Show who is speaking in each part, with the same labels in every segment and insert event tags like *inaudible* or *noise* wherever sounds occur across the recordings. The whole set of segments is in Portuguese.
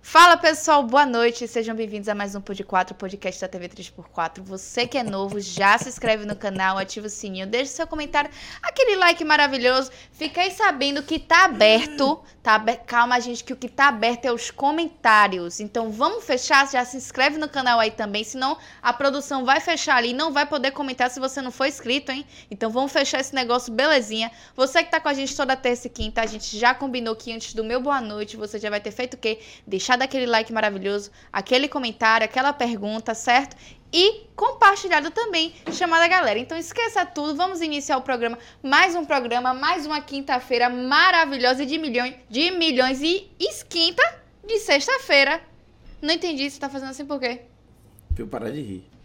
Speaker 1: Fala pessoal, boa noite. Sejam bem-vindos a mais um Pod 4, podcast da TV 3x4. Você que é novo, já se inscreve no canal, ativa o sininho, deixa seu comentário, aquele like maravilhoso. Fiquei sabendo que tá aberto, tá aberto. Calma, gente, que o que tá aberto é os comentários. Então vamos fechar, já se inscreve no canal aí também, senão a produção vai fechar ali e não vai poder comentar se você não for inscrito, hein? Então vamos fechar esse negócio belezinha. Você que tá com a gente toda terça e quinta, a gente já combinou que antes do meu boa noite, você já vai ter feito o quê? Deixar deixar daquele like maravilhoso, aquele comentário, aquela pergunta, certo? E compartilhado também, chamar a galera. Então esqueça tudo, vamos iniciar o programa. Mais um programa, mais uma quinta-feira maravilhosa de milhões, de milhões e esquinta de sexta-feira. Não entendi, você tá fazendo assim por quê?
Speaker 2: Pra eu parar de rir. *laughs*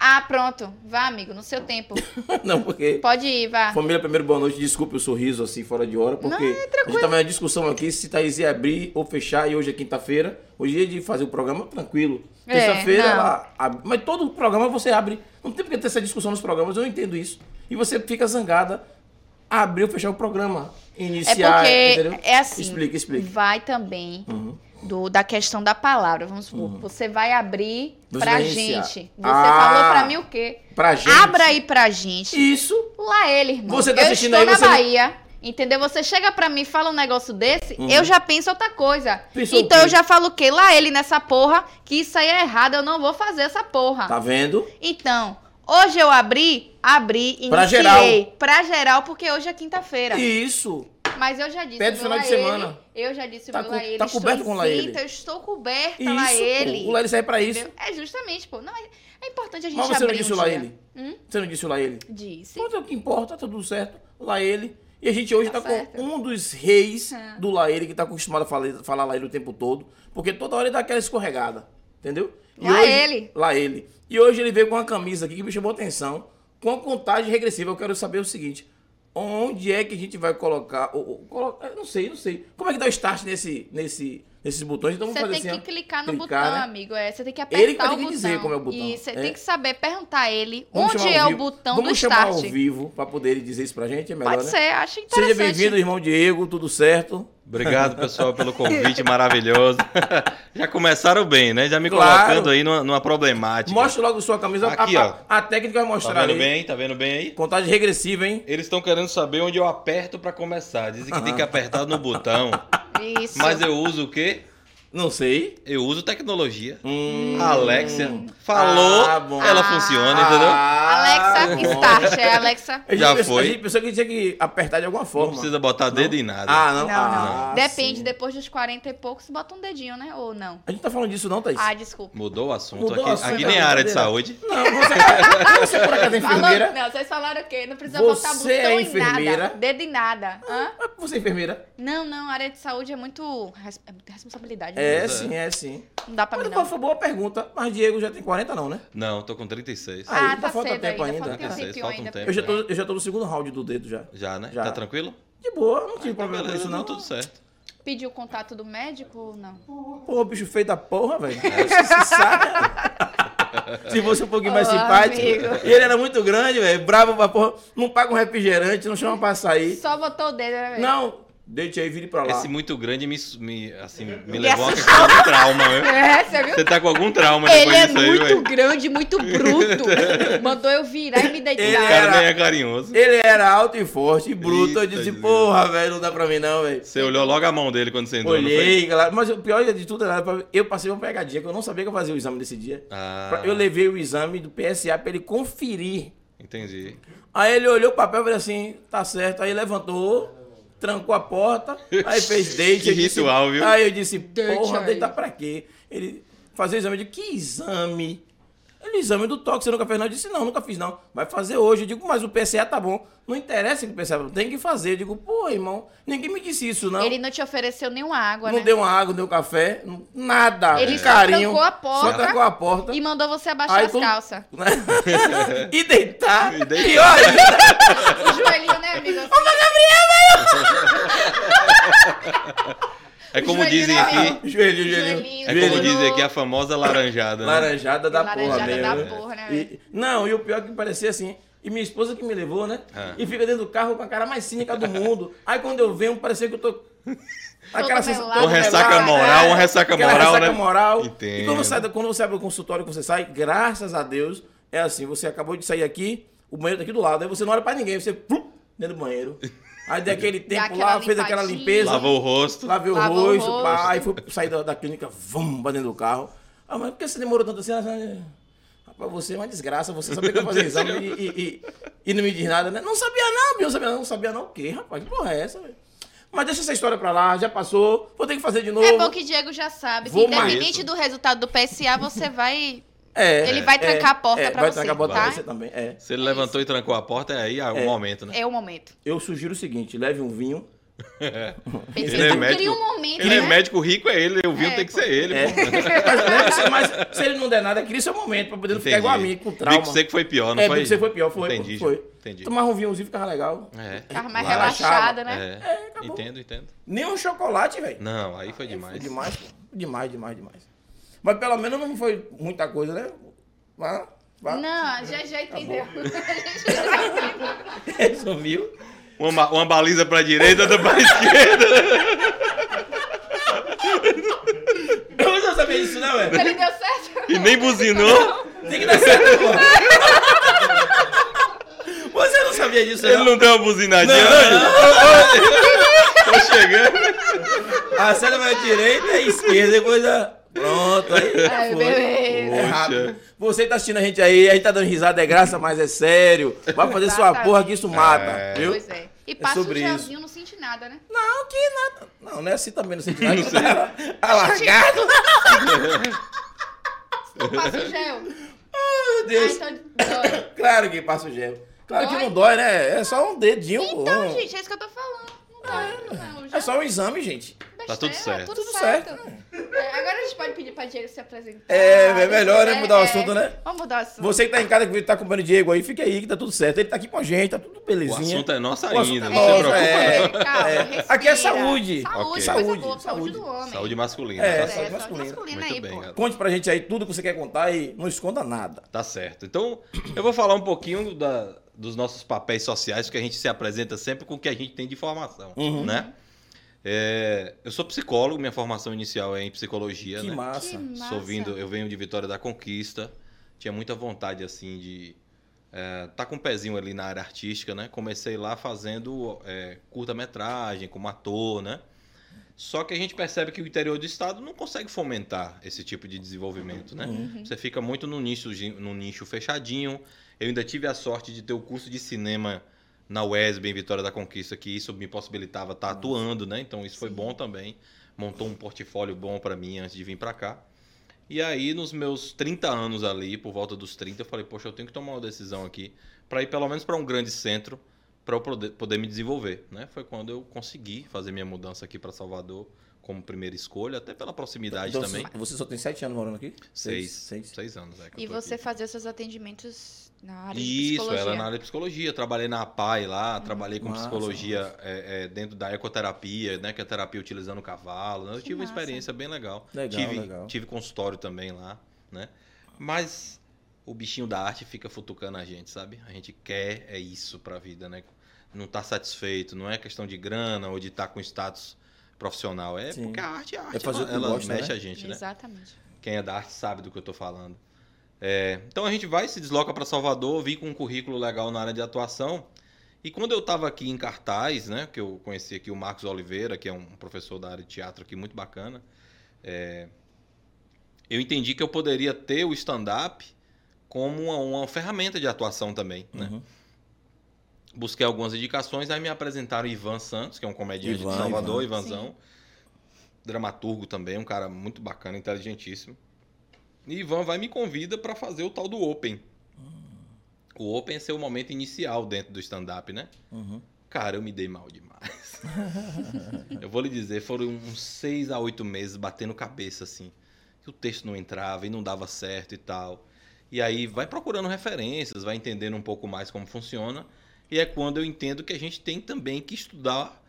Speaker 1: Ah, pronto. Vá, amigo, no seu tempo.
Speaker 2: Não, porque.
Speaker 1: Pode ir, vá.
Speaker 2: Família, primeiro boa noite. Desculpe o sorriso assim fora de hora, porque
Speaker 1: Não, é
Speaker 2: a gente tava na discussão aqui se Thaís ia abrir ou fechar, e hoje é quinta-feira. Hoje é de fazer o programa tranquilo.
Speaker 1: É,
Speaker 2: Terça-feira
Speaker 1: não.
Speaker 2: ela abre. Mas todo programa você abre. Não tem porque ter essa discussão nos programas, eu não entendo isso. E você fica zangada a abrir ou fechar o programa. Iniciar,
Speaker 1: é porque
Speaker 2: entendeu?
Speaker 1: é assim.
Speaker 2: Explica, explica.
Speaker 1: Vai também
Speaker 2: Uhum.
Speaker 1: do- da questão da palavra. Vamos supor, você vai abrir
Speaker 2: Você
Speaker 1: pra
Speaker 2: vai iniciar.
Speaker 1: gente. Você
Speaker 2: Ah.
Speaker 1: falou pra mim o quê?
Speaker 2: Pra gente.
Speaker 1: Abra aí pra gente.
Speaker 2: Isso.
Speaker 1: Lá ele, irmão.
Speaker 2: Você tá
Speaker 1: eu
Speaker 2: assistindo
Speaker 1: estou
Speaker 2: aí,
Speaker 1: na
Speaker 2: você não-
Speaker 1: Bahia. Entendeu? Você chega pra mim e fala um negócio desse,
Speaker 2: Uhum.
Speaker 1: eu já penso outra coisa.
Speaker 2: Pensou o
Speaker 1: então
Speaker 2: quê?
Speaker 1: eu já falo o quê? Lá ele nessa porra, que isso aí é errado, eu não vou fazer essa porra.
Speaker 2: Tá vendo?
Speaker 1: Então, hoje eu abri, abri, iniciei.
Speaker 2: Pra
Speaker 1: Pra geral, porque hoje é quinta-feira.
Speaker 2: Isso.
Speaker 1: Mas eu já disse,
Speaker 2: Pede
Speaker 1: o
Speaker 2: final
Speaker 1: meu
Speaker 2: de
Speaker 1: Laele,
Speaker 2: semana.
Speaker 1: Eu já disse, o
Speaker 2: Tá
Speaker 1: meu
Speaker 2: co-
Speaker 1: Laele,
Speaker 2: tá
Speaker 1: estou
Speaker 2: coberto com Laele.
Speaker 1: isenta, Eu estou coberta,
Speaker 2: Isso.
Speaker 1: Laele.
Speaker 2: O Laele serve pra isso.
Speaker 1: Tá Entendeu? É justamente, pô. Não, é, é importante a gente
Speaker 2: Mas você não
Speaker 1: abrir
Speaker 2: disse
Speaker 1: um dia.
Speaker 2: o Laele? Você não disse o Laele?
Speaker 1: Disse.
Speaker 2: Pronto, é o que importa, tá tudo certo. Lá ele. E a gente hoje
Speaker 1: Tá
Speaker 2: tá,
Speaker 1: certo.
Speaker 2: com um dos reis
Speaker 1: Ah.
Speaker 2: do Laele, que tá acostumado a falar, falar Laele o tempo todo, porque toda hora ele dá aquela escorregada, entendeu?
Speaker 1: Laele.
Speaker 2: Lá ele. E hoje ele veio com uma camisa aqui que me chamou atenção, com a contagem regressiva. Eu quero saber o seguinte, onde é que a gente vai colocar, ou, ou, colo- eu não sei, não sei. Como é que dá o start nesse, nesse, nesses botões? Então
Speaker 1: Você
Speaker 2: vamos
Speaker 1: tem
Speaker 2: fazer assim,
Speaker 1: que
Speaker 2: ó.
Speaker 1: clicar no
Speaker 2: clicar,
Speaker 1: botão,
Speaker 2: né?
Speaker 1: amigo. É, você tem que apertar
Speaker 2: Ele que vai
Speaker 1: o
Speaker 2: ter que
Speaker 1: botão.
Speaker 2: dizer como é o botão.
Speaker 1: E você
Speaker 2: É.
Speaker 1: tem que saber perguntar a ele
Speaker 2: Vamos
Speaker 1: onde
Speaker 2: chamar
Speaker 1: é
Speaker 2: ao
Speaker 1: o
Speaker 2: vivo.
Speaker 1: botão
Speaker 2: Vamos
Speaker 1: do
Speaker 2: chamar
Speaker 1: start.
Speaker 2: ao vivo, pra poder ele dizer isso pra gente, é melhor,
Speaker 1: Pode
Speaker 2: né?
Speaker 1: ser, acho
Speaker 2: Seja
Speaker 1: interessante.
Speaker 2: bem-vindo, irmão Diego, tudo certo?
Speaker 3: Obrigado, pessoal, pelo convite maravilhoso.
Speaker 2: *laughs*
Speaker 3: Já começaram bem, né? Já me
Speaker 2: Claro.
Speaker 3: colocando aí numa, numa problemática.
Speaker 2: Mostra logo sua camisa.
Speaker 3: Aqui,
Speaker 2: a,
Speaker 3: ó.
Speaker 2: a- a técnica vai
Speaker 3: Tá
Speaker 2: mostrar
Speaker 3: vendo
Speaker 2: ali.
Speaker 3: bem? Tá vendo bem aí?
Speaker 2: Contagem regressiva, hein?
Speaker 3: Eles estão querendo saber onde eu aperto pra começar. Dizem que tem
Speaker 2: Ah.
Speaker 3: que apertar
Speaker 2: *laughs*
Speaker 3: no botão.
Speaker 1: Isso.
Speaker 3: Mas eu uso o quê?
Speaker 2: Não sei.
Speaker 3: Eu uso tecnologia.
Speaker 2: Hum.
Speaker 3: A Alexia falou,
Speaker 2: Ah, bom.
Speaker 3: ela funciona, entendeu?
Speaker 2: Ah,
Speaker 1: Alexa,
Speaker 2: bom.
Speaker 1: start. É, Alexa.
Speaker 2: A gente
Speaker 3: Já
Speaker 2: pensou-
Speaker 3: foi.
Speaker 2: A gente pensou que tinha que apertar de alguma forma.
Speaker 3: Não precisa botar dedo em nada.
Speaker 2: Ah,
Speaker 1: Não,
Speaker 2: não.
Speaker 1: não.
Speaker 2: Ah,
Speaker 1: Depende,
Speaker 2: sim.
Speaker 1: depois dos 40 e poucos, bota um dedinho, né? Ou não.
Speaker 2: A gente tá falando disso não, Thaís?
Speaker 1: Ah, desculpa.
Speaker 3: Mudou o assunto.
Speaker 2: Mudou o
Speaker 3: aqui
Speaker 2: assunto,
Speaker 3: aqui
Speaker 2: é
Speaker 3: nem é área de
Speaker 2: brincadeira.
Speaker 3: saúde.
Speaker 2: Não, você, você por acaso é
Speaker 1: Falou,
Speaker 2: enfermeira?
Speaker 1: não, vocês falaram o quê? Não precisa
Speaker 2: Você
Speaker 1: botar botão
Speaker 2: é
Speaker 1: em
Speaker 2: enfermeira?
Speaker 1: nada. Dedo em nada. Hã?
Speaker 2: Ah, Você é enfermeira?
Speaker 1: Não, não, área de saúde é muito. res- É muita responsabilidade.
Speaker 2: É,
Speaker 3: Pois é.
Speaker 2: sim, é sim.
Speaker 1: Não dá pra
Speaker 2: Mas
Speaker 1: mim,
Speaker 2: qual
Speaker 1: não.
Speaker 2: foi uma boa pergunta, mas Diego já tem 40 não, né?
Speaker 3: Não, tô com 36.
Speaker 2: Ah,
Speaker 1: Ah,
Speaker 2: ainda
Speaker 1: tá
Speaker 2: falta
Speaker 1: cedo
Speaker 2: tempo
Speaker 1: ainda.
Speaker 2: ainda.
Speaker 1: Falta um
Speaker 3: Falta
Speaker 1: tempinho
Speaker 3: um
Speaker 1: ainda.
Speaker 3: tempo.
Speaker 2: Eu já tô, eu já tô no segundo round do dedo já.
Speaker 3: Já, né?
Speaker 2: Já.
Speaker 3: Tá tranquilo?
Speaker 2: De boa, não tive problema com
Speaker 3: tá Beleza,
Speaker 2: isso
Speaker 3: não,
Speaker 2: não.
Speaker 3: tudo certo.
Speaker 1: Pediu o contato do médico ou não?
Speaker 2: Porra, bicho feio da porra, velho. Se saca.
Speaker 3: *laughs*
Speaker 2: Se fosse um pouquinho mais
Speaker 1: Ô,
Speaker 2: simpático.
Speaker 1: amigo.
Speaker 2: E ele era muito grande, velho. Bravo pra porra. Não paga um refrigerante, não chama pra sair.
Speaker 1: Só botou o dedo, né, velho?
Speaker 2: Não, deixa aí, vire pra lá.
Speaker 3: Esse muito grande me, me, assim, me levou a uma questão de trauma. né?
Speaker 1: É, você viu?
Speaker 3: Você tá com algum trauma
Speaker 1: Ele
Speaker 3: depois
Speaker 1: é
Speaker 3: disso aí,
Speaker 1: muito
Speaker 3: velho?
Speaker 1: grande, muito bruto.
Speaker 3: *laughs*
Speaker 1: Mandou eu virar e me
Speaker 3: O
Speaker 2: Ele
Speaker 1: deitar.
Speaker 3: cara
Speaker 2: era-
Speaker 3: nem é carinhoso.
Speaker 2: Ele era alto e forte e bruto. eu
Speaker 3: Eita,
Speaker 2: disse,
Speaker 3: Jesus.
Speaker 2: porra, velho, não dá pra mim não, velho.
Speaker 3: Você olhou logo a mão dele quando você entrou, não foi?
Speaker 2: Olhei, galera. Mas o pior de tudo era, pra- eu passei uma pegadinha que eu não sabia que eu fazia o exame desse dia.
Speaker 3: Ah.
Speaker 2: Pra- Eu levei o exame do PSA pra ele conferir.
Speaker 3: Entendi.
Speaker 2: Aí ele olhou o papel e falou assim, tá certo. Aí levantou, trancou a porta, aí
Speaker 3: *laughs*
Speaker 2: fez date.
Speaker 3: Que
Speaker 2: eu disse-
Speaker 3: ritual, viu?
Speaker 2: Aí eu disse,
Speaker 1: Date
Speaker 2: porra,
Speaker 1: aí.
Speaker 2: deitar pra quê? Ele fazer o exame. Eu digo, que exame? Ele, exame do toque, você nunca fez não? Eu disse, não, nunca fiz não. Vai fazer hoje. Eu digo, mas o PCA tá bom. Não interessa que o PCA tá bom, tem que fazer. Eu digo, pô, irmão, ninguém me disse isso não.
Speaker 1: Ele não te ofereceu nenhuma água,
Speaker 2: não
Speaker 1: né?
Speaker 2: deu uma água, não deu café, não- nada.
Speaker 1: Ele
Speaker 2: um
Speaker 1: só
Speaker 2: carinho.
Speaker 1: trancou a
Speaker 2: Só
Speaker 1: porta
Speaker 2: trancou a porta.
Speaker 1: E mandou você abaixar
Speaker 2: Aí
Speaker 1: as
Speaker 2: quando-
Speaker 1: calças.
Speaker 2: *laughs* e deitar.
Speaker 3: E deitar.
Speaker 2: Pior ainda.
Speaker 3: *laughs*
Speaker 1: O joelhinho, né, amigo?
Speaker 2: *laughs*
Speaker 1: Assim.
Speaker 3: É como
Speaker 1: joelhinho,
Speaker 3: dizem
Speaker 1: né,
Speaker 3: aqui.
Speaker 1: amigo?
Speaker 2: Joelho,
Speaker 1: Joelhinho,
Speaker 2: joelho.
Speaker 3: É
Speaker 1: Joelho.
Speaker 3: como dizem aqui a famosa laranjada. né?
Speaker 2: Laranjada da porra
Speaker 1: Laranjada
Speaker 2: mesmo.
Speaker 1: da
Speaker 2: né?
Speaker 1: porra, né,
Speaker 2: E- não, e o pior é que parecia assim. E minha esposa que me levou, né?
Speaker 3: Ah.
Speaker 2: E fica dentro do carro com a cara mais cínica do mundo. Aí quando eu venho, parecia que eu tô Aquela
Speaker 1: Todo
Speaker 2: sensação.
Speaker 1: melado,
Speaker 3: Uma ressaca
Speaker 1: melado,
Speaker 3: moral,
Speaker 1: né?
Speaker 3: uma ressaca
Speaker 2: Aquela
Speaker 3: moral,
Speaker 2: ressaca
Speaker 3: né?
Speaker 2: moral. E
Speaker 3: Entendo.
Speaker 2: quando você, sai da- quando você abre o consultório, quando você sai, graças a Deus, é assim, você acabou de sair aqui, o banheiro tá aqui do lado, aí você não olha pra ninguém, você plum, dentro do banheiro. Aí daquele tempo
Speaker 1: aquela
Speaker 2: lá, fez aquela
Speaker 1: limpadinha.
Speaker 2: limpeza,
Speaker 3: Lavou o rosto.
Speaker 2: lavei o
Speaker 1: Lavou o
Speaker 2: rosto,
Speaker 1: rosto.
Speaker 2: pá, aí fui sair da, da clínica, vum, pra dentro do carro. Ah, mas por que você demorou tanto assim? Ela fala, Rapaz, você é uma desgraça, você sabia que eu ia fazer exame e, e- e- e não me diz nada, né? Não sabia não, Bill, sabia não, não sabia não o quê, rapaz? Que porra é essa, velho? Mas deixa essa história pra lá, já passou, vou ter que fazer de novo.
Speaker 1: É bom que Diego já sabe. Que
Speaker 2: Vou mais.
Speaker 1: independente do resultado do PSA, você vai.
Speaker 2: É,
Speaker 1: Ele vai
Speaker 2: é,
Speaker 1: trancar a porta
Speaker 2: é,
Speaker 1: pra
Speaker 2: vai
Speaker 1: você,
Speaker 2: trancar a porta pra
Speaker 1: tá?
Speaker 2: você também. é.
Speaker 3: Se ele levantou e trancou a porta, é aí é o momento, né?
Speaker 1: É o momento.
Speaker 2: Eu sugiro o seguinte: leve um vinho. *laughs*
Speaker 1: Pensei
Speaker 3: Ele é
Speaker 1: que
Speaker 3: médico.
Speaker 1: cria um momento,
Speaker 3: Ele é
Speaker 1: né?
Speaker 3: médico rico, é ele. Eu vi,
Speaker 1: É,
Speaker 3: tem que
Speaker 1: pô.
Speaker 3: ser ele.
Speaker 2: É.
Speaker 3: pô.
Speaker 2: mas, leve- se- mas se ele não der nada, cria seu momento pra poder não ficar
Speaker 3: Entendi.
Speaker 2: igual a mim, com trauma.
Speaker 3: Bico seco foi pior, não
Speaker 2: é,
Speaker 3: foi?
Speaker 2: foi... você foi pior, foi.
Speaker 3: Entendi.
Speaker 2: foi.
Speaker 3: Entendi.
Speaker 2: Tomar um vinhozinho ficava legal.
Speaker 3: É.
Speaker 1: Ficava mais
Speaker 2: Relaxava.
Speaker 1: relaxada, né?
Speaker 3: É. Entendo, entendo.
Speaker 2: Nem um chocolate, velho.
Speaker 3: Não, aí foi demais.
Speaker 2: Demais, pô. demais, demais, demais. Mas pelo menos não foi muita coisa, né? Vá, vá. *laughs*
Speaker 1: Não, a GG entendeu. *laughs*
Speaker 2: Resumiu.
Speaker 3: Uma, ba- uma baliza pra direita, outra pra *laughs* esquerda.
Speaker 2: Eu não sabia disso, não, velho.
Speaker 1: Ele deu
Speaker 3: *laughs*
Speaker 1: certo?
Speaker 3: E nem buzinou.
Speaker 2: Tem que dar certo, pô. *laughs* Você não sabia disso,
Speaker 3: Ele não deu uma buzinadinha,
Speaker 2: Não.
Speaker 3: não. *laughs* Tô chegando.
Speaker 2: A cena vai à direita e à esquerda, e coisa. Pronto, aí.
Speaker 1: Ai,
Speaker 2: foi.
Speaker 1: beleza.
Speaker 2: É
Speaker 3: Poxa.
Speaker 2: rápido. Você que tá assistindo a gente aí, a gente tá dando risada, é graça, mas é sério. Vai fazer sua
Speaker 1: Exatamente.
Speaker 2: porra que isso mata,
Speaker 3: É.
Speaker 2: viu?
Speaker 1: Pois é. E passa um
Speaker 2: sobre isso.
Speaker 1: gelzinho, não sente nada, né?
Speaker 2: Não, que nada. Não, não é assim também, não
Speaker 3: *laughs*
Speaker 2: sei Tá de nada. *laughs* Alargado.
Speaker 1: Não passa um gel.
Speaker 2: Meu
Speaker 1: Ah,
Speaker 2: Deus.
Speaker 1: então dói.
Speaker 2: Claro que passa o gelo. Claro que
Speaker 1: Dói?
Speaker 2: não dói, né? É só um dedinho.
Speaker 1: Então,
Speaker 2: pô.
Speaker 1: gente, é isso que eu tô falando. Não dói, não. Já
Speaker 2: É só um exame, gente.
Speaker 1: besteira,
Speaker 3: Tá tudo certo.
Speaker 1: Tudo,
Speaker 2: Tudo
Speaker 1: certo.
Speaker 2: certo.
Speaker 1: É, agora a gente pode pedir pra Diego se apresentar.
Speaker 2: É, é melhor, né, mudar o assunto, né?
Speaker 1: Vamos mudar o assunto.
Speaker 2: Você que tá em casa, que tá acompanhando o Diego aí, fica aí que tá tudo certo. Ele tá aqui com a gente, tá tudo
Speaker 3: O
Speaker 2: belezinha.
Speaker 3: assunto é nosso
Speaker 2: O assunto
Speaker 3: ainda,
Speaker 2: é
Speaker 3: não se
Speaker 2: nosso,
Speaker 3: preocupa.
Speaker 2: é.
Speaker 1: É, calma,
Speaker 2: É.
Speaker 1: respira.
Speaker 2: Aqui é saúde.
Speaker 1: Saúde,
Speaker 3: Ok.
Speaker 1: saúde,
Speaker 2: Saúde,
Speaker 1: boa, saúde,
Speaker 2: saúde.
Speaker 1: do homem.
Speaker 3: Saúde masculina,
Speaker 2: É,
Speaker 1: É,
Speaker 3: tá
Speaker 2: saúde
Speaker 1: saúde
Speaker 3: certo.
Speaker 2: masculina.
Speaker 1: masculina
Speaker 3: Muito
Speaker 1: aí,
Speaker 3: bem,
Speaker 1: pô.
Speaker 3: gato.
Speaker 2: Conte pra gente aí tudo que você quer contar e não esconda nada.
Speaker 3: Tá certo. Então, eu vou falar um pouquinho da- dos nossos papéis sociais, porque a gente se apresenta sempre com o que a gente tem de formação,
Speaker 2: Uhum.
Speaker 3: né? É, eu sou psicólogo, minha formação inicial é em psicologia,
Speaker 2: que
Speaker 3: né?
Speaker 2: massa.
Speaker 1: Que massa.
Speaker 3: Sou vindo, eu venho de Vitória da Conquista, tinha muita vontade, assim, de estar tá com um pezinho ali na área artística, né? Comecei lá fazendo é, curta-metragem, como ator, né? Só que a gente percebe que o interior do estado não consegue fomentar esse tipo de desenvolvimento, né?
Speaker 2: Uhum.
Speaker 1: Uhum.
Speaker 3: Você fica muito no nicho, no nicho fechadinho. Eu ainda tive a sorte de ter o curso de cinema na UESB em Vitória da Conquista, que isso me possibilitava estar atuando, né? Então isso foi
Speaker 1: Sim.
Speaker 3: bom também. Montou um portfólio bom para mim antes de vir para cá. E aí, nos meus 30 anos ali, por volta dos 30, eu falei, poxa, eu tenho que tomar uma decisão aqui para ir pelo menos para um grande centro para eu poder, poder me desenvolver, né? Foi quando eu consegui fazer minha mudança aqui para Salvador como primeira escolha, até pela proximidade
Speaker 2: Então,
Speaker 3: também.
Speaker 2: Você só tem sete anos morando aqui?
Speaker 3: Seis,
Speaker 2: Seis.
Speaker 3: seis. anos, é. que eu
Speaker 1: E
Speaker 3: tô
Speaker 1: você
Speaker 3: aqui.
Speaker 1: fazia seus atendimentos na área de
Speaker 3: Isso,
Speaker 1: psicologia. Hum.
Speaker 3: ela é na área de psicologia. Trabalhei na APAI lá, trabalhei com
Speaker 2: Massa,
Speaker 3: psicologia é, é, dentro da ecoterapia, né? Que é terapia utilizando o cavalo. né, Eu
Speaker 1: Que
Speaker 3: tive
Speaker 1: massa.
Speaker 3: uma experiência bem legal.
Speaker 2: Legal,
Speaker 3: tive,
Speaker 2: legal.
Speaker 3: tive consultório também lá, né? Mas o bichinho da arte fica futucando a gente, sabe? A gente quer é isso pra vida, né? Não tá satisfeito, não é questão de grana ou de estar com status profissional. É
Speaker 2: Sim.
Speaker 3: porque a arte é a arte.
Speaker 2: fazer o
Speaker 3: ela
Speaker 2: que
Speaker 3: ela
Speaker 2: gosta,
Speaker 3: mexe
Speaker 2: né?
Speaker 3: a gente, né?
Speaker 1: Exatamente.
Speaker 3: Quem é da arte sabe do que eu tô falando. É, então a gente vai, se desloca para Salvador, vim com um currículo legal na área de atuação. E quando eu estava aqui em cartaz, né, que eu conheci aqui o Marcos Oliveira, que é um professor da área de teatro aqui muito bacana, é, eu entendi que eu poderia ter o stand-up como uma, uma ferramenta de atuação também. Né?
Speaker 2: Uhum.
Speaker 3: Busquei algumas indicações, aí me apresentaram Ivan Santos, que é um comediante
Speaker 2: Ivan,
Speaker 3: de Salvador,
Speaker 1: Ivan.
Speaker 3: Ivanzão. Dramaturgo também, um cara muito bacana, inteligentíssimo. E Ivan vai e me convida para fazer o tal do Open. O Open é ser o momento inicial dentro do stand-up, né?
Speaker 2: Uhum.
Speaker 3: Cara, eu me dei mal
Speaker 2: *laughs*
Speaker 3: demais. eu vou lhe dizer, foram uns seis a oito meses batendo cabeça, assim. Que o texto não entrava e não dava certo e tal. E aí vai procurando referências, vai entendendo um pouco mais como funciona. E é quando eu entendo que a gente tem também que estudar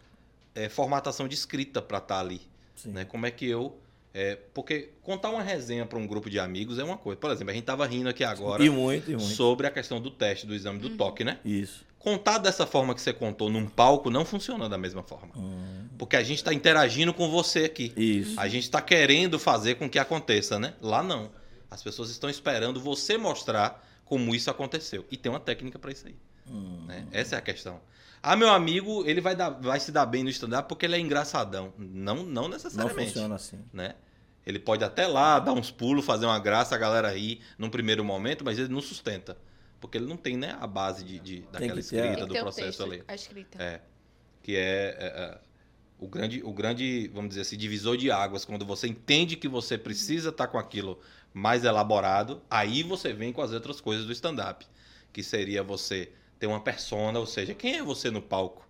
Speaker 3: eh, formatação de escrita para estar ali
Speaker 2: Sim.
Speaker 3: né? Como é que eu. é, porque contar uma resenha para um grupo de amigos é uma coisa. Por exemplo, a gente tava rindo aqui agora
Speaker 2: E muito, e um, muito.
Speaker 3: sobre a questão do teste, do exame do toque, né?
Speaker 2: Isso.
Speaker 3: Contar dessa forma que você contou num palco não funciona da mesma forma.
Speaker 2: Hum.
Speaker 3: Porque a gente está interagindo com você aqui.
Speaker 2: Isso.
Speaker 3: A gente está querendo fazer com que aconteça, né? Lá não. As pessoas estão esperando você mostrar como isso aconteceu. E tem uma técnica para isso aí.
Speaker 2: Uhum.
Speaker 3: né? Essa é a questão. Ah, meu amigo, ele vai, dar- vai se dar bem no stand-up porque ele é engraçadão. Não, não
Speaker 2: Não
Speaker 3: necessariamente.
Speaker 2: funciona assim.
Speaker 3: né? Ele pode até lá dar uns pulos, fazer uma graça, a galera rir num primeiro momento, mas ele não sustenta. Porque ele não tem né, a base de, de- daquela
Speaker 2: que é. ter um a-
Speaker 3: escrita,
Speaker 2: Tem
Speaker 3: do processo ali
Speaker 1: a escrita.
Speaker 3: É. que é, é, é, o grande, o grande, vamos dizer assim, divisor de águas. Quando você entende que você precisa estar com aquilo mais elaborado, aí você vem com as outras coisas do stand-up, que seria você ter uma persona, ou seja, quem é você no palco?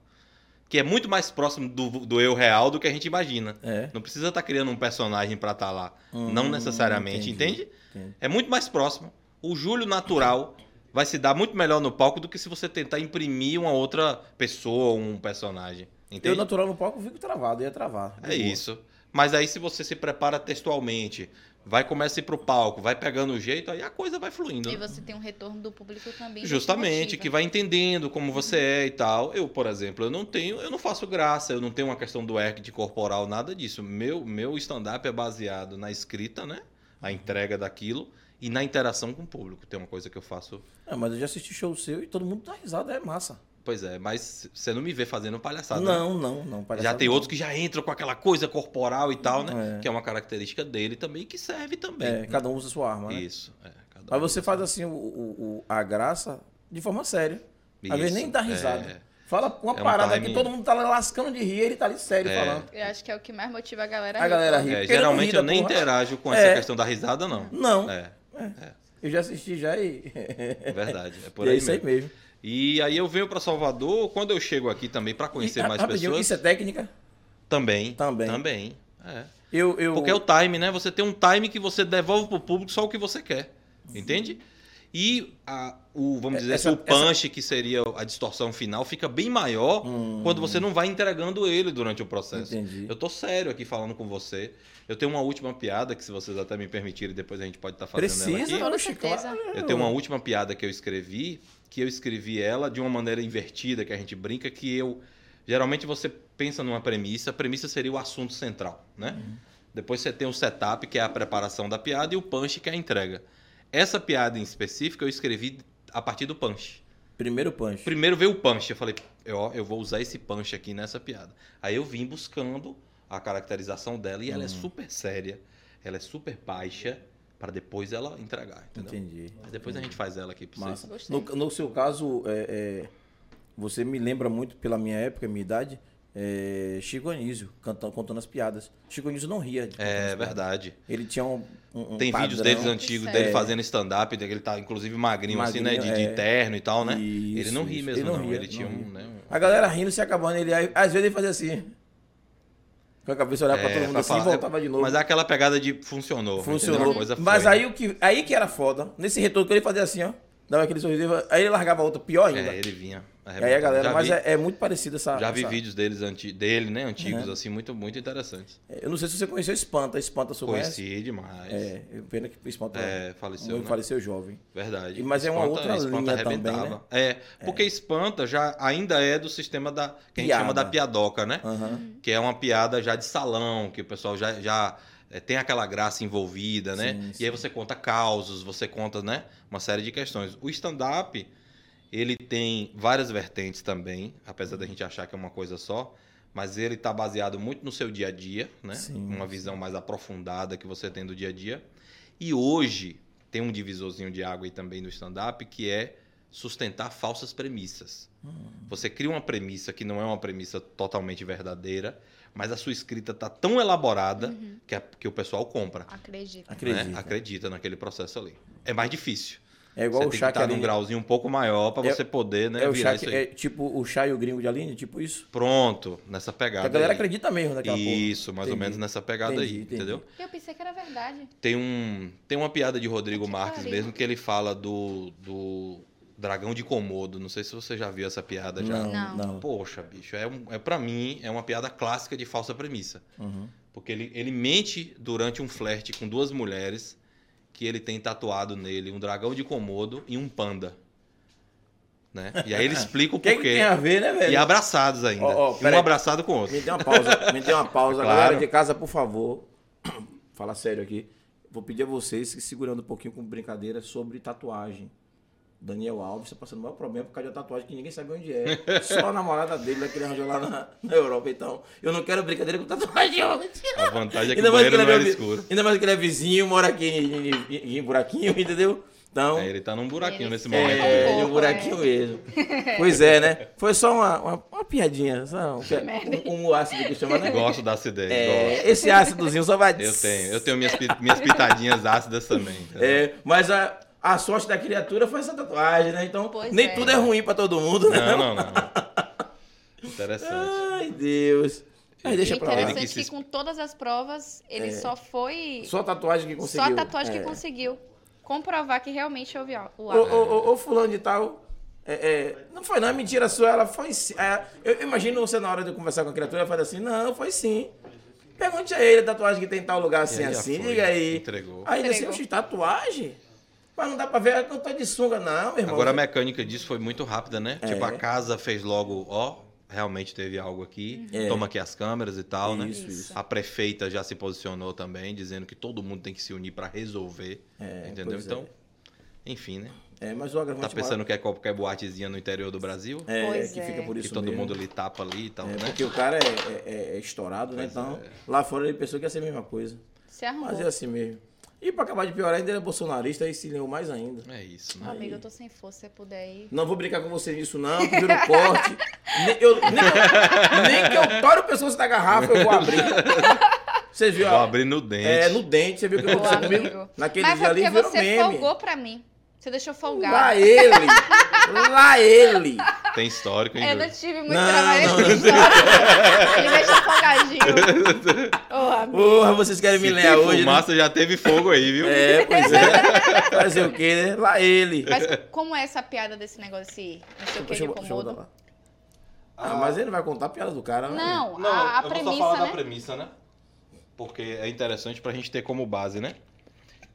Speaker 3: Que é muito mais próximo do, do eu real do que a gente imagina.
Speaker 2: É.
Speaker 3: Não precisa estar criando um personagem para estar lá. não
Speaker 2: Hum,
Speaker 3: necessariamente,
Speaker 2: entendi.
Speaker 3: entende?
Speaker 2: Entendi.
Speaker 3: É muito mais próximo. O Júlio natural vai se dar muito melhor no palco do que se você tentar imprimir uma outra pessoa, um personagem.
Speaker 2: Eu
Speaker 3: Entende?
Speaker 2: natural no palco fico travado, ia travar.
Speaker 3: É isso. Mas aí se você se prepara textualmente, vai começa a ir pro palco, vai pegando o jeito, aí a coisa vai fluindo.
Speaker 1: E
Speaker 3: né?
Speaker 1: você tem um retorno do público também.
Speaker 3: Justamente, que
Speaker 1: motiva.
Speaker 3: vai entendendo como você é e tal. Eu, por exemplo, eu não tenho, eu não faço graça, eu não tenho uma questão do de corporal, nada disso. Meu, meu stand-up é baseado na escrita, né? A entrega daquilo e na interação com o público. Tem uma coisa que eu faço.
Speaker 2: É, mas eu já assisti show seu e todo mundo dá risada, é massa.
Speaker 3: Pois é, mas você não me vê fazendo palhaçada. né?
Speaker 2: Não, não, não.
Speaker 3: Já
Speaker 2: palhaçada
Speaker 3: tem
Speaker 2: não.
Speaker 3: outros que já entram com aquela coisa corporal e tal, né?
Speaker 2: É.
Speaker 3: Que é uma característica dele também, que serve também.
Speaker 2: É, cada um usa sua arma, né?
Speaker 3: Isso. É, cada
Speaker 2: Mas
Speaker 3: um
Speaker 2: você faz assim o, o- o- a graça de forma séria.
Speaker 3: Isso,
Speaker 2: Às vezes nem dá risada.
Speaker 3: é.
Speaker 2: Fala uma
Speaker 3: É um
Speaker 2: parada
Speaker 3: timing.
Speaker 2: que todo mundo tá lascando de rir e ele tá ali sério
Speaker 3: É.
Speaker 2: falando.
Speaker 1: Eu acho que é o que mais motiva a galera
Speaker 2: A galera
Speaker 1: pô.
Speaker 2: ri.
Speaker 3: É,
Speaker 2: Porque
Speaker 3: geralmente
Speaker 2: ele
Speaker 3: eu
Speaker 2: não ri da
Speaker 3: nem
Speaker 2: porra.
Speaker 3: interajo com
Speaker 2: É.
Speaker 3: essa questão da risada, não.
Speaker 2: Não,
Speaker 3: É,
Speaker 2: eu já assisti já e.
Speaker 3: é
Speaker 2: *laughs*
Speaker 3: verdade. É por
Speaker 2: e é
Speaker 3: aí,
Speaker 2: isso aí
Speaker 3: mesmo.
Speaker 2: mesmo.
Speaker 3: E aí eu venho pra Salvador, quando eu chego aqui também pra conhecer
Speaker 2: E,
Speaker 3: mais
Speaker 2: rapidinho,
Speaker 3: pessoas.
Speaker 2: Isso é técnica.
Speaker 3: Também.
Speaker 2: Também.
Speaker 3: Também. É.
Speaker 2: Eu, eu...
Speaker 3: Porque é o time, né? Você tem um time que você devolve pro público só o que você quer. Entende? E a- o, vamos dizer,
Speaker 2: Essa-
Speaker 3: assim, o punch, que seria a distorção final, fica bem maior
Speaker 2: Hum.
Speaker 3: quando você não vai entregando ele durante o processo.
Speaker 2: Entendi.
Speaker 3: Eu tô sério aqui falando com você. Eu tenho uma última piada que, se vocês até me permitirem, depois a gente pode estar fazendo ela aqui.
Speaker 2: Precisa,
Speaker 1: Com
Speaker 2: oxe,
Speaker 1: certeza.
Speaker 2: claro.
Speaker 3: Eu tenho uma última piada que eu escrevi, que eu escrevi ela de uma maneira invertida, que a gente brinca, que eu. Geralmente você pensa numa premissa, a premissa seria o assunto central, né? Depois você tem o setup, que é a preparação da piada, e o punch, que é a entrega. Essa piada em específico eu escrevi a partir do punch.
Speaker 2: Primeiro punch.
Speaker 3: Primeiro veio o punch. Eu falei, ó, eu vou usar esse punch aqui nessa piada. Aí eu vim buscando a caracterização dela e ela é super séria, ela é super baixa, para depois ela entregar, entendeu?
Speaker 2: Entendi.
Speaker 3: Mas depois a gente faz ela aqui pra vocês.
Speaker 2: Massa.
Speaker 1: Gostei.
Speaker 2: No, no seu caso, é, é, você me lembra muito, pela minha época, minha idade, é, Chico Anísio, cantando, contando as piadas. Chico Anísio não ria. de contar as
Speaker 3: É
Speaker 2: piadas.
Speaker 3: verdade.
Speaker 2: Ele tinha um. um- um
Speaker 3: Tem
Speaker 2: padrão. É.
Speaker 3: vídeos deles né? antigos,
Speaker 1: Sério.
Speaker 3: dele fazendo stand-up, dele ele tá inclusive magrinho, assim, né?
Speaker 2: Magrinho,
Speaker 3: De,
Speaker 2: é.
Speaker 3: de terno e tal, né? ele não
Speaker 2: Isso,
Speaker 3: ri
Speaker 2: isso.
Speaker 3: mesmo,
Speaker 2: Ele
Speaker 3: não.
Speaker 2: não ria,
Speaker 3: ele tinha
Speaker 2: não
Speaker 3: um,
Speaker 2: ria.
Speaker 3: né? um-
Speaker 2: A galera rindo, se acabando, ele. aí- Às vezes ele fazia assim. Com a cabeça olhava pra
Speaker 3: é,
Speaker 2: todo mundo
Speaker 3: pra
Speaker 2: assim
Speaker 3: falar.
Speaker 2: e voltava de novo.
Speaker 3: Mas é aquela pegada de funcionou. entendeu?
Speaker 2: Funcionou.
Speaker 3: A coisa
Speaker 2: Mas
Speaker 3: foi.
Speaker 2: aí o que. Aí que era foda. Nesse retorno que ele fazia assim, ó. Dava aquele sorriso. Aí ele largava outra pior ainda.
Speaker 3: É, ele vinha.
Speaker 2: E aí a galera,
Speaker 3: já
Speaker 2: mas
Speaker 3: vi,
Speaker 2: é, é muito parecido essa.
Speaker 3: já vi
Speaker 2: essa-
Speaker 3: vídeos deles anti, dele, né? Antigos,
Speaker 2: Uhum.
Speaker 3: assim, muito, muito interessantes.
Speaker 2: Eu não sei se você conheceu Espanta, Espanta você conhece?
Speaker 3: Conheci demais.
Speaker 2: É, pena que Espanta
Speaker 3: É, faleceu,
Speaker 2: muito
Speaker 3: né?
Speaker 2: faleceu jovem.
Speaker 3: Verdade.
Speaker 2: E- mas é uma outra linha também, né?
Speaker 3: arrebentava. É, porque espanta já ainda é do sistema da que a gente
Speaker 2: Piada.
Speaker 3: chama da piadoca, né?
Speaker 2: Aham.
Speaker 3: que é uma piada já de salão, que o pessoal já, já eh, tem aquela graça envolvida, né?
Speaker 2: Sim,
Speaker 3: E aí você conta causos, você conta, né? Uma série de questões. O stand-up, ele tem várias vertentes também, apesar da gente achar que é uma coisa só, mas ele está baseado muito no seu dia a dia, né?
Speaker 2: Sim,
Speaker 3: uma visão mais aprofundada que você tem do dia a dia. E hoje tem um divisorzinho de água aí também no stand-up, que é sustentar falsas premissas. Você cria uma premissa que não é uma premissa totalmente verdadeira, mas a sua escrita tá tão elaborada
Speaker 1: Uhum.
Speaker 3: que, a- que o pessoal compra. né?
Speaker 1: Acredito.
Speaker 2: Acredito.
Speaker 3: Acredita naquele processo ali. É mais difícil.
Speaker 2: É igual
Speaker 3: você
Speaker 2: o
Speaker 3: tem que
Speaker 2: Chá que
Speaker 3: estar num
Speaker 2: Aline.
Speaker 3: grauzinho um pouco maior para
Speaker 2: É-
Speaker 3: você poder né,
Speaker 2: É o
Speaker 3: virar
Speaker 2: Chá
Speaker 3: isso
Speaker 2: que
Speaker 3: aí.
Speaker 2: é tipo o Chá e o gringo de Aline, tipo isso.
Speaker 3: Pronto, nessa
Speaker 2: Que
Speaker 3: pegada.
Speaker 2: a galera
Speaker 3: aí.
Speaker 2: acredita mesmo naquela porra.
Speaker 3: Isso, mais ou
Speaker 2: Entendi.
Speaker 3: menos nessa pegada
Speaker 2: Entendi,
Speaker 3: aí,
Speaker 2: entendi.
Speaker 3: entendeu?
Speaker 1: Eu pensei que era verdade.
Speaker 3: Tem, um, tem uma piada de Rodrigo
Speaker 1: Puta que
Speaker 3: Marques
Speaker 1: pariu.
Speaker 3: mesmo que ele fala do, do dragão de Komodo. Não sei se você já viu essa piada já.
Speaker 2: Não,
Speaker 1: Não.
Speaker 2: não.
Speaker 3: Poxa, bicho, é, um, é para mim é uma piada clássica de falsa premissa.
Speaker 2: Uhum.
Speaker 3: Porque ele, ele mente durante um flerte com duas mulheres que ele tem tatuado nele um dragão de Komodo e um panda. né? E
Speaker 2: *laughs*
Speaker 3: aí ele explica o
Speaker 2: O que,
Speaker 3: porquê.
Speaker 2: que tem a ver, né, velho?
Speaker 3: E abraçados ainda.
Speaker 2: Ó, ó,
Speaker 3: um
Speaker 2: peraí.
Speaker 3: abraçado com o outro.
Speaker 2: Me dê uma pausa, me dê uma pausa.
Speaker 3: Claro.
Speaker 2: Galera de casa, por favor, *clears throat* falar sério aqui. Vou pedir a vocês que segurando um pouquinho com brincadeira sobre tatuagem. Daniel Alves tá passando o maior problema por causa de uma tatuagem que ninguém sabe onde é. Só a namorada dele, né, que ele arranjou lá na, na Europa. Então, eu não quero brincadeira com tatuagem.
Speaker 3: A vantagem é que o banheiro não era
Speaker 2: vi-
Speaker 3: escuro.
Speaker 2: ainda mais que ele é vizinho, mora aqui em, em- em- em buraquinho, entendeu? Então,
Speaker 3: É, ele tá num buraquinho
Speaker 1: Ele
Speaker 3: nesse
Speaker 1: sai
Speaker 3: momento.
Speaker 1: um
Speaker 2: é,
Speaker 1: pouco,
Speaker 2: de um buraquinho mesmo. Pois é, né? Foi só uma, uma, uma piadinha, só um, um, um ácido que chama, né?
Speaker 3: Gosto da acidez, gosto.
Speaker 2: É, esse ácidozinho só vai...
Speaker 3: *laughs* Eu tenho. Eu tenho minhas, pi- minhas pitadinhas ácidas também.
Speaker 2: É, mas a, a sorte da criatura foi essa tatuagem, né? Então,
Speaker 1: Pois
Speaker 2: nem
Speaker 1: é.
Speaker 2: tudo é ruim pra todo mundo, né?
Speaker 3: Não, não, não. Interessante.
Speaker 2: Ai, Deus. Aí deixa
Speaker 1: e
Speaker 2: pra lá. É.
Speaker 1: interessante
Speaker 3: Ele que
Speaker 1: que,
Speaker 3: se-
Speaker 1: com todas as provas, ele só foi. Só,
Speaker 2: Só a tatuagem que conseguiu.
Speaker 1: a tatuagem
Speaker 2: É.
Speaker 1: que conseguiu comprovar que realmente houve a- o
Speaker 2: Ô,
Speaker 1: ato.
Speaker 2: ô, ô, ô, fulano de tal. é, é, não foi não, é mentira sua, ela foi sim. É, eu imagino você na hora de conversar com a criatura, ela fala assim, não, foi sim. Pergunte a ele a tatuagem que tem em tal lugar assim,
Speaker 3: aí já
Speaker 2: assim,
Speaker 3: foi,
Speaker 2: diga aí.
Speaker 3: entregou.
Speaker 2: Aí ele assim,
Speaker 1: Entregou.
Speaker 2: "Oxe, tatuagem? Mas não dá pra ver, é que eu tô de sunga, não, meu irmão.
Speaker 3: Agora é a mecânica disso foi muito rápida, né?
Speaker 2: É.
Speaker 3: Tipo, a casa fez logo, ó, realmente teve algo aqui,
Speaker 2: É.
Speaker 3: toma aqui as câmeras e tal, né?
Speaker 2: Isso, isso.
Speaker 3: A prefeita já se posicionou também, dizendo que todo mundo tem que se unir pra resolver,
Speaker 2: É,
Speaker 3: entendeu?
Speaker 2: pois é.
Speaker 3: Então, enfim, né?
Speaker 2: É, mas o agravante
Speaker 3: Tá pensando que é qualquer boatezinha no interior do Brasil?
Speaker 2: maior- é,
Speaker 1: Pois
Speaker 2: que
Speaker 1: é.
Speaker 2: fica por
Speaker 3: que
Speaker 2: isso
Speaker 3: todo
Speaker 2: mesmo.
Speaker 3: mundo lhe tapa ali e tal,
Speaker 2: É,
Speaker 3: né?
Speaker 2: porque o cara é, é- é estourado, né?
Speaker 3: Pois
Speaker 2: Então,
Speaker 3: é.
Speaker 2: lá fora ele pensou que ia ser a mesma coisa.
Speaker 1: Se arrumou.
Speaker 2: Mas é assim mesmo. E pra acabar de piorar, ainda ele é bolsonarista e se leu mais ainda.
Speaker 3: É isso,
Speaker 1: Ô,
Speaker 2: assim,
Speaker 3: né?
Speaker 1: Amigo, eu tô sem força, se você puder ir.
Speaker 2: Não vou brincar com você nisso, não. Juro
Speaker 1: *laughs*
Speaker 2: corte. nem, eu, nem, nem que eu toro pessoas da garrafa, eu vou abrir. Você viu?
Speaker 3: Vou
Speaker 2: ó,
Speaker 3: abrir no dente.
Speaker 2: É, no dente. Você viu o que
Speaker 1: Ô,
Speaker 2: aconteceu comigo?
Speaker 1: amigo.
Speaker 2: Naquele
Speaker 1: Mas
Speaker 2: dia
Speaker 1: foi
Speaker 2: ali
Speaker 1: porque
Speaker 2: virou
Speaker 1: você
Speaker 2: meme.
Speaker 1: folgou pra mim. Você deixou folgar.
Speaker 2: Lá ele.
Speaker 1: *laughs*
Speaker 2: Lá ele.
Speaker 3: Tem histórico, hein,
Speaker 1: Eu
Speaker 3: Júlio?
Speaker 1: não tive muito
Speaker 2: Não,
Speaker 1: trabalho
Speaker 2: não,
Speaker 1: nessa
Speaker 2: *laughs*
Speaker 1: história. Ele deixou folgadinho.
Speaker 3: *laughs*
Speaker 1: Ô, amigo.
Speaker 2: Porra, vocês querem me
Speaker 3: Se
Speaker 2: ler
Speaker 3: tem
Speaker 2: hoje, né?
Speaker 3: fumaça, já teve fogo aí, viu?
Speaker 2: É, pois é. Fazer o quê, né? Lá ele.
Speaker 1: Mas como é essa piada desse negócio esse não sei o que de
Speaker 2: botar
Speaker 1: Komodo?
Speaker 2: lá. Ah, mas ele não vai contar a piada do cara, né?
Speaker 1: Não,
Speaker 3: Não,
Speaker 1: a, a
Speaker 3: eu vou só
Speaker 1: premissa,
Speaker 3: falar da
Speaker 1: né?
Speaker 3: premissa, né? Porque é interessante pra gente ter como base, né?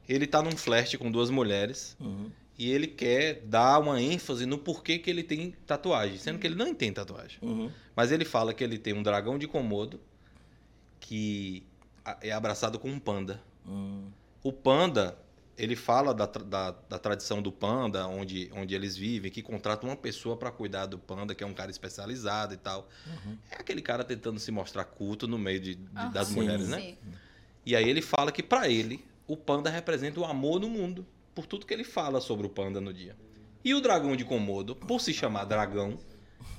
Speaker 3: Ele tá num flerte com duas mulheres
Speaker 2: Uhum.
Speaker 3: e ele quer dar uma ênfase no porquê que ele tem tatuagem, sendo que ele não tem tatuagem.
Speaker 2: Uhum.
Speaker 3: Mas ele fala que ele tem um dragão de Komodo que a- é abraçado com um panda.
Speaker 2: Hum.
Speaker 3: O panda, ele fala da, tra- da, da tradição do panda, onde, onde eles vivem, que contrata uma pessoa pra cuidar do panda, que é um cara especializado e tal. É aquele cara tentando se mostrar culto no meio de, de- das
Speaker 2: Sim.
Speaker 3: mulheres, né?
Speaker 1: Ah, Sim.
Speaker 3: E aí ele fala que pra ele, o panda representa o amor no mundo, por tudo que ele fala sobre o panda no dia. E o dragão de Komodo, por se chamar dragão,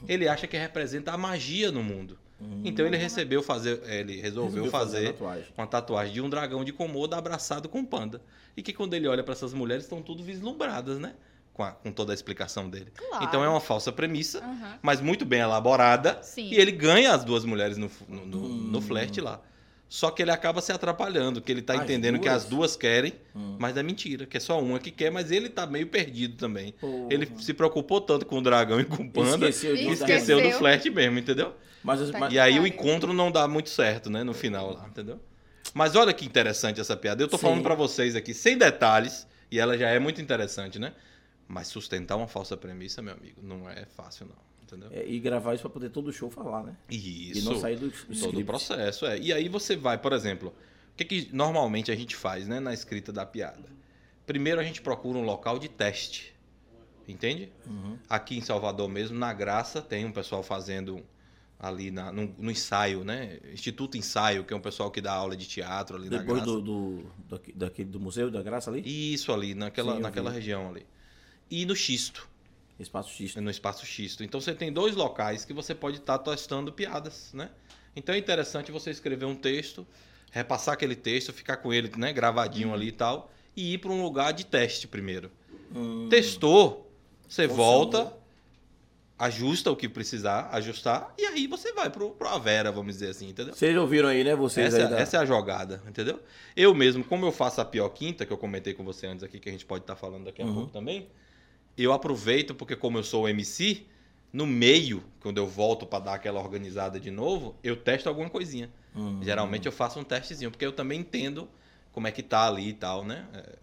Speaker 3: ele acha que representa a magia no mundo. Então ele recebeu fazer, ele resolveu
Speaker 2: a
Speaker 3: fazer
Speaker 2: uhum.
Speaker 3: né?
Speaker 2: tatuagem.
Speaker 3: uma tatuagem de um dragão de Komodo abraçado com um panda. E que quando ele olha pra essas mulheres, estão tudo vislumbradas, né? Com, a- com toda a explicação dele.
Speaker 1: Claro.
Speaker 3: Então é uma falsa premissa,
Speaker 1: Aham.
Speaker 3: mas muito bem elaborada.
Speaker 1: Sim.
Speaker 3: E ele ganha as duas mulheres no, no, no-
Speaker 2: Hum.
Speaker 3: no flerte lá. Só que ele acaba se atrapalhando, que ele tá
Speaker 2: As
Speaker 3: entendendo que
Speaker 2: duas?
Speaker 3: as duas querem,
Speaker 2: Hum.
Speaker 3: mas é mentira, que é só uma que quer, mas ele tá meio perdido também. Ele se preocupou tanto com o dragão e com o panda,
Speaker 2: Esqueceu, de
Speaker 3: que
Speaker 1: Esqueceu.
Speaker 3: esqueceu do
Speaker 1: Esqueceu.
Speaker 3: flerte mesmo, entendeu?
Speaker 2: Mas, os-
Speaker 1: Tá
Speaker 2: mas-
Speaker 3: E aí o
Speaker 1: Ai.
Speaker 3: encontro não dá muito certo, né? No final lá, entendeu? Mas olha que interessante essa piada. Eu tô
Speaker 2: Sim.
Speaker 3: falando pra vocês aqui sem detalhes, e ela já é muito interessante, né? Mas sustentar uma falsa premissa, meu amigo, não é fácil, não. Entendeu?
Speaker 2: é, e gravar isso pra poder todo show falar, né?
Speaker 3: Isso.
Speaker 2: E não sair do
Speaker 3: Todo o
Speaker 2: script.
Speaker 3: processo, é. E aí você vai, por exemplo, o que, que normalmente a gente faz né, na escrita da piada? Primeiro a gente procura um local de teste. Entende?
Speaker 2: Uhum.
Speaker 3: Aqui em Salvador mesmo, na Graça, tem um pessoal fazendo ali na- no, no ensaio, né? Instituto Ensaio, que é um pessoal que dá aula de teatro ali na
Speaker 2: Depois
Speaker 3: Graça.
Speaker 2: do, do, daqui- daquele do Museu da Graça ali,
Speaker 3: Isso ali, naquela,
Speaker 2: Sim, eu
Speaker 3: naquela
Speaker 2: vi.
Speaker 3: região ali. E no Xisto,
Speaker 2: Espaço X.
Speaker 3: no Espaço Xisto. Então você tem dois locais que você pode estar testando piadas, né? Então é interessante você escrever um texto, repassar aquele texto, ficar com ele né, gravadinho ali e tal, e ir para um lugar de teste primeiro.
Speaker 2: Hum.
Speaker 3: Testou, você
Speaker 2: Funciona.
Speaker 3: volta, ajusta o que precisar ajustar, e aí você vai pro, pro Avera, vamos dizer assim, entendeu?
Speaker 2: Vocês ouviram aí, né? Vocês
Speaker 3: Essa,
Speaker 2: aí da...
Speaker 3: essa é a jogada, entendeu? Eu mesmo, como eu faço a pior quinta, que eu comentei com você antes aqui, que a gente pode estar falando daqui a
Speaker 2: Uhum.
Speaker 3: pouco também, eu aproveito, porque como eu sou o MC, no meio, quando eu volto pra dar aquela organizada de novo, eu testo alguma coisinha.
Speaker 2: Hum.
Speaker 3: Geralmente eu faço um testezinho, porque eu também entendo como é que tá ali e tal, né? É,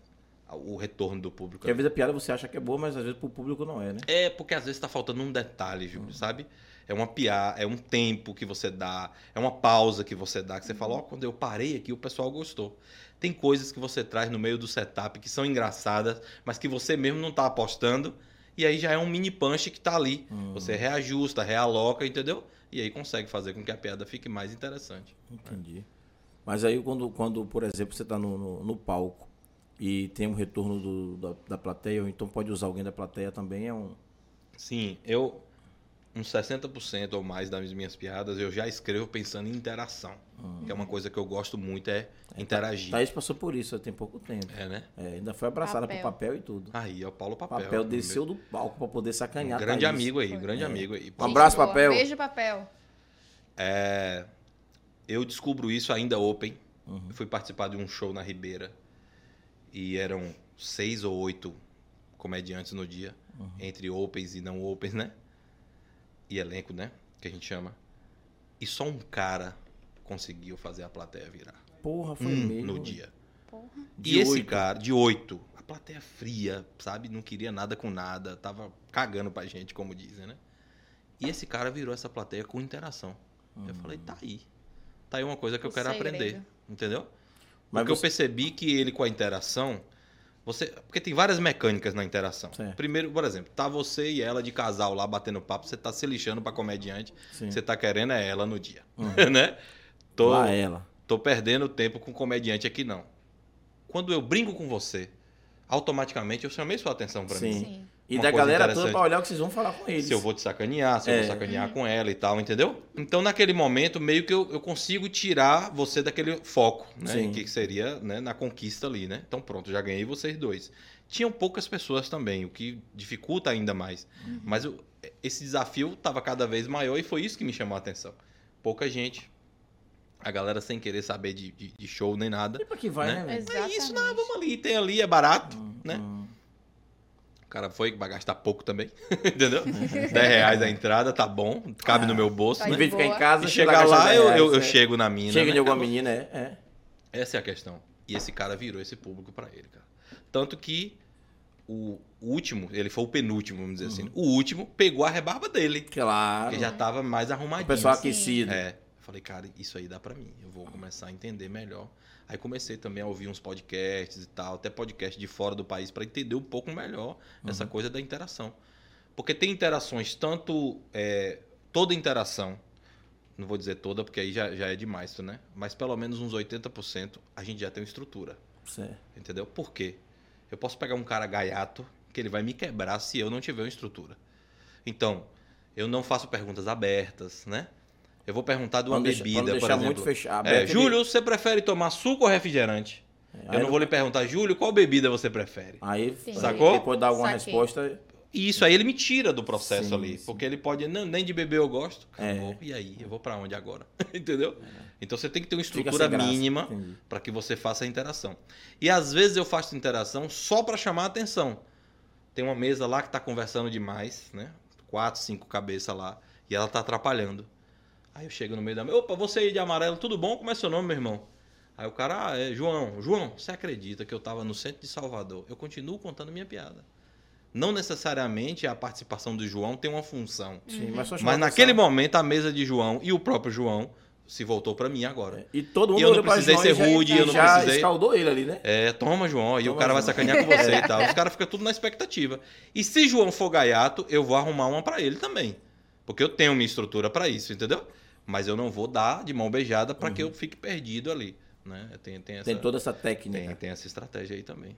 Speaker 3: o retorno do público.
Speaker 2: Porque às vezes a piada você acha que é boa, mas às vezes pro público não é, né?
Speaker 3: É, porque às vezes tá faltando um detalhe, Júlio, sabe? É uma piada, é um tempo que você dá, é uma pausa que você dá, que você fala, ó, quando eu parei aqui, o pessoal gostou. Tem coisas que você traz no meio do setup que são engraçadas, mas que você mesmo não tá apostando, e aí já é um mini punch que tá ali.
Speaker 2: Uhum.
Speaker 3: Você reajusta, realoca, entendeu? E aí consegue fazer com que a piada fique mais interessante.
Speaker 2: Entendi. Mas aí quando, quando por exemplo, você tá no, no, no palco e tem um retorno do- da, da plateia, ou então pode usar alguém da plateia também, é um.
Speaker 3: Sim, eu. Uns 60% ou mais das minhas piadas eu já escrevo pensando em interação. Que é uma coisa que eu gosto muito, é interagir.
Speaker 2: Thaís passou por isso, tem pouco tempo.
Speaker 3: É, né?
Speaker 2: É, ainda foi abraçada
Speaker 1: Papel.
Speaker 2: por papel e tudo.
Speaker 3: Aí é o Paulo Papel.
Speaker 2: Papel, desceu do palco pra poder
Speaker 3: Um
Speaker 2: sacanear.
Speaker 3: grande
Speaker 2: Thaís.
Speaker 3: amigo aí, um grande
Speaker 2: É.
Speaker 3: amigo aí.
Speaker 2: Um abraço,
Speaker 1: Gente boa,
Speaker 2: papel.
Speaker 1: Beijo, papel.
Speaker 3: Eu descubro isso ainda open.
Speaker 2: Uhum.
Speaker 3: Eu fui participar de um show na Ribeira. E eram seis ou oito comediantes no dia.
Speaker 2: Uhum.
Speaker 3: Entre opens e não opens, né? E elenco, né? Que a gente chama. E só um cara conseguiu fazer a plateia virar.
Speaker 2: Porra, foi
Speaker 3: Um
Speaker 2: mesmo.
Speaker 3: no dia.
Speaker 1: Porra.
Speaker 2: De
Speaker 3: e esse
Speaker 2: oito.
Speaker 3: cara, de oito, a plateia fria, sabe? Não queria nada com nada, tava cagando pra gente, como dizem, né? E esse cara virou essa plateia com interação.
Speaker 2: Hum.
Speaker 3: Eu falei, tá aí. Tá aí uma coisa que eu
Speaker 1: O
Speaker 3: quero
Speaker 1: segredo.
Speaker 3: aprender, entendeu?
Speaker 2: Mas
Speaker 3: Porque eu
Speaker 2: você-
Speaker 3: percebi que ele com a interação, você, porque tem várias mecânicas na interação.
Speaker 2: Certo.
Speaker 3: Primeiro, por exemplo, tá você e ela de casal lá batendo papo, você tá se lixando pra comediante,
Speaker 2: Sim. Hum.
Speaker 3: você tá querendo é ela no dia, *laughs* né? Tô,
Speaker 2: Lá ela.
Speaker 3: Tô perdendo tempo com comediante aqui, não. Quando eu brinco com você, automaticamente eu chamei sua atenção pra mim.
Speaker 2: Sim.
Speaker 1: Sim.
Speaker 2: E
Speaker 3: Uma
Speaker 2: da
Speaker 3: coisa
Speaker 2: galera toda
Speaker 3: interessante.
Speaker 2: pra olhar o que vocês vão falar com eles.
Speaker 3: Se eu vou te sacanear, se eu
Speaker 2: É.
Speaker 3: vou sacanear com ela e tal, entendeu? Então, naquele momento, meio que eu, eu consigo tirar você daquele foco, né?
Speaker 2: Sim.
Speaker 3: Que seria né, na conquista ali, né? Então, pronto, já ganhei vocês dois. Tinham poucas pessoas também, o que dificulta ainda mais.
Speaker 2: Uhum.
Speaker 3: Mas eu- esse desafio estava cada vez maior e foi isso que me chamou a atenção. Pouca gente. A galera sem querer saber de- de- de show nem nada.
Speaker 2: E pra que vai,
Speaker 3: Né?
Speaker 2: né, velho?
Speaker 1: Exatamente.
Speaker 3: É isso, não, vamos ali, tem ali, é barato, né?
Speaker 2: Hum.
Speaker 3: O cara foi, vai gastar pouco também, *laughs*
Speaker 1: *laughs*
Speaker 3: entendeu? 10 reais a entrada, tá bom, cabe no meu bolso,
Speaker 1: Tá
Speaker 2: Em
Speaker 1: de
Speaker 3: né?
Speaker 2: vez de ficar
Speaker 1: boa.
Speaker 2: em casa,
Speaker 3: E
Speaker 2: chega
Speaker 3: chegar
Speaker 2: gasta
Speaker 3: lá, eu,
Speaker 2: 10
Speaker 3: eu, eu
Speaker 2: reais, né?
Speaker 3: chego na mina,
Speaker 2: Chega
Speaker 3: né?
Speaker 2: de alguma menina, é. é.
Speaker 3: Essa é a questão. E esse cara virou esse público pra ele, cara. Tanto que o último, ele foi o penúltimo, vamos dizer assim,
Speaker 2: Uhum.
Speaker 3: o último pegou a rebarba dele,
Speaker 2: Claro.
Speaker 3: que já tava mais
Speaker 2: Ah, O
Speaker 3: arrumadinho.
Speaker 2: pessoal
Speaker 1: Sim.
Speaker 2: aquecido.
Speaker 3: É. Eu Falei, cara, isso aí dá pra mim. Eu vou começar a entender melhor. Aí comecei também a ouvir uns podcasts e tal, até podcast de fora do país, pra entender um pouco melhor
Speaker 2: Hum, Uhum.
Speaker 3: essa coisa da interação. Porque tem interações, tanto. é, toda interação, não vou dizer toda, porque aí já, já é demais, tu, né? Mas pelo menos uns 80% a gente já tem uma estrutura.
Speaker 2: Certo.
Speaker 3: Entendeu? Por quê? Eu posso pegar um cara gaiato que ele vai me quebrar se eu não tiver uma estrutura. Então, eu não faço perguntas abertas, né? Eu vou perguntar de
Speaker 2: Pra
Speaker 3: uma
Speaker 2: não deixar- pra não
Speaker 3: bebida, por
Speaker 2: deixar muito
Speaker 3: exemplo.
Speaker 2: fechado.
Speaker 3: É, Júlio, você prefere tomar suco ou refrigerante? eu não vou lhe perguntar, Júlio, qual bebida você prefere?
Speaker 2: Aí,
Speaker 1: Sim.
Speaker 3: Sacou?
Speaker 2: Depois dá alguma
Speaker 1: Saquei.
Speaker 2: resposta.
Speaker 3: E isso aí ele me tira do processo
Speaker 2: Sim,
Speaker 3: ali.
Speaker 2: sim.
Speaker 3: Porque ele pode, não, nem de beber eu gosto.
Speaker 2: é,
Speaker 3: Acabou. E aí, eu vou pra onde agora? *laughs* Entendeu? Então você tem que ter uma
Speaker 2: fica
Speaker 3: estrutura
Speaker 2: sem graça.
Speaker 3: mínima
Speaker 2: Entendi.
Speaker 3: para que você faça a interação. E às vezes eu faço interação só para chamar a atenção. Tem uma mesa lá que está conversando demais, né? Quatro, cinco cabeças lá, e ela tá atrapalhando. Aí eu chego no meio da mesa, opa, você aí de amarelo, tudo bom? Como é seu nome, meu irmão? Aí o cara, ah, é João. João, você acredita que eu estava no centro de Salvador? Eu continuo contando minha piada. Não necessariamente a participação do João tem uma função.
Speaker 2: Sim,
Speaker 1: Uhum.
Speaker 2: mas só
Speaker 3: Mas
Speaker 2: chamar
Speaker 3: naquele
Speaker 2: atenção.
Speaker 3: momento, a mesa de João e o próprio João se voltou para mim agora.
Speaker 2: É, E todo mundo
Speaker 3: E eu não
Speaker 2: olhou pra
Speaker 3: precisei
Speaker 2: João
Speaker 3: ser
Speaker 2: e já-
Speaker 3: rude, eu não
Speaker 2: já
Speaker 3: precisei-
Speaker 2: escaldou ele ali, né?
Speaker 3: É, toma, João, e
Speaker 2: Toma,
Speaker 3: o cara vai
Speaker 2: João.
Speaker 3: sacanear com você e tal.
Speaker 2: *laughs*
Speaker 3: Os caras ficam tudo na expectativa. E se João for gaiato, eu vou arrumar uma pra ele também. Porque eu tenho minha estrutura pra isso, entendeu? Mas eu não vou dar de mão beijada pra que
Speaker 2: Uhum.
Speaker 3: eu fique perdido ali. Né? Tem, tem, né? essa,
Speaker 2: Tem toda essa
Speaker 3: tem,
Speaker 2: técnica.
Speaker 3: tem essa estratégia aí também.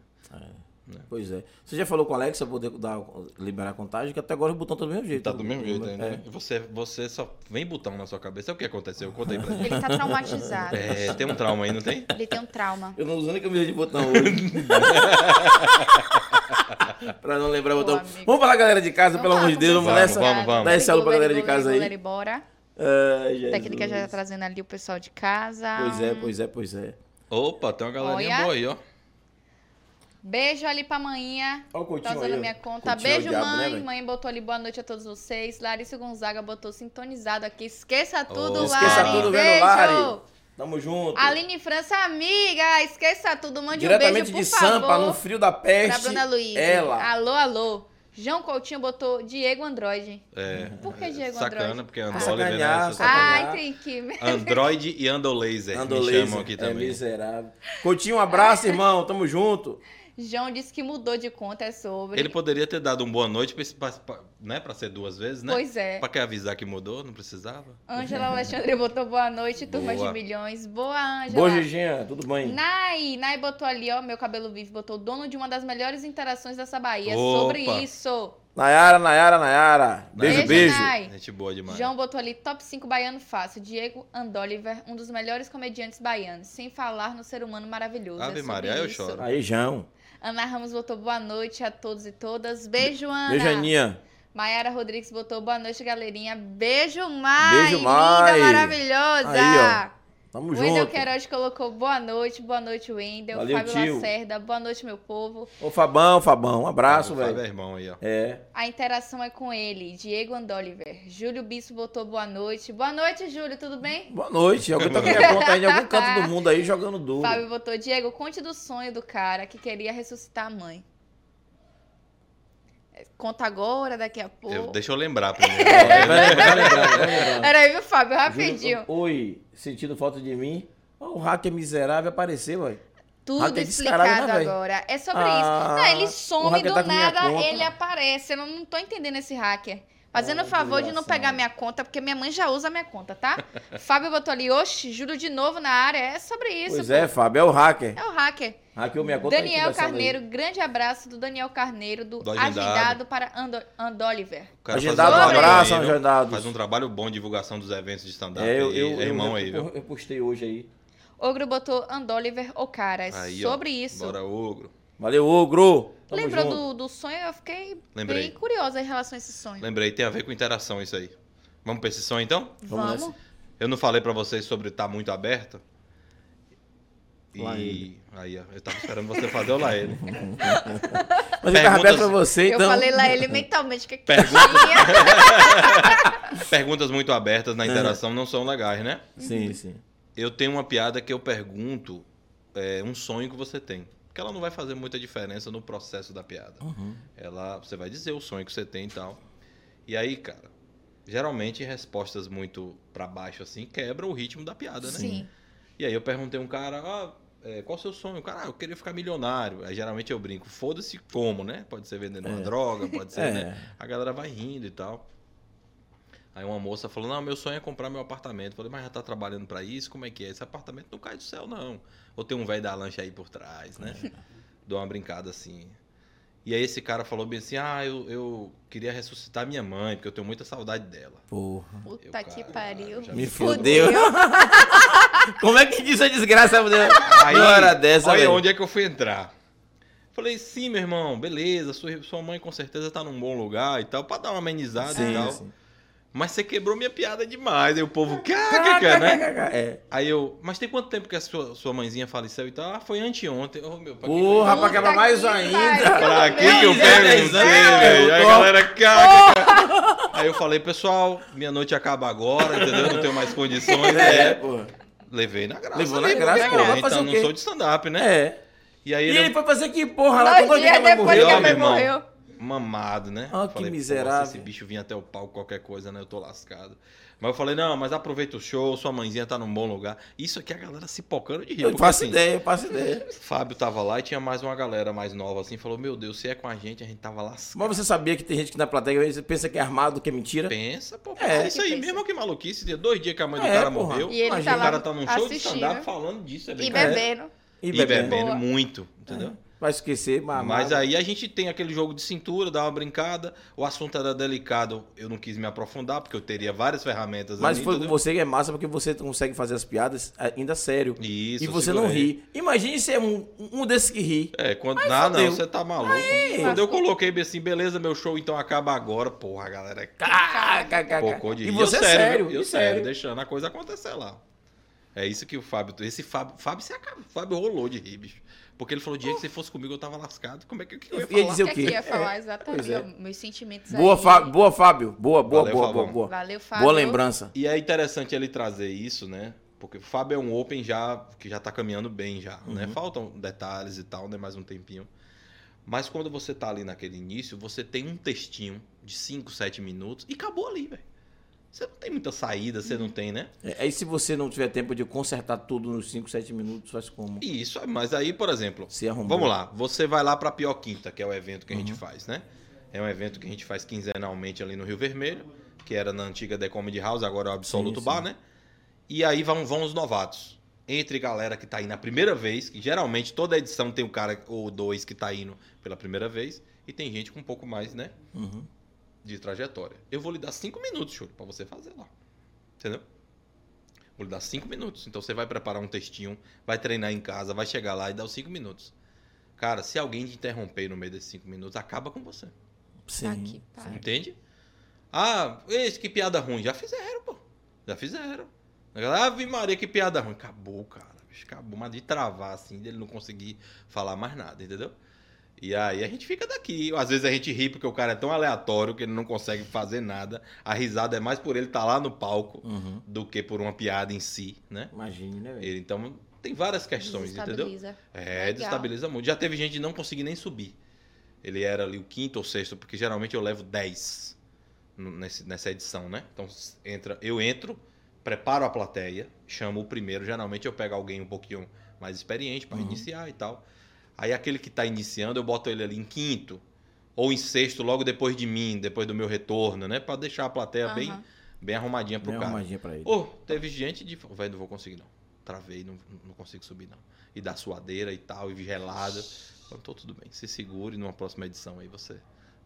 Speaker 2: Pois é. Você já falou com o Alex pra poder dar, liberar a contagem, que até agora o botão tá do mesmo jeito.
Speaker 3: Tá do mesmo jeito
Speaker 2: É.
Speaker 3: ainda, né? E Você, você só vem botão na sua cabeça. É o que aconteceu? Eu contei *laughs* pra gente.
Speaker 1: Ele tá
Speaker 2: *laughs*
Speaker 1: traumatizado.
Speaker 3: É, tem um trauma aí, não tem?
Speaker 1: Ele tem um trauma.
Speaker 2: Eu não uso nem camisa de
Speaker 3: *laughs*
Speaker 2: botão hoje. *laughs* pra não lembrar o
Speaker 1: Pô,
Speaker 2: botão.
Speaker 1: amigo.
Speaker 2: Vamos falar, galera de casa,
Speaker 1: Então
Speaker 2: pelo
Speaker 1: tá,
Speaker 2: amor de Deus, vamos
Speaker 1: vamos
Speaker 2: nessa.
Speaker 3: Vamos, vamos.
Speaker 2: Dá esse alô pra galera de
Speaker 1: Goleiro,
Speaker 2: casa aí.
Speaker 1: goleiro, bora.
Speaker 2: Ai, Jesus.
Speaker 1: Técnica já tá trazendo ali o pessoal de casa.
Speaker 2: Pois é, pois é, pois é.
Speaker 3: Opa, tem uma galerinha
Speaker 1: Olha.
Speaker 3: boa aí, ó.
Speaker 1: Beijo ali pra manhinha.
Speaker 2: Ó o Coutinho
Speaker 1: Tá usando
Speaker 2: aí, ó.
Speaker 1: minha conta.
Speaker 2: Coutinho é o
Speaker 1: Beijo,
Speaker 2: diabo, né,
Speaker 1: mãe.
Speaker 2: velho?
Speaker 1: mãe botou ali boa noite a todos vocês. Larissa Gonzaga botou sintonizado aqui. Esqueça tudo,
Speaker 3: Oh,
Speaker 1: Lari.
Speaker 3: esqueça tudo
Speaker 2: vendo,
Speaker 1: Beijo.
Speaker 2: Lari. Tamo junto.
Speaker 1: Aline França, amiga, esqueça tudo, mande um
Speaker 2: Diretamente
Speaker 1: beijo,
Speaker 2: de
Speaker 1: por
Speaker 2: Sampa,
Speaker 1: favor,
Speaker 2: no frio da
Speaker 1: pra
Speaker 2: peste.
Speaker 1: Bruna Luiz. Ah,
Speaker 2: Ela.
Speaker 1: Alô, alô. João Coutinho botou Diego Android.
Speaker 3: É,
Speaker 1: Por que Diego Ah,
Speaker 3: Sacana,
Speaker 1: Android?
Speaker 3: porque
Speaker 1: Ah.
Speaker 3: Android, né?
Speaker 2: Sacanear,
Speaker 3: essa
Speaker 2: sacanear.
Speaker 3: sacanagem.
Speaker 1: Ai, tem que...
Speaker 3: Android e Andolaser,
Speaker 2: Andou
Speaker 3: me
Speaker 2: laser,
Speaker 3: chamam aqui
Speaker 2: é
Speaker 3: também.
Speaker 2: miserável. Coutinho,
Speaker 1: *laughs*
Speaker 2: um abraço, irmão. Tamo junto.
Speaker 1: João disse que mudou de conta, é sobre.
Speaker 3: Ele poderia ter dado um boa noite pra, esse- pra- pra- né, pra ser duas vezes, né?
Speaker 1: Pois é.
Speaker 3: Pra que avisar que mudou, não precisava.
Speaker 1: Ângela Alexandre botou boa noite, turma
Speaker 3: Boa.
Speaker 1: de milhões. Boa, Ângela.
Speaker 2: Boa, Giginha. Tudo bem?
Speaker 1: Nai, Nai botou ali, ó, meu cabelo vivo, botou o dono de uma das melhores interações dessa Bahia.
Speaker 3: Opa.
Speaker 1: Sobre isso.
Speaker 2: Nayara, Nayara, Nayara. Beijo,
Speaker 1: Beijo,
Speaker 2: beijo.
Speaker 1: Nayara. Ai.
Speaker 3: Gente boa demais.
Speaker 1: João botou ali top 5 baiano fácil. Diego Andoliver, um dos melhores comediantes baianos. Sem falar no ser humano maravilhoso.
Speaker 3: Ave
Speaker 1: É sobre
Speaker 3: Maria, eu
Speaker 1: isso.
Speaker 3: choro.
Speaker 2: Aí, João.
Speaker 1: Ana Ramos botou boa noite a todos e todas. Beijo, Ana.
Speaker 2: Beijo, Aninha.
Speaker 1: Mayara Rodrigues botou boa noite, galerinha. Beijo, Mai.
Speaker 2: Beijo, Mai.
Speaker 1: Linda, maravilhosa.
Speaker 2: Aí, Tamo
Speaker 1: Wendel
Speaker 2: junto.
Speaker 1: Queiroz colocou boa noite, boa noite, Wendel.
Speaker 2: Valeu,
Speaker 1: Fábio
Speaker 2: tio.
Speaker 1: Lacerda, boa noite, meu povo.
Speaker 2: Ô, Fabão, Fabão. Um abraço,
Speaker 3: O Fábio é
Speaker 2: velho.
Speaker 3: irmão aí, ó.
Speaker 2: É.
Speaker 1: A interação é com ele, Diego Andoliver. Júlio Bispo botou boa noite. Boa noite, Júlio, tudo bem?
Speaker 2: Boa noite. Alguém
Speaker 3: *laughs*
Speaker 2: tá com a minha conta aí em algum canto do mundo aí jogando duro.
Speaker 1: Fábio botou, Diego, conte do sonho do cara que queria ressuscitar a mãe. É, Conta agora, daqui a pouco.
Speaker 3: Eu- deixa eu lembrar primeiro.
Speaker 2: É,
Speaker 1: *laughs*
Speaker 3: né?
Speaker 2: Vai lembrar, vai lembrar, vai lembrar.
Speaker 1: Peraí, viu, Fábio?
Speaker 2: Júlio,
Speaker 1: *laughs* Rapidinho.
Speaker 2: Oi, sentindo falta de mim? Ó, o hacker miserável apareceu, velho. Ah,
Speaker 1: Tudo
Speaker 2: tem descarado,
Speaker 1: explicado
Speaker 2: né, véi?
Speaker 1: agora. É sobre
Speaker 2: Ah,
Speaker 1: isso. Não, ele
Speaker 2: o
Speaker 1: some
Speaker 2: hacker
Speaker 1: do
Speaker 2: tá com minha
Speaker 1: nada,
Speaker 2: conta.
Speaker 1: ele aparece. Eu não tô entendendo esse hacker. Fazendo
Speaker 2: Ah,
Speaker 1: o favor de não
Speaker 2: desgraçado.
Speaker 1: pegar minha conta, porque minha mãe já usa minha conta,
Speaker 2: *laughs*
Speaker 1: tá? Fábio botou ali, oxe, Júlio de novo na área. É sobre isso.
Speaker 2: Pois
Speaker 1: pô.
Speaker 2: é, Fábio, é o hacker.
Speaker 1: É o hacker.
Speaker 2: Hackeou minha conta aí,
Speaker 1: Daniel
Speaker 2: conversando aí.
Speaker 1: Carneiro, grande abraço do Daniel Carneiro, do,
Speaker 3: Do
Speaker 1: agendado.
Speaker 3: Agendado.
Speaker 1: para Ando- Andoliver.
Speaker 3: O cara faz
Speaker 2: Agendado,
Speaker 1: um
Speaker 3: trabalho
Speaker 2: abraço,
Speaker 3: aí, não?
Speaker 2: agendados.
Speaker 3: Faz um trabalho bom de divulgação dos eventos de stand-up.
Speaker 2: É, eu,
Speaker 3: aí,
Speaker 2: eu,
Speaker 3: é irmão
Speaker 2: eu,
Speaker 3: aí,
Speaker 2: eu,
Speaker 3: viu?
Speaker 2: eu postei hoje aí.
Speaker 1: Ogro botou Andoliver ou cara. É
Speaker 3: Aí, ó.
Speaker 1: sobre isso.
Speaker 3: Bora, ogro.
Speaker 2: Valeu, ogro. Tamo
Speaker 1: Lembrou
Speaker 2: junto.
Speaker 1: do, do sonho? Eu fiquei
Speaker 3: Lembrei.
Speaker 1: bem curiosa em relação a esse sonho.
Speaker 3: Lembrei, tem a ver com interação isso aí. Vamos pra esse som então?
Speaker 2: Vamos
Speaker 1: Vamos.
Speaker 2: nessa.
Speaker 3: Eu não falei pra vocês sobre estar muito aberta. E.
Speaker 2: Lá
Speaker 3: Aí, ó. Eu tava esperando você fazer o
Speaker 2: *laughs*
Speaker 3: lá ele.
Speaker 2: Mas eu tava aberto
Speaker 3: Perguntas-
Speaker 2: pra você,
Speaker 1: Eu
Speaker 2: então.
Speaker 1: falei lá ele mentalmente que que *laughs*
Speaker 3: Pergunta-
Speaker 1: tinha.
Speaker 3: Perguntas muito abertas
Speaker 2: É.
Speaker 3: na interação não são legais, né?
Speaker 2: Sim, sim.
Speaker 3: Eu tenho uma piada que eu pergunto é, um sonho que você tem. Porque ela não vai fazer muita diferença no processo da piada.
Speaker 2: Uhum.
Speaker 3: Ela, você vai dizer o sonho que você tem e tal. E aí, cara, geralmente respostas muito pra baixo assim quebram o ritmo da piada, né?
Speaker 1: Sim.
Speaker 3: E aí eu perguntei a um cara, ah, é, qual o seu sonho? O cara, ah, eu queria ficar milionário. Aí geralmente eu brinco, foda-se como, né? Pode ser vendendo uma
Speaker 2: É.
Speaker 3: droga, pode ser, né?
Speaker 2: *laughs* É.
Speaker 3: A galera vai rindo e tal. Aí uma moça falou: Não, meu sonho é comprar meu apartamento. Eu falei, mas já tá trabalhando pra isso? Como é que é? Esse apartamento não cai do céu, não. Ou tem um velho da lancha aí por trás, né?
Speaker 2: É.
Speaker 3: *laughs* Dou uma brincada assim. E aí esse cara falou bem assim: Ah, eu, eu queria ressuscitar minha mãe, porque eu tenho muita saudade dela.
Speaker 2: Porra.
Speaker 1: Puta que
Speaker 3: caralho,
Speaker 1: pariu.
Speaker 3: já
Speaker 2: Me
Speaker 1: Fudeu.
Speaker 2: fodeu. Como é que diz a desgraça, mulher?
Speaker 3: Aí,
Speaker 2: Aí, hora dessa,
Speaker 3: olha
Speaker 2: velho.
Speaker 3: onde é que eu fui entrar. Falei, sim, meu irmão, beleza, sua, sua mãe com certeza tá num bom lugar e tal, pra dar uma amenizada e
Speaker 2: Sim,
Speaker 3: né, tal.
Speaker 2: sim.
Speaker 3: Mas você quebrou minha piada demais. Aí o povo, caraca, né?
Speaker 2: É.
Speaker 3: Aí eu, mas tem quanto tempo que a sua, sua mãezinha faleceu e tal? Ah, foi anteontem. Ô, meu pra que-
Speaker 2: Porra, pra
Speaker 1: Puta
Speaker 2: quebrar mais
Speaker 1: que
Speaker 2: ainda.
Speaker 1: pariu.
Speaker 3: Pra que que
Speaker 2: Meu
Speaker 3: eu
Speaker 2: Deus,
Speaker 3: perguntei,
Speaker 2: é,
Speaker 3: velho? Aí a
Speaker 2: eu tô-
Speaker 3: galera, caraca. cara. Aí eu falei, pessoal, minha noite acaba agora, entendeu? Não tenho mais condições.
Speaker 2: É,
Speaker 3: É,
Speaker 2: porra.
Speaker 3: levei na graça.
Speaker 2: Levou na
Speaker 3: levei
Speaker 2: graça, pô, vai fazer
Speaker 3: Então
Speaker 2: o
Speaker 3: não
Speaker 2: quê?
Speaker 3: sou de stand-up, né?
Speaker 2: É.
Speaker 3: E aí
Speaker 2: E
Speaker 3: ele,
Speaker 2: ele foi fazer que porra lá?
Speaker 1: Dois
Speaker 2: Quando
Speaker 1: dias
Speaker 2: ele
Speaker 1: depois
Speaker 2: morreu,
Speaker 1: que a
Speaker 3: meu
Speaker 1: mãe
Speaker 3: irmão.
Speaker 1: morreu.
Speaker 3: mamado, né?
Speaker 2: Ah, que
Speaker 3: Falei, "Pô,
Speaker 2: miserável."
Speaker 3: Se esse bicho vinha até o palco, qualquer coisa, né? Eu tô lascado. Mas eu falei, não, mas aproveita o show, sua mãezinha tá num bom lugar. Isso aqui é a galera se pocando de rir.
Speaker 2: Eu
Speaker 3: porque,
Speaker 2: faço
Speaker 3: assim,
Speaker 2: ideia, eu faço ideia.
Speaker 3: Fábio tava lá e tinha mais uma galera mais nova assim, falou: Meu Deus, se é com a gente, a gente tava lascado.
Speaker 2: Mas você sabia que tem gente que na plateia às vezes, pensa que é armado, que é mentira?
Speaker 3: Pensa, pô,
Speaker 2: É.
Speaker 3: é isso aí mesmo, que maluquice. Tinha dois dias que a mãe do
Speaker 2: É,
Speaker 3: cara
Speaker 2: porra.
Speaker 3: morreu.
Speaker 1: E ele
Speaker 2: Imagina,
Speaker 1: tá
Speaker 3: o cara
Speaker 1: lá
Speaker 3: tá num show de stand-up
Speaker 1: assistindo
Speaker 3: falando disso. É
Speaker 1: e
Speaker 3: brincadeira.
Speaker 1: bebendo.
Speaker 2: E Ah,
Speaker 3: E
Speaker 2: bebendo.
Speaker 3: bebendo
Speaker 1: Boa.
Speaker 3: muito, entendeu?
Speaker 2: Vai esquecer, mas.
Speaker 3: Mas aí a gente tem aquele jogo de cintura, dá uma brincada. O assunto era delicado, eu não quis me aprofundar, porque eu teria várias ferramentas
Speaker 2: Mas
Speaker 3: ali,
Speaker 2: foi com
Speaker 3: entendeu?
Speaker 2: você que é massa, porque você consegue fazer as piadas ainda sério.
Speaker 3: Isso,
Speaker 2: e
Speaker 3: eu
Speaker 2: você não
Speaker 3: segurei.
Speaker 2: ri. Imagine ser um, um desses que ri.
Speaker 3: É, quando. não, não,
Speaker 2: fodeu.
Speaker 3: você tá maluco. Quando eu coloquei bem assim, beleza, meu show então acaba agora, porra, galera. Pocô de
Speaker 2: E
Speaker 3: rir.
Speaker 2: você é
Speaker 3: eu
Speaker 2: sério.
Speaker 3: Eu
Speaker 2: e
Speaker 3: sério, deixando a coisa acontecer lá. É isso que o Fábio. Esse Fábio. Fábio se acabou. Fábio rolou de rir, bicho. Porque ele falou: Diego, se fosse comigo, eu tava lascado. Como é que, que eu ia
Speaker 2: Eu ia
Speaker 3: falar?
Speaker 2: dizer
Speaker 1: O que é que eu ia falar
Speaker 2: pois
Speaker 1: exatamente?
Speaker 2: é.
Speaker 1: Meus sentimentos
Speaker 2: Boa,
Speaker 1: aí.
Speaker 2: Fá- boa, Fábio. Boa, boa,
Speaker 3: Valeu,
Speaker 2: boa, boa,
Speaker 3: Fábio.
Speaker 2: boa.
Speaker 1: Valeu, Fábio.
Speaker 2: Boa lembrança.
Speaker 3: E é interessante ele trazer isso, né? Porque o Fábio é um Open já que já tá caminhando bem já, né?
Speaker 2: Uhum.
Speaker 3: Faltam detalhes e tal, né? Mais um tempinho. Mas quando você tá ali naquele início, você tem um textinho de 5, 7 minutos e acabou ali, velho. Você não tem muita saída, você não tem, né?
Speaker 2: É, aí se você não tiver tempo de consertar tudo nos 5, 7 minutos, faz como?
Speaker 3: E isso, é, mas aí, por exemplo,
Speaker 2: Se arrumou.
Speaker 3: Vamos lá, você vai lá para Pior Quinta, que é o evento que a gente
Speaker 2: Uhum.
Speaker 3: faz, né? É um evento que a gente faz quinzenalmente ali no Rio Vermelho, que era na antiga The Comedy House, agora é o Absoluto
Speaker 2: Sim,
Speaker 3: Bar,
Speaker 2: sim.
Speaker 3: né? E aí vão, vão os novatos. Entre galera que tá indo a primeira vez, que geralmente toda edição tem um cara ou dois que tá indo pela primeira vez, e tem gente com um pouco mais, né,
Speaker 2: Uhum.
Speaker 3: de trajetória. Eu vou lhe dar cinco minutos, Júlio, para você fazer lá. Entendeu? Vou lhe dar cinco minutos. Então você vai preparar um textinho, vai treinar em casa, vai chegar lá e dar os cinco minutos. Cara, se alguém te interromper no meio desses cinco minutos, acaba com você.
Speaker 2: Sim.
Speaker 1: Tá que pariu.
Speaker 3: Entende? Ah, esse que piada ruim. Já fizeram, pô. Já fizeram. A galera, Ave Maria, que piada ruim. Acabou, cara. Bicho, Acabou, mas de travar, assim, dele não conseguir falar mais nada, entendeu? E aí a gente fica daqui. Às vezes a gente ri porque o cara é tão aleatório que ele não consegue fazer nada. A risada é mais por ele estar lá no palco
Speaker 2: Uhum.
Speaker 3: do que por uma piada em si, né?
Speaker 2: Imagine, né, velho?
Speaker 3: Ele, então, tem várias questões, entendeu?
Speaker 1: Desestabiliza.
Speaker 3: É,
Speaker 1: Legal.
Speaker 3: desestabiliza muito. Já teve gente de não conseguir nem subir. Ele era ali o quinto ou sexto, porque geralmente eu levo 10 no- nesse- nessa edição, né? Então s- entra, eu entro, preparo a plateia, chamo o primeiro. Geralmente eu pego alguém um pouquinho mais experiente para
Speaker 2: Uhum.
Speaker 3: iniciar e tal. Aí aquele que tá iniciando, eu boto ele ali em quinto ou em sexto, logo depois de mim, depois do meu retorno, né? Para deixar a plateia bem,
Speaker 1: Aham.
Speaker 3: bem arrumadinha é pro
Speaker 2: Dê uma
Speaker 3: cara.
Speaker 2: armadinha pra ele.
Speaker 3: Ô, teve gente de. Véi, não vou conseguir, não. Travei, não, não consigo subir, não. E dá suadeira e tal, e gelada. Então, tudo bem. Se segure numa próxima edição aí, você,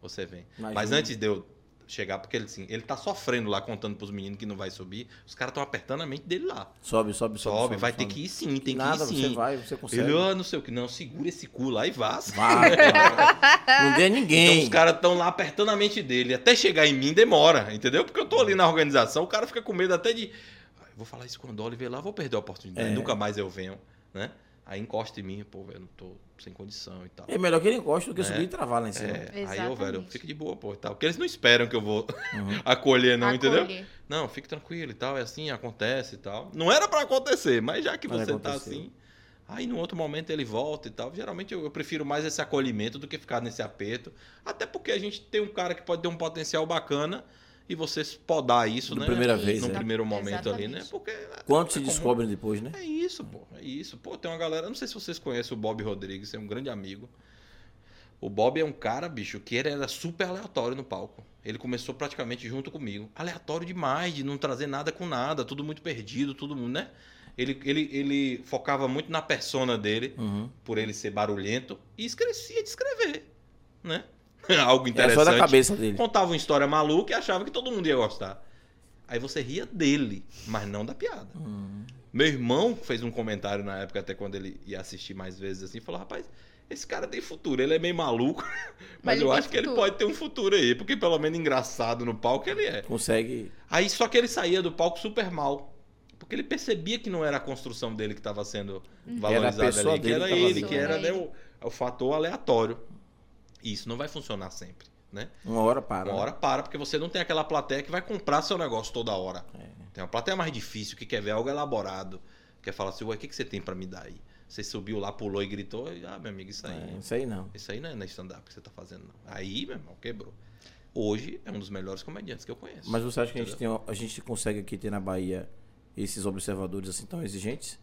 Speaker 3: você vem.
Speaker 2: Imagina.
Speaker 3: Mas antes de eu chegar, porque ele assim, ele tá sofrendo lá, contando pros meninos que não vai subir, os caras estão apertando a mente dele lá.
Speaker 2: Sobe, sobe, sobe.
Speaker 3: Sobe, vai ter que ir sim, tem que
Speaker 2: Nada,
Speaker 3: ir sim.
Speaker 2: você vai, você consegue.
Speaker 3: Ele, ah, não sei o que, não, segura esse cu lá e vá. *laughs*
Speaker 2: Vai, vai. não dê ninguém.
Speaker 3: Então os caras estão lá apertando a mente dele. Até chegar em mim demora, entendeu? Porque eu tô ali na organização, o cara fica com medo até de. "Ah, eu Vou falar isso quando o Oliver lá, vou perder a oportunidade.
Speaker 2: É.
Speaker 3: Nunca mais eu venho, né? Aí encosta em mim, pô, velho, tô sem condição e tal.
Speaker 2: É melhor que ele encoste do que subir e travar lá em cima.
Speaker 3: É, aí eu, velho,
Speaker 1: Exatamente.
Speaker 3: fica de boa, pô, e tal. Porque eles não esperam que eu vou
Speaker 2: Uhum.
Speaker 3: *laughs* acolher, não, entendeu?
Speaker 1: Acolher.
Speaker 3: Não, fique tranquilo e tal, é assim, acontece e tal. Não era pra acontecer, mas já que
Speaker 2: Mas
Speaker 3: você tá
Speaker 2: aconteceu.
Speaker 3: assim, aí no outro momento ele volta e tal. Geralmente eu, eu prefiro mais esse acolhimento do que ficar nesse aperto. Até porque a gente tem um cara que pode ter um potencial bacana e você podar isso,
Speaker 2: Da
Speaker 3: né?
Speaker 2: primeira
Speaker 1: Isso,
Speaker 2: vez,
Speaker 3: Num
Speaker 2: né?
Speaker 3: primeiro momento ali, né?
Speaker 1: Exatamente.
Speaker 3: Porque
Speaker 2: Quanto se
Speaker 3: É comum.
Speaker 2: descobre depois, né?
Speaker 3: é isso, pô. É isso. Pô, tem uma galera. Não sei se vocês conhecem o Bob Rodrigues, é um grande amigo. O Bob é um cara, bicho, que ele era super aleatório no palco. Ele começou praticamente junto comigo. Aleatório demais, de não trazer nada com nada, tudo muito perdido, tudo, né? Ele, ele, ele focava muito na persona dele,
Speaker 2: Uhum.
Speaker 3: por ele ser barulhento, e esquecia de escrever, né? *laughs* Algo
Speaker 2: É
Speaker 3: interessante
Speaker 2: só da cabeça dele.
Speaker 3: contava uma história maluca e achava que todo mundo ia gostar. Aí você ria dele, mas não da piada.
Speaker 2: Uhum.
Speaker 3: Meu irmão fez um comentário na época, até quando ele ia assistir mais vezes assim, falou: rapaz, esse cara tem futuro, ele é meio maluco, *laughs* mas,
Speaker 1: Mas ele
Speaker 3: eu
Speaker 1: tem
Speaker 3: acho que ele
Speaker 1: futuro."
Speaker 3: pode ter um futuro aí, porque pelo menos engraçado no palco ele é.
Speaker 2: Consegue.
Speaker 3: Aí só que ele saía do palco super mal. Porque ele percebia que não era a construção dele que estava sendo
Speaker 1: Uhum.
Speaker 3: valorizada
Speaker 2: pessoa
Speaker 3: ali, que
Speaker 2: dele
Speaker 3: era
Speaker 2: que tava
Speaker 3: ele,
Speaker 2: ali.
Speaker 3: que era né,
Speaker 1: Era
Speaker 3: o, o fator aleatório. E isso não vai funcionar sempre, né?
Speaker 2: Uma hora para.
Speaker 3: Uma hora para, porque você não tem aquela plateia que vai comprar seu negócio toda hora.
Speaker 2: É.
Speaker 3: Tem uma plateia mais difícil, que quer ver algo elaborado, quer falar assim, ué, o que, que você tem pra me dar aí? Você subiu lá, pulou e gritou, e, ah, meu amigo, isso aí.
Speaker 2: É, isso aí não.
Speaker 3: Isso aí não é na stand-up que você tá fazendo, não. Aí, meu irmão, quebrou. Hoje é um dos melhores comediantes que eu conheço.
Speaker 2: Mas você acha que a gente, tem, a gente consegue aqui ter na Bahia esses observadores assim tão exigentes?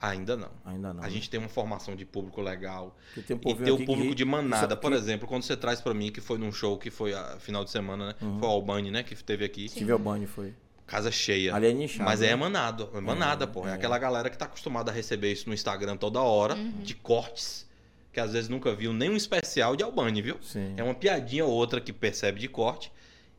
Speaker 3: Ainda não.
Speaker 2: Ainda não.
Speaker 3: A
Speaker 2: né?
Speaker 3: gente tem uma formação de público legal.
Speaker 2: Porque tem um
Speaker 3: e
Speaker 2: povinho
Speaker 3: ter o
Speaker 2: aqui
Speaker 3: público
Speaker 2: que-
Speaker 3: de manada.
Speaker 2: Isso
Speaker 3: Por
Speaker 2: aqui-
Speaker 3: exemplo, quando você traz pra mim, que foi num show que foi a final de semana, né?
Speaker 2: Uhum.
Speaker 3: Foi o Albani, né? Que teve aqui.
Speaker 1: Sim.
Speaker 2: Tive o banho, foi.
Speaker 3: Casa cheia.
Speaker 2: Ali é nichado.
Speaker 3: Mas é
Speaker 2: né?
Speaker 3: manado, é manada, pô. É, aquela galera que tá acostumada a receber isso no Instagram toda hora, de cortes, que às vezes nunca viu nenhum especial de Albani, viu?
Speaker 2: Sim.
Speaker 3: É uma piadinha ou outra que percebe de corte,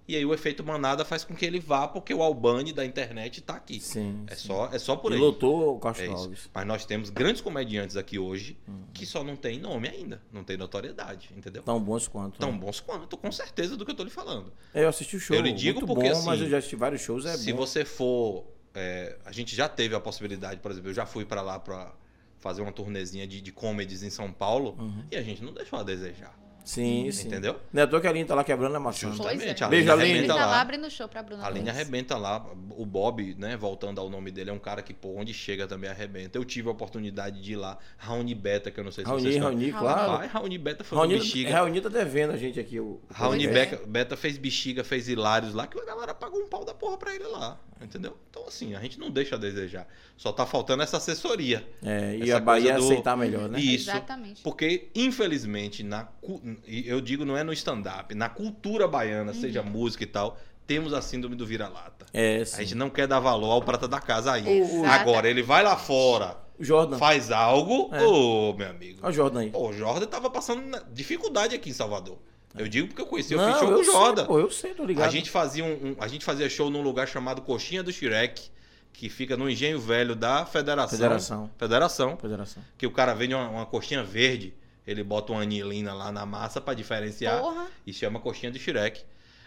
Speaker 3: e aí o efeito manada faz com que ele vá, porque o Albani da internet tá aqui.
Speaker 2: Sim.
Speaker 3: É
Speaker 2: sim.
Speaker 3: só, é só por
Speaker 2: E
Speaker 3: aí.
Speaker 2: lotou o Castro
Speaker 3: É isso.
Speaker 2: Alves.
Speaker 3: Mas nós temos grandes comediantes aqui hoje
Speaker 2: Uhum.
Speaker 3: que só não tem nome ainda, não tem notoriedade, entendeu?
Speaker 2: Tão bons quanto.
Speaker 3: Tão
Speaker 2: né?
Speaker 3: bons quanto, com certeza do que eu tô lhe falando.
Speaker 2: É, Eu assisti o show.
Speaker 3: Eu lhe digo
Speaker 2: muito
Speaker 3: porque,
Speaker 2: bom, mas
Speaker 3: assim,
Speaker 2: eu já assisti vários shows, é
Speaker 3: se
Speaker 2: bom.
Speaker 3: você for. é, a gente já teve a possibilidade, por exemplo, eu já fui pra lá pra fazer uma turnezinha de, de comedies em São Paulo
Speaker 2: Uhum.
Speaker 3: e a gente não deixou a desejar.
Speaker 2: Sim, sim.
Speaker 3: Entendeu?
Speaker 2: Não é à toa que a Aline tá lá quebrando a maçã.
Speaker 3: Justo.
Speaker 1: Pois
Speaker 3: Justamente,
Speaker 1: é.
Speaker 3: a
Speaker 2: Beijo,
Speaker 1: A
Speaker 2: Aline.
Speaker 1: Aline tá
Speaker 3: Tá
Speaker 1: lá
Speaker 3: lá.
Speaker 1: abrindo show pra Bruna
Speaker 3: A Aline
Speaker 1: Mendes.
Speaker 3: arrebenta lá. O Bob, né? Voltando ao nome dele, é um cara que, pô, onde chega também arrebenta. Eu tive a oportunidade de ir lá. Raoni Beta, que eu não sei se
Speaker 2: Raoni,
Speaker 3: vocês estão...
Speaker 2: Raoni,
Speaker 1: Raoni.
Speaker 2: claro.
Speaker 3: Vai, Raoni Beta foi um
Speaker 2: Raoni,
Speaker 3: bexiga.
Speaker 2: Raoni tá devendo a gente aqui. O, o
Speaker 3: Raoni
Speaker 1: Pois é.
Speaker 3: Beca- Beta fez bexiga, fez hilários lá, que a galera pagou um pau da porra pra ele lá. Entendeu? Então, assim, a gente não deixa a desejar. Só tá faltando essa assessoria.
Speaker 2: É, e
Speaker 3: Essa
Speaker 2: a Bahia
Speaker 3: coisa do-
Speaker 2: aceitar melhor, né?
Speaker 3: Isso.
Speaker 1: Exatamente.
Speaker 3: Porque, infelizmente, na, cu- e eu digo não é no stand-up, na cultura baiana,
Speaker 2: Uhum.
Speaker 3: seja música e tal, temos a síndrome do vira-lata.
Speaker 2: É,
Speaker 3: A gente
Speaker 2: sim.
Speaker 3: não quer dar valor ao prata da casa ainda.
Speaker 1: Exato.
Speaker 3: Agora, ele vai lá fora,
Speaker 2: O Jordan.
Speaker 3: faz algo,
Speaker 2: É.
Speaker 3: ô, meu amigo.
Speaker 2: Olha o Jordan aí.
Speaker 3: Pô, o Jordan tava passando na- dificuldade aqui em Salvador. Eu digo porque eu conheci, eu
Speaker 2: É. não,
Speaker 3: fiz show com
Speaker 2: eu
Speaker 3: o Jordan.
Speaker 2: sei, pô, eu sei, tô ligado.
Speaker 3: A gente, fazia um, um- a gente fazia show num lugar chamado Coxinha do Xirec, que fica no Engenho Velho da Federação.
Speaker 2: Federação.
Speaker 3: né? Federação,
Speaker 2: Federação.
Speaker 3: Que o cara vende uma, uma coxinha verde, ele bota uma anilina lá na massa pra diferenciar
Speaker 1: Porra.
Speaker 3: e chama coxinha do Shrek.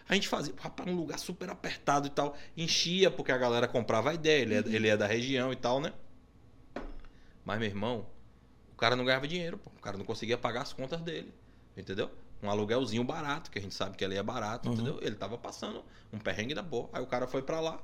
Speaker 3: A gente fazia, rapaz, um lugar super apertado e tal. Enchia, porque a galera comprava a ideia, ele é,
Speaker 2: Uhum.
Speaker 3: ele é da região e tal, né? Mas, meu irmão, o cara não ganhava dinheiro, pô. O cara não conseguia pagar as contas dele, entendeu? Um aluguelzinho barato, que a gente sabe que ali é barato,
Speaker 2: Uhum.
Speaker 3: entendeu? Ele tava passando um perrengue da boa. Aí o cara foi pra lá.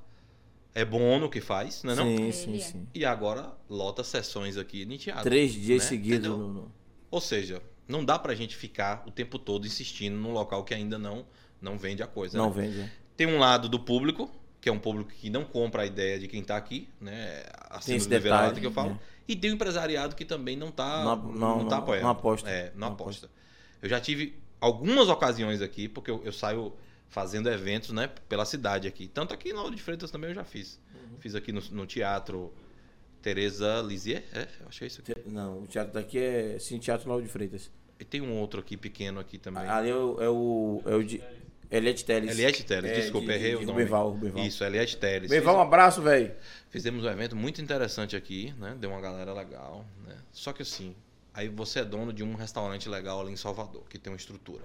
Speaker 3: É bom no que faz, né? Não?
Speaker 2: Sim,
Speaker 1: Ele
Speaker 2: sim,
Speaker 1: é.
Speaker 2: sim.
Speaker 3: E agora lota sessões aqui em teatro.
Speaker 2: Três dias
Speaker 3: né?
Speaker 2: seguidos.
Speaker 3: Entendeu?
Speaker 2: no- no-
Speaker 3: Ou seja, não dá pra gente ficar o tempo todo insistindo num local que ainda não, não vende a coisa.
Speaker 2: Não
Speaker 3: né?
Speaker 2: vende. é.
Speaker 3: Tem um lado do público, que é um público que não compra a ideia de quem tá aqui, né? A
Speaker 2: Tem esse
Speaker 3: síndrome do vira-lata
Speaker 2: detalhe.
Speaker 3: que eu falo.
Speaker 2: né?
Speaker 3: E tem o empresariado que também não tá,
Speaker 2: Não-
Speaker 3: não,
Speaker 2: não-
Speaker 3: tá
Speaker 2: não-
Speaker 3: apoiando.
Speaker 2: não aposta.
Speaker 3: É, não,
Speaker 2: Não
Speaker 3: aposta. Eu já tive algumas ocasiões aqui, porque eu, eu saio fazendo eventos né, pela cidade aqui. Tanto aqui em Lauro de Freitas também eu já fiz.
Speaker 2: Uhum.
Speaker 3: Fiz aqui no, no teatro Teresa Lisier, é? Eu achei isso aqui.
Speaker 2: Te- Não, o teatro daqui é sim, Teatro Lauro de Freitas.
Speaker 3: E tem um outro aqui pequeno aqui também.
Speaker 2: Ali é o. É o, é o de... Eliette Teles.
Speaker 3: Eliette Teles,
Speaker 2: É,
Speaker 3: desculpa,
Speaker 2: de-
Speaker 3: errei
Speaker 2: de-
Speaker 3: o
Speaker 2: de
Speaker 3: nome.
Speaker 2: Rubival, Rubival.
Speaker 3: Isso, Eliette Teles.
Speaker 2: Beival, um abraço, velho.
Speaker 3: Fizemos um evento muito interessante aqui, né? Deu uma galera legal, né? Só que assim, aí você é dono de um restaurante legal ali em Salvador, que tem uma estrutura.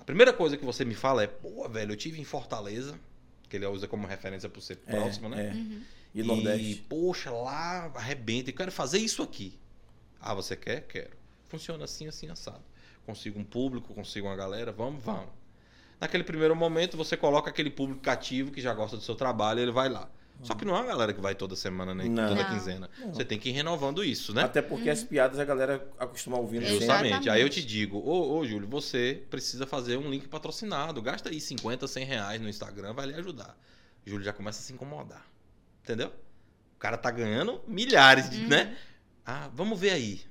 Speaker 3: A primeira coisa que você me fala é, pô, velho, eu tive em Fortaleza, que ele usa como referência por ser próximo, né?
Speaker 2: É.
Speaker 1: Uhum.
Speaker 2: E Nordeste.
Speaker 3: poxa, lá arrebenta, eu quero fazer isso aqui. Ah, você quer? Quero. Funciona assim, assim, assado. Consigo um público, consigo uma galera, vamos, vamos. Naquele primeiro momento, você coloca aquele público cativo que já gosta do seu trabalho e ele vai lá. Só que não é uma galera que vai toda semana, nem
Speaker 2: Hum. Não.
Speaker 3: toda
Speaker 1: Não.
Speaker 3: quinzena.
Speaker 2: Não.
Speaker 3: Você tem que ir renovando isso, né?
Speaker 2: Até porque
Speaker 1: Uhum.
Speaker 2: as piadas a galera acostuma ouvindo
Speaker 1: Exato.
Speaker 2: sempre.
Speaker 3: Justamente. Aí eu te digo, ô, ô Júlio, você precisa fazer um link patrocinado. Gasta aí 50, 100 reais no Instagram, vai lhe ajudar. Júlio já começa a se incomodar. Entendeu? O cara tá ganhando milhares, de-
Speaker 1: Uhum.
Speaker 3: né? Ah, vamos ver aí.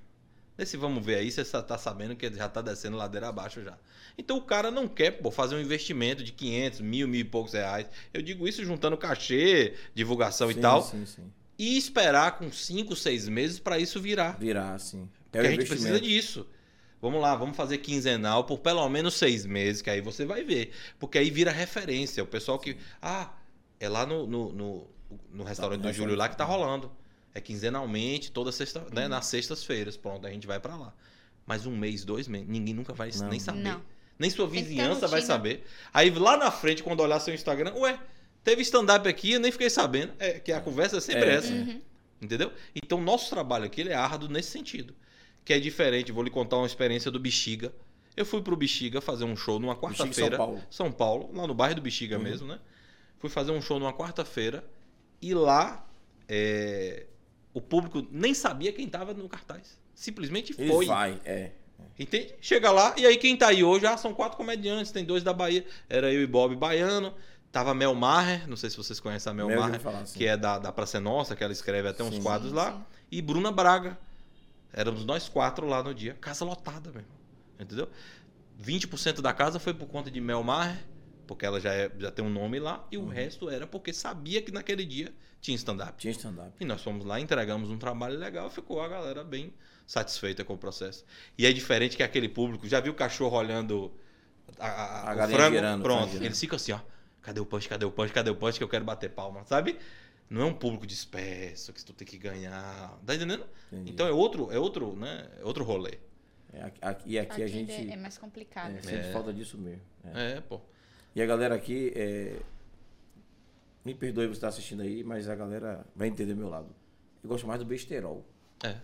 Speaker 3: Nesse vamos ver aí, você sa- tá sabendo que já tá descendo ladeira abaixo já. Então o cara não quer pô, fazer um investimento de 500, mil, mil e poucos reais. Eu digo isso juntando cachê, divulgação
Speaker 2: Sim,
Speaker 3: e tal.
Speaker 2: Sim, sim.
Speaker 3: E esperar com 5, 6 meses pra isso virar.
Speaker 2: Virar, sim. É
Speaker 3: Porque
Speaker 2: o
Speaker 3: a gente precisa
Speaker 2: investimento.
Speaker 3: disso. Vamos lá, vamos fazer quinzenal por pelo menos seis meses, que aí você vai ver. Porque aí vira referência. O pessoal que. Ah, é lá no, no, no, no restaurante
Speaker 2: Tá,
Speaker 3: do
Speaker 2: é,
Speaker 3: Júlio lá que tá
Speaker 2: tá.
Speaker 3: rolando. É quinzenalmente, toda sexta,
Speaker 2: Uhum.
Speaker 3: né, nas sextas-feiras. Pronto, a gente vai pra lá. Mas um mês, dois meses, ninguém nunca vai
Speaker 2: Não.
Speaker 3: nem saber.
Speaker 1: Não.
Speaker 3: Nem sua
Speaker 1: Tem que ter
Speaker 3: vizinhança vai
Speaker 1: rotina.
Speaker 3: saber. Aí lá na frente, quando olhar seu Instagram, ué, teve stand-up aqui, eu nem fiquei sabendo. É, que a conversa é sempre
Speaker 2: É,
Speaker 3: essa.
Speaker 2: é.
Speaker 1: Uhum.
Speaker 3: Entendeu? Então, nosso trabalho aqui ele é árduo nesse sentido. Que é diferente, vou lhe contar uma experiência do Bexiga. Eu fui pro Bexiga fazer um show numa
Speaker 2: Bexiga,
Speaker 3: quarta-feira.
Speaker 2: São Paulo.
Speaker 3: São Paulo, lá no bairro do Bexiga
Speaker 2: Uhum.
Speaker 3: mesmo, né? Fui fazer um show numa quarta-feira e lá é, o público nem sabia quem tava no cartaz. Simplesmente
Speaker 2: Ele
Speaker 3: foi.
Speaker 2: vai, é.
Speaker 3: Entende? Chega lá, e aí quem tá aí hoje, ah, são quatro comediantes, tem dois da Bahia. Era eu e Bob Baiano. Tava Mel Maher, não sei se vocês conhecem a Mel
Speaker 2: Mel já
Speaker 3: Maher
Speaker 2: ouvi falar, assim. sim.
Speaker 3: que é da, da Praça é Nossa, que ela escreve até uns
Speaker 2: Sim.
Speaker 3: quadros
Speaker 1: Sim,
Speaker 3: lá,
Speaker 1: sim.
Speaker 3: e Bruna Braga. Éramos nós quatro lá no dia. Casa lotada, meu irmão. Entendeu? 20% da casa foi por conta de Mel Maher, porque ela já, é- já tem um nome lá, e o resto era porque sabia que naquele dia tinha stand-up.
Speaker 2: Tinha stand-up.
Speaker 3: E nós fomos lá, entregamos um trabalho legal, ficou a galera bem satisfeita com o processo. E é diferente que aquele público, já viu o cachorro olhando a, a,
Speaker 2: A
Speaker 3: o
Speaker 2: galinha
Speaker 3: frango?
Speaker 2: girando, o frango
Speaker 3: Pronto,
Speaker 2: girando.
Speaker 3: eles ficam assim, ó, cadê o punch, cadê o punch, cadê o punch que eu quero bater palma, sabe? Não é um público disperso, que tu tem que ganhar, tá entendendo?
Speaker 2: Entendi.
Speaker 3: Então é outro, é outro, né, é outro rolê.
Speaker 2: É, aqui- aqui- e aqui a gente
Speaker 1: ainda É
Speaker 2: é,
Speaker 1: mais complicado.
Speaker 2: sente falta disso mesmo. é.
Speaker 3: É, pô.
Speaker 2: E a galera aqui, é, me perdoe você estar assistindo aí, mas a galera vai entender meu lado. Eu gosto mais do besterol.
Speaker 3: É.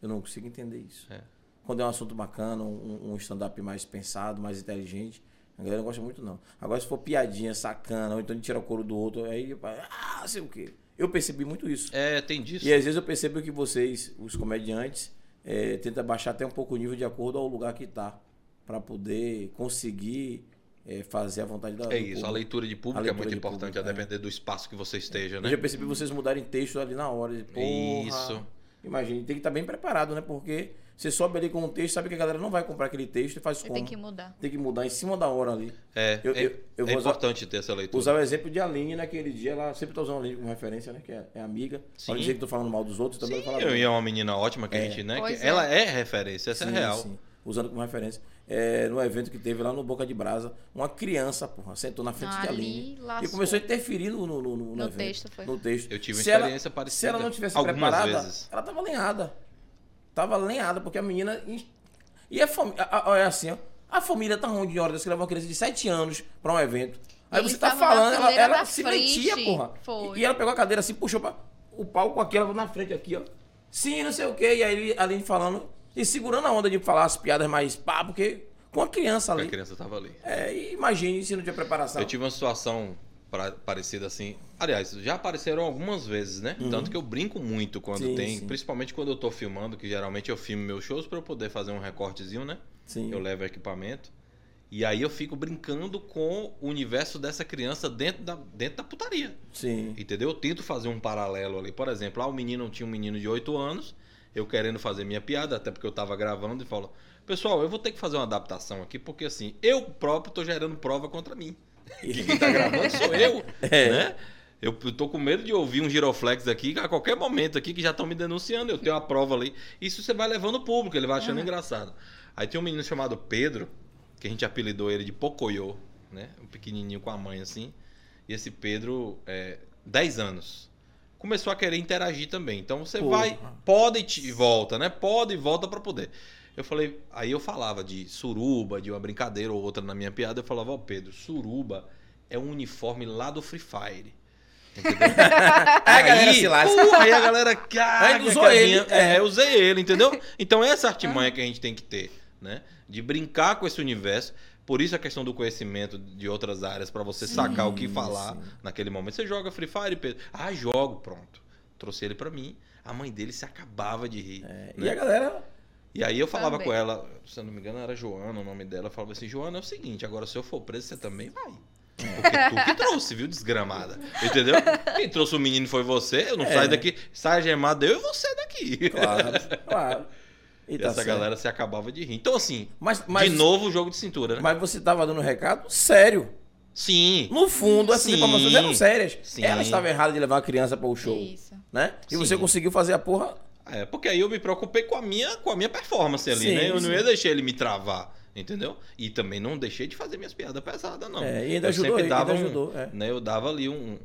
Speaker 2: Eu não consigo entender isso.
Speaker 3: É.
Speaker 2: quando é um assunto bacana, um, um stand-up mais pensado, mais inteligente. A galera não gosta muito, não. Agora, se for piadinha, sacana, ou então de tirar o couro do outro, aí, ah, sei o quê. Eu percebi muito isso.
Speaker 3: É, tem disso.
Speaker 2: E às vezes eu percebo que vocês, os comediantes, eh, tentam baixar até um pouco o nível de acordo ao lugar que tá, para poder conseguir eh, fazer a vontade da
Speaker 3: É isso, a
Speaker 2: além
Speaker 3: leitura de público
Speaker 2: A leitura
Speaker 3: é muito
Speaker 2: de
Speaker 3: importante,
Speaker 2: público,
Speaker 3: a depender do espaço que você esteja,
Speaker 2: Eu
Speaker 3: né?
Speaker 2: já percebi vocês mudarem texto ali na hora. de, Porra,
Speaker 3: Isso.
Speaker 2: Imagina, tem que estar bem preparado, né? Porque você sobe ali com um texto, sabe que a galera não vai comprar aquele texto e faz
Speaker 1: Eu
Speaker 2: como?
Speaker 1: tenho que mudar.
Speaker 2: Tem que mudar em cima da hora ali.
Speaker 3: É,
Speaker 2: Eu-
Speaker 3: é,
Speaker 2: eu- eu
Speaker 3: é
Speaker 2: vou usar-
Speaker 3: importante ter essa leitura.
Speaker 2: Usar o exemplo de Aline naquele dia, ela sempre tá usando a Aline como referência, né? Que é, é amiga.
Speaker 3: Sim.
Speaker 2: Pra não dizer que tô falando mal dos outros, também
Speaker 3: Sim,
Speaker 2: não falar
Speaker 3: eu-
Speaker 2: bem.
Speaker 3: e é uma menina ótima que a gente, né?
Speaker 1: Pois
Speaker 3: que
Speaker 1: é.
Speaker 3: Ela é referência, essa é
Speaker 2: Sim,
Speaker 3: real.
Speaker 2: sim. Usando como referência. É, no evento que teve lá no Boca de Brasa, uma criança, porra, sentou na frente de Aline.
Speaker 1: Ali,
Speaker 2: E
Speaker 1: lascou.
Speaker 2: começou a interferir no, no, no, no
Speaker 1: No
Speaker 2: evento,
Speaker 1: texto, foi.
Speaker 2: No texto.
Speaker 3: Eu tive uma
Speaker 2: Se ela-
Speaker 3: experiência parecida.
Speaker 2: Se ela não tivesse
Speaker 3: algumas
Speaker 2: preparada,
Speaker 3: vezes.
Speaker 2: ela tava lenhada. Tava lenhada, porque a menina. in- E a família. Olha assim, ó. A família tá ruim de hora dessa que leva uma criança de 7 anos pra um evento. Aí
Speaker 1: Eles
Speaker 2: você tá
Speaker 1: estavam na
Speaker 2: falando, ela,
Speaker 1: fileira
Speaker 2: ela
Speaker 1: da
Speaker 2: se
Speaker 1: frente.
Speaker 2: metia, porra.
Speaker 1: Foi.
Speaker 2: E, e ela pegou a cadeira assim, puxou pra, o palco aqui, ela na frente aqui, ó. Sim, não sei o quê. E aí ele- a Aline falando. E segurando a onda de falar as piadas mais pá, porque com a criança
Speaker 3: A
Speaker 2: ali.
Speaker 3: criança tava ali.
Speaker 2: É, e imagine se não tinha preparação.
Speaker 3: Eu tive uma situação pra- parecida assim. Aliás, já apareceram algumas vezes, né? Tanto que eu brinco muito quando
Speaker 2: Uhum. Sim,
Speaker 3: tem,
Speaker 2: sim.
Speaker 3: principalmente quando eu tô filmando, que geralmente eu filmo meus shows pra eu poder fazer um recortezinho, né?
Speaker 2: Sim.
Speaker 3: Eu levo equipamento. E aí eu fico brincando com o universo dessa criança dentro da, dentro da putaria.
Speaker 2: Sim.
Speaker 3: Entendeu? Eu tento fazer um paralelo ali. Por exemplo, lá o menino tinha um menino de 8 anos, eu querendo fazer minha piada, até porque eu tava gravando e falo, pessoal, eu vou ter que fazer uma adaptação aqui, porque assim, eu próprio tô gerando prova contra mim. E quem tá gravando sou eu, né? Eu eu tô com medo de ouvir um giroflex aqui a qualquer momento aqui que já estão me denunciando. Eu tenho a prova ali. Isso você vai levando o público, ele vai achando engraçado. Aí tem um menino chamado Pedro, que a gente apelidou ele de Pocoyo, né? Um pequenininho com a mãe assim. E esse Pedro, é, 10 anos. Começou a querer interagir também. Então você
Speaker 2: Porra.
Speaker 3: vai, poda e te- volta, né? Poda e volta pra poder. Eu falei, aí eu falava de suruba, de uma brincadeira ou outra na minha piada. Eu falava, ó, Pedro, suruba é um uniforme lá do Free Fire. Entendeu?
Speaker 2: *laughs* Aí a galera se lasca.
Speaker 3: porra, aí a galera. Caraca,
Speaker 2: Aí usou
Speaker 3: que a
Speaker 2: ele,
Speaker 3: minha-
Speaker 2: é.
Speaker 3: É, eu usei ele, entendeu? Então essa artimanha que a gente tem que ter, né? De brincar com esse universo. Por isso a questão do conhecimento de outras áreas, pra você sacar o que
Speaker 2: Sim,
Speaker 3: falar
Speaker 2: sim.
Speaker 3: naquele momento. Você joga Free Fire, Pedro? Ah, jogo, pronto. Trouxe ele pra mim. A mãe dele se acabava de rir.
Speaker 2: É,
Speaker 3: né?
Speaker 2: E a galera.
Speaker 3: E aí eu falava
Speaker 1: Também.
Speaker 3: com ela, se eu não me engano era Joana o nome dela, eu falava assim, Joana, é o seguinte, agora se eu for preso, você também vai. Porque tu que trouxe, viu, desgramada. Entendeu? Quem trouxe o menino foi você, eu não
Speaker 2: É.
Speaker 3: saio daqui, sai gemado eu e você daqui.
Speaker 2: Claro, claro. E
Speaker 3: E
Speaker 2: tá
Speaker 3: essa
Speaker 2: certo.
Speaker 3: galera se acabava de rir. Então, assim,
Speaker 2: Mas, mas,
Speaker 3: de novo o jogo de cintura, né?
Speaker 2: mas você tava dando um recado sério.
Speaker 3: Sim.
Speaker 2: No fundo, essas
Speaker 3: Sim.
Speaker 2: informações eram sérias.
Speaker 3: Sim.
Speaker 2: Ela estava errada de levar a criança para o
Speaker 1: É
Speaker 2: show.
Speaker 1: isso.
Speaker 2: Né? E
Speaker 3: Sim.
Speaker 2: você conseguiu fazer a porra.
Speaker 3: É, porque aí eu me preocupei com a minha, com a minha performance ali,
Speaker 2: Sim,
Speaker 3: né? Eu não
Speaker 2: sim.
Speaker 3: ia deixar ele me travar, entendeu? E também não deixei de fazer minhas piadas pesadas, não.
Speaker 2: É, e ainda
Speaker 3: eu
Speaker 2: ajudou
Speaker 3: sempre
Speaker 2: ele,
Speaker 3: dava
Speaker 2: ainda
Speaker 3: um-
Speaker 2: ajudou, é.
Speaker 3: né, eu dava ali um,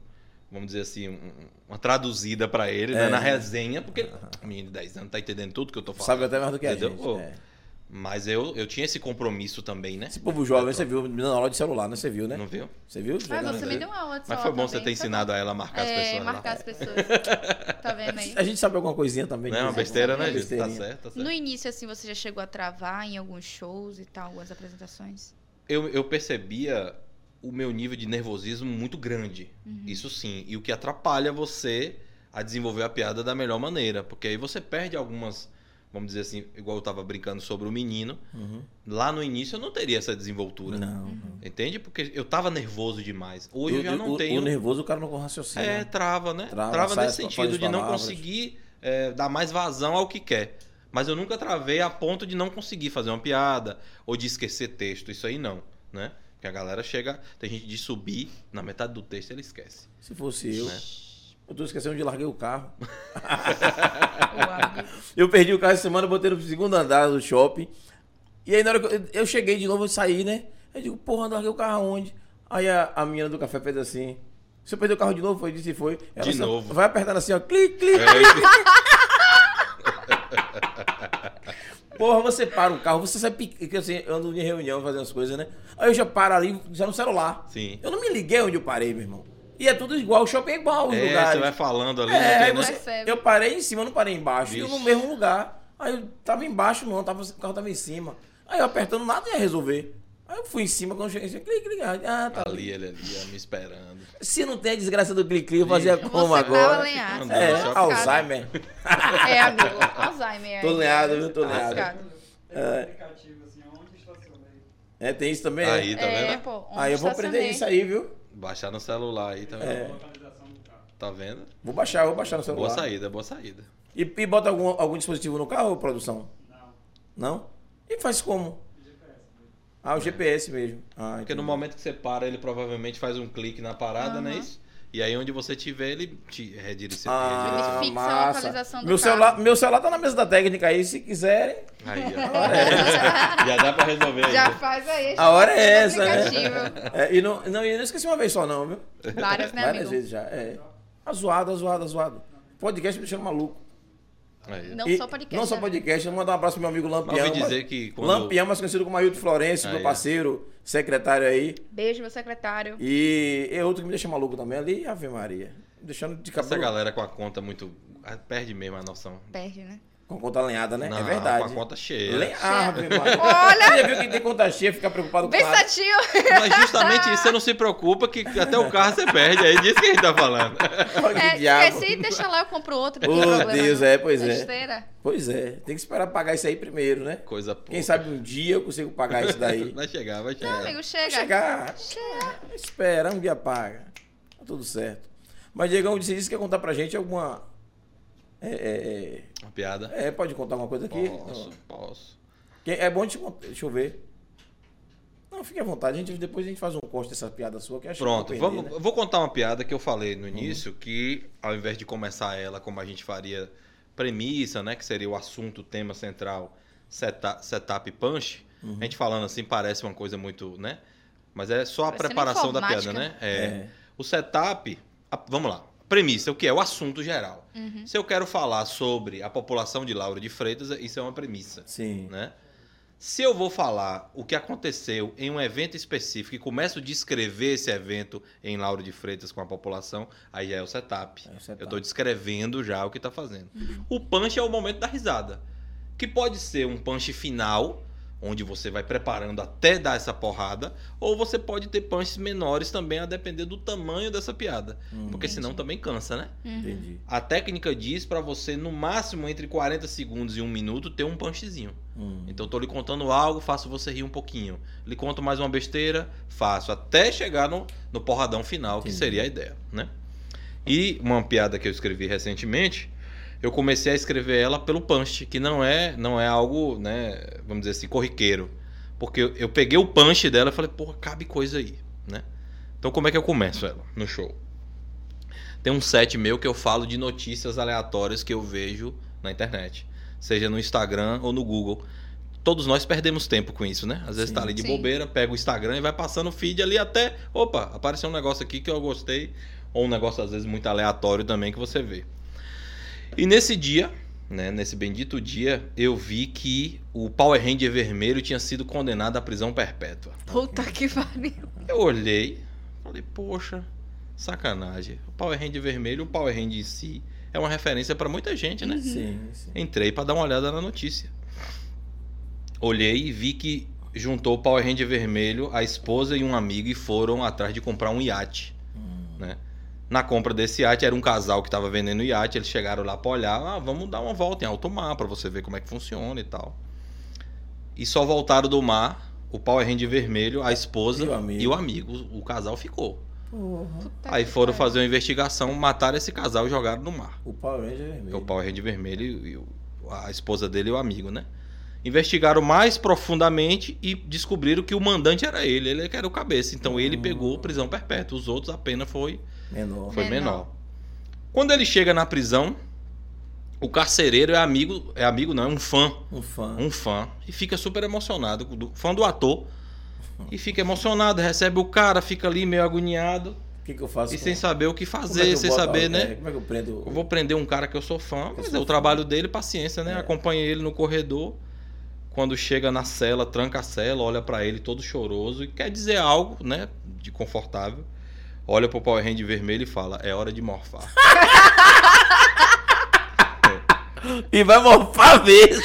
Speaker 3: vamos dizer assim, um- uma traduzida pra ele, né,
Speaker 2: É.
Speaker 3: na resenha, porque ele, menino de 10 anos tá entendendo tudo que eu tô falando.
Speaker 2: Sabe até mais do que a
Speaker 3: Entendeu?
Speaker 2: gente.
Speaker 3: Pô.
Speaker 2: É.
Speaker 3: Mas eu, eu tinha esse compromisso também, né?
Speaker 2: Esse povo jovem, você viu, me dando aula de celular, né? Você viu, né?
Speaker 3: Não viu?
Speaker 2: Você viu?
Speaker 1: Ah,
Speaker 2: Jogando-
Speaker 1: você me deu uma aula de
Speaker 3: Mas
Speaker 1: celular
Speaker 3: foi bom você
Speaker 1: também,
Speaker 3: ter
Speaker 1: foi
Speaker 3: ensinado a ela a marcar as
Speaker 1: É,
Speaker 3: pessoas. né? lá.
Speaker 1: marcar as
Speaker 3: *laughs*
Speaker 1: pessoas. Tá vendo aí?
Speaker 2: A gente sabe alguma coisinha também.
Speaker 3: Não é uma
Speaker 2: disso.
Speaker 3: besteira, né, gente? Tá
Speaker 2: besteirinha.
Speaker 3: certo, tá certo.
Speaker 1: No início, assim, você já chegou a travar em alguns shows e tal, algumas apresentações?
Speaker 3: eu, eu percebia o meu nível de nervosismo muito grande. Isso sim. E o que atrapalha você a desenvolver a piada da melhor maneira. Porque aí você perde algumas. Vamos dizer assim, igual eu tava brincando sobre o menino.
Speaker 2: Uhum.
Speaker 3: Lá no início eu não teria essa desenvoltura.
Speaker 1: Uhum.
Speaker 2: Não. não.
Speaker 3: Entende? Porque eu tava nervoso demais. Hoje eu já
Speaker 2: O-
Speaker 3: não
Speaker 2: o,
Speaker 3: tenho.
Speaker 2: O nervoso, o cara não raciocina.
Speaker 3: É, trava, né?
Speaker 2: Trava,
Speaker 3: Trava,
Speaker 2: sai
Speaker 3: nesse
Speaker 2: as- faz
Speaker 3: sentido de não
Speaker 2: palavras.
Speaker 3: conseguir é, dar mais vazão ao que quer. Mas eu nunca travei a ponto de não conseguir fazer uma piada ou de esquecer texto. Isso aí não, né? Porque a galera chega, tem gente de subir, na metade do texto ele esquece.
Speaker 2: Se fosse eu.
Speaker 3: Né?
Speaker 2: Eu tô esquecendo de larguei o carro.
Speaker 1: Ou
Speaker 2: *laughs*
Speaker 3: *laughs*
Speaker 1: algo- assim?
Speaker 2: Eu perdi o carro essa semana, botei no segundo andar do shopping. E aí, na hora que eu- eu cheguei de novo, eu saí, né? Eu digo, porra, larguei o carro aonde? Aí a, a menina do café fez assim. Você perdeu o carro de novo? Foi, disse, foi.
Speaker 3: De
Speaker 2: só-
Speaker 3: novo.
Speaker 2: Vai apertando assim, ó. Clic, clic. Porra, você para o carro, você sai pique, que assim, eu ando em reunião fazendo as coisas, né? Aí eu já paro ali, já no celular.
Speaker 3: *laughs* Sim.
Speaker 2: Eu não me liguei onde eu parei, meu irmão. E é tudo igual, o shopping é igual os
Speaker 3: É,
Speaker 2: lugares.
Speaker 3: você vai falando ali,
Speaker 2: É,
Speaker 3: não
Speaker 2: aí
Speaker 3: tem, né?
Speaker 2: você-
Speaker 1: Percebe.
Speaker 2: eu parei em cima, não parei embaixo. Eu
Speaker 3: Vixe.
Speaker 2: no mesmo lugar. Aí eu tava embaixo, não, tava, o carro tava em cima. Aí eu apertando nada ia resolver. Aí eu fui em cima, quando eu cheguei, clique, clique. Ah, tá ali.
Speaker 3: Ali, ele ali, me esperando.
Speaker 2: Se não tem a desgraça do clique, eu fazia
Speaker 3: Você
Speaker 2: como
Speaker 1: tava né?
Speaker 2: agora?
Speaker 1: lenhado,
Speaker 2: é,
Speaker 3: tava lascado.
Speaker 2: Alzheimer.
Speaker 1: É, amigo. Alzheimer.
Speaker 2: Tô
Speaker 1: aí.
Speaker 2: lenhado, viu? Tô lenhado.
Speaker 1: Lascado.
Speaker 4: Tem um aplicativo assim, onde estacionei.
Speaker 2: É, tem isso também?
Speaker 3: Aí,
Speaker 2: né?
Speaker 3: tá
Speaker 1: É,
Speaker 3: vendo?
Speaker 1: pô. onde
Speaker 2: Aí eu vou
Speaker 1: estacionei?
Speaker 2: aprender isso aí, viu?
Speaker 3: Baixar no celular aí, tá
Speaker 4: É.
Speaker 3: vendo?
Speaker 4: Localização do carro.
Speaker 3: Tá vendo?
Speaker 2: Vou baixar, vou baixar no celular.
Speaker 3: Boa saída, boa saída.
Speaker 2: E, e bota algum, algum dispositivo no carro, produção?
Speaker 4: Não,
Speaker 2: Não? E faz como?
Speaker 4: GPS. mesmo.
Speaker 2: Ah, o GPS mesmo. Ah,
Speaker 3: Porque
Speaker 2: entendi.
Speaker 3: no momento que você para, ele provavelmente faz um clique na parada, né?
Speaker 1: Aham.
Speaker 3: Isso? E aí onde você tiver, ele te redireciona.
Speaker 2: Ah,
Speaker 1: Ele fixa a
Speaker 2: massa.
Speaker 1: localização do
Speaker 2: meu
Speaker 1: carro.
Speaker 2: celular, meu celular tá na mesa da técnica aí, se quiserem.
Speaker 3: Aí,
Speaker 2: *laughs*
Speaker 3: ó. *laughs* Já dá pra resolver aí.
Speaker 1: Já faz aí.
Speaker 2: A hora é essa, né?
Speaker 1: aplicativo.
Speaker 2: É, e não, não, e eu não esqueci uma vez só, não, viu?
Speaker 1: Várias, né,
Speaker 2: Várias
Speaker 1: amigo?
Speaker 2: vezes já. É. Ah, zoado, ah, zoado, ah, zoado. Podcast me deixando maluco.
Speaker 3: Aí.
Speaker 1: Não
Speaker 2: E-
Speaker 1: só podcast.
Speaker 2: Não só
Speaker 1: né?
Speaker 2: podcast. Eu vou mandar um abraço pro meu amigo
Speaker 3: Mas eu
Speaker 2: Lampião.
Speaker 3: ouvi dizer
Speaker 2: mas-
Speaker 3: que quando... Ah, é.
Speaker 2: Lampião, mais conhecido como Ailton Florencio,
Speaker 3: Aí,
Speaker 2: meu
Speaker 3: ó.
Speaker 2: parceiro, secretário aí.
Speaker 1: Beijo, meu secretário.
Speaker 2: E é outro que me deixa maluco também ali, é Ave Maria. Me Deixando de cabelo.
Speaker 3: Essa galera com a conta muito... ah, Perde mesmo a noção.
Speaker 1: Perde, né?
Speaker 2: Com conta lenhada, né?
Speaker 3: Não,
Speaker 2: é verdade.
Speaker 3: Com a conta cheia.
Speaker 2: Lenha, Ave
Speaker 1: *laughs*
Speaker 2: Maria.
Speaker 1: Olha!
Speaker 2: Você já viu que tem conta cheia, fica preocupado com nada.
Speaker 1: Pensativo.
Speaker 3: Mas justamente isso, você não se preocupa que até o carro você perde. É disso que a gente tá falando. *laughs*
Speaker 2: *laughs* Olha que
Speaker 1: É,
Speaker 2: diabo.
Speaker 1: esqueci, né? deixa lá, eu compro outro.
Speaker 2: Ô,
Speaker 1: não tem problema.
Speaker 2: Deus, é, pois é.
Speaker 1: Besteira.
Speaker 2: Pois é, tem que esperar pagar isso aí primeiro, né?
Speaker 3: Coisa pouca.
Speaker 2: Quem sabe um dia eu consigo pagar
Speaker 1: *laughs*
Speaker 2: isso daí.
Speaker 3: Vai chegar, vai
Speaker 1: Não,
Speaker 3: chegar.
Speaker 1: amigo,
Speaker 2: Vai
Speaker 1: chega.
Speaker 2: É. chegar,
Speaker 1: Chega.
Speaker 2: espera, um dia paga. Tá tudo certo. Mas, Diegão, você disse que ia contar pra gente alguma. É, é,
Speaker 3: Uma piada.
Speaker 2: é, é, pode contar alguma coisa aqui?
Speaker 3: Posso, posso.
Speaker 2: Que- É bom te contar. Deixa eu ver. Não, fique à vontade. A gente, depois a gente faz um corte dessa piada sua que acho
Speaker 3: Pronto,
Speaker 2: que eu vou
Speaker 3: vamos,
Speaker 2: perder, né? Uhum.
Speaker 3: eu vou contar uma piada que eu falei no início, que ao invés de começar ela como a gente faria premissa, né, que seria o assunto, tema central, seta- setup e punch,
Speaker 2: Uhum.
Speaker 3: a gente falando assim parece uma coisa muito, né? Mas é só a
Speaker 1: Parecendo
Speaker 3: preparação da piada,
Speaker 1: informática.
Speaker 3: né? É.
Speaker 2: né?
Speaker 3: O setup, a- vamos lá. Premissa, o que é? O assunto geral.
Speaker 1: Uhum,
Speaker 3: Se eu quero falar sobre a população de Lauro de Freitas, isso é uma premissa
Speaker 2: É, sim.
Speaker 3: né? Se eu vou falar o que aconteceu em um evento específico e começo a descrever esse evento em Lauro de Freitas com a população, aí já é o setup.
Speaker 2: É o setup.
Speaker 3: Eu estou descrevendo já o que está fazendo. O punch é o momento da risada, que pode ser um punch final, onde você vai preparando até dar essa porrada, ou você pode ter punches menores também, a depender do tamanho dessa piada,
Speaker 2: Hum,
Speaker 3: porque senão também cansa, né?
Speaker 1: Uhum.
Speaker 2: Entendi.
Speaker 3: A técnica diz para você, no máximo entre 40 segundos e um minuto, ter um punchzinho.
Speaker 2: Hum.
Speaker 3: Então eu tô lhe contando algo, faço você rir um pouquinho. Lhe conto mais uma besteira, faço até chegar no, no porradão final, que
Speaker 2: Entendi.
Speaker 3: seria a ideia, né? E uma piada que eu escrevi recentemente, eu comecei a escrever ela pelo punch, que não é, não é algo, né, vamos dizer assim, corriqueiro. Porque eu, eu peguei o punch dela e falei, porra, cabe coisa aí, né? Então como é que eu começo ela no show? Tem um set meu que eu falo de notícias aleatórias que eu vejo na internet, seja no Instagram ou no Google. Todos nós perdemos tempo com isso, né? Às vezes
Speaker 2: Sim.
Speaker 3: tá ali de
Speaker 1: Sim.
Speaker 3: bobeira, pega o Instagram e vai passando o feed ali até, opa, apareceu um negócio aqui que eu gostei, ou um negócio às vezes muito aleatório também que você vê. E nesse dia, né, nesse bendito dia, eu vi que o Power Ranger vermelho tinha sido condenado à prisão perpétua.
Speaker 1: Puta que pariu.
Speaker 3: Eu olhei, falei, poxa, sacanagem. O Power Hand vermelho, o Power Hand em si, é uma referência para muita gente, né?
Speaker 2: Sim, sim.
Speaker 3: Entrei para dar uma olhada na notícia. Olhei e vi que juntou o Power Hand vermelho, a esposa e um amigo e foram atrás de comprar um iate.
Speaker 2: Hum.
Speaker 3: Na compra desse iate, era um casal que estava vendendo iate, eles chegaram lá para olhar, ah, vamos dar uma volta em alto mar para você ver como é que funciona e tal. E só voltaram do mar o Power Hand vermelho, a esposa
Speaker 2: E o amigo.
Speaker 3: e o amigo. O casal ficou.
Speaker 2: Porra.
Speaker 1: Puta
Speaker 3: Aí
Speaker 1: que
Speaker 3: foram
Speaker 1: pariu.
Speaker 3: fazer uma investigação, mataram esse casal e jogaram no mar.
Speaker 2: O Power Ranger é
Speaker 3: Que é
Speaker 2: vermelho.
Speaker 3: o Power Ranger vermelho e o- a esposa dele e o amigo, né? Investigaram mais profundamente e descobriram que o mandante era ele, ele que era o cabeça. Então ele
Speaker 2: Hum.
Speaker 3: pegou prisão perpétua. Os outros a pena foi,
Speaker 2: Menor.
Speaker 3: foi menor.
Speaker 1: Menor.
Speaker 3: Quando ele chega na prisão, o carcereiro é amigo, é amigo não, é um fã
Speaker 2: Um fã.
Speaker 3: um fã e fica super emocionado, do- fã do ator. E fica emocionado, recebe o cara, fica ali meio agoniado
Speaker 2: O que, que eu faço?
Speaker 3: e
Speaker 2: com-
Speaker 3: sem saber o que
Speaker 2: como
Speaker 3: fazer,
Speaker 2: eu
Speaker 3: sem
Speaker 2: boto-
Speaker 3: saber,
Speaker 2: é,
Speaker 3: né?
Speaker 2: Como é que eu prendo?
Speaker 3: Eu vou prender um cara que eu sou fã, mas é
Speaker 2: sou
Speaker 3: o
Speaker 2: fã.
Speaker 3: trabalho dele, paciência, né?
Speaker 2: É.
Speaker 3: Acompanhei ele no corredor. Quando chega na cela, tranca a cela, olha pra ele todo choroso e quer dizer algo, né? De confortável. Olha pro Power Hand vermelho e fala: É hora de morfar.
Speaker 2: E vai morfar a vez.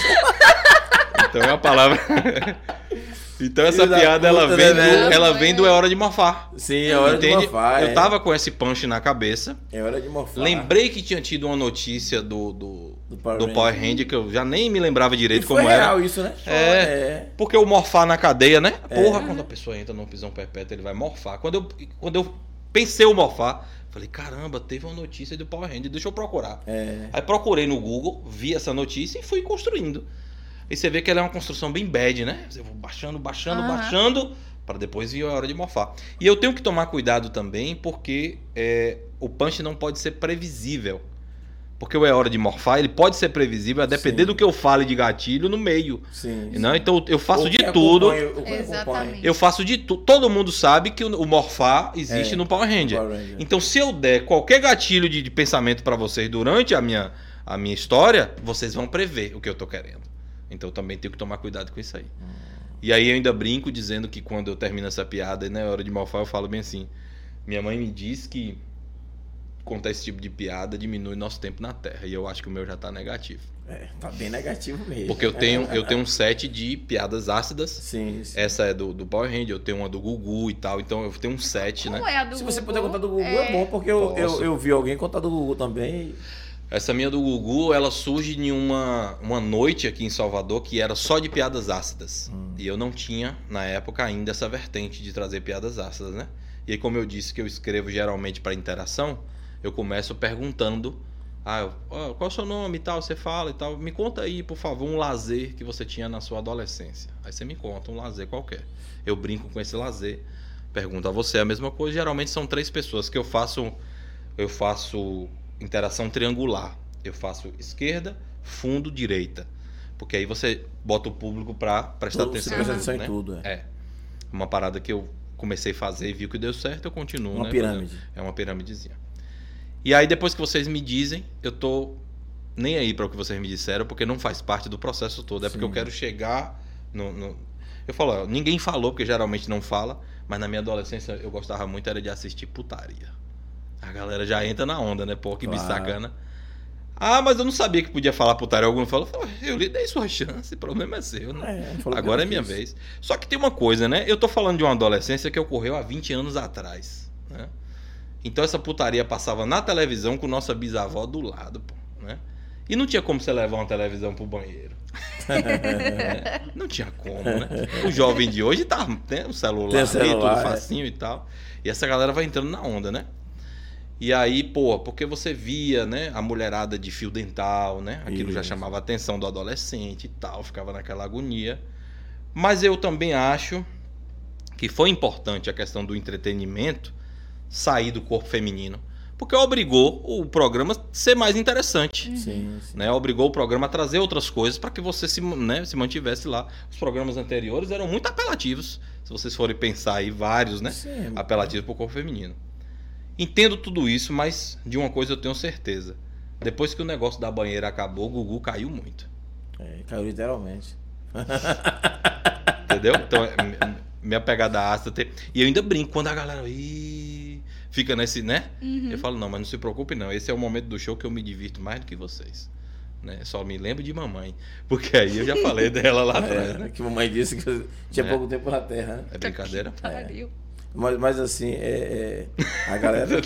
Speaker 3: Então é uma palavra. *laughs* então essa
Speaker 2: Filho da
Speaker 3: piada ela
Speaker 2: puta,
Speaker 3: vem,
Speaker 2: né,
Speaker 3: do,
Speaker 1: velho?
Speaker 3: ela vem do É Hora de Morfar.
Speaker 2: Sim, é hora
Speaker 3: Entende?
Speaker 2: de morfar.
Speaker 3: Eu
Speaker 2: é.
Speaker 3: tava com esse punch na cabeça.
Speaker 2: É hora de morfar.
Speaker 3: Lembrei que tinha tido uma notícia do, do,
Speaker 2: do Power
Speaker 3: do
Speaker 2: Ranger.
Speaker 3: Power Ranger que eu já nem me lembrava
Speaker 2: E
Speaker 3: direito
Speaker 2: foi
Speaker 3: como era.
Speaker 2: real isso, né?
Speaker 3: É.
Speaker 2: é.
Speaker 3: Porque o morfar na cadeia, né? Porra, quando a pessoa entra numa prisão perpétua, ele vai morfar. Quando eu, quando eu pensei o morfar, falei, caramba, teve uma notícia do Power Ranger, deixa eu procurar.
Speaker 2: É.
Speaker 3: Aí procurei no Google, vi essa notícia e fui construindo. E você vê que ela é uma construção bem bad, né? Você vai baixando, baixando,
Speaker 1: Aham.
Speaker 3: baixando, para depois vir a hora de morfar. E eu tenho que tomar cuidado também, porque é, o punch não pode ser previsível. Porque o é hora de morfar, ele pode ser previsível, a depender
Speaker 2: Sim.
Speaker 3: do que eu fale de gatilho no meio.
Speaker 2: Sim.
Speaker 3: Não? Então eu faço
Speaker 2: O que
Speaker 3: de
Speaker 2: acompanha,
Speaker 3: tudo.
Speaker 2: o que
Speaker 1: Exatamente.
Speaker 3: Eu faço de tudo. Todo mundo sabe que o o morfar existe
Speaker 2: É.
Speaker 3: no Power Ranger.
Speaker 2: acompanha o Power Ranger.
Speaker 3: Então, se eu der qualquer gatilho de, de pensamento pra vocês durante a minha, a minha história, vocês vão prever o que eu tô querendo. Então, eu também tenho que tomar cuidado com isso aí. E aí, eu ainda brinco dizendo que quando eu termino essa piada, né, hora de malfar, eu falo bem assim: minha mãe me diz que contar esse tipo de piada diminui nosso tempo na Terra. E eu acho que o meu já tá negativo.
Speaker 2: É, tá bem negativo mesmo. É,
Speaker 3: Porque eu tenho, eu tenho um set de piadas ácidas.
Speaker 2: Sim, sim.
Speaker 3: Essa é do, do Power Ranger, eu tenho uma do Gugu e tal. Então, eu tenho um set, né?
Speaker 1: Como é a do
Speaker 2: Se você
Speaker 1: Gugu?
Speaker 2: puder contar do Gugu, é, bom, porque eu, eu,
Speaker 3: Posso.
Speaker 2: eu vi alguém contar do Gugu também.
Speaker 3: Essa minha do Gugu, ela surge em uma, uma noite aqui em Salvador que era só de piadas ácidas.
Speaker 2: Hum.
Speaker 3: E eu não tinha, na época, ainda essa vertente de trazer piadas ácidas, né? E aí, como eu disse que eu escrevo geralmente para interação, eu começo perguntando: ah, eu- ó, qual é o seu nome e tal? Você fala e tal. Me conta aí, por favor, um lazer que você tinha na sua adolescência. Aí você me conta um lazer qualquer. Eu brinco com esse lazer, pergunto a você a mesma coisa. Geralmente são três pessoas que eu faço, eu faço interação triangular. Eu faço esquerda, fundo, direita. Porque aí você bota o público para prestar
Speaker 2: Tudo, você
Speaker 3: atenção.
Speaker 2: presta atenção
Speaker 3: né?
Speaker 2: em tudo. É.
Speaker 3: É. Uma parada que eu comecei a fazer e vi que deu certo, eu continuo.
Speaker 2: Uma
Speaker 3: né,
Speaker 2: pirâmide.
Speaker 3: fazendo. É uma pirâmidezinha. E aí, depois que vocês me dizem, eu tô nem aí para o que vocês me disseram, porque não faz parte do processo todo. É porque
Speaker 2: Sim.
Speaker 3: eu quero chegar no. no- Eu falo, ó, ninguém falou, porque geralmente não fala, mas na minha adolescência eu gostava muito era de assistir putaria. A galera já entra na onda, né? Pô, que bicho
Speaker 2: Claro.
Speaker 3: sacana. Ah, mas eu não sabia que podia falar putaria alguma. Fala, eu lhe dei sua chance, o problema é seu, né?
Speaker 2: É, falou que
Speaker 3: Agora
Speaker 2: era
Speaker 3: é minha
Speaker 2: isso.
Speaker 3: vez. Só que tem uma coisa, né? Eu tô falando de uma adolescência que ocorreu há 20 anos atrás. Né? Então essa putaria passava na televisão com nossa bisavó do lado, pô, né? E não tinha como você levar uma televisão pro banheiro. né? Não tinha como, né? O jovem de hoje tá, tem o celular,
Speaker 2: Tem o
Speaker 3: ali,
Speaker 2: celular,
Speaker 3: tudo
Speaker 2: é.
Speaker 3: facinho e tal. E essa galera vai entrando na onda, né? E aí, pô, porque você via, né, a mulherada de fio dental, né? Aquilo já
Speaker 2: Isso.
Speaker 3: chamava a atenção do adolescente e tal, ficava naquela agonia. Mas eu também acho que foi importante a questão do entretenimento sair do corpo feminino, porque obrigou o programa a ser mais interessante
Speaker 2: *laughs* Sim, sim.
Speaker 3: né, obrigou o programa a trazer outras coisas para que você se, né, se mantivesse lá. Os programas anteriores eram muito apelativos, se vocês forem pensar aí, vários, né?
Speaker 2: Sim.
Speaker 3: Apelativos para o corpo feminino. Entendo tudo isso, mas de uma coisa eu tenho certeza. Depois que o negócio da banheira acabou, o Gugu caiu muito.
Speaker 2: É, caiu literalmente.
Speaker 3: Entendeu? Então, é, m- m- minha pegada ácida. tem- E eu ainda brinco quando a galera. "Ih", Fica nesse, né? Eu falo, não, mas não se preocupe, não. Esse é o momento do show que eu me divirto mais do que vocês. Né? Só me lembro de mamãe. Porque aí eu já falei dela lá atrás, né?
Speaker 2: *laughs* É, que mamãe disse que tinha
Speaker 3: É.
Speaker 2: pouco tempo na Terra, né?
Speaker 3: É
Speaker 1: Tá
Speaker 3: brincadeira?
Speaker 1: Pariu.
Speaker 2: Mas, mas assim, é, é, a
Speaker 3: *laughs*
Speaker 2: galera.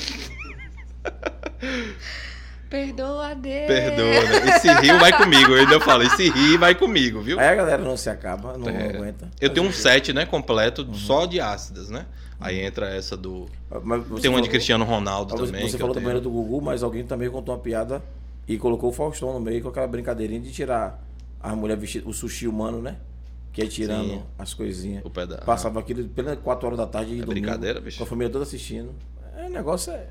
Speaker 1: Perdoa, Deus.
Speaker 3: Perdoa, né? E se rir, vai comigo. Eu ainda falo, e se rir, vai comigo, viu?
Speaker 2: aí a galera não se acaba, não,
Speaker 3: É.
Speaker 2: aguenta.
Speaker 3: Eu tenho um set, né, completo
Speaker 2: Uhum.
Speaker 3: só de ácidas, né? Aí entra essa do.
Speaker 2: Mas Uhum. você
Speaker 3: Tem um uma
Speaker 2: falou-
Speaker 3: de
Speaker 2: Ah,
Speaker 3: Cristiano Ronaldo
Speaker 2: Você,
Speaker 3: também. que eu
Speaker 2: falou da
Speaker 3: tenho.
Speaker 2: banheira do Gugu, mas alguém também contou uma piada e colocou o Faustão no meio com aquela brincadeirinha de tirar a mulher vestida, o sushi humano, né? Que é tirando
Speaker 3: Sim.
Speaker 2: as coisinhas.
Speaker 3: O pedaço.
Speaker 2: Passava aquilo pelas 4 horas da tarde e domingo.
Speaker 3: brincadeira, bicho?
Speaker 2: Com a família toda assistindo. É, o negócio é.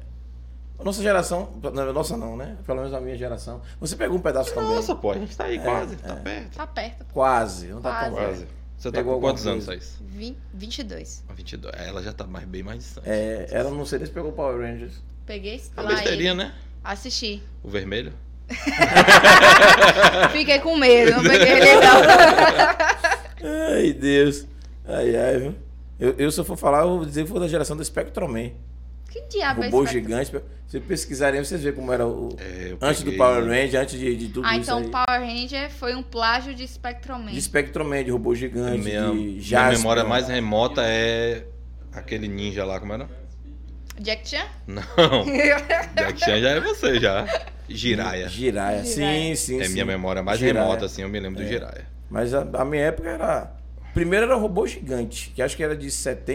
Speaker 2: A nossa geração, não, a nossa não, né? Pelo menos a minha geração. Você pegou um pedaço também. É,
Speaker 3: Nossa, pô, a gente tá aí quase, tá perto.
Speaker 1: Tá perto.
Speaker 2: Quase, não tá tão
Speaker 3: Quase.
Speaker 2: quase.
Speaker 3: Você tá
Speaker 2: Pegou
Speaker 3: com quantos
Speaker 2: alguma
Speaker 3: anos,
Speaker 2: coisa?
Speaker 3: Thaís?
Speaker 1: Vin- 22.
Speaker 3: 22. É, Ela já tá mais, bem mais distante.
Speaker 2: É, ela não sei nem se pegou o Power Rangers.
Speaker 1: Peguei
Speaker 3: É
Speaker 1: lá
Speaker 3: besteirinha,
Speaker 1: ele.
Speaker 3: né?
Speaker 1: Assisti.
Speaker 3: O vermelho?
Speaker 1: Fiquei com medo, não peguei ele
Speaker 2: *laughs*
Speaker 1: não.
Speaker 2: Ai, Deus. Ai, ai, viu? Eu, eu, se eu for falar, eu vou dizer que foi da geração do Spectrum Man.
Speaker 1: Que diabo é
Speaker 2: Robô
Speaker 1: esse cara?
Speaker 2: gigante. Se pesquisarem, vocês veem como era o.
Speaker 3: É, eu
Speaker 2: antes do
Speaker 3: peguei-
Speaker 2: Power Ranger, antes de, de tudo
Speaker 1: Ah,
Speaker 2: isso.
Speaker 1: então
Speaker 2: aí.
Speaker 1: Power Ranger foi um plágio de Spectrum Man.
Speaker 2: De Spectrum Man, de robô gigante,
Speaker 3: Minha,
Speaker 2: de
Speaker 3: minha
Speaker 2: Jasper.
Speaker 3: memória mais remota é aquele ninja lá, como era?
Speaker 1: Jack
Speaker 2: *laughs*
Speaker 1: Chan?
Speaker 3: *laughs* Não, Jack Chan já é você já. Jiraya.
Speaker 2: Jiraya.
Speaker 1: Jiraya.
Speaker 2: Sim, sim,
Speaker 3: É
Speaker 2: sim. É.
Speaker 3: minha memória mais
Speaker 2: Jiraya.
Speaker 3: remota, assim, eu me lembro do Jiraya.
Speaker 2: Mas a, a minha época era... Primeiro era robô gigante, que acho que era de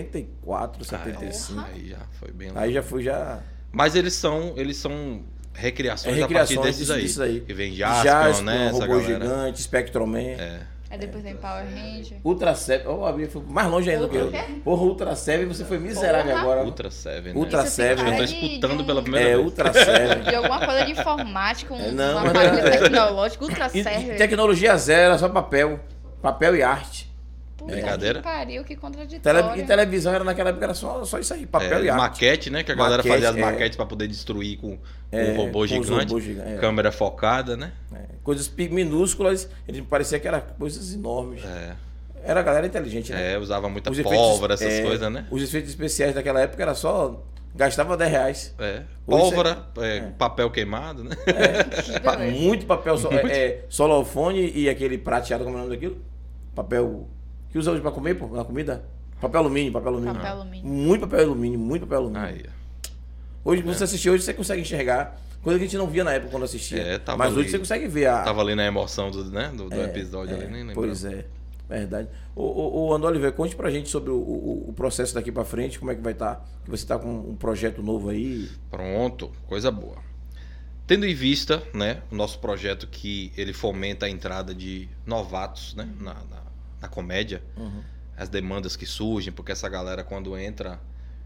Speaker 2: 74,
Speaker 3: Ah, é,
Speaker 2: 75.
Speaker 3: aí já foi bem
Speaker 2: Aí
Speaker 3: longe.
Speaker 2: já fui já...
Speaker 3: Mas eles são, eles são recriações,
Speaker 2: É,
Speaker 3: a
Speaker 2: recriações
Speaker 3: partir desses
Speaker 2: disso-
Speaker 3: aí.
Speaker 2: disso aí.
Speaker 3: Que vem Jaspion,
Speaker 2: Jasper, um
Speaker 3: né? Essa
Speaker 2: robô
Speaker 3: galera. É.
Speaker 2: gigante, Spectrum Man.
Speaker 1: Aí É, depois tem Power Ranger.
Speaker 2: Ultra Seven, oh, ó, abri, fui mais longe ainda do que eu.
Speaker 1: Ultra quê?
Speaker 2: Porra, Ultra Seven, você foi miserável
Speaker 1: Porra.
Speaker 2: agora.
Speaker 3: Ultra Seven.
Speaker 2: Ultra
Speaker 3: né?
Speaker 1: Isso tem
Speaker 2: Seven.
Speaker 1: cara
Speaker 3: Eu tô
Speaker 1: de- de
Speaker 3: escutando
Speaker 1: um-
Speaker 3: pela primeira
Speaker 2: É,
Speaker 3: vez.
Speaker 2: Ultra Seven.
Speaker 1: De alguma coisa de informática, um,
Speaker 2: É, não,
Speaker 1: um
Speaker 2: mas-
Speaker 1: aparelho
Speaker 2: *laughs*
Speaker 1: tecnológico, ultra
Speaker 2: E- e
Speaker 1: server.
Speaker 2: tecnologia zero, era só papel. Papel e arte.
Speaker 1: Puta
Speaker 3: Brincadeira.
Speaker 1: que pariu, que
Speaker 2: Tele-
Speaker 1: contraditório.
Speaker 2: e televisão era naquela época, era só, só isso aí, papel
Speaker 3: É,
Speaker 2: e arte.
Speaker 3: maquete, né? Que a galera
Speaker 2: Maquete,
Speaker 3: fazia as
Speaker 2: é.
Speaker 3: maquetes pra poder destruir com com o
Speaker 2: É, com
Speaker 3: robô
Speaker 2: os
Speaker 3: gigante.
Speaker 2: robôs gigantes, é.
Speaker 3: Câmera focada, né?
Speaker 2: É, Coisas pi- minúsculas, ele parecia que eram coisas enormes.
Speaker 3: É.
Speaker 2: Era a galera inteligente, né?
Speaker 3: É, usava muita
Speaker 2: Os efeitos-
Speaker 3: pólvora, essas
Speaker 2: é,
Speaker 3: coisas, né?
Speaker 2: Os efeitos especiais daquela época era só. Gastava 10 reais.
Speaker 3: É. Pólvora, é, papel queimado, né?
Speaker 1: Que
Speaker 2: Pa-
Speaker 1: beleza.
Speaker 2: muito papel so- é, é, solofone e aquele prateado, como é o nome daquilo? Papel. Que usa hoje pra comer, pô, na comida? Papel alumínio, papel alumínio.
Speaker 1: Papel alumínio.
Speaker 2: Muito papel alumínio, muito papel alumínio.
Speaker 3: Aí, É.
Speaker 2: Hoje você assistiu, hoje você consegue enxergar. Coisa que a gente não via na época quando assistia.
Speaker 3: É, tava
Speaker 2: Mas hoje
Speaker 3: ali-
Speaker 2: você consegue ver a,
Speaker 3: *laughs* tava ali na emoção do, né, do, do episódio ali, né, nem lembro.
Speaker 2: Pois é, verdade. O, o, o André Oliveira, conte pra gente sobre o, o- o processo daqui pra frente, como é que vai estar, que você tá com um projeto novo aí.
Speaker 3: Pronto, coisa boa. Tendo em vista, né, o nosso projeto que ele fomenta a entrada de novatos, né, na, na, na comédia, as demandas que surgem, porque essa galera quando entra,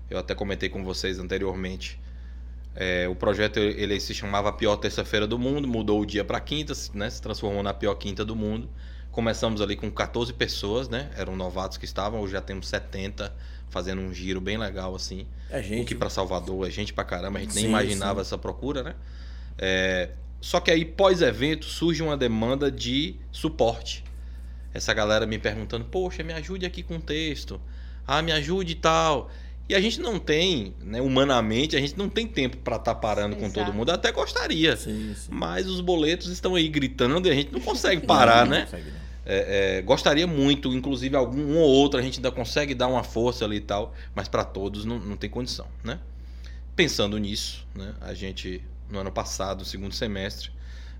Speaker 3: eu até comentei com vocês anteriormente, é, o projeto ele ele se chamava Pior Terça-feira do Mundo, mudou o dia para quinta, né, se transformou na Pior Quinta do Mundo. Começamos ali com 14 pessoas, né, eram novatos que estavam, hoje já temos 70, fazendo um giro bem legal assim.
Speaker 2: É
Speaker 3: O que
Speaker 2: gente.
Speaker 3: pra Salvador é gente pra caramba, a gente nem
Speaker 2: Sim,
Speaker 3: imaginava
Speaker 2: sim.
Speaker 3: essa procura, né? É, só que aí, pós-evento, surge uma demanda de suporte. Essa galera me perguntando, poxa, me ajude aqui com o texto. Ah, me ajude e tal. E a gente não tem, né, humanamente, a gente não tem tempo pra estar parando com todo
Speaker 1: Exato.
Speaker 3: mundo. Até gostaria.
Speaker 2: Sim, sim.
Speaker 3: Mas os boletos estão aí gritando e a gente não
Speaker 2: *laughs*
Speaker 3: consegue parar,
Speaker 2: Não,
Speaker 3: né?
Speaker 2: não consegue, não.
Speaker 3: É, gostaria muito, inclusive algum um ou outro a gente ainda consegue dar uma força ali e tal, mas para todos não, não tem condição, né? Pensando nisso, né, a gente no ano passado, no segundo semestre,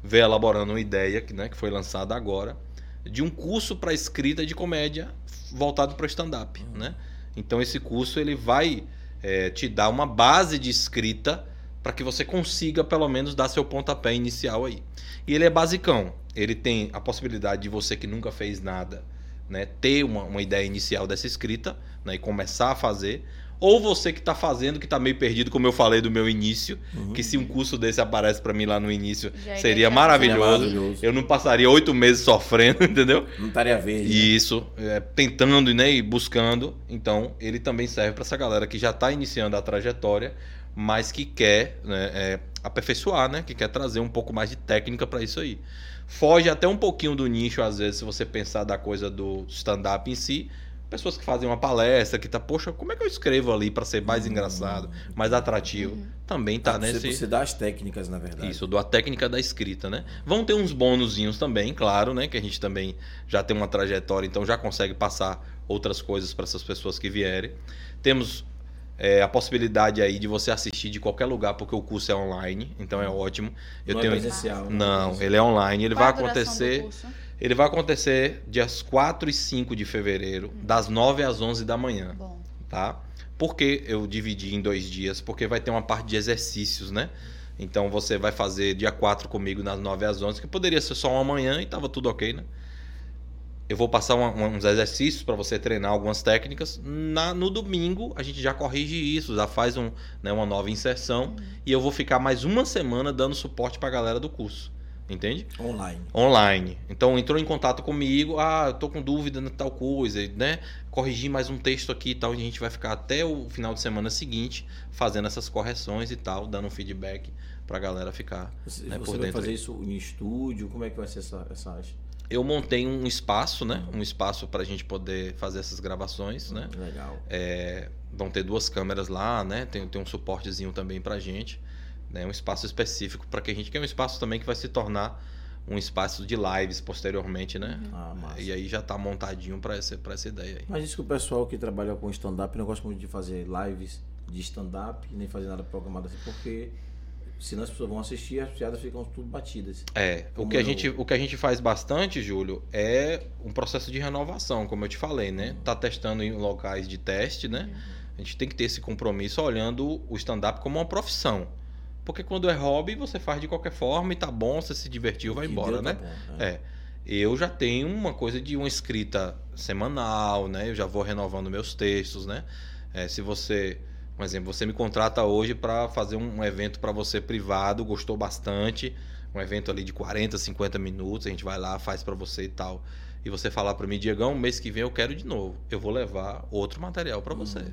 Speaker 3: veio elaborando uma ideia que, né, que foi lançada agora de um curso para escrita de comédia voltado para o stand-up, né? Então esse curso ele vai é, te dar uma base de escrita para que você consiga pelo menos dar seu pontapé inicial aí. E ele é basicão. Ele tem a possibilidade de você que nunca fez nada, né, ter uma, uma ideia inicial dessa escrita, né, e começar a fazer. Ou você que está fazendo, que está meio perdido, como eu falei do meu início,
Speaker 2: Uhum.
Speaker 3: que se um curso desse aparece para mim lá no início,
Speaker 1: Já iria
Speaker 3: seria
Speaker 1: te
Speaker 3: maravilhoso.
Speaker 2: é Maravilhoso.
Speaker 3: Eu não passaria oito meses sofrendo, *laughs* entendeu?
Speaker 2: Não estaria verde. né?
Speaker 3: Isso, é, tentando né, e buscando. Então, ele também serve para essa galera que já está iniciando a trajetória, mas que quer né, é, aperfeiçoar, né? Que quer trazer um pouco mais de técnica para isso aí. Foge até um pouquinho do nicho, às vezes, se você pensar da coisa do stand-up em si. Pessoas que fazem uma palestra, que tá, poxa, como é que eu escrevo ali para ser mais engraçado, mais atrativo? Também tá
Speaker 2: Hum. você,
Speaker 3: nesse.
Speaker 2: você dá as técnicas, na verdade.
Speaker 3: Isso, do a técnica da escrita, né? Vão ter uns bônusinhos também, claro, né? Que a gente também já tem uma trajetória, então já consegue passar outras coisas para essas pessoas que vierem. Temos é, a possibilidade aí de você assistir de qualquer lugar, porque o curso é online, então é ótimo. Eu
Speaker 2: não
Speaker 3: tenho...
Speaker 2: é presencial. né?
Speaker 3: Não, ele é online, ele
Speaker 1: Qual a
Speaker 3: vai
Speaker 1: duração do
Speaker 3: acontecer.
Speaker 1: curso?
Speaker 3: Ele vai acontecer dias 4 e 5 de fevereiro, das 9 às 11 da manhã
Speaker 1: Bom,
Speaker 3: tá? Por que eu dividi em dois dias? Porque vai ter uma parte de exercícios, né? Então você vai fazer dia 4 comigo nas 9 às 11, que poderia ser só uma manhã e tava tudo ok, né? Eu vou passar uma- uma- uns exercícios para você treinar algumas técnicas. Na- no domingo a gente já corrige isso, já faz um, né, uma nova inserção e eu vou ficar mais uma semana dando suporte para a galera do curso, entende?
Speaker 2: Online.
Speaker 3: online. Então entrou em contato comigo, ah, eu tô com dúvida em tal coisa, né? Corrigir mais um texto aqui e tal, e a gente vai ficar até o final de semana seguinte fazendo essas correções e tal, dando um feedback pra galera ficar.
Speaker 2: Você,
Speaker 3: É, por
Speaker 2: você vai
Speaker 3: dentro
Speaker 2: fazer
Speaker 3: aí.
Speaker 2: isso em estúdio? Como é que vai ser essa. essa...
Speaker 3: eu montei um espaço, né? Um espaço para a gente poder fazer essas gravações, né?
Speaker 2: Legal.
Speaker 3: É, vão ter duas câmeras lá, né? Tem, tem um suportezinho também pra gente, né? Um espaço específico para que a gente que é um espaço também que vai se tornar um espaço de lives posteriormente, né?
Speaker 2: Ah, massa.
Speaker 3: E aí já tá montadinho pra essa, pra essa ideia aí.
Speaker 2: Mas diz que o pessoal que trabalha com stand-up não gosta muito de fazer lives de stand-up, nem fazer nada programado assim, porque senão as pessoas vão assistir e as piadas ficam tudo batidas.
Speaker 3: É, o
Speaker 2: Como
Speaker 3: que, a
Speaker 2: eu-
Speaker 3: gente, o que a gente faz bastante, Júlio, é um processo de renovação, como eu te falei, né? Tá testando em locais de teste, né? A gente tem que ter esse compromisso olhando o stand-up como uma profissão. Porque quando é hobby, você faz de qualquer forma e tá bom, você se divertiu, vai
Speaker 2: Que
Speaker 3: embora,
Speaker 2: deu,
Speaker 3: né?
Speaker 2: tá bom,
Speaker 3: É. Eu já tenho uma coisa de uma escrita semanal, né? Eu já vou renovando meus textos, né? É, se você, por exemplo, você me contrata hoje para fazer um, um evento para você privado, gostou bastante, um evento ali de 40, 50 minutos, a gente vai lá, faz para você e tal. E você falar para mim, Diegão, mês que vem eu quero de novo. Eu vou levar outro material para você.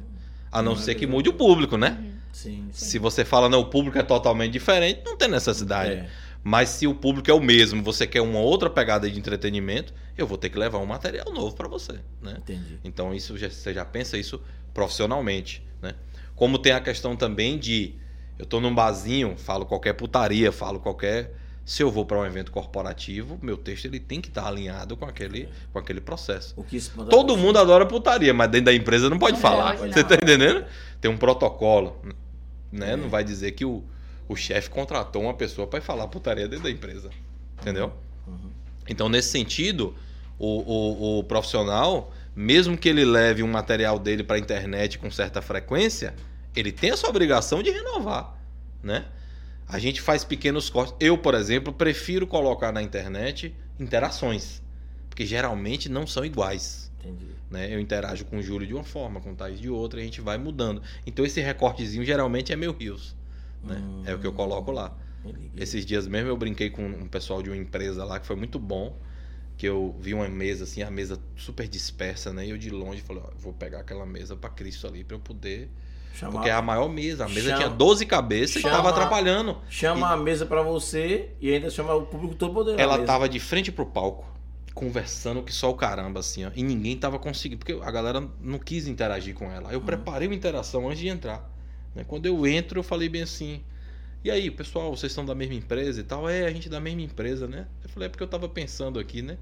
Speaker 3: A não ser que mude o público, né?
Speaker 1: Uhum.
Speaker 2: Sim, Hum, sim.
Speaker 3: Se você fala, não, o público é totalmente diferente, não tem necessidade.
Speaker 2: É.
Speaker 3: Mas se o público é o mesmo, você quer uma outra pegada de entretenimento, eu vou ter que levar um material novo para você, né?
Speaker 2: É, Entendi.
Speaker 3: Então isso já- você já pensa isso profissionalmente, né? Como tem a questão também de eu tô num barzinho, falo qualquer putaria, falo qualquer se eu vou para um evento corporativo, meu texto ele tem que estar alinhado com aquele, com aquele processo.
Speaker 2: O que espanta-
Speaker 3: Todo mundo adora putaria, mas dentro da empresa não pode
Speaker 1: Não
Speaker 3: falar.
Speaker 1: pode,
Speaker 3: Você
Speaker 1: não.
Speaker 3: tá entendendo? Tem um protocolo, né?
Speaker 2: É.
Speaker 3: Não vai dizer que o, o chefe contratou uma pessoa para falar putaria dentro da empresa. Entendeu?
Speaker 2: Uhum.
Speaker 3: Então, nesse sentido, o, o, o profissional, mesmo que ele leve um material dele para a internet com certa frequência, ele tem essa obrigação de renovar, né? A gente faz pequenos cortes. Eu, por exemplo, prefiro colocar na internet interações, porque geralmente não são iguais
Speaker 2: Entendi.
Speaker 3: né? Eu interajo com o Júlio de uma forma, com o Thaís de outra, e a gente vai mudando. Então esse recortezinho geralmente é meu rios, né?
Speaker 2: Hum.
Speaker 3: É o que eu coloco lá.
Speaker 2: Me liguei.
Speaker 3: Esses dias mesmo eu brinquei com um pessoal de uma empresa lá que foi muito bom, que eu vi uma mesa assim, a mesa super dispersa, né? E eu de longe falei, ó, vou pegar aquela mesa pra Cristo ali pra eu poder,
Speaker 2: Chama,
Speaker 3: porque é a maior mesa, a mesa
Speaker 2: Chama-
Speaker 3: tinha 12 cabeças
Speaker 2: Chama-
Speaker 3: e tava atrapalhando.
Speaker 2: chama a mesa pra você e ainda chama o público todo poderoso.
Speaker 3: Ela tava de frente pro palco, conversando que só o caramba, assim, ó. E ninguém tava conseguindo, porque a galera não quis interagir com ela. Eu
Speaker 2: Uhum.
Speaker 3: preparei uma interação antes de entrar. né? Quando eu entro, eu falei bem assim. E aí, pessoal, vocês são da mesma empresa e tal? É, a gente é da mesma empresa, né? Eu falei, é porque eu tava pensando aqui, né?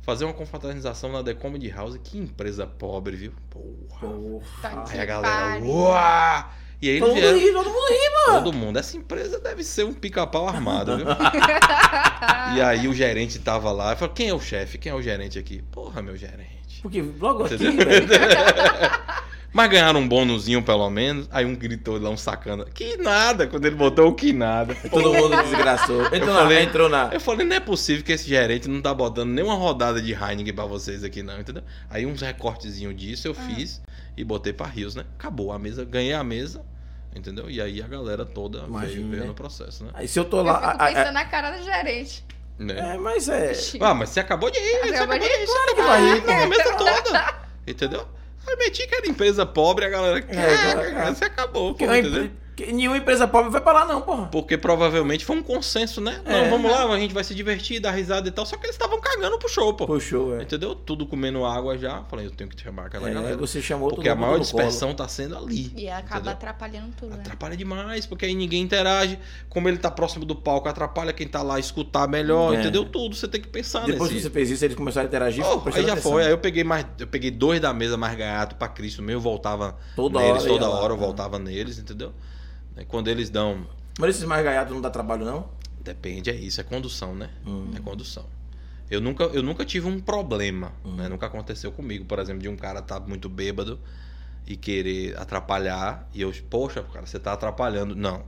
Speaker 3: Fazer uma confraternização na The Comedy House, que empresa pobre, viu? Porra.
Speaker 1: Tá
Speaker 3: Aí
Speaker 1: aqui.
Speaker 3: a galera,
Speaker 1: pariu.
Speaker 3: uau! E aí eles
Speaker 2: Todo mundo
Speaker 3: vieram,
Speaker 2: ri, todo mundo ri.
Speaker 3: todo mundo. Essa empresa deve ser um pica-pau armado, viu?
Speaker 1: Ah,
Speaker 3: E aí o gerente tava lá e falou: quem é o chefe? Quem é o gerente aqui? Porra, meu gerente.
Speaker 2: Porque logo aqui,
Speaker 3: Entendeu?
Speaker 2: velho.
Speaker 3: Mas ganharam um bônusinho, pelo menos. Aí um gritou lá, um sacana. Que nada! Quando ele botou o que nada.
Speaker 2: Todo
Speaker 3: *laughs*
Speaker 2: mundo desgraçou. Entrou na,
Speaker 3: falei-
Speaker 2: entrou na.
Speaker 3: Eu falei, não é possível que esse gerente não tá botando nenhuma rodada de Heineken pra vocês aqui, não, entendeu? Aí uns recortezinhos disso eu fiz e botei pra Rios, né? Acabou a mesa, ganhei a mesa, entendeu? E aí a galera toda veio,
Speaker 2: Imagina,
Speaker 3: veio
Speaker 2: né?
Speaker 3: no processo, né?
Speaker 2: Aí se eu tô
Speaker 1: Eu
Speaker 2: lá.
Speaker 1: fico
Speaker 2: a- a-
Speaker 1: pensando na cara do gerente.
Speaker 3: Né?
Speaker 2: É, mas é. *laughs*
Speaker 3: Ah, mas você acabou de ir, você acabou de ir.
Speaker 2: Claro que vai rir,
Speaker 3: a
Speaker 1: *laughs*
Speaker 3: mesa toda. Entendeu? Aí meti que era empresa pobre, a galera.
Speaker 2: agora-
Speaker 3: Caraca, você acabou, pô,
Speaker 2: Porque uma
Speaker 3: entendeu?
Speaker 2: empre- É, que nenhuma empresa pobre vai pra lá, não, porra.
Speaker 3: Porque provavelmente foi um consenso, né?
Speaker 2: É.
Speaker 3: Não, vamos lá, a gente vai se divertir, dar risada e tal. Só que eles estavam cagando pro show, pô.
Speaker 2: Puxou, é.
Speaker 3: Entendeu? Tudo comendo água já. Falei, eu tenho que te chamar aquela
Speaker 2: é.
Speaker 3: galera.
Speaker 2: Você chamou
Speaker 3: Porque
Speaker 2: todo
Speaker 3: a
Speaker 2: mundo
Speaker 3: maior
Speaker 2: no colo.
Speaker 3: dispersão tá sendo ali.
Speaker 1: E acaba
Speaker 3: entendeu?
Speaker 1: atrapalhando tudo, né?
Speaker 3: Atrapalha demais, porque aí ninguém interage. Como ele tá próximo do palco, atrapalha quem tá lá escutar melhor,
Speaker 2: É.
Speaker 3: entendeu? Tudo, você tem que pensar
Speaker 2: Depois que
Speaker 3: nesse...
Speaker 2: você fez isso, eles começaram a interagir. ficou
Speaker 3: Oh, é aí
Speaker 2: prestando
Speaker 3: já
Speaker 2: atenção.
Speaker 3: foi, aí eu peguei mais, eu peguei dois da mesa mais gaiato pra Cristo meu, eu voltava
Speaker 2: Toda
Speaker 3: neles,
Speaker 2: hora.
Speaker 3: toda
Speaker 2: ia lá,
Speaker 3: hora eu
Speaker 2: né?
Speaker 3: voltava neles, entendeu? Né, Quando eles dão,
Speaker 2: Mas esses mais gaiatos não dá trabalho, não?
Speaker 3: depende, é isso, é condução, né? É condução. Eu nunca, eu nunca tive um problema,
Speaker 2: Hum.
Speaker 3: né? Nunca aconteceu comigo, por exemplo, de um cara tá muito bêbado e querer atrapalhar e eu, poxa, cara, você tá atrapalhando. Não.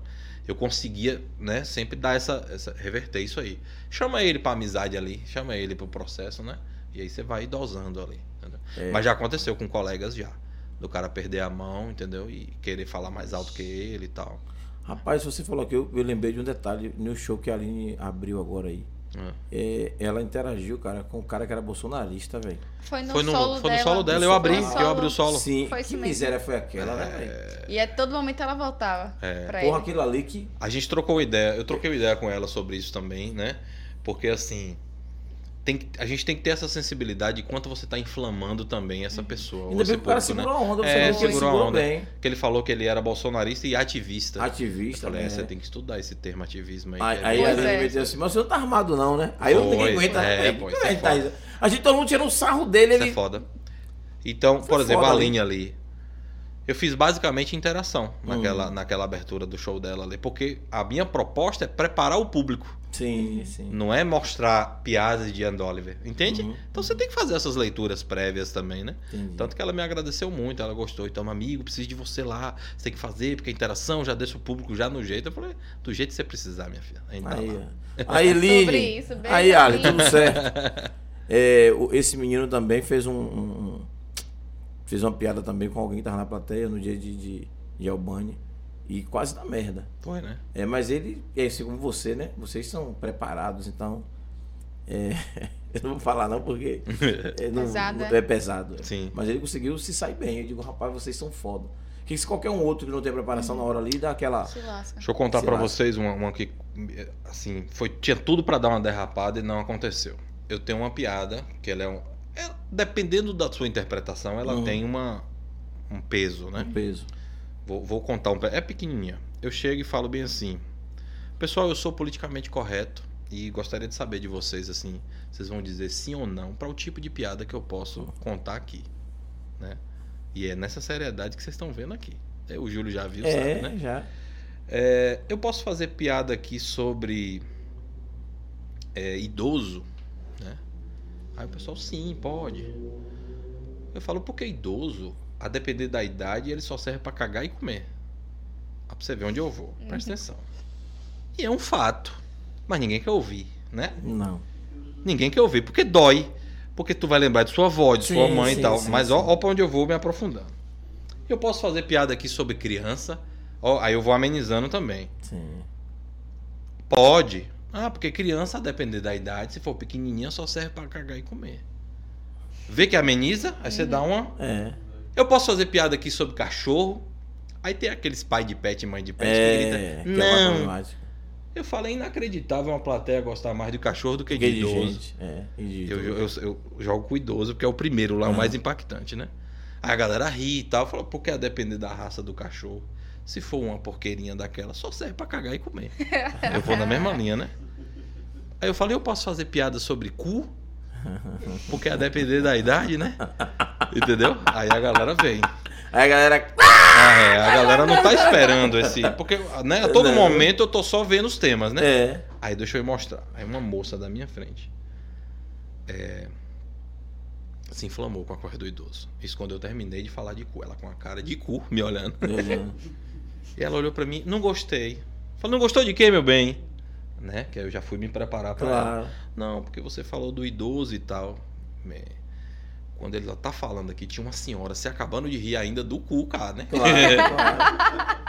Speaker 3: Eu conseguia, né, sempre dar essa, essa reverter isso aí. Chama ele pra amizade ali, chama ele pro processo, né? E aí você vai dosando ali, entendeu?
Speaker 2: É.
Speaker 3: Mas já aconteceu com colegas já. Do cara perder a mão, entendeu? E querer falar mais alto que ele e tal.
Speaker 2: Rapaz, você falou que eu, eu lembrei de um detalhe no show que a Aline abriu agora aí.
Speaker 3: É.
Speaker 2: É, ela interagiu, cara, com o cara que era bolsonarista, velho.
Speaker 1: Foi no,
Speaker 3: Foi no,
Speaker 1: solo,
Speaker 3: foi no
Speaker 1: dela.
Speaker 3: solo dela, eu
Speaker 1: Foi
Speaker 3: abri,
Speaker 1: no
Speaker 3: eu abri o solo.
Speaker 2: Sim,
Speaker 1: Foi
Speaker 2: que
Speaker 1: isso mesmo.
Speaker 2: miséria foi aquela, né, velho?
Speaker 1: E a todo momento ela voltava
Speaker 3: É.
Speaker 1: pra
Speaker 2: Porra,
Speaker 1: ele.
Speaker 2: aquilo ali que.
Speaker 3: A gente trocou ideia, eu troquei ideia com ela sobre isso também, né? Porque assim, tem que- a gente tem que ter essa sensibilidade de quanto você está inflamando também
Speaker 2: Uhum.
Speaker 3: essa pessoa. ou
Speaker 2: Ainda
Speaker 3: esse
Speaker 2: bem que o cara
Speaker 3: público, né?
Speaker 2: segurou a onda, você
Speaker 3: É,
Speaker 2: viu que ele
Speaker 3: segurou a
Speaker 2: segurou
Speaker 3: onda.
Speaker 2: bem.
Speaker 3: Que ele falou que ele era bolsonarista e ativista. Eu
Speaker 2: Ativista,
Speaker 3: falei,
Speaker 2: né?
Speaker 3: é, você tem que estudar esse termo ativismo aí.
Speaker 2: Aí,
Speaker 3: que é
Speaker 2: aí
Speaker 3: bem-
Speaker 1: Pois
Speaker 2: a gente
Speaker 1: é.
Speaker 2: meteu assim, mas você não tá armado não, né? Aí eu
Speaker 3: Pois,
Speaker 2: ninguém aguenta.
Speaker 3: é,
Speaker 2: aí,
Speaker 3: pois,
Speaker 2: como
Speaker 3: isso é
Speaker 2: que tá
Speaker 3: foda.
Speaker 2: isso? A gente todo mundo tira um sarro dele,
Speaker 3: Isso é
Speaker 2: ele.
Speaker 3: foda. Então,
Speaker 2: Isso é
Speaker 3: por exemplo,
Speaker 2: foda,
Speaker 3: a Aline ali. Eu fiz basicamente interação naquela,
Speaker 2: Uhum.
Speaker 3: naquela abertura do show dela ali. Porque a minha proposta é preparar o público.
Speaker 2: Sim, sim.
Speaker 3: Não é mostrar piadas de Andy Oliver. Entende?
Speaker 2: Uhum.
Speaker 3: Então você tem que fazer essas leituras prévias também, né?
Speaker 2: Entendi.
Speaker 3: Tanto que ela me agradeceu muito, ela gostou. Então, amigo, preciso de você lá. Você tem que fazer, porque a interação já deixa o público já no jeito. Eu falei, do jeito que você precisar, minha filha. A gente tá
Speaker 2: Aí,
Speaker 3: lá.
Speaker 2: ó. aí
Speaker 1: Sobre
Speaker 2: Lili.
Speaker 1: isso, bem
Speaker 2: Aí, Ali,
Speaker 1: assim.
Speaker 2: tudo
Speaker 3: *laughs*
Speaker 2: certo. É, o- esse menino também fez um, um- um- Fez uma piada também com alguém que tava na plateia no dia de, de, de Albany. E quase da merda.
Speaker 3: Foi, né?
Speaker 2: É, mas ele, é assim como você, né? Vocês são preparados, então. é, *laughs* eu não vou falar não, porque. É, não-
Speaker 1: Pesado,
Speaker 2: não-
Speaker 1: é?
Speaker 2: é pesado.
Speaker 3: Sim.
Speaker 2: Mas ele conseguiu se sair bem. Eu digo, rapaz, vocês são foda. Que se qualquer um outro que não tem preparação na hora ali, dá aquela.
Speaker 1: Se lasca.
Speaker 3: Deixa eu contar
Speaker 2: Se
Speaker 3: pra
Speaker 2: lasca.
Speaker 3: vocês uma, uma que assim, foi tinha tudo pra dar uma derrapada e não aconteceu. Eu tenho uma piada que ela é um ela- dependendo da sua interpretação, ela
Speaker 2: Uhum.
Speaker 3: tem uma um peso, né?
Speaker 2: Um peso.
Speaker 3: Vou, vou contar um. pe- É pequenininha. Eu chego e falo bem assim: Pessoal, eu sou politicamente correto e gostaria de saber de vocês, assim, vocês vão dizer sim ou não para o tipo de piada que eu posso contar aqui, né? E é nessa seriedade que vocês estão vendo aqui. É, O Júlio já viu,
Speaker 2: é,
Speaker 3: sabe, né?
Speaker 2: já.
Speaker 3: É, eu posso fazer piada aqui sobre é, idoso, né? Aí o pessoal, sim, pode. Eu falo, porque idoso, a depender da idade, ele só serve pra cagar e comer. Aí pra você ver onde eu vou, presta
Speaker 2: Uhum.
Speaker 3: atenção. E é um fato, mas ninguém quer ouvir, né?
Speaker 2: Não.
Speaker 3: Ninguém quer ouvir, porque dói. Porque tu vai lembrar de sua avó, de sua
Speaker 2: Sim,
Speaker 3: mãe
Speaker 2: sim,
Speaker 3: e tal.
Speaker 2: sim,
Speaker 3: Mas
Speaker 2: sim.
Speaker 3: ó, ó pra onde eu vou me aprofundando. Eu posso fazer piada aqui sobre criança, ó, aí eu vou amenizando também.
Speaker 2: Sim.
Speaker 3: Pode. Ah, porque criança, a depender da idade, se for pequenininha, só serve pra cagar e comer. Vê que ameniza, aí você dá uma.
Speaker 2: É.
Speaker 3: Eu posso fazer piada aqui sobre cachorro. Aí tem aqueles pai de pet e mãe de pet
Speaker 2: É.
Speaker 3: que grita.
Speaker 2: que é uma
Speaker 3: Não.
Speaker 2: problemática.
Speaker 3: eu falei inacreditável uma plateia gostar mais de cachorro do que de
Speaker 2: Que de
Speaker 3: idoso.
Speaker 2: gente. É. e de
Speaker 3: Eu, eu,
Speaker 2: idoso.
Speaker 3: eu- eu jogo com idoso, porque é o primeiro lá, o
Speaker 2: Aham.
Speaker 3: mais impactante, né? Aí a galera ri e tal, fala, porque a depender da raça do cachorro, se for uma porqueirinha daquela, só serve pra cagar e comer. eu vou na mesma linha, né? Aí eu falei, eu posso fazer piada sobre cu? Porque a depender da idade, né? Entendeu? Aí a galera vem.
Speaker 2: Aí a galera.
Speaker 3: Ah, é, a galera não tá esperando esse. Porque né, a todo
Speaker 2: Não.
Speaker 3: momento eu tô só vendo os temas, *laughs* né?
Speaker 2: É.
Speaker 3: Aí deixa eu mostrar. Aí uma moça da minha frente é, se inflamou com a corda do idoso. Isso quando eu terminei de falar de cu. Ela com a cara de cu, me olhando.
Speaker 2: é.
Speaker 3: E ela olhou pra mim, não gostei. Falou, não gostou de quê, meu bem? Né? Que aí eu já fui me preparar pra ela.
Speaker 2: Claro.
Speaker 3: Não, porque você falou do idoso e tal. Me- Quando ele tá falando aqui, tinha uma senhora se acabando de rir ainda do cu, cara, né? *laughs*
Speaker 2: Claro. claro.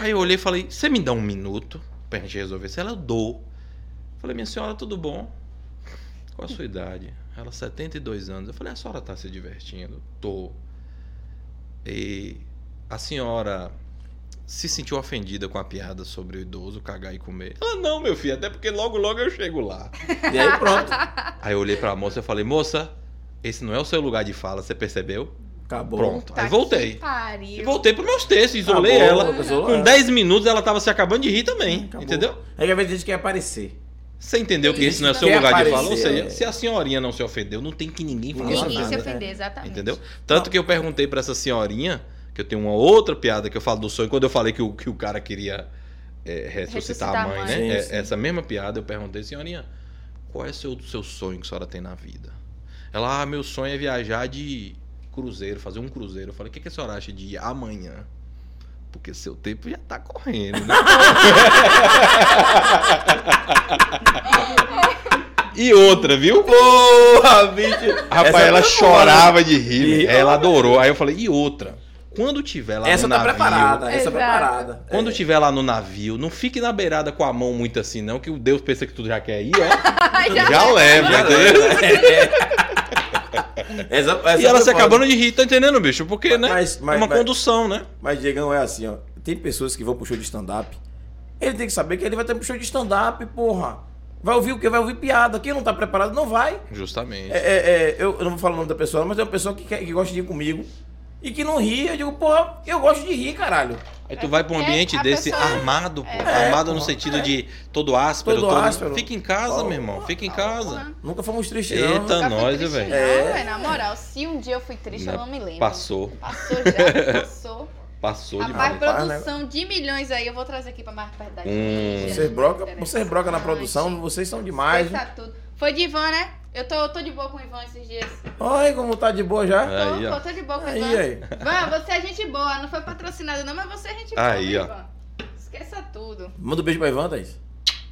Speaker 3: Aí eu olhei e falei, você me dá um minuto pra gente resolver isso? Ela, eu dou. Falei, minha senhora, tudo bom? Qual a sua idade? Ela, 72 anos. Eu falei, a senhora tá se divertindo? Tô. E a senhora se sentiu ofendida com a piada sobre o idoso cagar e comer? Ela, não, meu filho, até porque logo, logo eu chego lá.
Speaker 2: E aí pronto.
Speaker 3: Aí eu olhei pra moça e falei, moça, esse não é o seu lugar de fala, você percebeu?
Speaker 2: Acabou.
Speaker 3: Pronto.
Speaker 1: Tá
Speaker 3: Aí voltei.
Speaker 1: que pariu.
Speaker 3: E voltei pros meus textos, isolei
Speaker 2: Acabou,
Speaker 3: ela.
Speaker 2: pessoal.
Speaker 3: Com 10 minutos ela tava se acabando de rir também,
Speaker 2: É. Acabou.
Speaker 3: entendeu?
Speaker 2: Aí que às vezes a gente quer aparecer.
Speaker 3: Você entendeu que
Speaker 1: Isso,
Speaker 3: esse não é
Speaker 1: né?
Speaker 3: seu
Speaker 2: Quer
Speaker 3: lugar de
Speaker 2: aparecer,
Speaker 3: fala? Ou seja,
Speaker 2: é.
Speaker 3: se a senhorinha não se ofendeu, não tem que ninguém falar
Speaker 2: Ninguém
Speaker 1: Ninguém
Speaker 3: nada.
Speaker 1: se
Speaker 2: né?
Speaker 1: ofender, exatamente.
Speaker 3: Entendeu? Tanto que eu perguntei pra essa senhorinha, que eu tenho uma outra piada que eu falo do sonho, quando eu falei que o, que o cara queria é, ressuscitar, a mãe, né?
Speaker 2: Sim,
Speaker 3: É,
Speaker 2: sim.
Speaker 3: Essa mesma piada eu perguntei, senhorinha, qual é o seu, seu sonho que a senhora tem na vida? Ela, ah, meu sonho é viajar de cruzeiro, fazer um cruzeiro. Eu falei, o que, que a senhora acha de ir amanhã? Porque seu tempo já tá correndo, *laughs* né? e outra, viu?
Speaker 2: Porra, bicho!
Speaker 3: Rapaz,
Speaker 2: Essa
Speaker 3: ela
Speaker 2: tá
Speaker 3: chorava de rir,
Speaker 2: E-
Speaker 3: velho. ela adorou. Aí eu falei, e outra? Quando tiver lá
Speaker 2: Essa
Speaker 3: no
Speaker 2: tá
Speaker 3: navio.
Speaker 2: preparada, essa
Speaker 1: Exato.
Speaker 2: é preparada.
Speaker 3: Quando tiver lá no navio, não fique na beirada com a mão muito assim, não, que o Deus pensa que tu já quer ir, ó.
Speaker 1: Ai, *laughs* já-
Speaker 3: já leva, entendeu?
Speaker 2: É. *laughs* Essa- essa
Speaker 3: né? E ela se
Speaker 2: preparada.
Speaker 3: acabando de rir, tá entendendo, bicho? Porque, né?
Speaker 2: Mas- mas-
Speaker 3: é uma
Speaker 2: mas-
Speaker 3: condução, né?
Speaker 2: Mas, Diegão, é assim, ó. Tem pessoas que vão pro show de stand-up. Ele tem que saber que ele vai ter pro show de stand-up, porra. Vai ouvir o quê? Vai ouvir piada. Quem não tá preparado não vai.
Speaker 3: Justamente.
Speaker 2: É, é, é, eu, eu não vou falar o nome da pessoa, mas é uma pessoa que, quer- que gosta de ir comigo e que não ri. Eu digo, porra, eu gosto de rir, caralho.
Speaker 3: Aí tu vai pra um
Speaker 1: É,
Speaker 3: ambiente
Speaker 1: a
Speaker 3: desse
Speaker 1: pessoa-
Speaker 3: armado, pô.
Speaker 2: É,
Speaker 3: armado no
Speaker 2: pô,
Speaker 3: sentido
Speaker 2: é.
Speaker 3: de todo áspero.
Speaker 2: Todo
Speaker 3: todo-
Speaker 2: áspero.
Speaker 3: Fica em casa,
Speaker 2: Fala,
Speaker 3: meu irmão. Fica em casa.
Speaker 2: Nunca fomos tristes, não.
Speaker 3: Eita,
Speaker 1: Nunca fui
Speaker 3: nós,
Speaker 1: triste,
Speaker 3: velho. Né?
Speaker 1: Não,
Speaker 2: É.
Speaker 1: velho, na moral, se um dia eu fui triste, eu não me lembro.
Speaker 3: Passou.
Speaker 1: Passou
Speaker 3: *laughs*
Speaker 1: já, passou.
Speaker 3: Passou
Speaker 1: Rapaz,
Speaker 3: demais.
Speaker 2: demais.
Speaker 1: produção de milhões aí, eu vou trazer aqui pra mais perto da
Speaker 3: Hum.
Speaker 1: gente.
Speaker 2: Vocês broca, vocês broca na produção,
Speaker 1: Interessante.
Speaker 2: vocês são demais.
Speaker 1: Pensa tudo. Foi de Ivan, né? Eu tô, eu tô de boa com o Ivan esses dias.
Speaker 2: Olha como tá de boa já.
Speaker 3: É. Aí,
Speaker 1: tô,
Speaker 3: ó.
Speaker 1: tô, tô de boa com o
Speaker 2: Aí,
Speaker 1: Ivan.
Speaker 2: aí.
Speaker 1: Van, você é gente boa. Não foi patrocinado não, mas você é gente boa,
Speaker 3: Aí,
Speaker 1: viu,
Speaker 3: ó.
Speaker 1: Ivan. Esqueça tudo.
Speaker 2: Manda um beijo pra Ivan, Thaís.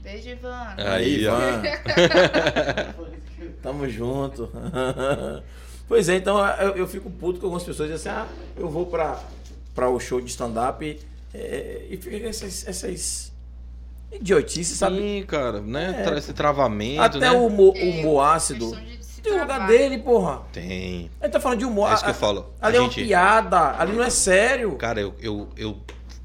Speaker 1: Beijo, Ivan.
Speaker 3: Aí, ó.
Speaker 2: Ivan. Tamo junto. *laughs* pois é, então eu, eu fico puto com algumas pessoas dizem assim, ah, eu vou pra, pra o show de stand-up e, é, e fica com essas, essas idiotices, sabe?
Speaker 3: Sim, cara, né?
Speaker 2: É.
Speaker 3: Tra- Esse travamento,
Speaker 2: Até
Speaker 3: né?
Speaker 2: o humor,
Speaker 1: É,
Speaker 2: humor ácido.
Speaker 1: Questão de se
Speaker 2: Tem o lugar
Speaker 1: travar.
Speaker 2: dele, porra.
Speaker 3: Tem.
Speaker 2: Ele tá falando de humor.
Speaker 3: É isso que eu
Speaker 2: a-
Speaker 3: falo. A
Speaker 2: Ali é uma
Speaker 3: gente,
Speaker 2: piada, ali não é sério.
Speaker 3: cara, eu, eu, eu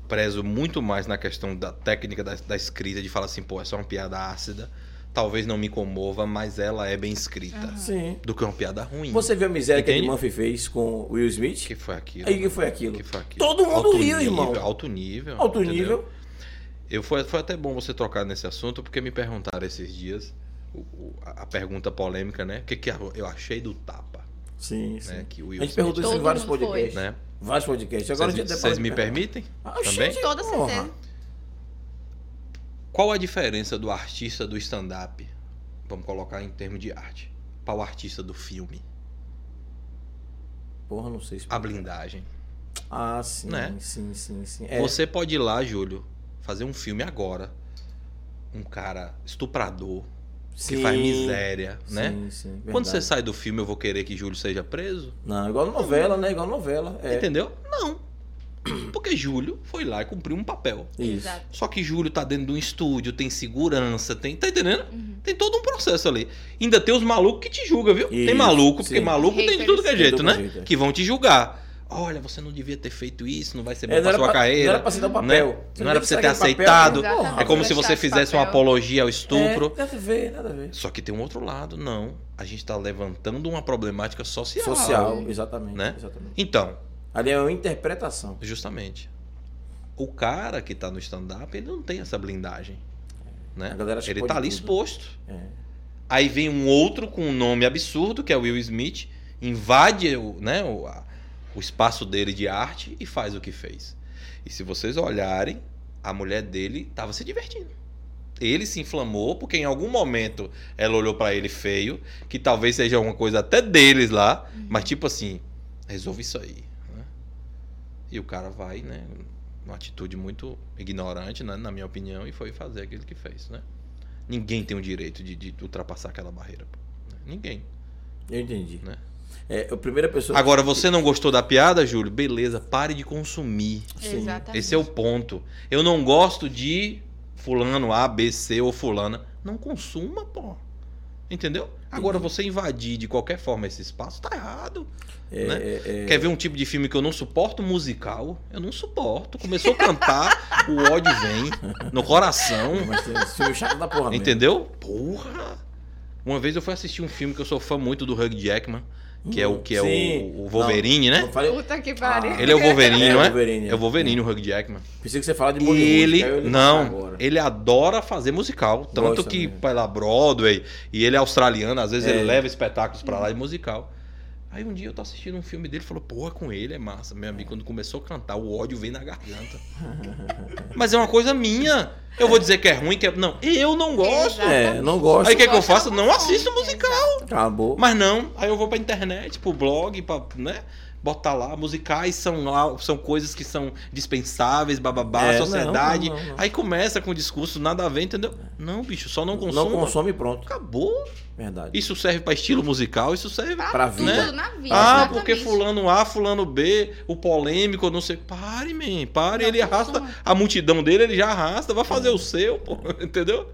Speaker 3: prezo muito mais na questão da técnica da, da escrita, de falar assim, pô, é só uma piada ácida. Talvez não me comova, mas ela é bem escrita.
Speaker 2: Sim.
Speaker 3: Do que uma piada ruim.
Speaker 2: Você viu a miséria que
Speaker 3: Entende?
Speaker 2: a Murphy fez com o Will Smith?
Speaker 3: Que foi aquilo?
Speaker 2: Aí que foi aquilo.
Speaker 3: Que foi aquilo?
Speaker 2: Todo mundo
Speaker 3: alto
Speaker 2: riu,
Speaker 3: nível,
Speaker 2: irmão.
Speaker 3: Alto nível.
Speaker 2: Alto
Speaker 3: entendeu?
Speaker 2: nível.
Speaker 3: Eu foi, foi até bom você trocar nesse assunto, porque me perguntaram esses dias o- o- a a pergunta polêmica, né? O que, que eu achei do tapa,
Speaker 2: Sim, sim.
Speaker 3: né? Que o
Speaker 2: A
Speaker 3: Will
Speaker 2: gente
Speaker 3: Smith,
Speaker 2: perguntou isso em
Speaker 1: Todo
Speaker 2: vários
Speaker 1: mundo foi.
Speaker 2: podcasts.
Speaker 3: né?
Speaker 2: Vários podcasts. Agora
Speaker 3: Vocês,
Speaker 2: a gente até
Speaker 3: vocês
Speaker 2: pode
Speaker 3: me
Speaker 2: perguntar.
Speaker 3: permitem?
Speaker 2: Ah,
Speaker 3: também?
Speaker 2: gente,
Speaker 1: Toda
Speaker 2: porra.
Speaker 1: certeza.
Speaker 3: Qual a diferença do artista do stand-up, vamos colocar em termos de arte, para o artista do filme?
Speaker 2: Porra, não sei se.
Speaker 3: A blindagem.
Speaker 2: Ah, sim,
Speaker 3: Né?
Speaker 2: sim, sim, sim. É,
Speaker 3: Você pode ir lá, Júlio, fazer um filme agora. Um cara estuprador,
Speaker 2: sim,
Speaker 3: que faz miséria,
Speaker 2: sim,
Speaker 3: né?
Speaker 2: Sim, sim.
Speaker 3: Quando você
Speaker 2: verdade.
Speaker 3: sai do filme, eu vou querer que Júlio seja preso?
Speaker 2: Não, igual novela, né? Igual novela. É.
Speaker 3: Entendeu? Não. *clears throat* Porque Júlio foi lá e cumpriu um papel.
Speaker 2: Isso.
Speaker 1: Exato.
Speaker 3: Só que Júlio tá dentro de um estúdio, tem segurança, tem. Tá entendendo?
Speaker 1: Uhum.
Speaker 3: Tem todo um processo ali. Ainda tem os malucos que te julgam, viu?
Speaker 2: Isso,
Speaker 3: tem maluco, porque
Speaker 2: sim.
Speaker 3: maluco tem de
Speaker 1: Haters.
Speaker 3: tudo que é
Speaker 2: Tem de
Speaker 3: jeito,
Speaker 2: todo
Speaker 3: né?
Speaker 2: jeito, é.
Speaker 3: Que vão te julgar. Olha, você não devia ter feito isso, não vai ser bom
Speaker 2: É,
Speaker 3: pra sua
Speaker 2: não era
Speaker 3: carreira.
Speaker 2: pra você dar o papel.
Speaker 3: né?
Speaker 2: Você
Speaker 3: Não
Speaker 2: tem
Speaker 3: era pra você
Speaker 2: que
Speaker 3: ter
Speaker 2: sair com o
Speaker 3: aceitado.
Speaker 2: papel,
Speaker 1: Exatamente.
Speaker 3: É como se você
Speaker 1: Fechar
Speaker 3: fizesse uma
Speaker 1: papel.
Speaker 3: apologia ao
Speaker 2: É,
Speaker 3: estupro.
Speaker 2: nada a ver, nada a ver.
Speaker 3: Só que tem um outro lado, não. A gente tá levantando uma problemática social.
Speaker 2: Social, exatamente,
Speaker 3: Né?
Speaker 2: exatamente.
Speaker 3: Então,
Speaker 2: Ali é uma interpretação.
Speaker 3: Justamente. O cara que tá no stand-up, ele não tem essa blindagem. Né?
Speaker 2: A galera acha que
Speaker 3: Ele
Speaker 2: pode
Speaker 3: tá ali
Speaker 2: tudo.
Speaker 3: exposto.
Speaker 2: É.
Speaker 3: Aí vem um outro com um nome absurdo, que é o Will Smith, invade o, né, o, a- o espaço dele de arte e faz o que fez. E se vocês olharem, a mulher dele tava se divertindo. Ele se inflamou porque em algum momento ela olhou pra ele feio, que talvez seja alguma coisa até deles lá, mas tipo assim, resolve isso aí. né? E o cara vai, né? Uma atitude muito ignorante, né, na minha opinião, e foi fazer aquilo que fez, né? Ninguém tem o direito de, de ultrapassar aquela barreira. pô. Ninguém.
Speaker 2: Eu entendi.
Speaker 3: Né?
Speaker 2: É, a primeira pessoa.
Speaker 3: Agora, você não gostou da piada, Júlio? Beleza, pare de consumir.
Speaker 2: Sim.
Speaker 1: Exatamente.
Speaker 3: Esse é o ponto. Eu não gosto de fulano A, B, C ou fulana. Não consuma, pô. Entendeu? Agora, você invadir de qualquer forma esse espaço, tá errado.
Speaker 2: É,
Speaker 3: né?
Speaker 2: é, é,
Speaker 3: Quer ver um tipo de filme que eu não suporto? Musical. Eu não suporto. Começou a cantar, o ódio vem no coração.
Speaker 2: Mas tem esse filme chato da porra. né? mesmo.
Speaker 3: é um- Entendeu? Porra! Uma vez eu fui assistir um filme que eu sou fã muito do Hugh Jackman, que é o que é
Speaker 2: Sim.
Speaker 3: o, o Wolverine,
Speaker 2: Não
Speaker 3: né?
Speaker 2: falei...
Speaker 1: Puta que pariu.
Speaker 2: Ah,
Speaker 3: Ele
Speaker 1: *laughs*
Speaker 3: é o Wolverine,
Speaker 2: É,
Speaker 3: não é?
Speaker 2: o Wolverine,
Speaker 3: É o Wolverine, o Hugh Jackman.
Speaker 2: Pensei que você falava É de
Speaker 3: E
Speaker 2: Bollywood,
Speaker 3: ele,
Speaker 2: caiu ele
Speaker 3: não,
Speaker 2: agora.
Speaker 3: ele adora fazer musical, tanto
Speaker 2: Gosta
Speaker 3: que
Speaker 2: mesmo.
Speaker 3: vai lá Broadway, e ele é australiano, às vezes
Speaker 2: É.
Speaker 3: ele leva espetáculos pra lá de musical. Aí um dia eu tô assistindo um filme dele, falou, porra, com ele é massa. Meu amigo, quando começou a cantar, o ódio veio
Speaker 2: *laughs*
Speaker 3: na garganta. Mas é uma coisa minha. Eu vou dizer que é ruim, que é... Não, eu não gosto.
Speaker 1: tá.
Speaker 2: É, não gosto.
Speaker 3: Aí o que, é que eu
Speaker 1: Gosta
Speaker 3: faço? Não
Speaker 1: bastante,
Speaker 3: assisto musical.
Speaker 2: Acabou.
Speaker 3: Mas não, aí eu vou pra internet, pro blog, pra, né? Botar lá, musicais são lá, são coisas que são dispensáveis, bababá,
Speaker 2: É, não,
Speaker 3: sociedade.
Speaker 2: não, não, não.
Speaker 3: Aí começa com o discurso, nada a ver, entendeu? Não, bicho, só não consuma.
Speaker 2: Não consome e pronto.
Speaker 3: Acabou.
Speaker 2: Verdade.
Speaker 3: Isso serve pra estilo musical, isso serve.
Speaker 1: Pra,
Speaker 2: Pra
Speaker 1: tudo
Speaker 2: vida.
Speaker 1: na vida.
Speaker 3: Ah,
Speaker 1: exatamente.
Speaker 3: porque fulano A, fulano B, o polêmico, eu não sei. Pare, man, pare.
Speaker 1: Não,
Speaker 3: ele arrasta
Speaker 1: consuma.
Speaker 3: a multidão dele, ele já arrasta, vai fazer o seu, pô, *laughs* entendeu?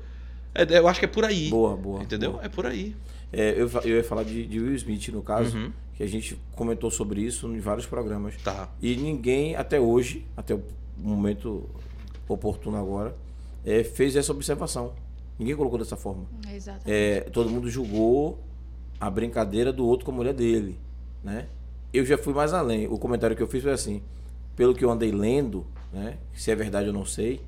Speaker 3: É, eu acho que é por aí.
Speaker 2: Boa, boa.
Speaker 3: Entendeu?
Speaker 2: boa.
Speaker 3: É por aí.
Speaker 2: É, eu, fa- eu ia falar de, de Will Smith, no caso,
Speaker 3: Uhum.
Speaker 2: que a gente comentou sobre isso em vários programas.
Speaker 3: Tá.
Speaker 2: E ninguém, até hoje, até o momento oportuno agora, é, fez essa observação. Ninguém colocou dessa forma.
Speaker 1: Exatamente.
Speaker 2: É, todo mundo julgou a brincadeira do outro com a mulher dele, né? Eu já fui mais além. O comentário que eu fiz foi assim: pelo que eu andei lendo, né? Se é verdade eu não sei,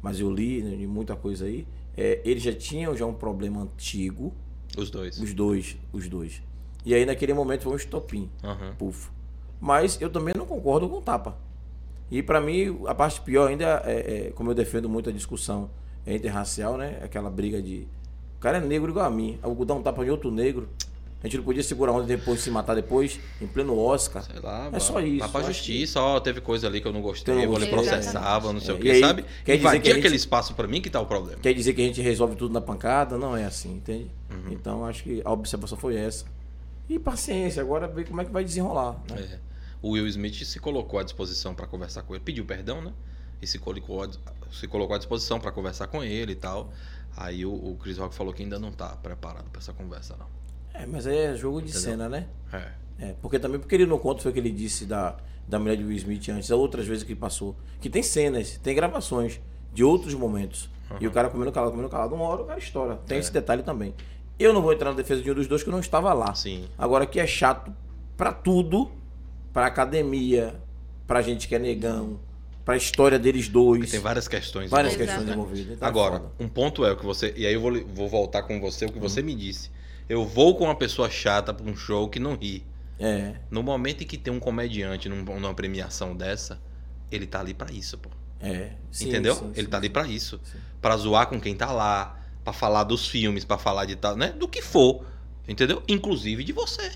Speaker 2: mas eu li né, de muita coisa aí. é, eles já tinham já um problema antigo,
Speaker 3: Os dois.
Speaker 2: os dois, os dois. E aí naquele momento foi um estopim.
Speaker 3: Aham.
Speaker 2: Puf. Mas eu também não concordo com o tapa. E pra mim, a parte pior ainda é, é, como eu defendo muito a discussão é interracial, né? Aquela briga de. O cara é negro igual a mim. Eu vou dar um tapa em outro negro. A gente não podia segurar onda e depois se matar depois, em pleno Oscar.
Speaker 3: Sei lá,
Speaker 2: É
Speaker 3: vai-
Speaker 2: só isso,
Speaker 3: Vai pra
Speaker 2: eu acho
Speaker 3: justiça, ó, teve coisa ali que eu não gostei,
Speaker 2: Eu não
Speaker 3: vou lhe
Speaker 1: gostei.
Speaker 3: processar, vou não sei
Speaker 2: É,
Speaker 3: o
Speaker 2: e
Speaker 3: que,
Speaker 2: aí,
Speaker 3: sabe?
Speaker 2: quer dizer
Speaker 3: Invadir
Speaker 2: que é a gente-
Speaker 3: aquele espaço pra mim que tá o problema.
Speaker 2: Quer dizer que a gente resolve tudo na pancada? Não é assim, entende? Então acho que a observação foi essa. E paciência, agora ver como é que vai desenrolar. né?
Speaker 3: É. O Will Smith se colocou à disposição pra conversar com ele, pediu perdão, né? E se colocou, à- se colocou à disposição pra conversar com ele e tal. Aí o, o Chris Rock falou que ainda não tá preparado pra essa conversa, não.
Speaker 2: É, mas aí é jogo de
Speaker 3: Entendeu?
Speaker 2: cena, né?
Speaker 3: É.
Speaker 2: É, porque também porque ele não conta foi o que ele disse da, da mulher de Will Smith antes, das outras vezes que passou. Que tem cenas, tem gravações de outros momentos. E o cara comendo calado, comendo calado, uma hora o cara estoura.
Speaker 3: É.
Speaker 2: Tem esse detalhe também. Eu não vou entrar na defesa de um dos dois que eu não estava lá.
Speaker 3: Assim,
Speaker 2: Agora que é chato pra tudo, pra academia, pra gente que é negão, pra história deles
Speaker 3: porque
Speaker 2: dois.
Speaker 3: tem várias questões.
Speaker 2: várias
Speaker 3: envolvidas,
Speaker 2: questões
Speaker 3: né?
Speaker 2: envolvidas. Então é
Speaker 3: Agora,
Speaker 2: foda.
Speaker 3: um ponto é o que você. E aí eu vou, li- vou voltar com você, o que
Speaker 2: Hum.
Speaker 3: você me disse. Eu vou com uma pessoa chata pra um show que não ri.
Speaker 2: É,
Speaker 3: No momento em que tem um comediante num- numa premiação dessa, ele tá ali pra isso, pô.
Speaker 2: é. Sim,
Speaker 3: Entendeu?
Speaker 2: sim,
Speaker 3: ele
Speaker 2: sim,
Speaker 3: tá ali
Speaker 2: sim.
Speaker 3: pra isso.
Speaker 2: Sim.
Speaker 3: Pra zoar com quem tá lá, pra falar dos filmes, pra falar de tal, né? Do que for. Entendeu? Inclusive de você.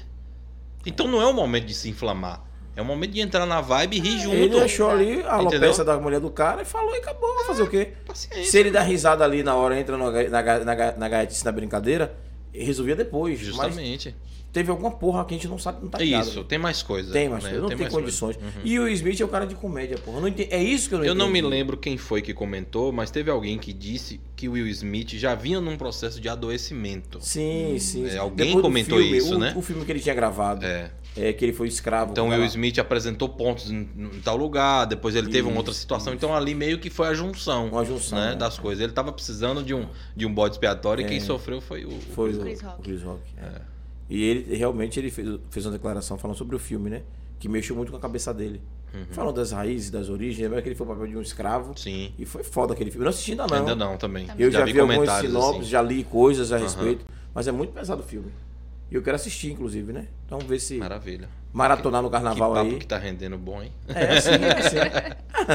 Speaker 3: Então não é o momento de se inflamar. É o momento de entrar na vibe e rir junto.
Speaker 2: É, Ele achou ali a
Speaker 3: Entendeu?
Speaker 2: alopecia da mulher do cara e falou e acabou, vai fazer o quê?
Speaker 3: Paciência.
Speaker 2: Se ele dá risada ali na hora, entra no, na, ga- na, ga- na gaiatice, na brincadeira, resolvia depois.
Speaker 3: Justamente.
Speaker 2: Mas teve alguma porra que a gente não sabe, não tá
Speaker 3: É
Speaker 2: ligado.
Speaker 3: isso, tem mais coisa.
Speaker 2: Tem, mas
Speaker 3: né?
Speaker 2: eu não tem
Speaker 3: mais coisa. Uhum.
Speaker 2: condições. E o Will Smith é um cara de comédia, porra. Eu não entendi- É isso que eu não
Speaker 3: Eu não me
Speaker 2: entendi.
Speaker 3: lembro quem foi que comentou, mas teve alguém que disse que o Will Smith já vinha num processo de adoecimento.
Speaker 2: Sim, sim.
Speaker 3: É,
Speaker 2: sim.
Speaker 3: alguém
Speaker 2: do
Speaker 3: comentou
Speaker 2: filme,
Speaker 3: isso,
Speaker 2: o-
Speaker 3: né?
Speaker 2: O filme que ele tinha gravado, é,
Speaker 3: É.
Speaker 2: que ele foi escravo.
Speaker 3: Então o
Speaker 2: cara
Speaker 3: Will
Speaker 2: lá.
Speaker 3: Smith apresentou pontos em, em tal lugar, depois ele teve uma outra
Speaker 2: Isso,
Speaker 3: situação. Então ali meio que foi a junção,
Speaker 2: Uma junção,
Speaker 3: né,
Speaker 2: é.
Speaker 3: das coisas. Ele tava precisando de um, de um bode expiatório e quem sofreu foi o.
Speaker 2: Foi o o
Speaker 1: Chris
Speaker 2: Chris
Speaker 1: Rock.
Speaker 2: Rock. é. E ele realmente ele fez, fez uma declaração falando sobre o filme, né? Que mexeu muito com a cabeça dele.
Speaker 3: Uhum.
Speaker 2: Falando das raízes, das origens, lembra que ele foi o papel de um escravo.
Speaker 3: Sim.
Speaker 2: E foi foda aquele filme. Eu não assisti ainda não.
Speaker 3: Ainda não também.
Speaker 2: Eu já, vi, alguns sinopses,
Speaker 3: assim.
Speaker 2: já li coisas a respeito, mas é muito pesado o filme. E eu quero assistir, inclusive, né? Então ver se
Speaker 3: Maravilha.
Speaker 2: maratonar no
Speaker 3: que
Speaker 2: carnaval
Speaker 3: papo
Speaker 2: aí.
Speaker 3: que tá rendendo bom, hein? Assim,
Speaker 2: É, assim, é assim.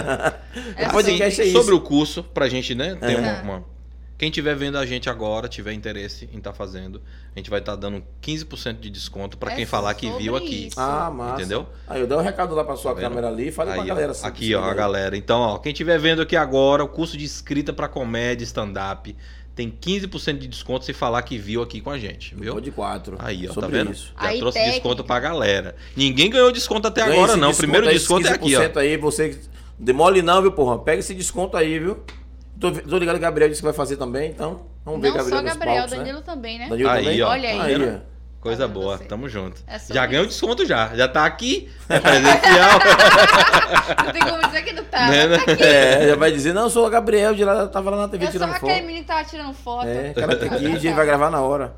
Speaker 1: É
Speaker 2: o podcast é isso.
Speaker 3: sobre o curso, pra gente, né?
Speaker 2: É.
Speaker 3: Ter uma, uma- Quem tiver vendo a gente agora, tiver interesse em estar fazendo, a gente vai estar dando 15% de desconto pra
Speaker 1: É
Speaker 3: quem falar que
Speaker 1: sobre
Speaker 3: viu aqui.
Speaker 1: isso.
Speaker 2: Ah, massa.
Speaker 3: Entendeu?
Speaker 2: Aí eu dei um recado lá pra sua
Speaker 3: Tá vendo?
Speaker 2: câmera ali e fala pra
Speaker 3: Aí, ó,
Speaker 2: galera. assim,
Speaker 3: aqui, ó,
Speaker 2: assim,
Speaker 3: a galera. Então, ó, quem estiver vendo aqui agora, o curso de escrita pra comédia e stand-up tem 15% de desconto se falar que viu aqui com a gente,
Speaker 2: no
Speaker 3: viu?
Speaker 2: Pod 4.
Speaker 3: Aí, ó, tá
Speaker 2: sobre
Speaker 3: vendo?
Speaker 2: isso.
Speaker 3: Já
Speaker 1: Aí,
Speaker 3: trouxe
Speaker 1: técnica.
Speaker 3: desconto pra galera. Ninguém ganhou desconto até
Speaker 2: Ganha
Speaker 3: agora,
Speaker 2: esse
Speaker 3: não. Primeiro
Speaker 2: aí,
Speaker 3: desconto é aqui, ó.
Speaker 2: 15% aí, você que- demole não, viu, porra? Pega esse desconto aí, viu? Tô, tô ligado que o Gabriel disse que vai fazer também, então vamos ver
Speaker 1: Não
Speaker 2: Gabriel
Speaker 1: só
Speaker 2: nos
Speaker 1: Gabriel,
Speaker 2: palcos,
Speaker 1: Danilo também, né?
Speaker 2: né? Danilo
Speaker 3: Aí,
Speaker 2: também?
Speaker 3: ó.
Speaker 1: Olha aí.
Speaker 2: Aí, ó.
Speaker 3: Coisa
Speaker 1: Falando
Speaker 3: boa,
Speaker 1: você.
Speaker 3: tamo junto.
Speaker 1: É sobre
Speaker 3: já ganhou
Speaker 1: isso.
Speaker 3: desconto já. Já tá aqui,
Speaker 1: *laughs*
Speaker 3: é presencial.
Speaker 1: Não tem como dizer que não tá.
Speaker 3: Né, né?
Speaker 2: É, já vai dizer, não, eu sou o Gabriel, de lá tava lá na TV
Speaker 1: Eu sou
Speaker 2: tirando foto.
Speaker 1: aquele menino que tava tirando foto.
Speaker 2: É, cara tem que ir, a gente vai gravar na hora.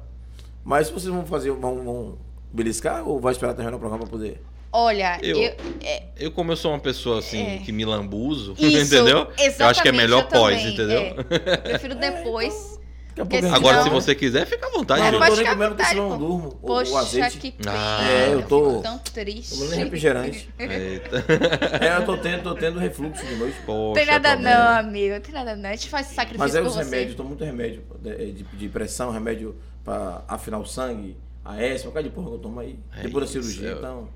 Speaker 2: Mas vocês vão fazer, vão, vão beliscar ou vai esperar terminar o programa pra poder?
Speaker 1: Olha,
Speaker 3: Eu-
Speaker 1: eu...
Speaker 3: *laughs* Eu, como eu sou uma pessoa assim,
Speaker 1: É.
Speaker 3: que me lambuzo,
Speaker 1: Isso,
Speaker 3: *laughs* entendeu? Eu acho que é
Speaker 1: exatamente,
Speaker 3: melhor
Speaker 1: eu
Speaker 3: pós,
Speaker 1: também,
Speaker 3: entendeu?
Speaker 1: é. Eu
Speaker 2: *laughs*
Speaker 1: prefiro depois.
Speaker 2: Daqui
Speaker 1: Porque
Speaker 2: a pouco a gente-
Speaker 3: Agora,
Speaker 1: Não.
Speaker 3: se você quiser, fica à vontade.
Speaker 2: Não,
Speaker 1: É,
Speaker 2: eu
Speaker 3: Júlio.
Speaker 2: não
Speaker 1: pode
Speaker 2: tô nem
Speaker 1: ficar à
Speaker 2: comendo porque
Speaker 1: vontade,
Speaker 2: senão eu
Speaker 1: pô.
Speaker 2: durmo. O- O
Speaker 1: Poxa,
Speaker 2: azeite.
Speaker 1: que pena.
Speaker 3: Ah.
Speaker 2: É, eu tô-
Speaker 1: fico tão
Speaker 2: Tô
Speaker 1: triste.
Speaker 2: comendo refrigerante.
Speaker 3: Eita.
Speaker 2: É, eu tô tendo, tô tendo refluxo de noite.
Speaker 1: Não
Speaker 3: Poxa,
Speaker 1: tem nada
Speaker 3: problema.
Speaker 1: não, amigo. Não tem nada não. A gente faz sacrifício
Speaker 2: Mas é
Speaker 1: por
Speaker 2: os
Speaker 1: você.
Speaker 2: remédios, tô muito remédio pô, de, de- de pressão, remédio pra afinar o sangue, a S, um bocado de porra que eu tomo aí.
Speaker 3: É
Speaker 2: depois da
Speaker 3: isso,
Speaker 2: cirurgia,
Speaker 3: é.
Speaker 2: então.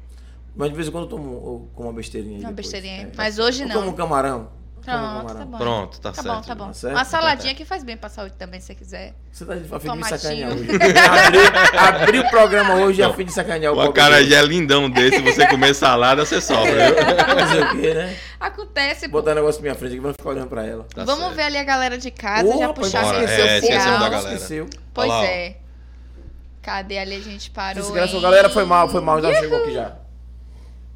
Speaker 2: Mas de vez em quando eu tomo eu como uma besteirinha. aí
Speaker 1: Uma
Speaker 2: depois,
Speaker 1: besteirinha.
Speaker 2: é.
Speaker 1: Mas hoje
Speaker 2: Eu
Speaker 1: não.
Speaker 2: Como um camarão. Como um
Speaker 1: Pronto,
Speaker 2: camarão.
Speaker 1: tá bom.
Speaker 3: Pronto, tá,
Speaker 1: Tá
Speaker 3: certo.
Speaker 1: bom, tá bom.
Speaker 2: Tá certo?
Speaker 1: Uma saladinha que faz bem pra saúde também, se você quiser.
Speaker 2: Você tá a fim de me
Speaker 1: Tomatinho.
Speaker 2: sacanear hoje. *laughs* Abri, abri o programa hoje a
Speaker 3: Não.
Speaker 2: fim de
Speaker 1: É
Speaker 2: sacanear o
Speaker 3: O
Speaker 2: pobre dele. *laughs*
Speaker 3: acarajé é lindão desse, você comer salada, você sobra.
Speaker 1: *laughs*
Speaker 3: viu?
Speaker 2: Fazer o quê, né?
Speaker 1: Acontece, pô.
Speaker 2: Botar um negócio na minha frente aqui pra não ficar olhando pra ela.
Speaker 3: Tá
Speaker 1: Vamos
Speaker 3: certo.
Speaker 1: ver ali a galera de casa, já
Speaker 2: Opa, então
Speaker 1: puxar
Speaker 3: bora.
Speaker 1: a rede
Speaker 3: É, esquecemos da
Speaker 1: social.
Speaker 3: galera.
Speaker 2: Esqueceu.
Speaker 1: Pois
Speaker 3: Olha lá, ó.
Speaker 1: é. Cadê ali? A gente parou.
Speaker 2: Desgraça,
Speaker 1: hein?
Speaker 2: galera, foi mal, foi mal. Já chegou aqui já.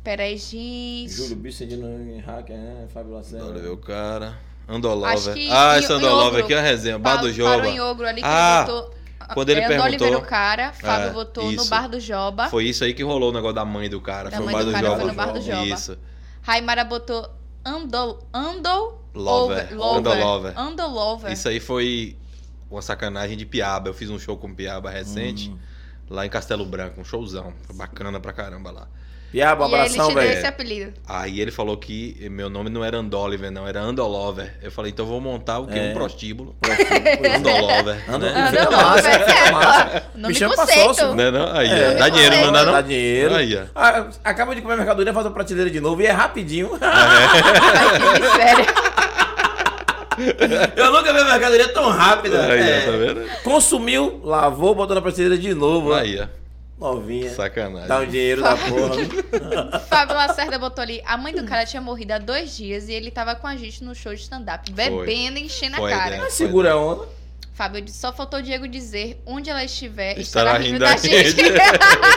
Speaker 1: Pera aí, gente.
Speaker 2: Júlio Bicedino em hacker, né? Fábio Lacerda.
Speaker 3: Olha o cara. Andolova.
Speaker 1: Acho que
Speaker 3: ah,
Speaker 1: em-
Speaker 3: esse
Speaker 1: em
Speaker 3: Andolova
Speaker 1: Ogro.
Speaker 3: aqui é uma resenha. Bar
Speaker 1: Pa-
Speaker 3: do
Speaker 1: Parou em
Speaker 3: Joba.
Speaker 1: ogro ali que
Speaker 3: Ah,
Speaker 1: ele votou.
Speaker 3: quando ele
Speaker 1: é, Andolli
Speaker 3: perguntou-
Speaker 1: Oliveira o cara, Fábio
Speaker 3: É,
Speaker 1: votou no
Speaker 3: isso.
Speaker 1: bar do Joba.
Speaker 3: Foi isso aí que rolou o negócio da mãe do cara.
Speaker 1: Da
Speaker 3: foi o
Speaker 1: mãe
Speaker 3: bar
Speaker 1: do
Speaker 3: do
Speaker 1: cara,
Speaker 3: Joba.
Speaker 1: foi no bar do Joba.
Speaker 3: Isso.
Speaker 1: Raimara botou Andol... Andol...
Speaker 3: Lover. Andolover.
Speaker 1: Andolover.
Speaker 3: Isso aí foi uma sacanagem de piaba. Eu fiz um show com piaba recente,
Speaker 2: Hum.
Speaker 3: lá em Castelo Branco, um showzão. Foi bacana pra caramba lá. é
Speaker 2: Piaba,
Speaker 1: E aí ele
Speaker 2: Um abração,
Speaker 1: te deu
Speaker 2: velho.
Speaker 1: esse apelido. *laughs*
Speaker 3: Aí ele falou que meu nome não era Andoliver, não, era Andolover. Eu falei, então eu vou montar o quê?
Speaker 2: É.
Speaker 3: Um prostíbulo.
Speaker 2: Andolova.
Speaker 3: *laughs* Andolover. né?
Speaker 1: Andolover, é, Nome
Speaker 2: Bichão
Speaker 1: conceito.
Speaker 2: passou,
Speaker 3: Não é não? Aí,
Speaker 2: É.
Speaker 3: ó. dá dinheiro, não dá não?
Speaker 2: Dá dinheiro.
Speaker 3: Aí, ó.
Speaker 2: Ah, acaba de comer mercadoria, faz a prateleira de novo e é rapidinho.
Speaker 1: Ai,
Speaker 3: *laughs*
Speaker 1: que miséria.
Speaker 2: *laughs* Eu nunca vi a mercadoria tão rápida.
Speaker 3: Aí,
Speaker 2: É.
Speaker 3: ó, tá vendo?
Speaker 2: Consumiu, lavou, botou na prateleira de novo.
Speaker 3: Aí, ó.
Speaker 2: Novinha.
Speaker 3: Sacanagem.
Speaker 2: Dá um dinheiro da porra.
Speaker 1: Fábio Lacerda botou ali. A
Speaker 3: Hum.
Speaker 1: mãe do cara tinha morrido há dois dias e ele tava com a gente no show de stand-up, bebendo e enchendo
Speaker 3: Foi,
Speaker 1: a cara.
Speaker 3: né?
Speaker 2: Mas segura a onda.
Speaker 1: Fábio disse, só faltou o Diego dizer onde ela estiver, estará,
Speaker 3: Estará rindo
Speaker 1: rindo
Speaker 3: da
Speaker 1: da *laughs* gente.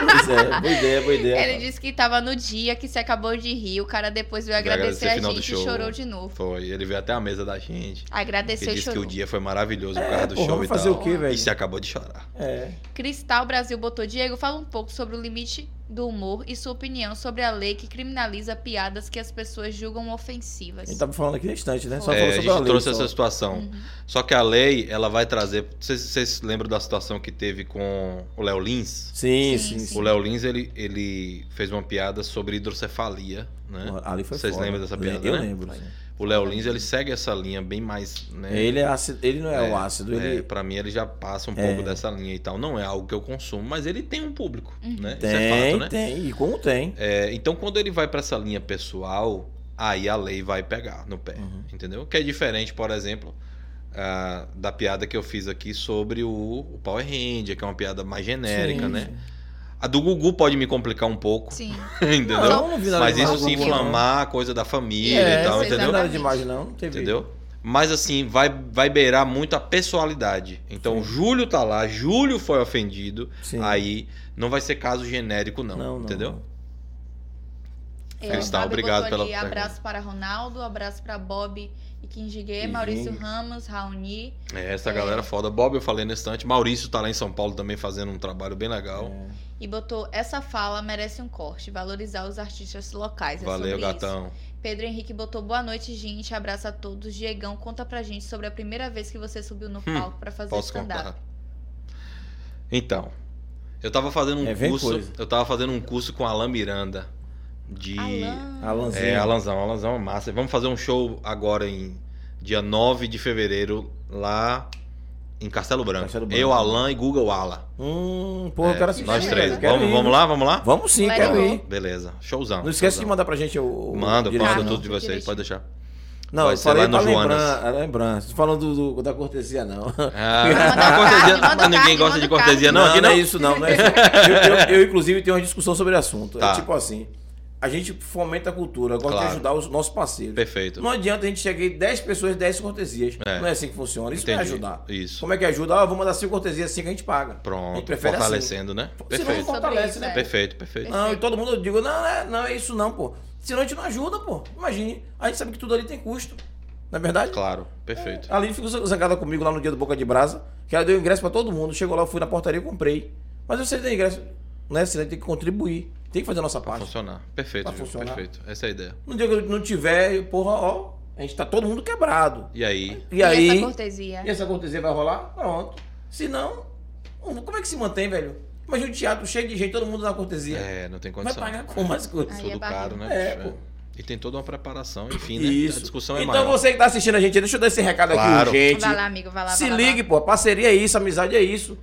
Speaker 2: Pois é, boa ideia, boa ideia.
Speaker 1: Ele disse que tava no dia que se acabou de rir, o cara depois veio
Speaker 3: Veio agradecer
Speaker 1: agradecer a
Speaker 3: final do
Speaker 1: gente e
Speaker 3: show.
Speaker 1: chorou de
Speaker 2: um
Speaker 1: novo.
Speaker 3: Foi. Ele veio até a mesa da gente.
Speaker 1: Agradeceu
Speaker 3: Ele
Speaker 1: e
Speaker 3: disse que
Speaker 1: chorou.
Speaker 3: o dia foi maravilhoso por
Speaker 2: É,
Speaker 3: causa do
Speaker 2: porra,
Speaker 3: show
Speaker 2: vai
Speaker 3: e
Speaker 2: fazer
Speaker 3: tal.
Speaker 2: o quê, velho?
Speaker 3: E se acabou de chorar.
Speaker 2: É.
Speaker 1: Cristal Brasil botou Diego, fala um pouco sobre o limite do humor e sua opinião sobre a lei que criminaliza piadas que as pessoas julgam
Speaker 2: A
Speaker 1: ofensivas.
Speaker 3: tá
Speaker 2: gente tava falando aqui no instante, né? Só
Speaker 1: É,
Speaker 2: falou
Speaker 3: É, a
Speaker 2: sobre
Speaker 3: gente
Speaker 2: lei,
Speaker 3: trouxe
Speaker 2: só.
Speaker 3: essa situação.
Speaker 1: Uhum.
Speaker 3: Só que a lei, ela vai trazer. Vocês, vocês lembram da situação que teve com o Léo Lins?
Speaker 1: Sim,
Speaker 2: Sim, sim,
Speaker 1: sim.
Speaker 2: sim.
Speaker 3: O Léo Lins, ele, ele fez uma piada sobre hidrocefalia, né?
Speaker 2: Ali foi
Speaker 3: Vocês
Speaker 2: foda.
Speaker 3: lembram dessa piada,
Speaker 2: Eu
Speaker 3: né?
Speaker 2: lembro. sim.
Speaker 3: O Léo Lins, ele segue essa linha bem mais, né?
Speaker 2: Ele, é ácido, ele não é,
Speaker 3: É,
Speaker 2: o ácido,
Speaker 3: É,
Speaker 2: ele
Speaker 3: pra mim ele já passa um
Speaker 2: É.
Speaker 3: pouco dessa linha e tal. Não é algo que eu consumo, mas ele tem um público,
Speaker 1: Uhum.
Speaker 3: né? Isso é
Speaker 2: tem,
Speaker 3: fato, né?
Speaker 2: tem. E como tem.
Speaker 3: É, então quando ele vai pra essa linha pessoal, aí a lei vai pegar no pé,
Speaker 2: Uhum.
Speaker 3: entendeu? Que é diferente, por exemplo, ah, da piada que eu fiz aqui sobre o, o Power Ranger, que é uma piada mais genérica,
Speaker 2: Sim,
Speaker 3: né?
Speaker 2: sim.
Speaker 3: A do Gugu pode me complicar um pouco,
Speaker 1: Sim.
Speaker 3: entendeu?
Speaker 2: Não, eu não vi nada
Speaker 3: mas
Speaker 2: demais
Speaker 3: isso
Speaker 2: do
Speaker 3: se
Speaker 2: Gugu, não.
Speaker 3: inflamar a coisa da família
Speaker 2: É,
Speaker 3: e tal,
Speaker 1: vocês
Speaker 3: entendeu?
Speaker 2: Não nada
Speaker 1: Exatamente.
Speaker 2: demais, não. não teve.
Speaker 3: Entendeu? Mas assim, vai, vai beirar muito a pessoalidade. Então, Júlio tá lá, Júlio foi ofendido,
Speaker 2: Sim.
Speaker 3: aí não vai ser caso genérico, não.
Speaker 2: Não, não,
Speaker 3: entendeu?
Speaker 2: não.
Speaker 1: É,
Speaker 3: Cristal,
Speaker 1: Fábio
Speaker 3: obrigado
Speaker 1: botou ali,
Speaker 3: pela pergunta.
Speaker 1: Abraço para Ronaldo, abraço para Bob e Kinjiguê,
Speaker 3: Uhum.
Speaker 2: E
Speaker 1: Maurício
Speaker 2: Ving.
Speaker 1: Ramos, Raoni.
Speaker 3: É, essa galera foda. Bob, eu falei nesse instante. Maurício tá lá em São Paulo também fazendo um trabalho bem
Speaker 1: É.
Speaker 3: legal.
Speaker 1: E botou, essa fala merece um corte, valorizar os artistas locais. É
Speaker 3: Valeu,
Speaker 1: sobre Isso.
Speaker 3: gatão.
Speaker 1: Pedro Henrique botou, boa noite, gente, abraço a todos. Diegão, conta pra gente sobre a primeira vez que você subiu no palco pra fazer
Speaker 3: Hum, Posso
Speaker 1: stand-up.
Speaker 3: contar? Então, eu tava fazendo um
Speaker 2: É, vem
Speaker 3: curso.
Speaker 2: coisa.
Speaker 3: Eu tava fazendo um curso com Alain Miranda. De.
Speaker 1: Alan,
Speaker 2: Alanzinho.
Speaker 3: É, Alanzão, Alanzão é massa. Vamos fazer um show agora em dia 9 de fevereiro, lá em Castelo Branco.
Speaker 2: Castelo Branco.
Speaker 3: Eu, Alan e Google Ala.
Speaker 2: Hum, porra, eu quero assistir.
Speaker 3: É, Nós
Speaker 1: beleza.
Speaker 3: três.
Speaker 2: eu quero
Speaker 3: Vamos,
Speaker 2: ir.
Speaker 3: vamos lá, vamos lá?
Speaker 2: Vamos sim,
Speaker 1: Legal.
Speaker 2: quero ir.
Speaker 3: Beleza, showzão.
Speaker 2: Não esquece de
Speaker 3: showzão.
Speaker 2: mandar pra gente o. o
Speaker 3: Manda,
Speaker 2: direito,
Speaker 3: manda
Speaker 1: não.
Speaker 3: tudo de vocês,
Speaker 1: Direitinho.
Speaker 3: pode deixar.
Speaker 2: Não,
Speaker 3: Vai
Speaker 2: eu
Speaker 3: ser
Speaker 2: falei
Speaker 3: lá no
Speaker 2: pra
Speaker 3: Joanas.
Speaker 2: lembran- a lembrança. Falando do- do- da cortesia, não.
Speaker 3: Ah,
Speaker 1: Manda
Speaker 3: a cortesia-
Speaker 1: card, manda
Speaker 3: ninguém
Speaker 1: card,
Speaker 3: gosta
Speaker 1: manda
Speaker 3: de
Speaker 1: card.
Speaker 3: cortesia, não, aqui não.
Speaker 2: é isso, não.
Speaker 3: *laughs*
Speaker 2: não é isso. Eu, eu- eu, inclusive, tenho uma discussão sobre o assunto.
Speaker 3: Tá.
Speaker 2: É tipo assim: a gente fomenta a cultura, gosta
Speaker 3: Claro.
Speaker 2: de ajudar os nossos parceiros.
Speaker 3: Perfeito.
Speaker 2: Não adianta a gente chegar em 10 pessoas, 10 cortesias.
Speaker 3: É.
Speaker 2: Não é assim que funciona. Isso
Speaker 3: Entendi.
Speaker 2: não é ajudar.
Speaker 3: Isso.
Speaker 2: Como é que ajuda? Ah, vou mandar 5 cortesias, 5 a gente paga. A gente
Speaker 3: Pronto,
Speaker 2: prefere
Speaker 3: fortalecendo, né?
Speaker 2: assim. Senão não
Speaker 3: Perfeito.
Speaker 1: Sobre isso,
Speaker 2: fortalece, né?
Speaker 1: é.
Speaker 3: Perfeito, perfeito.
Speaker 2: Não, e todo mundo eu digo, não, é, não é isso não, pô. Senão a gente não ajuda, pô. Imagine. A gente sabe que tudo ali tem custo. Não é verdade?
Speaker 3: Claro, perfeito.
Speaker 2: A Aline ficou zangada comigo lá no dia do Boca de Brasa, que ela deu ingresso pra todo mundo. Chegou lá, eu fui na portaria e comprei. Mas eu sei dar ingresso, né? Você tem que contribuir. Tem que fazer a nossa
Speaker 3: Pra
Speaker 2: parte.
Speaker 3: funcionar. Perfeito,
Speaker 2: Pra
Speaker 3: Ju,
Speaker 2: funcionar.
Speaker 3: perfeito. Essa é a ideia.
Speaker 2: No dia que eu não tiver, porra, ó, a gente tá todo mundo quebrado.
Speaker 3: E aí?
Speaker 2: E, aí.
Speaker 1: essa cortesia.
Speaker 2: E essa cortesia vai rolar? Pronto. Se não, como é que se mantém, velho? Imagina o teatro cheio de gente, todo mundo na cortesia.
Speaker 3: É, não tem
Speaker 2: vai
Speaker 3: condição.
Speaker 2: pagar como as coisas?
Speaker 1: Aí é
Speaker 3: Tudo
Speaker 1: barriga.
Speaker 3: caro, né?
Speaker 2: É,
Speaker 3: bicho?
Speaker 2: pô.
Speaker 3: E tem toda uma preparação, enfim, né?
Speaker 2: Isso.
Speaker 3: A discussão é
Speaker 2: então
Speaker 3: maior.
Speaker 2: você que tá assistindo a gente, deixa eu dar esse recado
Speaker 3: Claro.
Speaker 2: aqui urgente.
Speaker 1: Vai lá, amigo, vai lá.
Speaker 2: Se
Speaker 1: vai lá,
Speaker 2: ligue, pô. Parceria é isso, amizade é isso.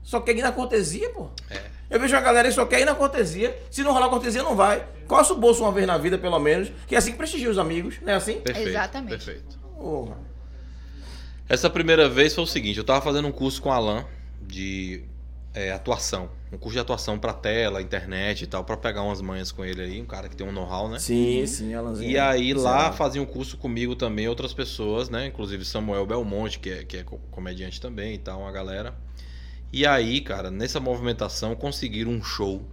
Speaker 2: Só quer ir na cortesia, pô.
Speaker 3: É.
Speaker 2: Eu vejo uma galera que só quer ir na cortesia. Se não rolar cortesia, não vai. Coça o bolso uma vez na vida, pelo menos. Que é assim que prestigia os amigos, não é assim? Né?
Speaker 3: Perfeito,
Speaker 1: Exatamente.
Speaker 3: Perfeito.
Speaker 2: Porra.
Speaker 3: Essa primeira vez foi o seguinte, eu tava fazendo um curso com o Alan de é, atuação. Um curso de atuação pra tela, internet e tal, pra pegar umas manhas com ele aí, um cara que tem um know-how, né?
Speaker 2: Sim, sim, Alanzinho.
Speaker 3: E aí lá faziam um curso comigo também outras pessoas, né? Inclusive Samuel Belmonte, que é, que é co- comediante também e tal, uma galera. E aí, cara, nessa movimentação conseguiram um show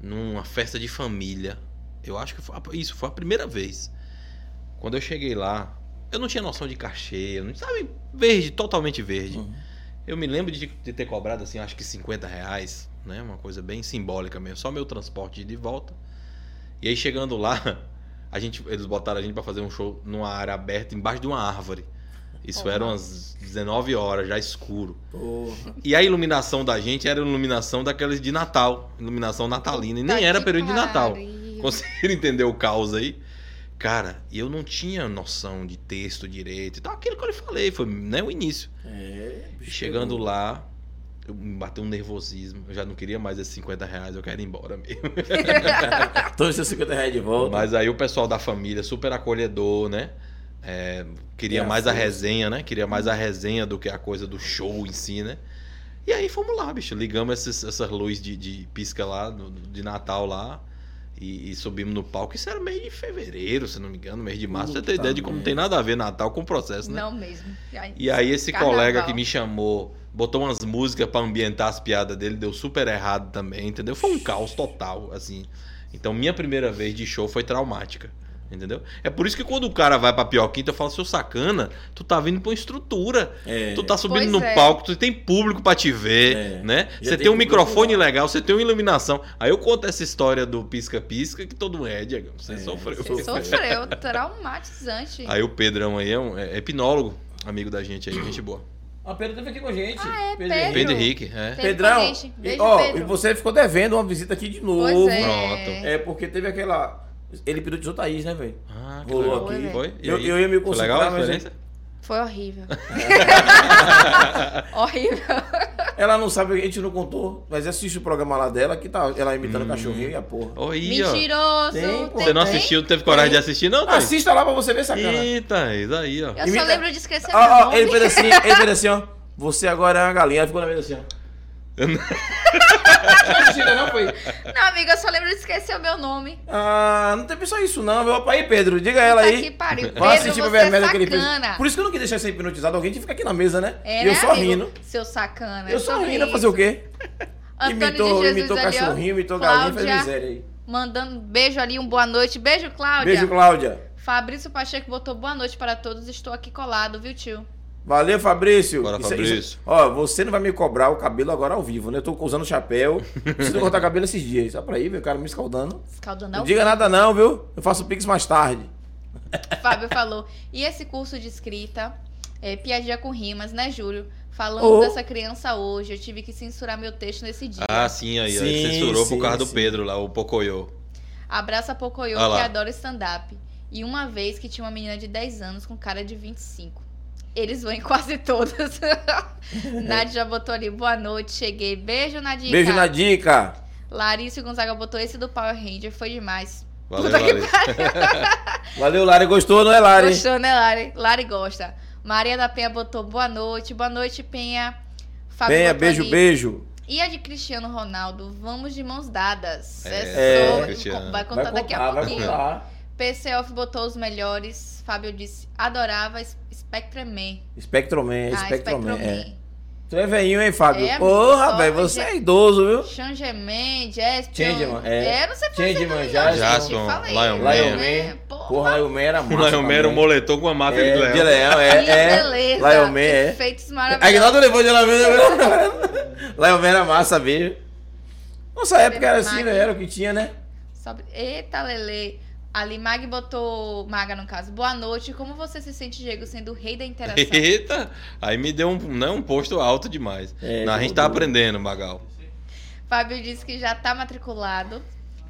Speaker 3: numa festa de família. Eu acho que foi, a- isso foi a primeira vez. Quando eu cheguei lá, Eu não tinha noção de cachê, eu não sabe? Verde, totalmente verde.
Speaker 2: Uhum.
Speaker 3: Eu me lembro de, de ter cobrado, assim, acho que 50 reais, né? Uma coisa bem simbólica mesmo. Só meu transporte de ida e volta. E aí chegando lá, *laughs* a gente, eles botaram a gente pra fazer um show numa área aberta, embaixo de uma árvore. Isso
Speaker 1: Porra.
Speaker 3: era umas 19 horas, já escuro.
Speaker 2: Porra.
Speaker 3: E a iluminação da gente era iluminação daquelas de Natal, iluminação natalina. E nem era período de Natal. Conseguiram entender o caos aí? Cara, e eu não tinha noção de texto direito e tal. Aquilo que eu lhe falei, foi né, o início.
Speaker 2: É, bicho,
Speaker 3: Chegando lá, eu me bateu um nervosismo. Eu já não queria mais esses 50 reais, eu quero ir embora mesmo.
Speaker 2: Trouxe seus 50 reais de volta.
Speaker 3: Mas aí o pessoal da família, super acolhedor, né? É, queria
Speaker 2: Graças. Uhum.
Speaker 3: mais a resenha, né? Queria mais a resenha do que a coisa do show em si, né? E aí fomos lá, bicho. Ligamos essas, essas luzes de, de pisca lá, do- do- de Natal lá. E, e subimos no palco. Isso era mês de fevereiro, se não me engano, mês de março. Você
Speaker 2: Puta
Speaker 3: tem ideia de como
Speaker 2: merda.
Speaker 3: tem nada a ver Natal com o processo,
Speaker 1: *laughs*
Speaker 3: né?
Speaker 1: Não mesmo. Ai,
Speaker 3: E aí esse
Speaker 1: Carnaval.
Speaker 3: colega que me chamou botou umas músicas pra ambientar as piadas dele, deu super errado também, entendeu? Foi um caos total, assim. Então minha primeira vez de show foi traumática, entendeu? É por isso que quando o cara vai pra pior quinta, eu falo, seu sacana, tu tá vindo pra uma estrutura,
Speaker 2: É.
Speaker 3: tu tá subindo
Speaker 1: Pois
Speaker 3: no
Speaker 1: é.
Speaker 3: palco, tu tem público pra te ver,
Speaker 2: É.
Speaker 3: né?
Speaker 2: Já
Speaker 3: Você tem,
Speaker 2: tem
Speaker 3: um
Speaker 2: público
Speaker 3: microfone
Speaker 2: lá.
Speaker 3: legal, você tem uma iluminação. Aí eu conto essa história do pisca-pisca que todo mundo é, Diego, você
Speaker 2: É.
Speaker 3: sofreu.
Speaker 1: Você sofreu, traumatizante.
Speaker 3: Aí o Pedrão aí é um é hipnólogo, amigo da gente aí, gente boa.
Speaker 2: A Pedro teve aqui com a gente. Ah,
Speaker 1: é,
Speaker 3: Pedro Henrique, é.
Speaker 1: Teve
Speaker 2: Pedrão,
Speaker 1: com a gente. Beijo,
Speaker 2: e, ó,
Speaker 1: Pedro.
Speaker 2: e você ficou devendo uma visita aqui de novo.
Speaker 1: Pois é.
Speaker 3: Pronto.
Speaker 2: É, porque teve aquela. Ele pilotizou Thaís, né, velho?
Speaker 3: Ah, que
Speaker 2: Rolou
Speaker 3: legal.
Speaker 1: legal.
Speaker 2: aqui.
Speaker 1: Foi,
Speaker 3: Foi? E
Speaker 2: Eu,
Speaker 3: aí?
Speaker 2: eu ia me
Speaker 3: Foi
Speaker 2: concentrar,
Speaker 3: legal a
Speaker 2: mas
Speaker 3: experiência?
Speaker 1: Foi
Speaker 3: *laughs*
Speaker 1: horrível. horrível.
Speaker 2: ela não sabe, a gente não contou, mas assiste o programa lá dela, que tá ela imitando cachorrinho e a porra.
Speaker 3: Oi, ó.
Speaker 1: Mentiroso.
Speaker 2: Tem, pô.
Speaker 1: tem-
Speaker 3: Você não
Speaker 1: tem?
Speaker 3: assistiu, teve coragem de assistir, não, Thaís?
Speaker 2: Assista lá pra você ver, sacana.
Speaker 3: Ih, Thaís, aí, ó.
Speaker 1: Eu
Speaker 2: Imita-
Speaker 1: só lembro de esquecer
Speaker 2: Ó,
Speaker 1: meu
Speaker 2: ó,
Speaker 1: nome.
Speaker 2: ele fez assim, ele fez assim, ó. Você agora é uma galinha. Ela ficou na mesa assim, ó. Não assistida, não, foi?
Speaker 1: Não, amiga, eu só lembro de esquecer o meu nome.
Speaker 2: Ah, não teve só isso, não. Meu pai, Pedro, diga a ela
Speaker 1: Puta
Speaker 2: aí.
Speaker 1: que pariu. Pedro,
Speaker 2: Vai assistir pra ver a
Speaker 1: você é
Speaker 2: merda que ele fez.
Speaker 1: sacana.
Speaker 2: Por isso que eu não quis deixar ser hipnotizado. Alguém tinha que ficar aqui na mesa, né?
Speaker 1: É,
Speaker 2: e eu
Speaker 1: né,
Speaker 2: só
Speaker 1: amigo?
Speaker 2: rindo.
Speaker 1: Seu sacana.
Speaker 2: Eu
Speaker 1: é
Speaker 2: só
Speaker 1: sobre
Speaker 2: rindo. Fazer o
Speaker 1: isso.
Speaker 2: quê?
Speaker 1: Antônio
Speaker 2: imitou
Speaker 1: de Jesus
Speaker 2: imitou
Speaker 1: ali, ó.
Speaker 2: cachorrinho, imitou galinha,
Speaker 1: Cláudia,
Speaker 2: fez miséria aí.
Speaker 1: Mandando beijo ali, um boa noite. Beijo, Cláudia.
Speaker 2: Beijo, Cláudia.
Speaker 1: Fabrício Pacheco botou boa noite para todos. Estou aqui colado, viu, tio?
Speaker 2: Valeu, Fabrício.
Speaker 3: Bora,
Speaker 2: é-
Speaker 3: Fabrício.
Speaker 2: Ó, você não vai me cobrar o cabelo agora ao vivo, né? Eu tô usando chapéu. Preciso cortar cabelo esses dias. Olha pra aí, meu cara me escaldando.
Speaker 1: Escaldando
Speaker 2: Não,
Speaker 1: ao
Speaker 2: diga nada não, viu? Eu faço pix mais tarde.
Speaker 1: Fábio falou. E esse curso de escrita, é, piadinha com rimas, né, Júlio? Falamos
Speaker 2: Oh.
Speaker 1: dessa criança hoje. Eu tive que censurar meu texto nesse dia.
Speaker 3: Ah, sim, aí, ó.
Speaker 2: Sim,
Speaker 3: Ele censurou
Speaker 2: sim,
Speaker 3: por causa do
Speaker 2: sim.
Speaker 3: Pedro lá, o Pocoyo.
Speaker 1: Abraça a Pocoyo,
Speaker 3: Ah lá.
Speaker 1: que adora stand-up. E uma vez que tinha uma menina de 10 anos com cara de 25. Eles vão em quase todas. *laughs* Nadia já botou ali, boa noite, cheguei. Beijo, Nadia.
Speaker 2: Beijo na dica.
Speaker 1: Larissa Gonzaga botou esse do Power Ranger, foi demais.
Speaker 3: Valeu,
Speaker 1: Puta que
Speaker 3: Larissa.
Speaker 2: Valeu, Lari. Gostou, não é, Lari?
Speaker 1: Gostou, né, Lari? Lari gosta. Maria da Penha botou boa noite, boa noite, Penha. Fábio
Speaker 2: Venha,
Speaker 1: botou
Speaker 2: beijo,
Speaker 1: ali,
Speaker 2: beijo.
Speaker 1: E a de Cristiano Ronaldo, vamos de mãos dadas.
Speaker 3: É,
Speaker 1: sobre-
Speaker 3: Cristiano.
Speaker 1: Vai contar
Speaker 2: vai
Speaker 1: daqui
Speaker 2: contar,
Speaker 1: a pouquinho.
Speaker 2: Vai contar.
Speaker 1: PC Off botou os melhores. Fábio disse, adorava es- Spectrum Man.
Speaker 2: Spectroman,
Speaker 1: Ah, Spectrum
Speaker 2: Spectroman. É.
Speaker 1: Man.
Speaker 2: Tu é velhinho, hein, Fábio?
Speaker 1: É, amigo,
Speaker 2: Porra,
Speaker 1: só
Speaker 2: velho,
Speaker 1: de-
Speaker 2: você é idoso, viu?
Speaker 1: Changeman, Jaspion.
Speaker 2: Changeman, é.
Speaker 1: eu não sei fazer
Speaker 2: Changeman,
Speaker 1: nome,
Speaker 2: Jaspion,
Speaker 3: Jaspion,
Speaker 1: fala aí,
Speaker 3: Lion
Speaker 2: Lion
Speaker 1: né?
Speaker 2: Man.
Speaker 1: Porra.
Speaker 2: Porra, Lion Man era
Speaker 3: O
Speaker 2: massa.
Speaker 3: Laiomero, um
Speaker 2: também.
Speaker 3: moletom com a máscara
Speaker 2: é,
Speaker 3: de leão.
Speaker 2: de leão.
Speaker 1: Que
Speaker 2: É, é.
Speaker 1: beleza.
Speaker 2: Lion Man, é.
Speaker 1: Efeitos
Speaker 2: A
Speaker 1: maravilhosos.
Speaker 2: Ignaldo levou de Lion *laughs* Man. Lion Man era é massa, velho. Nossa época era assim,
Speaker 1: Mag.
Speaker 2: velho, era o que tinha, né?
Speaker 1: Sobre... Eita, Lele. Ali, Mag botou... Maga, no caso. Boa noite. Como você se sente, Diego, sendo o rei da interação?
Speaker 3: *laughs* Eita! Aí me deu um, né, um posto alto demais.
Speaker 2: É,
Speaker 3: Não, a gente
Speaker 2: mudou.
Speaker 3: tá aprendendo, Magal.
Speaker 1: Fábio disse que já tá matriculado.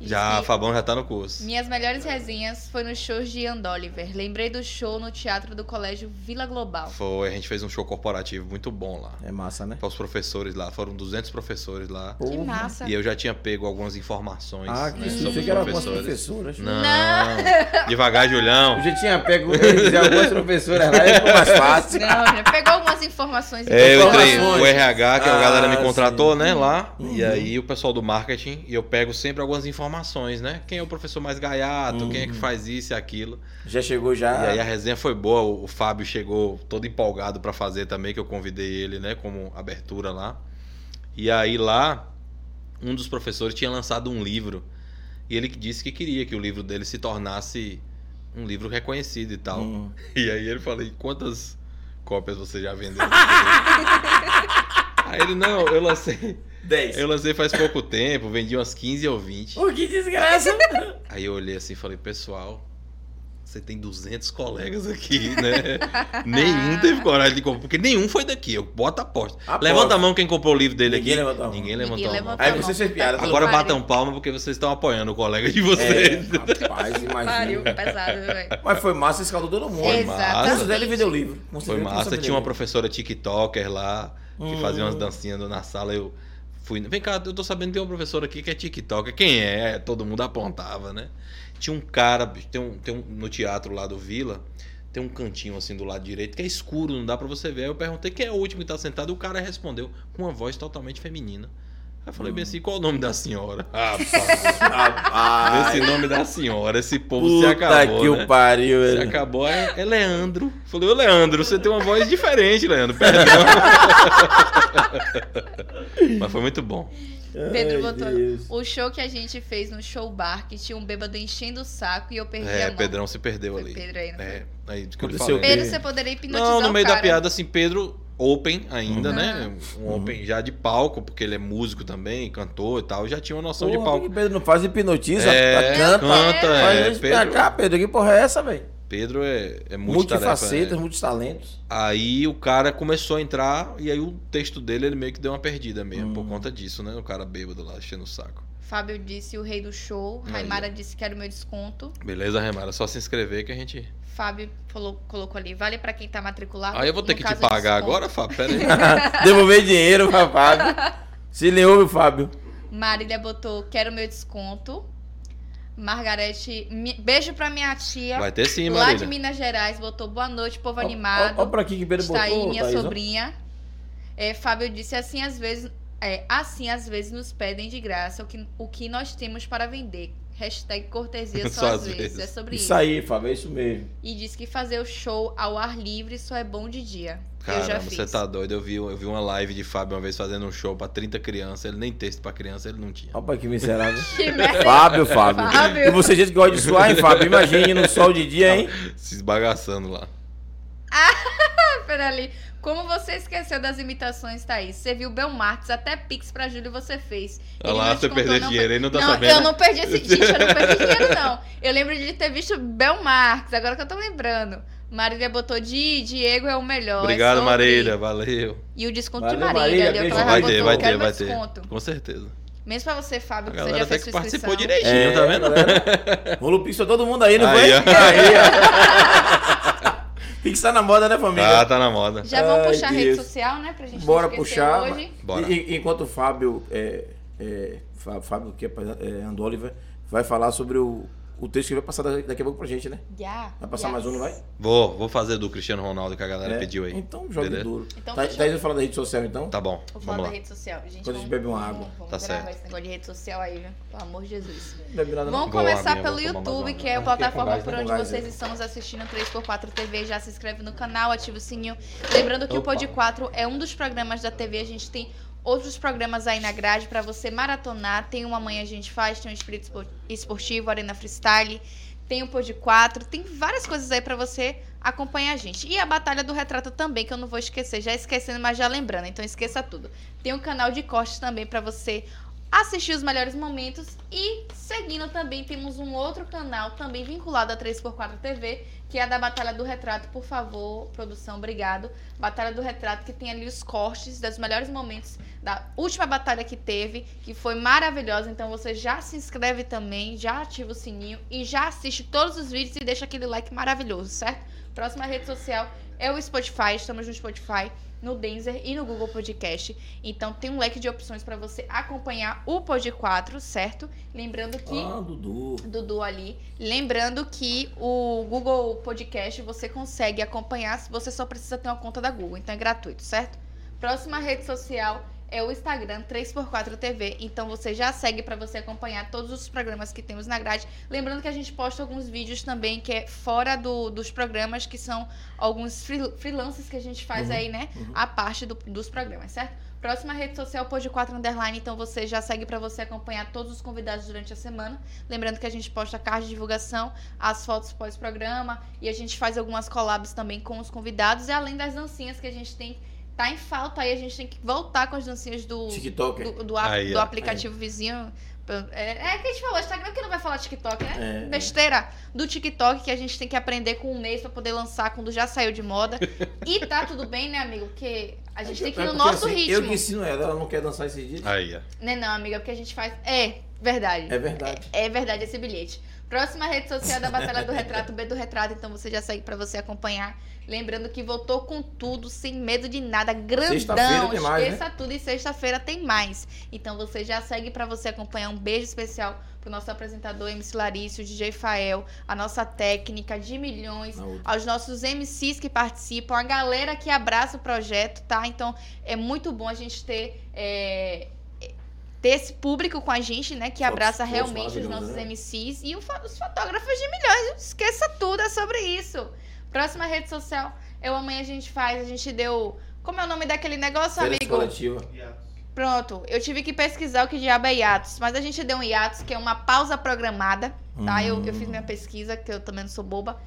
Speaker 1: Diz
Speaker 3: Já,
Speaker 1: que
Speaker 3: Fabão já tá no curso.
Speaker 1: Minhas melhores resenhas foi nos shows de Andoliver. Lembrei do show no teatro do colégio Vila Global.
Speaker 3: Foi, a gente fez um show corporativo muito bom lá.
Speaker 2: É massa, né?
Speaker 3: Para os professores lá, foram 200 professores lá.
Speaker 1: Que massa.
Speaker 3: E eu já tinha pego algumas informações
Speaker 2: Ah, que
Speaker 3: né,
Speaker 2: isso,
Speaker 3: sobre
Speaker 2: achei
Speaker 3: os
Speaker 2: que era algumas
Speaker 3: professores.
Speaker 2: professoras.
Speaker 3: Não. Devagar, Julião.
Speaker 2: Eu já tinha pego *laughs* eu dizia, algumas professoras lá, e ficou mais fácil.
Speaker 1: *laughs* Não, já pegou algumas informações.
Speaker 3: É, eu
Speaker 1: importantes.
Speaker 3: entrei o RH, que a
Speaker 2: Ah,
Speaker 3: galera me contratou,
Speaker 2: sim.
Speaker 3: né, lá.
Speaker 2: Uhum.
Speaker 3: E aí o pessoal do marketing, e eu pego sempre algumas informações, né? Quem é o professor mais gaiato, quem é que
Speaker 2: Uhum. Ah.
Speaker 3: faz isso e aquilo.
Speaker 2: Já chegou
Speaker 3: E aí é a
Speaker 2: já.
Speaker 3: resenha foi boa, o o Fábio chegou todo empolgado pra fazer também, que eu convidei ele, né, como abertura lá. E aí lá, um dos professores tinha lançado um livro, e ele disse que queria que o livro dele se tornasse um livro reconhecido e tal.
Speaker 2: Hum.
Speaker 3: E aí ele falei, quantas cópias você já vendeu? aí ele, não, eu lancei.
Speaker 2: 10.
Speaker 3: Eu lancei faz pouco tempo, vendi umas 15 ou 20.
Speaker 2: Oh, que desgraça!
Speaker 3: Aí eu olhei assim e falei, pessoal, você tem 200 colegas aqui, né? nenhum teve coragem de comprar, porque nenhum foi daqui. Eu boto a aposta.
Speaker 2: Aposta.
Speaker 3: Ah, Levanta a mão quem comprou o livro dele
Speaker 2: Ninguém
Speaker 3: aqui.
Speaker 2: levantou a mão.
Speaker 3: Ninguém levantou
Speaker 1: Ninguém
Speaker 3: a mão.
Speaker 1: levantou
Speaker 2: Aí
Speaker 1: a mão.
Speaker 2: vocês piaram,
Speaker 1: Puta que
Speaker 3: Agora
Speaker 1: pariu.
Speaker 3: batam palma porque vocês estão apoiando o colega de
Speaker 2: É,
Speaker 3: vocês.
Speaker 2: rapaz,
Speaker 3: *laughs*
Speaker 1: Pariu,
Speaker 2: imagina.
Speaker 1: pesado, viu, velho.
Speaker 2: Mas foi massa, escaldou todo mundo.
Speaker 3: Foi
Speaker 1: Exatamente.
Speaker 3: massa.
Speaker 2: Mas o Zé ele vendeu o livro. Com certeza
Speaker 3: Foi
Speaker 2: que
Speaker 3: massa.
Speaker 2: você
Speaker 3: Tinha uma
Speaker 2: vendeu.
Speaker 3: professora TikToker lá que
Speaker 2: Hum.
Speaker 3: fazia umas dancinhas na sala. Eu fui. Vem cá, eu tô sabendo que tem uma professora aqui que é TikToker. Quem é? Todo mundo apontava, né? Tinha um cara, bicho, tem um, tem um, no teatro lá do Vila, tem um cantinho assim do lado direito que é escuro, não dá pra você ver. Aí eu perguntei quem é o último que tá sentado e o cara respondeu com uma voz totalmente feminina. Aí eu falei
Speaker 2: Hum.
Speaker 3: bem assim: qual o nome da
Speaker 2: *laughs*
Speaker 3: senhora? "Ah, Rapaz,
Speaker 2: Rapaz,
Speaker 3: esse nome da senhora, esse povo se
Speaker 2: puta
Speaker 3: acabou.
Speaker 2: que
Speaker 3: né?
Speaker 2: o pariu,
Speaker 3: Você
Speaker 2: velho.
Speaker 3: acabou, é, é Leandro. Falei, ô Leandro, você tem uma voz diferente, Leandro.
Speaker 2: *laughs*
Speaker 3: Perdão. Mas foi muito bom. É,
Speaker 1: Pedro
Speaker 2: Ai,
Speaker 1: botou
Speaker 2: Deus.
Speaker 1: o show que a gente fez no show bar, que tinha um bêbado enchendo o saco e eu perdi a
Speaker 3: É,
Speaker 1: mão.
Speaker 3: Pedrão se perdeu
Speaker 1: Foi
Speaker 3: ali.
Speaker 1: Pedro aí, não foi?
Speaker 3: É, aí do que eu lhe
Speaker 2: Aconteceu
Speaker 3: falei.
Speaker 1: Pedro,
Speaker 2: E-
Speaker 1: você poderia hipnotizar
Speaker 3: Não, no
Speaker 1: o
Speaker 3: meio
Speaker 1: cara.
Speaker 3: da piada, assim, Pedro, open ainda,
Speaker 1: Uhum.
Speaker 3: né? Um open já de palco, porque ele é músico também, cantor e tal. Já tinha uma noção de
Speaker 2: Porra,
Speaker 3: palco.
Speaker 2: que Pedro não faz hipnotiza,
Speaker 3: É,
Speaker 2: canta.
Speaker 3: canta,
Speaker 2: Faz
Speaker 3: é,
Speaker 2: isso pra
Speaker 3: Pedro.
Speaker 2: cá, Pedro. Que porra é essa, velho?
Speaker 3: Pedro é, é multitarefa,
Speaker 2: Multifacetas,
Speaker 3: né?
Speaker 2: multitalentos. *laughs*
Speaker 3: Aí o cara começou a entrar e aí o texto dele ele meio que deu uma perdida mesmo,
Speaker 2: Hum.
Speaker 3: por conta disso, né? O cara bêbado lá, enchendo o saco.
Speaker 1: Fábio disse o rei do show.
Speaker 3: Aí,
Speaker 1: Raimara disse quero meu desconto.
Speaker 3: Beleza, Remara, é só se inscrever que a gente.
Speaker 1: Fábio falou- colocou ali. Vale pra quem tá matriculado.
Speaker 3: Aí eu vou ter
Speaker 1: No
Speaker 3: que te
Speaker 1: caso, eu
Speaker 3: pagar
Speaker 1: desconto.
Speaker 3: agora, Fábio. Pera aí.
Speaker 1: *laughs*
Speaker 2: Devolver dinheiro pra Fábio. Se lhe ouve, Fábio.
Speaker 1: Marília botou quero meu desconto. Margarete, mi- beijo pra minha tia.
Speaker 3: Vai ter sim,
Speaker 1: lá de
Speaker 3: Marília.
Speaker 1: Minas Gerais botou boa noite, povo
Speaker 2: Ó,
Speaker 1: animado.
Speaker 2: Ó, ó pra aqui que Pedro
Speaker 1: Está aí
Speaker 2: botou,
Speaker 1: minha
Speaker 2: Thaís, ó.
Speaker 1: sobrinha. É, Fábio disse assim às vezes, é, assim às vezes nos pedem de graça o que, o que nós temos para vender. Hashtag
Speaker 3: *laughs*
Speaker 1: cortesia só, às vezes. É sobre isso.
Speaker 2: Isso aí, Fábio, é isso mesmo.
Speaker 1: E disse que fazer o show ao ar livre só é bom de dia. eu já
Speaker 3: Caramba,
Speaker 1: fiz.
Speaker 3: você
Speaker 1: *laughs*
Speaker 3: tá doido. Eu vi, eu vi uma live de Fábio uma vez fazendo um show pra 30 crianças. Ele nem texto pra criança, ele não tinha.
Speaker 2: Ó pra
Speaker 1: *laughs*
Speaker 2: que miserável.
Speaker 1: Que merda.
Speaker 2: Fábio, Fábio.
Speaker 1: Fábio.
Speaker 2: E você gente que gosta de suar, hein, Fábio? Imagine no sol de dia, hein?
Speaker 3: Se esbagaçando lá.
Speaker 1: Pera ali. Como você esqueceu das imitações, Thaís? Você viu Belmartes, até Pix pra Júlio você fez.
Speaker 3: Olha
Speaker 1: Ele
Speaker 3: lá,
Speaker 1: não te
Speaker 3: você
Speaker 1: contou,
Speaker 3: perdeu
Speaker 1: não,
Speaker 3: dinheiro, ele não tá
Speaker 1: não,
Speaker 3: sabendo.
Speaker 1: eu não perdi esse ticket, eu não
Speaker 3: *laughs*
Speaker 1: perdi dinheiro, não. Eu lembro de ter visto Bel Marques, agora que eu tô lembrando. Marília botou Di, Diego é o melhor. é
Speaker 3: Obrigado,
Speaker 1: sobre."
Speaker 3: Marília. Valeu.
Speaker 1: E o desconto
Speaker 2: Valeu,
Speaker 1: de Marília,
Speaker 2: Marília,
Speaker 1: ali,
Speaker 2: beijo.
Speaker 1: aquela
Speaker 3: Vai
Speaker 1: botou,
Speaker 3: ter, vai ter,
Speaker 1: quero
Speaker 3: vai
Speaker 1: meu
Speaker 3: ter.
Speaker 1: desconto.
Speaker 3: Com certeza.
Speaker 1: Mesmo pra você,
Speaker 3: A
Speaker 1: Fábio, que você
Speaker 3: galera
Speaker 1: já
Speaker 3: até
Speaker 1: fez
Speaker 3: que
Speaker 1: sua inscrição.
Speaker 3: participou direitinho, tá vendo?
Speaker 2: É, galera. Rolou pix pra todo mundo aí, não
Speaker 3: Aí,
Speaker 2: foi?
Speaker 3: ó.
Speaker 2: Aí, ó. Pix tá na moda, né,
Speaker 3: Tá, *laughs*
Speaker 2: família?
Speaker 3: tá na moda.
Speaker 1: Já vamos
Speaker 2: Ai,
Speaker 1: puxar a rede
Speaker 2: Deus.
Speaker 1: social, né? Pra gente não
Speaker 2: Bora
Speaker 1: esquecer
Speaker 2: puxar.
Speaker 1: hoje.
Speaker 3: Bora.
Speaker 2: E- e- enquanto o Fábio, é, é, Fá- Fábio que é, é, Andoli, vai, vai falar sobre o, o texto que vai passar da- daqui a pouco pra gente, né?
Speaker 1: Já,
Speaker 2: Vai passar
Speaker 1: já.
Speaker 2: mais um, não vai?
Speaker 3: Vou, vou fazer do Cristiano Ronaldo que a galera
Speaker 2: É.
Speaker 3: pediu aí.
Speaker 2: Então, joga
Speaker 3: Beleza.
Speaker 2: duro.
Speaker 1: Então,
Speaker 2: Thaís,
Speaker 1: fechou.
Speaker 2: Thaís vai falar da rede social, então?
Speaker 3: Tá bom,
Speaker 1: Vou falar
Speaker 3: vamos
Speaker 1: da
Speaker 3: lá.
Speaker 1: rede social. Gente,
Speaker 2: Quando a
Speaker 1: vamos-
Speaker 2: gente bebe uma água.
Speaker 1: Vamos, vamos
Speaker 3: Tá
Speaker 1: gravar
Speaker 3: certo.
Speaker 1: esse negócio de rede social aí, viu? Pelo amor de Jesus.
Speaker 2: Bebe nada, não.
Speaker 1: Vamos
Speaker 3: Boa,
Speaker 1: começar pelo
Speaker 3: minha, vou tomar mais
Speaker 1: YouTube,
Speaker 3: uma.
Speaker 1: que é a
Speaker 3: Não, fiquei com
Speaker 1: plataforma
Speaker 3: gás,
Speaker 1: por
Speaker 2: né?
Speaker 1: onde
Speaker 2: Com gás,
Speaker 1: vocês
Speaker 2: né?
Speaker 1: estão nos assistindo, 3x4 TV. Já se inscreve no canal, ativa o sininho. Lembrando que o
Speaker 2: Opa.
Speaker 1: Pod 4 é um dos programas da TV. A gente tem outros programas aí na grade pra você maratonar. Tem uma manhã a gente faz, tem o Espírito Espor- Esportivo, Arena Freestyle, tem o Pod 4, tem várias coisas aí pra você acompanhar a gente. E a Batalha do Retrato também, que eu não vou esquecer, já esquecendo, mas já lembrando. Então esqueça tudo. Tem um canal de cortes também pra você assistir os melhores momentos e seguindo também temos um outro canal também vinculado a 3x4 TV, que é da Batalha do Retrato, por favor, produção, obrigado. Batalha do Retrato que tem ali os cortes dos melhores momentos da última batalha que teve, que foi maravilhosa, então você já se inscreve também, já ativa o sininho e já assiste todos os vídeos e deixa aquele like maravilhoso, certo? Próxima rede social é o Spotify, estamos no Spotify, no Denzer e no Google Podcast. Então tem um leque de opções para você acompanhar o Pod 4, certo? Lembrando que
Speaker 2: Ah, Dudu.
Speaker 1: Dudu ali, lembrando que o Google Podcast você consegue acompanhar, se você só precisa ter uma conta da Google, então é gratuito, certo? Próxima rede social é o Instagram 3x4 TV, então você já segue para você acompanhar todos os programas que temos na grade. Lembrando que a gente posta alguns vídeos também que é fora do- dos programas, que são alguns free- freelances que a gente faz
Speaker 2: Uhum.
Speaker 1: aí, né?
Speaker 2: Uhum.
Speaker 1: a parte do- dos programas, certo? Próxima rede social, Pod 4 Underline. Então você já segue pra você acompanhar todos os convidados durante a semana. Lembrando que a gente posta card de divulgação, as fotos pós-programa e a gente faz algumas collabs também com os convidados. E além das dancinhas que a gente tem, tá em falta aí, a gente tem que voltar com as dancinhas do,
Speaker 2: TikToker.
Speaker 1: do, do, a-
Speaker 3: Aí,
Speaker 1: do
Speaker 3: ó.
Speaker 1: aplicativo vizinho. É, é que a gente falou, Instagram que não vai falar TikTok, né?
Speaker 2: É,
Speaker 1: besteira do TikTok que a gente tem que aprender com um mês pra poder lançar quando já saiu de
Speaker 2: *laughs*
Speaker 1: moda. E tá tudo bem, né, amigo? Porque a gente tem que ir
Speaker 2: É
Speaker 1: no
Speaker 2: porque,
Speaker 1: nosso
Speaker 2: assim, Eu
Speaker 1: ritmo.
Speaker 2: que ensino ela, ela não quer dançar esse dia.
Speaker 3: Aí, ó.
Speaker 1: Né, não, amiga, porque a gente faz. É, verdade.
Speaker 2: É verdade.
Speaker 1: É verdade esse bilhete. Próxima rede social da Batalha do Retrato, B do Retrato, então você já segue pra você acompanhar. Lembrando que voltou com tudo, sem medo de nada,
Speaker 2: Sexta-feira
Speaker 1: grandão.
Speaker 2: tem mais, né?
Speaker 1: Esqueça tudo e sexta-feira tem mais. Então você já segue pra você acompanhar. Um beijo especial pro nosso apresentador MC Larício, DJ Fael, a nossa técnica de milhões,
Speaker 2: Na outra.
Speaker 1: aos nossos MCs que participam, a galera que abraça o projeto, tá? Então é muito bom a gente ter. é, ter esse público com a gente, né? Que
Speaker 2: Fotos-
Speaker 1: abraça
Speaker 2: fotos
Speaker 1: realmente os
Speaker 2: maravilhosas,
Speaker 1: nossos
Speaker 2: né?
Speaker 1: MCs e o fa- os fotógrafos de milhões. Esqueça tudo, é sobre isso. Próxima rede social, eu amanhã a gente faz, a gente deu. Como é o nome daquele negócio,
Speaker 2: Férias
Speaker 1: amigo?
Speaker 2: coletiva.
Speaker 1: Pronto, eu tive que pesquisar o que diabo é hiatus, mas a gente deu um hiatus, que é uma pausa programada, tá? Eu, eu
Speaker 2: Uhum. Hum.
Speaker 1: fiz minha pesquisa, que eu também não sou boba.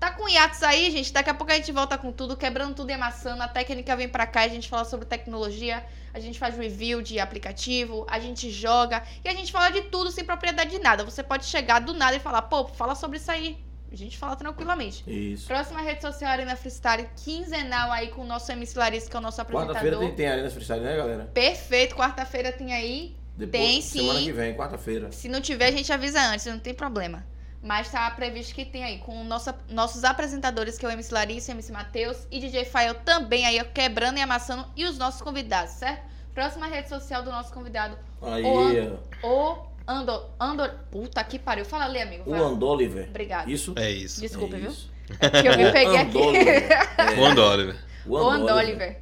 Speaker 1: Tá com hiatus aí, gente? Daqui a pouco a gente volta com tudo, quebrando tudo e amassando. A técnica vem pra cá, a gente fala sobre tecnologia, a gente faz review de aplicativo, a gente joga e a gente fala de tudo sem propriedade de nada. Você pode chegar do nada e falar, pô, fala sobre isso aí. A gente fala tranquilamente.
Speaker 2: Isso.
Speaker 1: Próxima rede social, Arena Freestyle, quinzenal aí com o nosso MC Larissa, que é o nosso
Speaker 2: Quarta-feira
Speaker 1: apresentador.
Speaker 2: tem, tem Arena Freestyle, né, galera?
Speaker 1: Perfeito, quarta-feira tem aí.
Speaker 2: Depois,
Speaker 1: Tem,
Speaker 2: Semana
Speaker 1: sim.
Speaker 2: que vem, quarta-feira.
Speaker 1: Se não tiver, a gente avisa antes, não tem problema. Mas tá previsto que tem aí, com o nossa- nossos apresentadores, que é o MC Larissa, MC Matheus e DJ Fael também aí, ó, quebrando e amassando, e os nossos convidados, certo? Próxima rede social do nosso convidado,
Speaker 2: Aí,
Speaker 1: Ô, o Andor... Andor... Puta que pariu. Fala ali, amigo.
Speaker 2: o
Speaker 1: vai.
Speaker 2: Andoliver.
Speaker 1: Obrigada.
Speaker 2: Isso?
Speaker 3: É isso.
Speaker 1: Desculpa,
Speaker 2: É
Speaker 1: viu?
Speaker 2: isso.
Speaker 1: É que eu me peguei aqui.
Speaker 2: Andoliver. É,
Speaker 3: Quando, Oliver?
Speaker 1: *laughs* O Andoliver.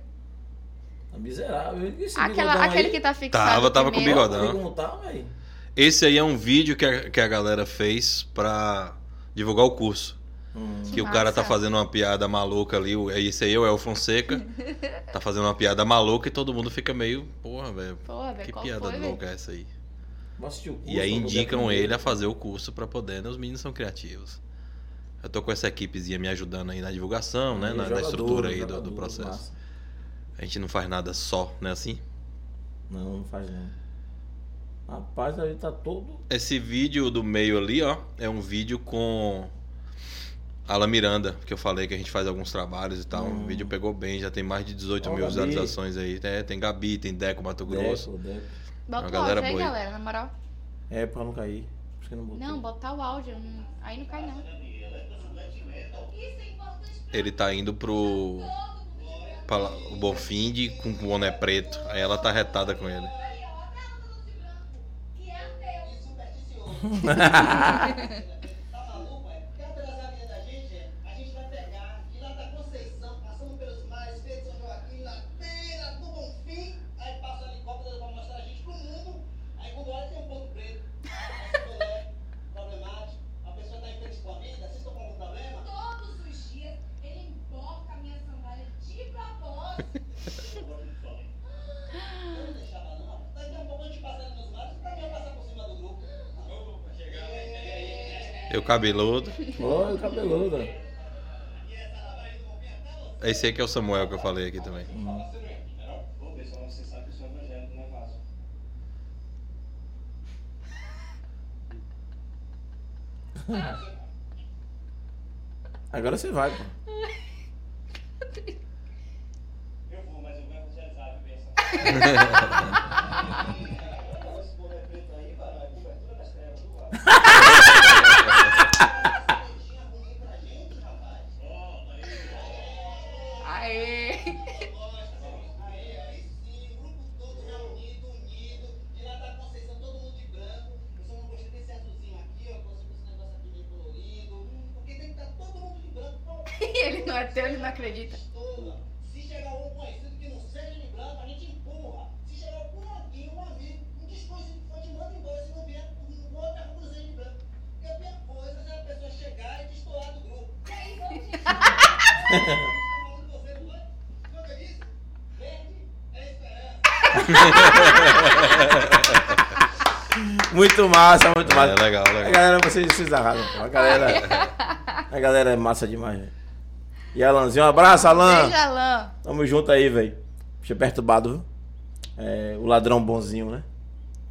Speaker 2: Tá Miserável. E esse bigodão
Speaker 1: Aquela,
Speaker 2: aí?
Speaker 1: aquele que tá fixado
Speaker 3: Tava- tava com
Speaker 1: primeiro.
Speaker 3: bigode.
Speaker 2: Olha Como
Speaker 3: bigodão.
Speaker 2: tá, velho?
Speaker 3: Esse aí é um vídeo que a, que a galera fez pra divulgar o curso.
Speaker 2: Hum.
Speaker 3: Que, o cara
Speaker 1: massa.
Speaker 3: tá fazendo uma piada maluca ali. o- Esse aí é o
Speaker 1: *laughs*
Speaker 3: El Fonseca. tá fazendo uma piada maluca e todo mundo fica meio. Porra, velho.
Speaker 1: Pô, velho,
Speaker 3: Que
Speaker 1: qual
Speaker 3: piada
Speaker 1: foi, velho?
Speaker 3: louca é essa aí?
Speaker 2: Vou assistir o curso,
Speaker 3: E aí
Speaker 2: vou poder
Speaker 3: indicam
Speaker 2: aprender.
Speaker 3: ele a fazer o curso pra poder, né? Os meninos são criativos. Eu tô com essa equipezinha me ajudando aí na divulgação, né?
Speaker 2: Ele é
Speaker 3: Na, na
Speaker 2: jogador,
Speaker 3: estrutura aí do,
Speaker 2: jogador,
Speaker 3: do processo.
Speaker 2: massa.
Speaker 3: A gente não faz nada só, né? Assim.
Speaker 2: Não, não faz não. Rapaz, aí tá todo.
Speaker 3: Esse vídeo do meio ali, ó, é um vídeo com Alan Miranda, que eu falei que a gente faz alguns trabalhos e tal.
Speaker 2: Hum.
Speaker 3: O vídeo pegou bem, já tem mais de 18
Speaker 2: Ó,
Speaker 3: mil
Speaker 2: Gabi.
Speaker 3: visualizações aí. É, tem Gabi, tem Deco Mato Grosso.
Speaker 2: Deco, Deco.
Speaker 1: Bota
Speaker 3: Uma
Speaker 1: o
Speaker 3: galera
Speaker 1: áudio aí,
Speaker 3: boa aí.
Speaker 1: galera, na moral.
Speaker 2: É, pra não cair. Por isso que não botou.
Speaker 1: Não, botar o áudio. não- Aí não cai, não.
Speaker 3: Ele tá indo pro. pra lá- o Bonfinde com o boné preto. Aí ela tá retada com ele.
Speaker 5: um é tá
Speaker 6: Todos os dias ele emborca a minha sandália de propósito.
Speaker 3: Eu cabeludo.
Speaker 2: Olha o cabeludo.
Speaker 3: Esse aí que é o Samuel que eu falei aqui também.
Speaker 2: Agora você vai, pô.
Speaker 1: Aê! *laughs* Ele não é teu, ele não acredita.
Speaker 5: um é *laughs* é
Speaker 2: Muito massa, muito massa.
Speaker 3: É, legal,
Speaker 2: A
Speaker 3: legal.
Speaker 2: galera, vocês, vocês arrasam. pô. A galera, a galera é massa demais, velho. E Alanzinho, um abraço,
Speaker 3: Ah.
Speaker 2: Alan.
Speaker 1: Seja lã.
Speaker 2: Tamo junto aí, velho. Bicho é perturbado, viu? É, o ladrão bonzinho, né?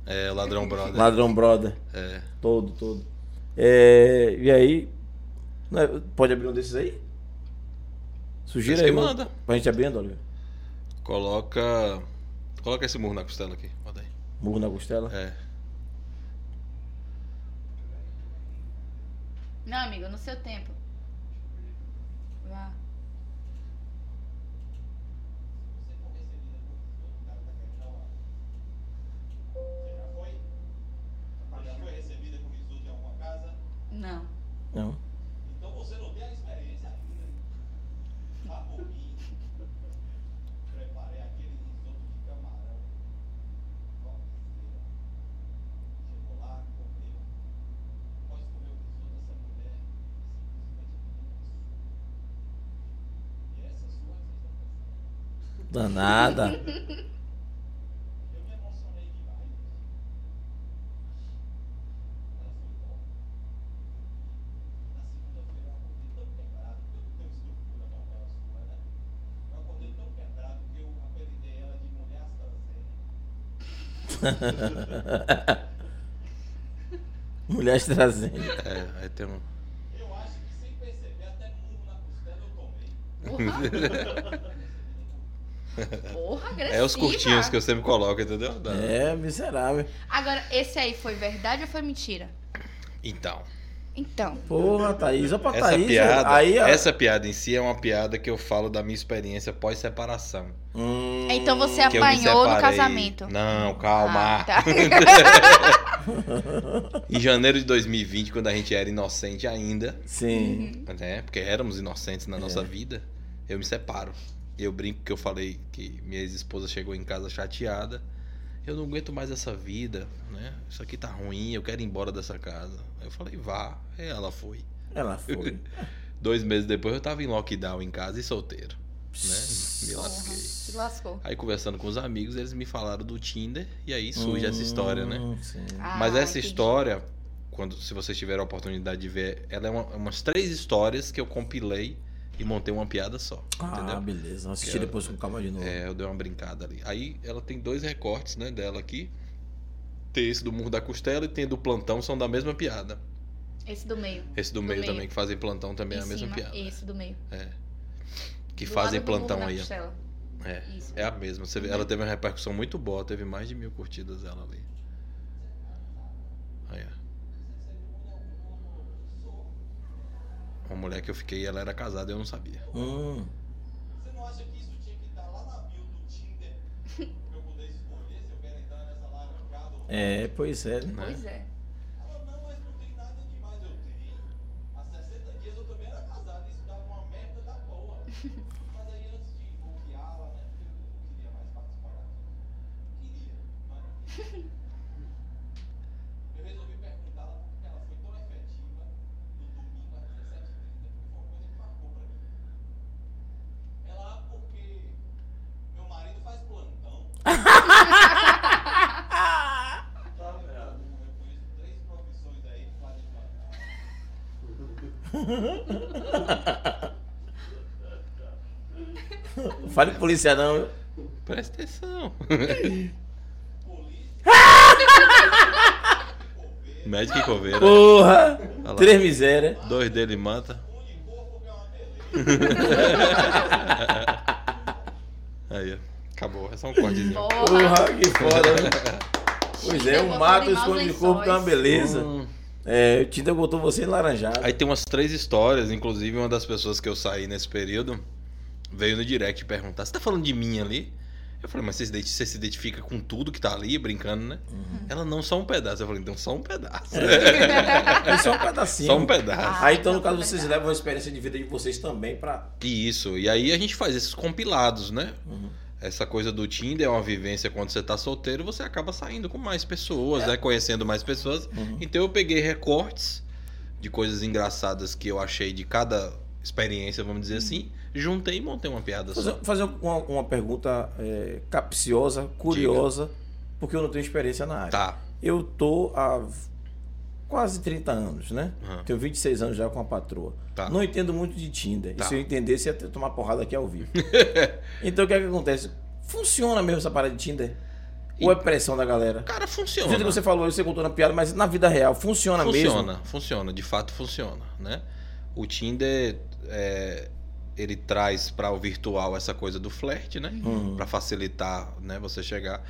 Speaker 3: É, ladrão brother.
Speaker 2: Ladrão brother.
Speaker 3: É.
Speaker 2: Todo, todo. É, e aí. não é- Pode abrir um desses aí? Sugira
Speaker 3: Vocês
Speaker 2: aí.
Speaker 3: que
Speaker 2: um-
Speaker 3: manda.
Speaker 2: Pra gente abrindo, olha.
Speaker 3: Coloca. Coloca esse murro na costela aqui. Bota aí.
Speaker 2: Murro na costela.
Speaker 3: É.
Speaker 1: Não, amigo, no seu tempo. Vá.
Speaker 5: tá Já foi recebida com visu de alguma casa?
Speaker 1: Não.
Speaker 2: Não.
Speaker 5: Então você não tem a experiência ainda. Tá por mim. Preparei aquele risoto de camarão. Com besteira. Chegou lá, comeu. Pode comer o risoto dessa mulher. Simplesmente me E essa sua vocês estão pensando.
Speaker 2: Danada. *laughs*
Speaker 5: Eu me emocionei demais. Ela foi embora. Na segunda-feira eu acordei tão quebrado, porque eu não tenho estrutura normal sua, né? Eu acordei tão quebrado que eu apelidei ela de mulher AstraZeneca.
Speaker 2: Mulheres trazendo.
Speaker 3: É, aí tem um.
Speaker 5: Eu acho que sem perceber, até murro na costela eu tomei.
Speaker 1: Porra.
Speaker 3: *laughs*
Speaker 1: Porra, agressiva.
Speaker 3: É os curtinhos que eu sempre coloco, entendeu? Da-
Speaker 2: É, miserável.
Speaker 1: Agora, esse aí foi verdade ou foi mentira?
Speaker 3: Então,
Speaker 1: Então.
Speaker 2: Porra, Thaís. Ó pra
Speaker 3: essa
Speaker 2: Thaís.
Speaker 3: piada,
Speaker 2: Aí, ó.
Speaker 3: essa piada em si é uma piada que eu falo da minha experiência pós separação.
Speaker 2: Hum,
Speaker 1: Então você
Speaker 3: que eu me
Speaker 1: apanhou no
Speaker 3: separei.
Speaker 1: casamento.
Speaker 3: Não, calma.
Speaker 1: Ah,
Speaker 2: *laughs*
Speaker 3: *laughs*
Speaker 1: tá.
Speaker 3: Em janeiro de 2020, quando a gente era inocente ainda,
Speaker 2: Sim.
Speaker 3: né? Porque éramos inocentes na nossa vida, eu me separo. Eu brinco que eu falei que minha ex-esposa chegou em casa chateada. Eu não aguento mais essa vida, né? Isso aqui tá ruim, eu quero ir embora dessa casa. Aí Eu falei, vá. Aí Ela foi.
Speaker 2: Ela
Speaker 3: *laughs*
Speaker 2: foi.
Speaker 3: Né? Dois meses depois eu tava em lockdown em casa e solteiro. Me
Speaker 1: Porra,
Speaker 3: lasquei.
Speaker 1: Se lascou.
Speaker 3: Aí conversando com os amigos, eles me falaram do Tinder e aí surge essa história, né?
Speaker 2: Hum, Sim.
Speaker 3: Mas
Speaker 1: Ah,
Speaker 3: essa
Speaker 1: entendi.
Speaker 3: história, quando se vocês tiverem a oportunidade de ver, ela é uma- umas três histórias que eu compilei e montei uma piada só.
Speaker 2: Ah,
Speaker 3: entendeu?
Speaker 2: beleza. Vamos assistir
Speaker 3: Que eu-
Speaker 2: depois com calma de novo.
Speaker 1: Uhum.
Speaker 3: É, eu dei uma brincada ali. Aí ela tem dois recortes, né, dela aqui. Tem esse do Murro da Costela e tem do Plantão, são da mesma piada.
Speaker 1: Esse do meio.
Speaker 3: Esse do meio,
Speaker 1: meio.
Speaker 3: também, que fazem plantão, também é
Speaker 1: Em
Speaker 3: a mesma
Speaker 1: cima,
Speaker 3: piada.
Speaker 1: Esse do meio.
Speaker 3: Que
Speaker 1: Do
Speaker 3: fazem
Speaker 1: lado do
Speaker 3: plantão
Speaker 1: burro na
Speaker 3: aí. ó.
Speaker 1: costela.
Speaker 3: É,
Speaker 1: Isso.
Speaker 3: é a mesma. Você vê, ela teve uma repercussão muito boa, teve mais de mil curtidas ela ali. Aí, ó. Uma mulher que eu fiquei, ela era casada e eu não sabia.
Speaker 2: Hum.
Speaker 5: Você não acha que isso tinha que estar lá na bio do Tinder? Pra eu poder escolher se eu quero entrar nessa laranjada ou não?
Speaker 2: É, pois é. né?
Speaker 1: Pois é.
Speaker 5: Ela, não, mas não tem nada demais, eu tenho. Há 60 dias eu também era casado e isso dava uma merda da boa. Mas aí antes de bloqueá-la, né? porque Eu não queria mais participar daquilo. Queria, mas não queria. Eu resolvi perguntá-la por que ela foi tão efetiva no domingo às 17h30, porque foi uma coisa que marcou pra mim. Ela, "Ah, porque meu marido faz plantão.
Speaker 4: Tá merda.
Speaker 5: Eu conheço três profissões aí que fazem plantão.
Speaker 2: Fale com polícia não.
Speaker 3: Presta atenção. *laughs* Médico e coveira.
Speaker 2: Porra!
Speaker 3: lá.
Speaker 2: Três miséria.
Speaker 3: Dois dele *laughs* mata. Aí, ó. Acabou. É só um cortezinho.
Speaker 1: Porra.
Speaker 2: Porra, que foda, né? Pois
Speaker 3: um
Speaker 2: é,
Speaker 1: Tinder
Speaker 2: o mato
Speaker 1: botou ele
Speaker 2: esconde
Speaker 1: em
Speaker 2: o corpo, que é uma
Speaker 1: maus lençóis.
Speaker 2: beleza. É, o Tinder botou você enlaranjado.
Speaker 3: Hum. Aí tem umas três histórias, inclusive uma das pessoas que eu saí nesse período veio no direct perguntar: Você tá falando de mim ali? Eu falei, mas você se identi- você se identifica com tudo que tá ali, brincando, né? Ela não, só um pedaço. Eu falei, então só um pedaço.
Speaker 1: *laughs*
Speaker 2: É só um pedacinho.
Speaker 3: só um pedaço.
Speaker 1: Ah,
Speaker 2: Aí então, no
Speaker 1: então,
Speaker 2: caso, vocês
Speaker 1: verdade.
Speaker 2: levam a experiência de vida de vocês também pra.
Speaker 3: E isso. E aí a gente faz esses compilados, né?
Speaker 2: Uhum.
Speaker 3: Essa coisa do Tinder é uma vivência quando você tá solteiro, você acaba saindo com mais pessoas, né? Conhecendo mais pessoas.
Speaker 2: Uhum.
Speaker 3: Então eu peguei recortes de coisas engraçadas que eu achei de cada experiência, vamos dizer assim, Juntei e montei uma piada
Speaker 2: Fazer,
Speaker 3: só.
Speaker 2: fazer uma, uma pergunta é, capciosa, curiosa, porque eu não tenho experiência na área.
Speaker 3: Tá.
Speaker 2: Eu tô há v- quase 30 anos, né?
Speaker 3: Aham.
Speaker 2: Tenho 26 anos já com a patroa.
Speaker 3: Tá.
Speaker 2: Não entendo muito de Tinder.
Speaker 3: Tá.
Speaker 2: E se eu entendesse, ia ter- tomar porrada aqui ao
Speaker 3: *laughs*
Speaker 2: vivo. então o que é que acontece? Funciona mesmo essa parada de Tinder? Ou é pressão da galera?
Speaker 3: Cara,
Speaker 2: Do
Speaker 3: funciona.
Speaker 2: jeito que você falou, você contou na piada, mas na vida real, funciona, mesmo?
Speaker 3: Funciona, funciona, de fato funciona, né? O Tinder é, ele traz para o virtual essa coisa do flerte, né?
Speaker 2: Hum.
Speaker 3: Pra facilitar, né, você chegar.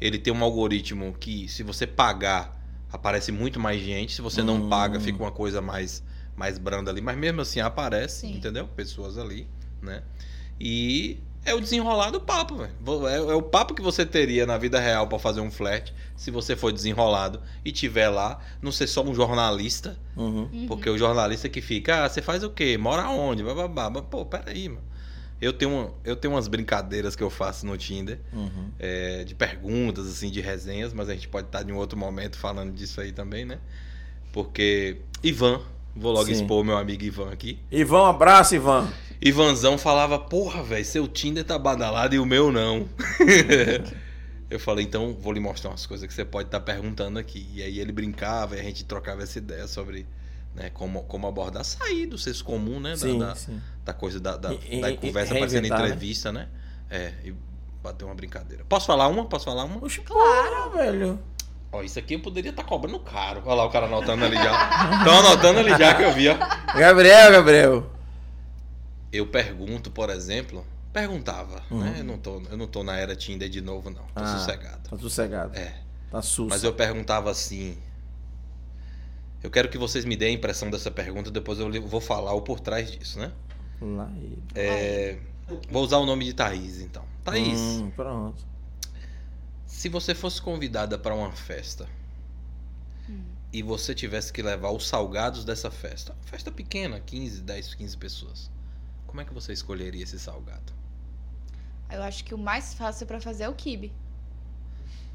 Speaker 3: Ele tem um algoritmo que se você pagar aparece muito mais gente, se você não
Speaker 2: Hum.
Speaker 3: paga fica uma coisa mais mais branda ali, mas mesmo assim aparece,
Speaker 1: Sim.
Speaker 3: entendeu? Pessoas ali, né? E é o desenrolar do papo, velho. Vo- É, é o papo que você teria na vida real pra fazer um flerte, se você for desenrolado e tiver lá, não ser só um jornalista,
Speaker 2: Uhum.
Speaker 1: Uhum.
Speaker 3: porque o jornalista que fica, ah, você faz o quê? Mora onde? Bababá. Mas, Pô, peraí, mano. Eu tenho, uma- eu tenho umas brincadeiras que eu faço no Tinder,
Speaker 2: Uhum.
Speaker 3: é, de perguntas, assim, de resenhas, mas a gente pode estar em um outro momento falando disso aí também, né? Porque Ivan, vou logo
Speaker 2: Sim.
Speaker 3: expor o meu amigo Ivan aqui.
Speaker 2: Ivan, um abraço, Ivan.
Speaker 3: Ivanzão falava, porra, velho, seu Tinder tá badalado e o meu não. *laughs* Eu falei, então vou lhe mostrar umas coisas que você pode estar perguntando aqui. E aí ele brincava e a gente trocava essa ideia sobre né, como, como abordar, sair do senso comum, né? da-
Speaker 2: Sim,
Speaker 3: da,
Speaker 2: sim.
Speaker 3: da coisa da, da,
Speaker 2: E-
Speaker 3: da
Speaker 2: e-
Speaker 3: conversa
Speaker 2: e-
Speaker 3: parecendo
Speaker 2: reinventar, né?
Speaker 3: entrevista, né? É, e bater uma brincadeira. Posso falar uma? Posso falar uma?
Speaker 2: Oxe, claro, velho.
Speaker 3: Ó, isso aqui eu poderia estar cobrando caro. Olha lá o cara anotando
Speaker 2: *laughs*
Speaker 3: ali já. Estão anotando ali já que eu vi, ó.
Speaker 2: Gabriel, Gabriel.
Speaker 3: Eu pergunto, por exemplo, perguntava,
Speaker 2: Uhum.
Speaker 3: né? Eu não, tô, eu não tô na era Tinder de novo, não. Tô
Speaker 2: Ah.
Speaker 3: sossegado.
Speaker 2: Tá sossegado.
Speaker 3: É.
Speaker 2: Tá susto.
Speaker 3: Mas eu perguntava assim. Eu quero que vocês me deem a impressão dessa pergunta, depois eu li- vou falar o por trás disso, né?
Speaker 2: Lá ele.
Speaker 3: É, vou usar o nome de Thaís, então. Thaís,
Speaker 2: Hum, pronto.
Speaker 3: se você fosse convidada para uma festa e você tivesse que levar os salgados dessa festa, uma festa pequena, 15, 10, 15 pessoas, como é que você escolheria esse salgado?
Speaker 1: Eu acho que o mais fácil pra fazer é o kibe.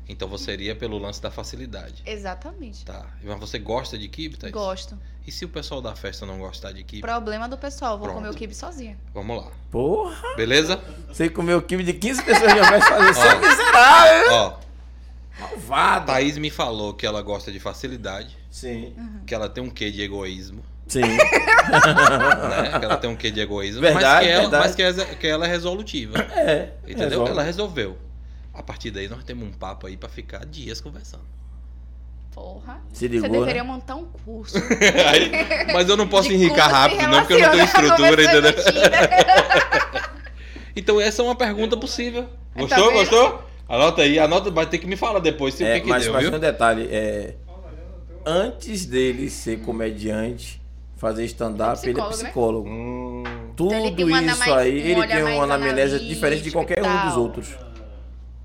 Speaker 3: Então você iria pelo lance da facilidade.
Speaker 1: Exatamente.
Speaker 3: Tá. Mas você gosta de kibe, Thaís?
Speaker 1: Gosto.
Speaker 3: E se o pessoal da festa não gostar de kibe?
Speaker 1: Problema do pessoal, vou
Speaker 3: Pronto.
Speaker 1: comer o kibe sozinha.
Speaker 3: Vamos lá.
Speaker 2: Porra,
Speaker 3: Beleza?
Speaker 2: você comeu o kibe de 15 pessoas já vai fazer
Speaker 3: Ó. Tá.
Speaker 2: só miserável.
Speaker 3: Ó,
Speaker 2: Malvado.
Speaker 3: Thaís me falou que ela gosta de facilidade,
Speaker 2: Sim.
Speaker 1: Uhum.
Speaker 3: que ela tem um quê de egoísmo,
Speaker 2: Sim. *laughs*
Speaker 3: né? Que ela tem um quê de egoísmo,
Speaker 2: Verdade,
Speaker 3: mas, que ela,
Speaker 2: verdade.
Speaker 3: mas que ela- que ela é resolutiva.
Speaker 2: É.
Speaker 3: Entendeu?
Speaker 2: resolve.
Speaker 3: Ela resolveu. A partir daí nós temos um papo aí pra ficar
Speaker 2: *laughs*
Speaker 3: dias conversando.
Speaker 1: Porra.
Speaker 2: Se
Speaker 1: Você
Speaker 2: ligou,
Speaker 1: deveria
Speaker 2: né?
Speaker 1: montar um curso.
Speaker 3: Aí- *laughs*
Speaker 1: *laughs*
Speaker 3: mas eu não posso
Speaker 1: de
Speaker 3: enricar
Speaker 1: como se
Speaker 3: rápido, não, porque eu não tenho
Speaker 1: relacionar com
Speaker 3: estrutura,
Speaker 1: pessoas
Speaker 3: entendeu? *laughs*
Speaker 1: mentiras.
Speaker 3: Então essa é uma pergunta possível.
Speaker 1: É,
Speaker 3: Gostou?
Speaker 1: tá vendo?
Speaker 3: gostou? Anota aí, anota, vai ter que me falar depois se o
Speaker 2: É,
Speaker 3: que, que
Speaker 2: mas,
Speaker 3: deu,
Speaker 2: mas
Speaker 3: viu?
Speaker 2: tem um detalhe. É, antes dele ser comediante, fazer stand-up, ele é
Speaker 1: Psicólogo, né?
Speaker 2: psicólogo.
Speaker 3: Hum,
Speaker 2: Tudo
Speaker 1: Então ele tem uma ana-
Speaker 2: isso
Speaker 1: mais-
Speaker 2: aí,
Speaker 1: um
Speaker 2: ele
Speaker 1: olhar
Speaker 2: tem
Speaker 1: mais
Speaker 2: uma anamnese diferente de
Speaker 1: analítico
Speaker 2: qualquer
Speaker 1: e
Speaker 2: um dos
Speaker 1: tal.
Speaker 2: outros.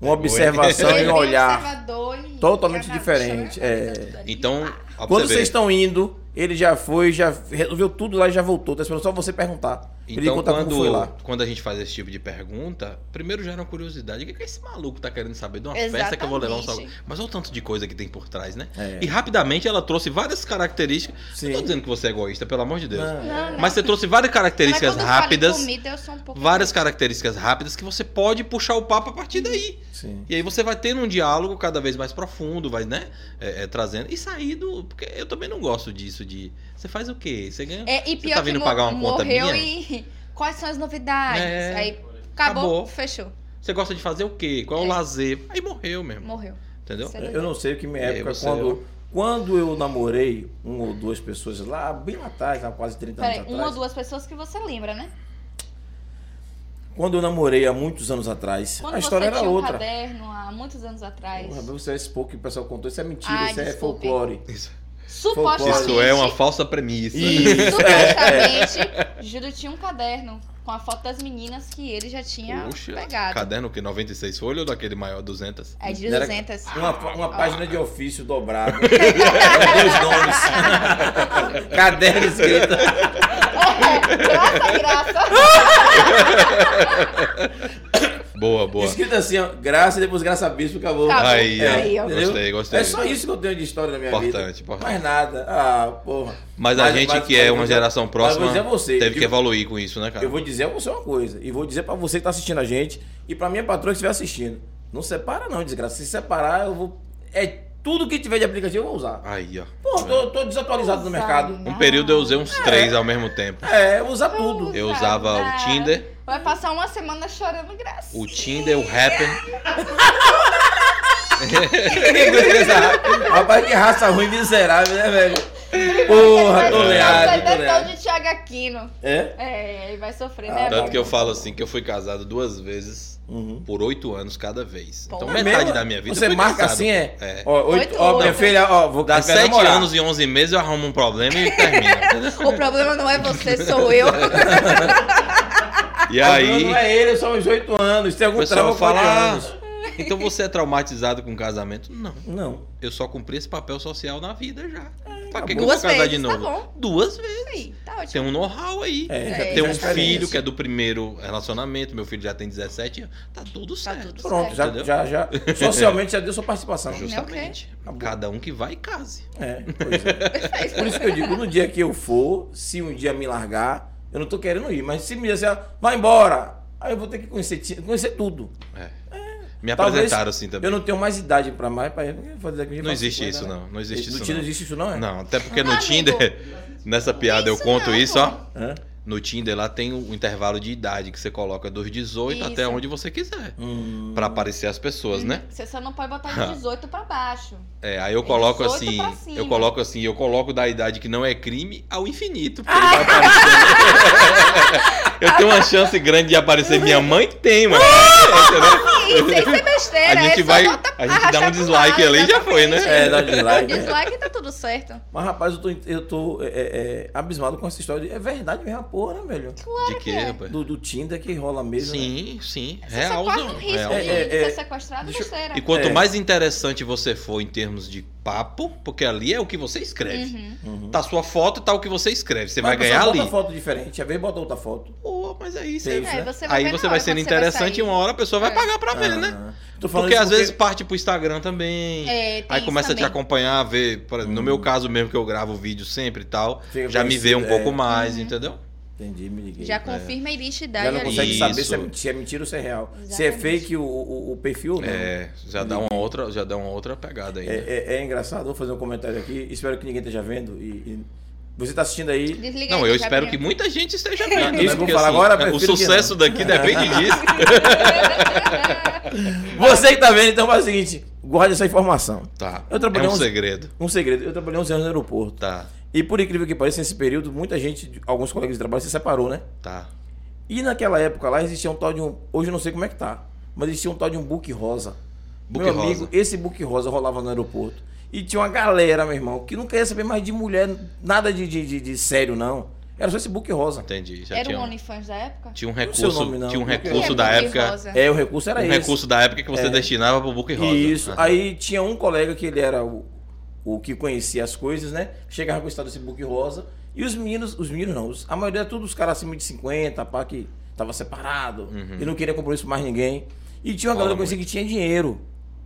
Speaker 2: Uma observação
Speaker 3: *laughs*
Speaker 1: Ele
Speaker 2: e
Speaker 1: é
Speaker 2: um olhar
Speaker 1: observador e-
Speaker 2: totalmente
Speaker 1: e analista,
Speaker 2: diferente,
Speaker 1: é né?
Speaker 2: é.
Speaker 3: então, ó, pra
Speaker 2: Quando
Speaker 3: você
Speaker 2: vocês
Speaker 3: ver.
Speaker 2: estão indo, ele já foi, já resolveu tudo lá e já voltou. Tá esperando só você perguntar. ele
Speaker 3: Então,
Speaker 2: conta como foi lá.
Speaker 3: quando, quando a gente faz esse tipo de pergunta, primeiro gera uma curiosidade. O que, que esse maluco tá querendo saber de uma festa que eu vou levar um salgado?
Speaker 1: Exatamente.
Speaker 3: Mas olha o tanto de coisa que tem por trás, né?
Speaker 2: É.
Speaker 3: E rapidamente ela trouxe várias características. Não tô
Speaker 2: Sim.
Speaker 3: dizendo que você é egoísta, pelo amor de Deus.
Speaker 2: Não,
Speaker 1: Não, não.
Speaker 3: Mas você trouxe várias características
Speaker 1: Mas quando fala em
Speaker 3: rápidas.
Speaker 1: Comida, eu sou um pouco
Speaker 3: várias características rápidas que você pode puxar o papo a partir daí.
Speaker 2: Sim.
Speaker 3: E aí você vai tendo um diálogo cada vez mais profundo, vai, né? é, é, trazendo. E sair do. Porque eu também não gosto disso de. Você faz o quê? Você ganha.
Speaker 1: É, e
Speaker 3: Você
Speaker 1: pior
Speaker 3: tá
Speaker 1: que
Speaker 3: vindo
Speaker 1: mo-
Speaker 3: pagar uma conta
Speaker 1: morreu
Speaker 3: minha?
Speaker 1: e *laughs* quais são as novidades?
Speaker 3: É.
Speaker 1: Aí acabou,
Speaker 3: Acabou.
Speaker 1: fechou,
Speaker 3: Você gosta de fazer o quê? Qual é o
Speaker 1: É.
Speaker 3: lazer? Aí morreu mesmo.
Speaker 1: morreu.
Speaker 3: Entendeu?
Speaker 1: Sério.
Speaker 2: Eu não sei o que minha
Speaker 3: É,
Speaker 2: época,
Speaker 3: você-
Speaker 2: quando, quando eu namorei um ou duas pessoas lá, bem lá atrás, há quase 30 anos
Speaker 1: Peraí,
Speaker 2: atrás.
Speaker 1: uma ou duas pessoas que você lembra, né?
Speaker 2: Quando eu namorei há muitos anos atrás,
Speaker 1: Quando
Speaker 2: a história
Speaker 1: você
Speaker 2: era
Speaker 1: tinha um
Speaker 2: outra.
Speaker 1: caderno há muitos anos atrás.
Speaker 2: Porra, você expôs que o pessoal contou, isso é mentira,
Speaker 1: Ah,
Speaker 2: isso é
Speaker 1: desculpe.
Speaker 2: folclore.
Speaker 3: Isso,
Speaker 1: Supostamente,
Speaker 3: isso é uma falsa
Speaker 1: *laughs*
Speaker 3: premissa. *laughs*
Speaker 1: supostamente, Júlio tinha um caderno com a foto das meninas que ele já tinha
Speaker 3: Poxa,
Speaker 1: pegado.
Speaker 3: caderno que 96 folhas ou daquele maior 200?
Speaker 1: É de
Speaker 2: Era
Speaker 1: 200.
Speaker 2: Uma, uma página de
Speaker 1: *laughs*
Speaker 2: ofício dobrada. Com dois nomes.
Speaker 3: *laughs*
Speaker 2: Caderno escrito.
Speaker 1: É, graça, graça.
Speaker 3: Boa, boa.
Speaker 2: Escrito assim, ó. Graça e depois graça a bispo, acabou. É.
Speaker 1: Acabou.
Speaker 3: Aí, ó.
Speaker 1: Aí, ó.
Speaker 2: entendeu?
Speaker 3: Gostei, gostei.
Speaker 2: É só isso que eu tenho de história na minha vida.
Speaker 3: Importante, importante.
Speaker 2: Mais nada. Ah, porra.
Speaker 3: Mas a gente que é uma geração
Speaker 2: Mas eu vou
Speaker 3: próxima
Speaker 2: dizer a você,
Speaker 3: teve que
Speaker 2: eu-
Speaker 3: evoluir com isso, né, cara?
Speaker 2: Eu vou dizer a você uma coisa, e vou dizer pra você que tá assistindo a gente, e pra minha patroa que estiver assistindo. Não separa não, desgraça. Se separar, eu vou... É tudo que tiver de aplicativo eu vou usar.
Speaker 3: Aí, ó.
Speaker 2: Pô,
Speaker 3: É.
Speaker 2: tô, tô desatualizado no
Speaker 1: Usar,
Speaker 2: mercado.
Speaker 1: né?
Speaker 3: Um período eu usei uns três ao mesmo tempo.
Speaker 2: É, usar tudo.
Speaker 3: Eu usava
Speaker 1: Ah.
Speaker 3: o Tinder,
Speaker 1: Vai passar uma semana chorando graça.
Speaker 3: o Tinder, o Happn.
Speaker 2: Rapaz, que raça ruim, miserável, né, velho? Porra,
Speaker 3: É.
Speaker 2: tô leado, tô leado.
Speaker 1: de Thiago Aquino.
Speaker 2: É?
Speaker 1: É, ele vai sofrer,
Speaker 2: Ah,
Speaker 1: né?
Speaker 3: Tanto que eu falo assim que eu fui casado duas vezes
Speaker 2: Uhum.
Speaker 3: por oito anos cada vez. Então
Speaker 1: Porra.
Speaker 3: metade
Speaker 2: É Mesmo?
Speaker 3: da minha vida
Speaker 2: Você
Speaker 3: foi
Speaker 2: marca
Speaker 3: casado.
Speaker 2: assim, é?
Speaker 3: É.
Speaker 2: Ó, oito,
Speaker 1: Oito,
Speaker 2: ó, minha
Speaker 1: oito.
Speaker 2: filha, ó, vou
Speaker 3: Dá
Speaker 2: vai
Speaker 3: sete
Speaker 2: namorar.
Speaker 3: anos e onze meses eu arrumo um problema e termino. entendeu?
Speaker 1: O problema não é você, sou
Speaker 3: *laughs*
Speaker 1: eu.
Speaker 3: e
Speaker 2: O
Speaker 3: aí...
Speaker 2: problema Não é ele, são os oito anos. Tem
Speaker 3: O
Speaker 2: algum
Speaker 3: pessoal
Speaker 2: trauma com
Speaker 3: fala,
Speaker 2: oito
Speaker 3: "Ah,
Speaker 2: anos.
Speaker 3: então você é traumatizado com casamento? Não,
Speaker 2: Não.
Speaker 3: eu só cumpri esse papel social na vida já. pra que, que eu vou
Speaker 1: Duas
Speaker 3: casar
Speaker 1: vezes,
Speaker 3: de
Speaker 1: tá
Speaker 3: novo?
Speaker 1: bom.
Speaker 3: Duas vezes.
Speaker 1: Sim, tá
Speaker 3: Tem
Speaker 1: ótimo.
Speaker 3: um know-how aí.
Speaker 2: É,
Speaker 1: já
Speaker 3: Tem
Speaker 1: tem
Speaker 3: um
Speaker 1: experiência.
Speaker 3: filho que é do primeiro relacionamento, meu filho já tem 17 anos. Tá tudo certo.
Speaker 1: tudo
Speaker 2: Pronto, já,
Speaker 3: Entendeu?
Speaker 2: já,
Speaker 3: *laughs*
Speaker 2: já. Socialmente já deu sua participação.
Speaker 3: Justamente.
Speaker 2: Acabou.
Speaker 3: Cada um que vai e case.
Speaker 2: É, pois é. Por isso que eu digo, no dia que eu for, se um dia me largar, eu não tô querendo ir, mas se me disser, "Ah, vai embora, aí eu vou ter que conhecer, ti- conhecer tudo.
Speaker 3: É. Me
Speaker 2: Talvez
Speaker 3: apresentaram assim também.
Speaker 2: Eu não tenho mais idade pra mais, pra fazer daqui
Speaker 3: Não existe isso,
Speaker 1: né?
Speaker 3: não. Não existe
Speaker 2: No
Speaker 3: isso,
Speaker 2: Tinder
Speaker 3: não.
Speaker 2: existe isso, não, é?
Speaker 3: Não, até porque no
Speaker 1: Ah, Amigo.
Speaker 3: Tinder, nessa piada eu
Speaker 1: Isso
Speaker 3: conto
Speaker 1: não,
Speaker 3: isso,
Speaker 1: pô.
Speaker 3: ó.
Speaker 2: Hã?
Speaker 3: No Tinder lá tem o intervalo de idade que você coloca dos 18 até
Speaker 1: Isso. Uhum.
Speaker 3: onde você quiser.
Speaker 2: Hum.
Speaker 3: Pra aparecer as pessoas, né?
Speaker 1: Você só não pode botar de 18 pra
Speaker 3: *laughs*
Speaker 1: baixo.
Speaker 3: É, aí eu
Speaker 1: É
Speaker 3: coloco
Speaker 1: 18
Speaker 3: assim,
Speaker 1: pra cima.
Speaker 3: eu coloco assim, eu coloco da idade que não é crime ao infinito. porque
Speaker 1: Ah.
Speaker 3: vai
Speaker 1: *laughs*
Speaker 3: aparecer- eu tenho uma chance grande de aparecer minha mãe? Tem, mano.
Speaker 1: Isso, isso é besteira.
Speaker 3: A gente
Speaker 1: é só
Speaker 3: vai-
Speaker 1: bota-
Speaker 3: a gente dá um
Speaker 1: arrastar pro
Speaker 3: dislike
Speaker 1: lado,
Speaker 3: ali e já foi, né?
Speaker 1: exatamente.
Speaker 2: É, dá dislike.
Speaker 1: um Dislike tá tudo certo.
Speaker 3: É
Speaker 2: Mas, rapaz, eu tô, eu tô é, é, é, abismado com essa história. de- É verdade mesmo, a porra, né, velho?
Speaker 1: Claro
Speaker 3: De
Speaker 1: que
Speaker 3: quê,
Speaker 1: é.
Speaker 3: rapaz?
Speaker 2: Do, do Tinder que rola mesmo. né?
Speaker 3: Sim, sim.
Speaker 1: Você só
Speaker 3: Real,
Speaker 1: corre o
Speaker 3: não.
Speaker 1: risco
Speaker 3: Real.
Speaker 1: de,
Speaker 2: É, é,
Speaker 1: de
Speaker 2: é.
Speaker 1: ser sequestrado,
Speaker 2: Deixa eu-
Speaker 1: besteira.
Speaker 3: E quanto
Speaker 2: É.
Speaker 3: mais interessante você for em termos de papo, porque ali é o que você escreve.
Speaker 1: Uhum.
Speaker 2: Uhum.
Speaker 3: Tá sua foto e tá o que você escreve. Você
Speaker 2: Mas
Speaker 3: vai
Speaker 2: a pessoa
Speaker 3: ganhar ali.
Speaker 2: Bota foto diferente, às vezes bota outra foto.
Speaker 3: Pô, mas é isso.
Speaker 2: Tem
Speaker 3: né?
Speaker 2: isso,
Speaker 1: É,
Speaker 2: né?
Speaker 1: você
Speaker 3: Aí
Speaker 1: ver
Speaker 3: você
Speaker 1: na
Speaker 3: vai
Speaker 1: hora
Speaker 3: ser
Speaker 1: quando você
Speaker 3: interessante e
Speaker 1: sair.
Speaker 3: uma hora a pessoa vai
Speaker 1: É.
Speaker 3: pagar pra ver, né?
Speaker 2: Ah, Tô falando
Speaker 3: Porque
Speaker 2: isso
Speaker 3: às vezes parte pro Instagram também.
Speaker 1: É, tem
Speaker 3: Aí
Speaker 1: isso
Speaker 3: começa
Speaker 1: também.
Speaker 3: a te acompanhar, ver. por exemplo, No
Speaker 2: Hum.
Speaker 3: meu caso mesmo, que eu gravo vídeo sempre e tal,
Speaker 2: Fica
Speaker 3: já me vê um
Speaker 2: conhecido,
Speaker 3: pouco
Speaker 2: é.
Speaker 3: mais,
Speaker 1: Uhum.
Speaker 3: entendeu?
Speaker 2: Entendi, me liguei.
Speaker 1: Já confirma a identidade
Speaker 2: É. Já não
Speaker 1: ali.
Speaker 2: consegue
Speaker 3: Isso.
Speaker 2: saber se é, mentira, se é mentira ou se é real. Se é
Speaker 1: Exatamente.
Speaker 2: fake o, o, o perfil ou não.
Speaker 3: É, já dá uma outra, já dá uma outra pegada aí.
Speaker 2: Uhum. É,
Speaker 3: né?
Speaker 2: é- é engraçado, vou fazer um comentário aqui. Espero que ninguém esteja vendo. E, e- Você está assistindo aí.
Speaker 1: Desliga
Speaker 3: Não,
Speaker 1: aí, É.
Speaker 3: eu
Speaker 1: já
Speaker 3: espero
Speaker 1: *laughs*
Speaker 3: que
Speaker 1: abriu.
Speaker 3: muita gente esteja vendo.
Speaker 2: Isso que eu
Speaker 3: né?
Speaker 2: vou falar agora,
Speaker 3: o
Speaker 2: prefiro que
Speaker 3: sucesso
Speaker 2: não. É.
Speaker 3: daqui depende disso.
Speaker 2: Você que está vendo, então faz o seguinte: guarde essa informação.
Speaker 3: Tá.
Speaker 2: Eu trabalhei
Speaker 3: é um
Speaker 2: uns-
Speaker 3: segredo.
Speaker 2: Um segredo: eu trabalhei uns anos no aeroporto.
Speaker 3: Tá,
Speaker 2: E por incrível que pareça, nesse período, muita gente, alguns colegas de trabalho, se separou, né?
Speaker 3: tá.
Speaker 2: E naquela época lá existia um tal de um. Hoje eu não sei como é que tá, mas existia um tal de um book rosa.
Speaker 3: Book
Speaker 2: meu
Speaker 3: rosa.
Speaker 2: amigo, esse book rosa rolava no aeroporto. E tinha uma galera, meu irmão, que não queria saber mais de mulher, nada de, de, de- de sério, não. Era só esse book rosa.
Speaker 3: Entendi. Já
Speaker 1: Era
Speaker 3: tinha,
Speaker 1: o
Speaker 3: um-
Speaker 1: OnlyFans da época?
Speaker 3: tinha um
Speaker 2: Não sei o
Speaker 3: recurso,
Speaker 2: nome, não.
Speaker 3: tinha um
Speaker 2: O que é?
Speaker 3: recurso
Speaker 1: Que
Speaker 3: da
Speaker 1: Book
Speaker 3: época,
Speaker 1: Rosa?
Speaker 2: É, o recurso era
Speaker 3: um
Speaker 2: esse.
Speaker 3: recurso da época que você destinava pro Book Rosa.
Speaker 2: Isso.
Speaker 3: Ah,
Speaker 2: Aí tinha um colega que ele era o, o que conhecia as coisas, né? Chegava com o estado desse book rosa. E os meninos, os meninos não, os- a maioria todos os caras acima de 50, pá, que tava separado e não queria compromisso com mais ninguém. E tinha uma
Speaker 3: Uhum. Rola
Speaker 2: galera que eu conhecia que tinha dinheiro.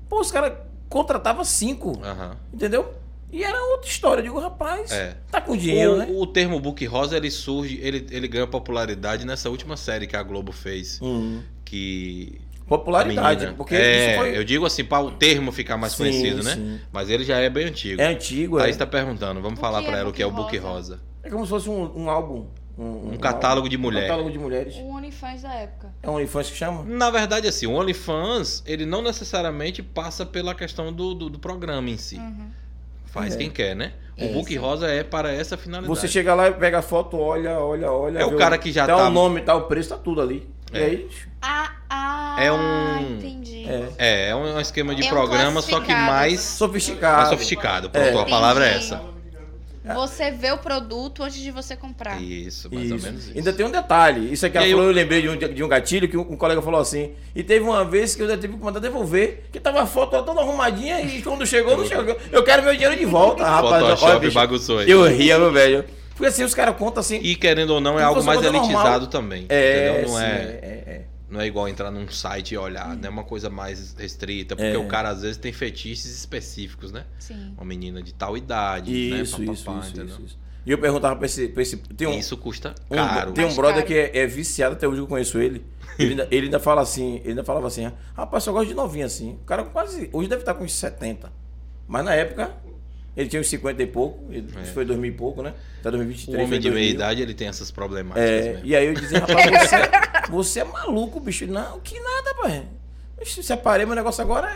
Speaker 2: Pô, os caras contratavam cinco,
Speaker 3: Aham.
Speaker 2: entendeu? E era outra história. Eu digo, rapaz,
Speaker 3: É.
Speaker 2: tá com dinheiro,
Speaker 3: o,
Speaker 2: né?
Speaker 3: o termo book rosa ele surge, ele, ele ganhou popularidade nessa última série que a Globo fez,
Speaker 2: Hum.
Speaker 3: que a
Speaker 2: Popularidade,
Speaker 3: menina-
Speaker 2: porque
Speaker 3: é,
Speaker 2: isso foi...
Speaker 3: eu digo assim para o termo ficar mais
Speaker 2: Sim,
Speaker 3: conhecido, né?
Speaker 2: sim.
Speaker 3: Mas ele já é bem antigo.
Speaker 2: É antigo, é.
Speaker 3: Thaís está perguntando, vamos
Speaker 1: O
Speaker 3: falar
Speaker 1: que é
Speaker 3: para ela o que é o book
Speaker 1: book
Speaker 3: rosa.
Speaker 2: É como se fosse um, um álbum. Um,
Speaker 3: Um catálogo de
Speaker 2: um
Speaker 3: mulher.
Speaker 2: catálogo de mulheres.
Speaker 1: O Um OnlyFans da época.
Speaker 2: É um OnlyFans que chama?
Speaker 3: Na verdade, assim, o OnlyFans ele não necessariamente passa pela questão do, do, do programa em si.
Speaker 1: Uhum.
Speaker 3: Faz
Speaker 2: É.
Speaker 3: quem quer, né? O
Speaker 2: É.
Speaker 3: book rosa é para essa finalidade.
Speaker 2: Você chega lá, pega a foto, olha, olha, olha.
Speaker 3: É o
Speaker 2: vê
Speaker 3: cara que já
Speaker 2: dá
Speaker 3: tá-
Speaker 2: o nome, tá o preço, tá tudo ali.
Speaker 3: É.
Speaker 2: E aí,
Speaker 1: Ah, ah,
Speaker 3: É um-
Speaker 1: entendi.
Speaker 2: é.
Speaker 3: É, é um esquema de
Speaker 1: É um
Speaker 3: programa, só que
Speaker 1: classificado.
Speaker 3: mais,
Speaker 2: Sofisticado.
Speaker 3: mais sofisticado. Pronto, a
Speaker 1: Entendi.
Speaker 3: palavra é essa.
Speaker 2: Ah.
Speaker 1: Você vê o produto antes de você comprar.
Speaker 3: Isso, mais ou menos
Speaker 2: Isso.
Speaker 3: isso.
Speaker 2: Ainda tem um detalhe. Isso aqui
Speaker 3: E
Speaker 2: ela
Speaker 3: aí
Speaker 2: falou, eu... lembrei de um, de um gatilho que um, um colega falou assim. E teve uma vez que eu ainda tive que mandar devolver, que tava a foto toda arrumadinha e quando chegou, não chegou. Eu quero meu dinheiro
Speaker 3: *laughs*
Speaker 2: de volta, um rapaz.
Speaker 3: Photoshop
Speaker 2: Olha, bicho,
Speaker 3: bagunçou aí.
Speaker 2: Eu ria, meu velho. Porque assim, os caras contam assim.
Speaker 3: E querendo ou não, é
Speaker 2: Se
Speaker 3: algo
Speaker 2: fosse
Speaker 3: mais
Speaker 2: coisa normal-
Speaker 3: elitizado também.
Speaker 2: É,
Speaker 3: entendeu? Não
Speaker 2: sim,
Speaker 3: é,
Speaker 2: é, é.
Speaker 3: Não é igual entrar num site e olhar, né? É uma coisa mais restrita, porque
Speaker 2: É.
Speaker 3: o cara às vezes tem fetiches específicos, né?
Speaker 1: Sim.
Speaker 3: Uma menina de tal idade,
Speaker 2: Isso,
Speaker 3: né?
Speaker 2: isso, isso,
Speaker 3: entendeu?
Speaker 2: isso, isso. E eu perguntava pra esse. Pra esse tem um,
Speaker 3: Isso custa
Speaker 2: um-
Speaker 3: caro.
Speaker 2: tem um
Speaker 1: Mais
Speaker 2: brother
Speaker 1: caro.
Speaker 2: que é, é viciado até hoje que eu conheço ele. Ele ainda, ele ainda fala assim, ele ainda falava assim, rapaz, só gosto de novinha assim. O cara quase. Hoje deve estar com uns 70. Mas na época, ele tinha uns 50 e pouco. Ele,
Speaker 3: É.
Speaker 2: Isso foi 2000 e pouco, né? Até 2023.
Speaker 3: O Um homem
Speaker 2: foi
Speaker 3: de meia
Speaker 2: 2000.
Speaker 3: idade, ele tem essas problemáticas
Speaker 2: É,
Speaker 3: mesmo.
Speaker 2: e aí eu dizia,
Speaker 3: *laughs*
Speaker 2: rapaz, você, você é maluco, bicho. Não, que nada, pai. Ixi, Separei meu negócio agora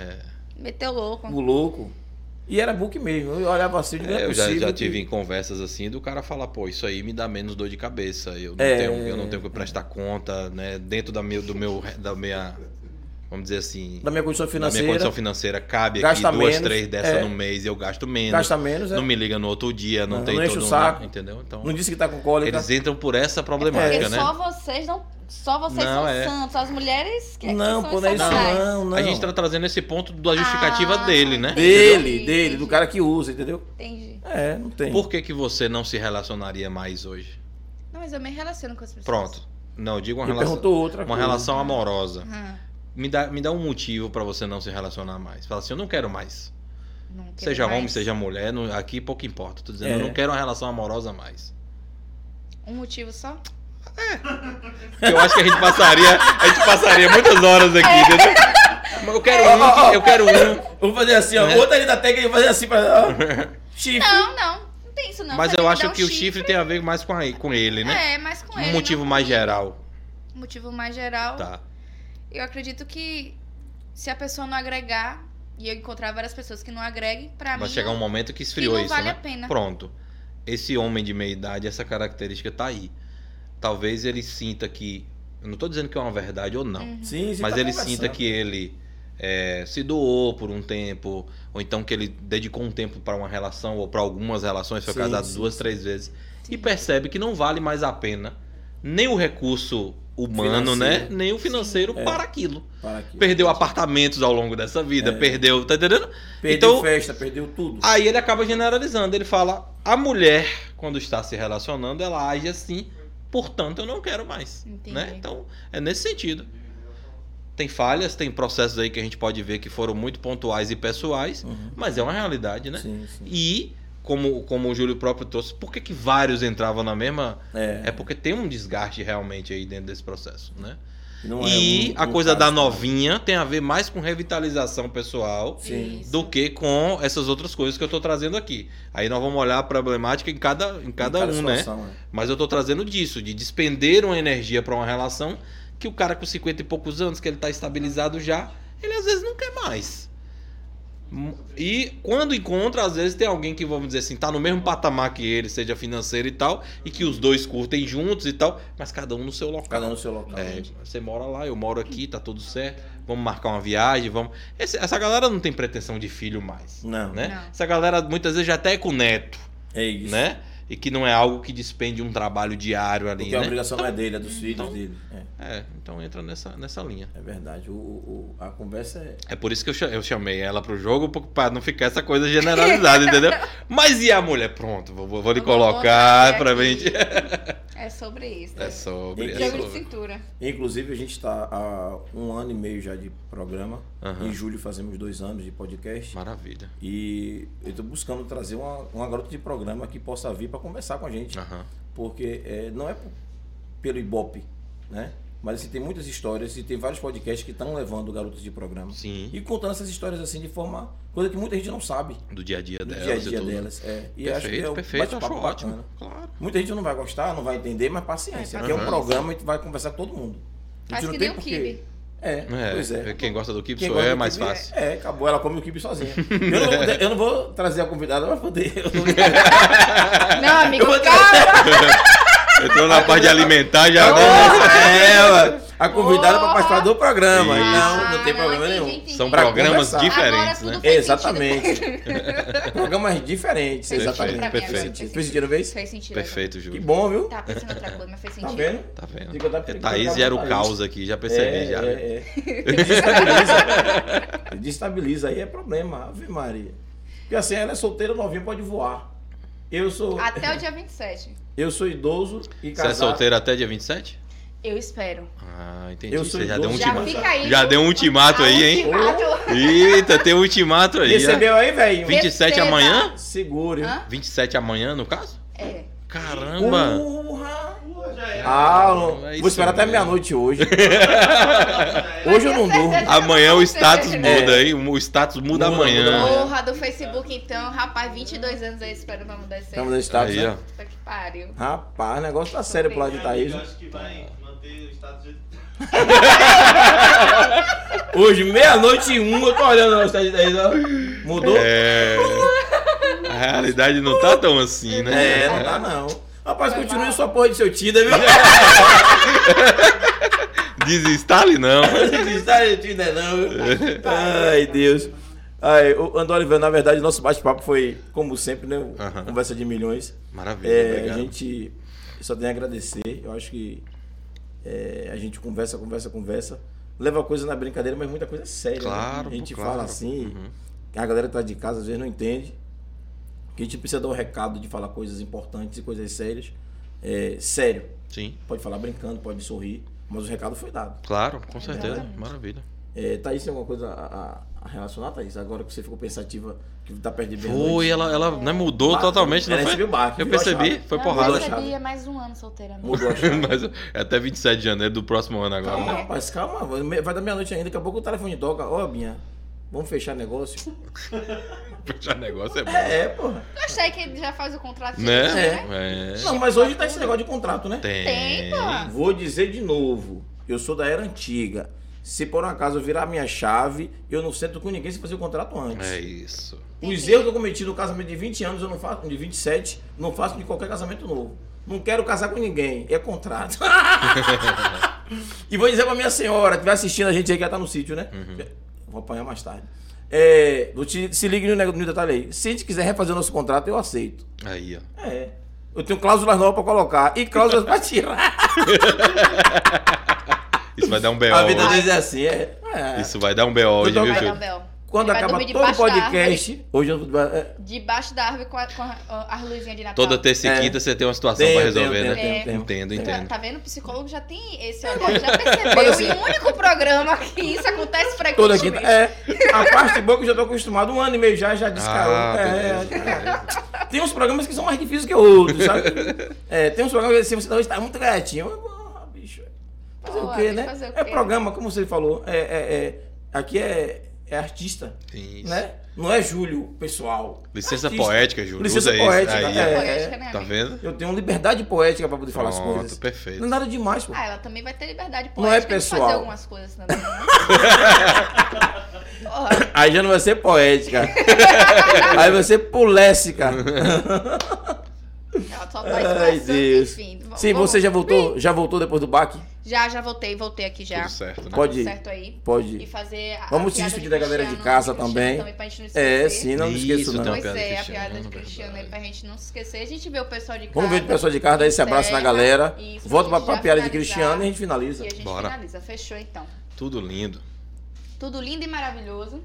Speaker 2: é
Speaker 1: Meteu louco.
Speaker 2: o louco. E era book mesmo. Eu olhava assim, não é,
Speaker 3: É, eu já,
Speaker 2: possível.
Speaker 3: já
Speaker 2: que-
Speaker 3: tive em conversas assim do cara falar, pô, isso aí me dá menos dor de cabeça. Eu não
Speaker 2: É.
Speaker 3: tenho, eu não tenho que prestar conta, né? Dentro da meu, do meu, da minha, vamos dizer assim,
Speaker 2: Da minha condição
Speaker 3: da
Speaker 2: financeira.
Speaker 3: minha condição financeira cabe
Speaker 2: Gasta
Speaker 3: aqui duas,
Speaker 2: menos,
Speaker 3: três dessa
Speaker 2: é.
Speaker 3: no mês, eu gasto menos.
Speaker 2: Gasta menos, é.
Speaker 3: Não me liga no outro dia, não,
Speaker 2: Não,
Speaker 3: tem
Speaker 2: não enche
Speaker 3: todo
Speaker 2: o
Speaker 3: um-
Speaker 2: saco.
Speaker 3: entendeu? Então,
Speaker 2: Não disse que tá com cólica.
Speaker 3: eles entram por essa
Speaker 1: Porque
Speaker 2: É.
Speaker 3: problemática, né?
Speaker 1: É só vocês não. Só vocês
Speaker 3: Não,
Speaker 1: são
Speaker 3: é.
Speaker 1: santos. As mulheres que,
Speaker 2: Não,
Speaker 1: que
Speaker 2: pô,
Speaker 1: são
Speaker 2: não é isso
Speaker 1: satanás.
Speaker 2: não, não.
Speaker 3: A gente tá trazendo esse ponto da justificativa
Speaker 1: Ah,
Speaker 3: dele, né?
Speaker 2: Dele,
Speaker 1: Entendi.
Speaker 2: dele, do cara que usa, entendeu?
Speaker 1: Entendi.
Speaker 2: É, não tem.
Speaker 3: Por que, que você não se relacionaria mais hoje?
Speaker 1: Não, mas eu me relaciono com as pessoas.
Speaker 3: Pronto. Não, eu digo uma
Speaker 2: Ele
Speaker 3: relação.
Speaker 2: perguntou né? outra
Speaker 3: Uma
Speaker 2: coisa.
Speaker 3: relação amorosa.
Speaker 1: Aham.
Speaker 3: Me dá, me dá um motivo pra você não se relacionar mais. Fala assim, eu não quero mais.
Speaker 1: Não quero
Speaker 3: seja homem,
Speaker 1: mais.
Speaker 3: seja mulher, não- aqui pouco importa. Tô dizendo,
Speaker 2: É.
Speaker 3: eu não quero uma relação amorosa mais.
Speaker 1: Um motivo só?
Speaker 3: Eu acho que a gente passaria, a gente passaria muitas horas aqui, entendeu? Mas eu quero um, que-
Speaker 1: É.
Speaker 3: eu quero um.
Speaker 2: Vou fazer assim, ó.
Speaker 3: Né?
Speaker 2: Outra ali da técnica, vou fazer assim
Speaker 3: *laughs*
Speaker 2: pra. ó. Chifre.
Speaker 1: Não, não. Não tem isso não.
Speaker 3: Mas
Speaker 1: Você
Speaker 3: eu
Speaker 1: tem
Speaker 3: acho
Speaker 1: dar um
Speaker 3: que o chifre tem a ver mais com, a- com ele, né?
Speaker 1: É, mas com
Speaker 3: um
Speaker 1: ele.
Speaker 3: motivo
Speaker 1: não.
Speaker 3: mais geral.
Speaker 1: Um motivo mais geral.
Speaker 3: Tá.
Speaker 1: Eu acredito que se a pessoa não agregar, e eu encontrar várias pessoas que não agreguem, pra
Speaker 3: Vai
Speaker 1: mim.
Speaker 3: chegar um
Speaker 1: não-
Speaker 3: momento que esfriou
Speaker 1: que não
Speaker 3: isso,
Speaker 1: vale
Speaker 3: né?
Speaker 1: a pena.
Speaker 3: Pronto. Esse homem de meia idade, essa característica tá aí. Talvez ele sinta que. Eu não tô dizendo que é uma verdade ou não.
Speaker 2: Sim, sim,
Speaker 3: mas
Speaker 2: tá
Speaker 3: ele
Speaker 2: conversando.
Speaker 3: sinta que ele é, se doou por um tempo, ou então que ele dedicou um tempo para uma relação ou para algumas relações, foi
Speaker 2: Sim,
Speaker 3: casado
Speaker 2: sim,
Speaker 3: duas, três vezes, e
Speaker 1: Sim.
Speaker 3: percebe que não vale mais a pena nem o recurso humano, né?
Speaker 2: Financeiro.
Speaker 3: Nem o financeiro
Speaker 2: É.
Speaker 3: para aquilo.
Speaker 2: Para aqui.
Speaker 3: Perdeu apartamentos ao longo dessa vida,
Speaker 2: É.
Speaker 3: perdeu, tá entendendo?
Speaker 2: Perdeu
Speaker 3: Então-
Speaker 2: festa, perdeu tudo.
Speaker 3: Aí ele acaba generalizando, ele fala: a mulher, quando está se relacionando, ela age assim, portanto eu não quero mais.
Speaker 1: Entendi.
Speaker 3: Né? Então, é nesse sentido. Tem falhas, tem processos aí que a gente pode ver que foram muito pontuais e pessoais,
Speaker 2: Uhum.
Speaker 3: mas é uma realidade, né?
Speaker 2: Sim, sim.
Speaker 3: E, como, como o Júlio próprio trouxe, por que, que vários entravam na mesma. É
Speaker 2: É,
Speaker 3: porque tem um desgaste realmente aí dentro desse processo, né?
Speaker 2: não é
Speaker 3: e
Speaker 2: um-
Speaker 3: a
Speaker 2: um
Speaker 3: coisa da
Speaker 2: caso-
Speaker 3: novinha tem a ver mais com revitalização pessoal
Speaker 2: Sim.
Speaker 1: Isso.
Speaker 3: do que com essas outras coisas que eu tô trazendo aqui. Aí nós vamos olhar a problemática em cada, em cada, um, né?
Speaker 2: situação, é.
Speaker 3: Mas eu tô trazendo disso, de despender uma energia para uma relação que o cara com 50 e poucos anos, que ele tá estabilizado já, ele às vezes não quer mais. Hum, E quando encontra, às vezes tem alguém que, vamos dizer assim, tá no mesmo patamar que ele, seja financeiro e tal, e que os dois curtem juntos e tal, mas cada um no seu local.
Speaker 2: Cada um no seu local.
Speaker 3: É, você mora lá, eu moro aqui, tá tudo certo. Vamos marcar uma viagem, vamos. Esse- essa galera não tem pretensão de filho mais,
Speaker 2: Não,
Speaker 3: né?
Speaker 1: Não.
Speaker 3: Essa galera muitas vezes já até é com neto,
Speaker 2: É isso.
Speaker 3: né? E que não é algo que despende um trabalho diário ali,
Speaker 2: Porque a
Speaker 3: né?
Speaker 2: obrigação não é dele, é dos filhos dele. É,
Speaker 3: É, então entra nessa, nessa linha.
Speaker 2: é verdade. O, o- o- a conversa é.
Speaker 3: É por isso que eu, cha- eu chamei ela pro jogo para não ficar essa coisa
Speaker 2: *laughs*
Speaker 3: generalizada, entendeu? Mas e a mulher? Pronto, vou, vou- vou lhe
Speaker 1: Vamos botar
Speaker 3: colocar pra
Speaker 1: aqui.
Speaker 3: gente.
Speaker 1: *laughs* É sobre isso.
Speaker 3: É sobre, é
Speaker 1: Jogo de
Speaker 3: sobre.
Speaker 1: cintura.
Speaker 2: Inclusive, a gente está há um ano e meio já de programa.
Speaker 3: Aham.
Speaker 2: Em julho fazemos dois anos de podcast.
Speaker 3: Maravilha.
Speaker 2: E eu estou buscando trazer uma, uma garota de programa que possa vir para conversar com a gente.
Speaker 3: Aham.
Speaker 2: Porque é, não é p- pelo Ibope, né? Mas assim, tem muitas histórias e tem vários podcasts que estão levando garotos de programa.
Speaker 3: Sim.
Speaker 2: E contando essas histórias assim de forma. coisa que muita gente não sabe
Speaker 3: Do dia a dia
Speaker 2: do
Speaker 3: delas
Speaker 2: dia a
Speaker 3: e
Speaker 2: dia
Speaker 3: tudo. né?
Speaker 2: delas. É. E acho que
Speaker 3: Perfeito,
Speaker 2: é um
Speaker 3: perfeito, acho
Speaker 2: bate-papo
Speaker 3: ótimo.
Speaker 2: bacana.
Speaker 3: Claro.
Speaker 2: Muita gente não vai gostar, não vai entender, mas paciência.
Speaker 1: É,
Speaker 2: Aqui é um
Speaker 3: paciência.
Speaker 2: programa e tu vai conversar com todo mundo. A gente
Speaker 1: Acho
Speaker 2: não
Speaker 1: que
Speaker 2: tem
Speaker 1: nem o
Speaker 2: porquê.
Speaker 1: Kibe.
Speaker 2: É,
Speaker 3: É,
Speaker 2: pois é.
Speaker 3: Quem gosta do Kip
Speaker 2: Quem
Speaker 3: sou
Speaker 2: gosta
Speaker 3: eu é
Speaker 2: do
Speaker 3: mais
Speaker 2: quibe,
Speaker 3: fácil.
Speaker 2: É, acabou, ela come o kibe sozinha. Eu não, vou- eu não vou trazer a convidada pra poder. *laughs* Eu não-
Speaker 3: *laughs*
Speaker 1: Não, amigo,
Speaker 2: Eu vou
Speaker 1: calma.
Speaker 3: Entrou na parte de alimentar já. né,
Speaker 2: É, ela, a convidada
Speaker 1: Porra!
Speaker 2: pra participar do programa.
Speaker 3: Isso.
Speaker 2: Não, não tem
Speaker 1: Ah,
Speaker 2: problema
Speaker 1: entendi,
Speaker 2: nenhum.
Speaker 1: entendi.
Speaker 3: São
Speaker 2: Pra
Speaker 3: programas
Speaker 2: conversar.
Speaker 3: diferentes,
Speaker 1: Agora
Speaker 3: né?
Speaker 1: tudo-
Speaker 2: Exatamente. Programas diferentes,
Speaker 1: Fez sentido
Speaker 2: É exatamente.
Speaker 1: pra mim agora,
Speaker 2: Fez
Speaker 1: fez
Speaker 2: sentido. Fez sentido, vez?
Speaker 1: *laughs* Fez sentido.
Speaker 3: Perfeito,
Speaker 2: Que
Speaker 3: Júlio.
Speaker 2: bom, viu?
Speaker 1: agora. Tá pensando outra coisa, mas fez
Speaker 2: Tá
Speaker 1: sentido.
Speaker 2: vendo?
Speaker 3: Tá vendo?
Speaker 2: Digo, eu tava
Speaker 3: É, Thaís
Speaker 2: brincando
Speaker 3: era
Speaker 2: com a
Speaker 3: o caos aqui, já percebi
Speaker 2: É,
Speaker 3: já. né? viu?
Speaker 2: é,
Speaker 3: *laughs*
Speaker 2: é. Destabiliza. Destabiliza, aí é problema. Ave Maria. Porque assim, ela é solteira, novinha, pode voar. Eu sou,
Speaker 1: Até o dia 27.
Speaker 2: eu sou idoso e
Speaker 3: Você é
Speaker 2: casado.
Speaker 3: solteiro até dia 27?
Speaker 1: Eu espero.
Speaker 3: Ah, entendi.
Speaker 2: Eu sou
Speaker 3: Você já deu um
Speaker 2: idoso.
Speaker 1: Já
Speaker 3: ultimato.
Speaker 1: fica aí.
Speaker 3: Já deu um ultimato
Speaker 1: Ah,
Speaker 3: aí, hein?
Speaker 1: ultimato.
Speaker 3: Eita, tem um ultimato aí. né? ó.
Speaker 2: Recebeu aí, velho?
Speaker 1: Vem-
Speaker 3: 27
Speaker 1: Receba.
Speaker 3: amanhã?
Speaker 2: Segure.
Speaker 1: Hã?
Speaker 3: 27 amanhã, no caso?
Speaker 1: É.
Speaker 2: Um.
Speaker 3: Caramba!
Speaker 2: Urra.
Speaker 4: Já era.
Speaker 2: Ah, não.
Speaker 3: É isso
Speaker 2: vou esperar até
Speaker 3: mesmo.
Speaker 2: meia-noite hoje.
Speaker 4: Já era.
Speaker 2: Hoje eu não
Speaker 3: *laughs*
Speaker 2: durmo.
Speaker 3: Amanhã o status
Speaker 1: *laughs*
Speaker 3: muda, hein? O status muda
Speaker 2: É. Muda,
Speaker 3: amanhã.
Speaker 2: muda.
Speaker 1: Porra do Facebook, então. Rapaz, 22 anos aí esperando pra mudar esse
Speaker 2: Estamos no status,
Speaker 3: Aí,
Speaker 2: né?
Speaker 3: ó.
Speaker 1: Puta que pariu.
Speaker 2: Rapaz, o negócio tá sério pro lado de Thaís.
Speaker 4: Eu acho que vai manter o status de...
Speaker 2: Hoje, meia-noite e um, eu tô olhando o status de Thaís, ó. Mudou?
Speaker 3: É. A realidade não tá tão assim, né?
Speaker 2: É, não dá não. Rapaz, continue sua porra de seu Tinder, viu?
Speaker 3: *laughs* Desinstale não.
Speaker 2: Publicidade de Tinder, "Tá,
Speaker 3: *laughs*
Speaker 2: não. Ai, Deus. Ai, o André Oliveira, na verdade, nosso bate-papo foi, como sempre, né?
Speaker 3: Aham.
Speaker 2: Conversa de milhões.
Speaker 3: Maravilha,
Speaker 2: É, a
Speaker 3: obrigado.
Speaker 2: gente só tem a agradecer. Eu acho que é, a gente conversa, conversa, conversa. Leva coisa na brincadeira, mas muita coisa é séria. né?
Speaker 3: Claro,
Speaker 2: A gente
Speaker 3: pô, claro.
Speaker 2: fala assim,
Speaker 3: Uhum.
Speaker 2: a galera que tá de casa às vezes não entende. Que a gente precisa dar um recado de falar coisas importantes e coisas sérias. É, sério.
Speaker 3: Sim,
Speaker 2: Pode falar brincando, pode sorrir, mas o recado foi dado.
Speaker 3: claro, com certeza. Maravilha.
Speaker 2: É, Thaís, tem alguma coisa a, a- a relacionar, Thaís? Agora que você ficou pensativa, que tá perto de
Speaker 3: Foi, ela, ela né, mudou totalmente, não
Speaker 2: Ela é
Speaker 3: foi?
Speaker 2: recebeu o baque.
Speaker 3: Eu
Speaker 2: viu a
Speaker 3: percebi,
Speaker 2: chave?
Speaker 3: foi
Speaker 1: Não,
Speaker 3: porrada.
Speaker 1: Eu sabia mais um ano solteira. amor.
Speaker 3: *laughs*
Speaker 2: Mudou a chave.
Speaker 3: Mas é até 27 de janeiro do próximo ano agora.
Speaker 2: Calma,
Speaker 3: né? *laughs*
Speaker 2: rapaz, calma. vai- me- Vai dar meia-noite ainda, daqui a pouco o telefone toca. Ó, Binha, vamos fechar negócio?
Speaker 3: Fechar negócio é bom.
Speaker 2: É, é, porra.
Speaker 1: Gostei que ele já faz o contrato. direitinho,
Speaker 3: Né? É.
Speaker 2: Não, mas hoje tá esse negócio de contrato, né?
Speaker 1: Tem,
Speaker 3: Tem.
Speaker 1: pô.
Speaker 2: Vou dizer de novo, eu sou da era antiga. Se por um acaso eu virar minha chave, eu não sento com ninguém se fazer o contrato antes.
Speaker 3: É isso.
Speaker 2: Os erros que eu cometi no casamento de 20 anos, eu não faço, de 27, não faço de qualquer casamento novo. Não quero casar com ninguém, é
Speaker 3: *laughs*
Speaker 2: contrato. e vou dizer pra minha senhora, que vai assistindo a gente aí, que ela tá no sítio, né?
Speaker 3: Uhum.
Speaker 2: Vou apanhar mais tarde. É, vou te- se ligue no, nego- no detalhe aí. Se a gente quiser refazer o nosso contrato, eu aceito.
Speaker 3: Aí, ó.
Speaker 2: É. Eu tenho cláusulas novas pra colocar e cláusulas pra tirar.
Speaker 3: Isso vai dar um
Speaker 2: A vida
Speaker 3: BO.
Speaker 2: deles é assim, é. É.
Speaker 3: Isso vai dar um BO hoje,
Speaker 2: Eu tô-
Speaker 3: viu,
Speaker 1: Vai,
Speaker 3: Júlio?
Speaker 1: Nobel.
Speaker 2: Quando
Speaker 1: Ele vai
Speaker 2: acaba
Speaker 1: dormir
Speaker 2: todo o
Speaker 1: debaixo da
Speaker 2: podcast, hoje eu não. é,
Speaker 1: Debaixo da árvore com a, com a- a luzinha de Natal.
Speaker 3: Toda terça e
Speaker 2: É.
Speaker 3: quinta você tem uma situação pra resolver, né?
Speaker 1: tenho,
Speaker 2: tempo, tempo.
Speaker 3: Entendo,
Speaker 1: Tá,
Speaker 3: entendo. É,
Speaker 1: tá vendo? O psicólogo já tem esse olhar, ele já percebeu
Speaker 2: Olha
Speaker 1: em
Speaker 2: assim.
Speaker 1: um único programa que isso acontece
Speaker 2: Toda
Speaker 1: frequentemente.
Speaker 2: quinta. É. A parte boa que eu já tô acostumado, um ano e meio já, já descarou.
Speaker 3: Ah,
Speaker 2: é, é. Tem uns programas que são mais difíceis que outros,
Speaker 3: *laughs*
Speaker 2: sabe? É, tem uns programas que se você talvez tá muito gatinho. Ah, bicho. Fazer
Speaker 1: Pô,
Speaker 2: o quê,
Speaker 1: bicho,
Speaker 2: né?
Speaker 1: fazer o
Speaker 2: É
Speaker 1: quê?
Speaker 2: programa, como você falou. É, é, é- aqui é, é artista,
Speaker 3: Isso.
Speaker 2: né? Não é Júlio, pessoal.
Speaker 3: Licença
Speaker 2: Artista.
Speaker 3: poética, Júlio.
Speaker 2: Licença
Speaker 3: Usa isso.
Speaker 2: poética,
Speaker 3: Aí,
Speaker 2: é.
Speaker 3: ó.
Speaker 1: Poética, né,
Speaker 3: Tá
Speaker 1: amigo?
Speaker 3: vendo?
Speaker 2: Eu tenho liberdade poética pra poder falar as
Speaker 3: Pronto,
Speaker 2: coisas.
Speaker 3: perfeito.
Speaker 2: Não é nada demais, pô.
Speaker 1: Ah, ela também vai ter liberdade poética
Speaker 2: Não é
Speaker 1: de fazer
Speaker 2: pessoal.
Speaker 1: algumas coisas também. né? *laughs* Porra,
Speaker 2: Aí já não vai ser poética.
Speaker 3: *laughs*
Speaker 2: Aí vai ser pulésica.
Speaker 1: ela só
Speaker 2: Ai,
Speaker 1: faz coração,
Speaker 2: Deus.
Speaker 1: enfim. v-
Speaker 2: Sim,
Speaker 1: vamos-
Speaker 2: você já voltou, já voltou depois do baque?
Speaker 1: Já, já voltei, voltei aqui já.
Speaker 3: Tudo certo, né?
Speaker 2: Pode ir.
Speaker 1: certo aí.
Speaker 2: Pode
Speaker 1: E
Speaker 2: ir.
Speaker 1: fazer a,
Speaker 2: Vamos
Speaker 1: a
Speaker 2: se
Speaker 1: piada
Speaker 2: despedir da galera de
Speaker 1: Cristiano,
Speaker 2: casa
Speaker 1: Cristiano
Speaker 2: também.
Speaker 1: pra gente não esquecer.
Speaker 2: É, sim, não me
Speaker 3: Isso,
Speaker 2: esqueço
Speaker 3: tem
Speaker 2: não.
Speaker 3: uma
Speaker 1: Pois
Speaker 3: piada de
Speaker 1: é, a
Speaker 3: Cristiano,
Speaker 1: piada de
Speaker 3: né?
Speaker 1: Cristiano aí
Speaker 3: Verdade.
Speaker 1: pra gente não se esquecer. A gente vê o pessoal de casa.
Speaker 2: Vamos ver o pessoal de casa, dar esse abraço na
Speaker 1: encerra,
Speaker 2: galera.
Speaker 1: isso,
Speaker 2: Volta
Speaker 1: pra
Speaker 2: pra,
Speaker 1: gente
Speaker 2: pra
Speaker 1: já
Speaker 2: piada de
Speaker 1: finalizar.
Speaker 2: Cristiano e a gente finaliza.
Speaker 1: E a gente
Speaker 3: Bora.
Speaker 1: finaliza. Fechou então.
Speaker 3: Tudo lindo.
Speaker 1: Tudo lindo e maravilhoso.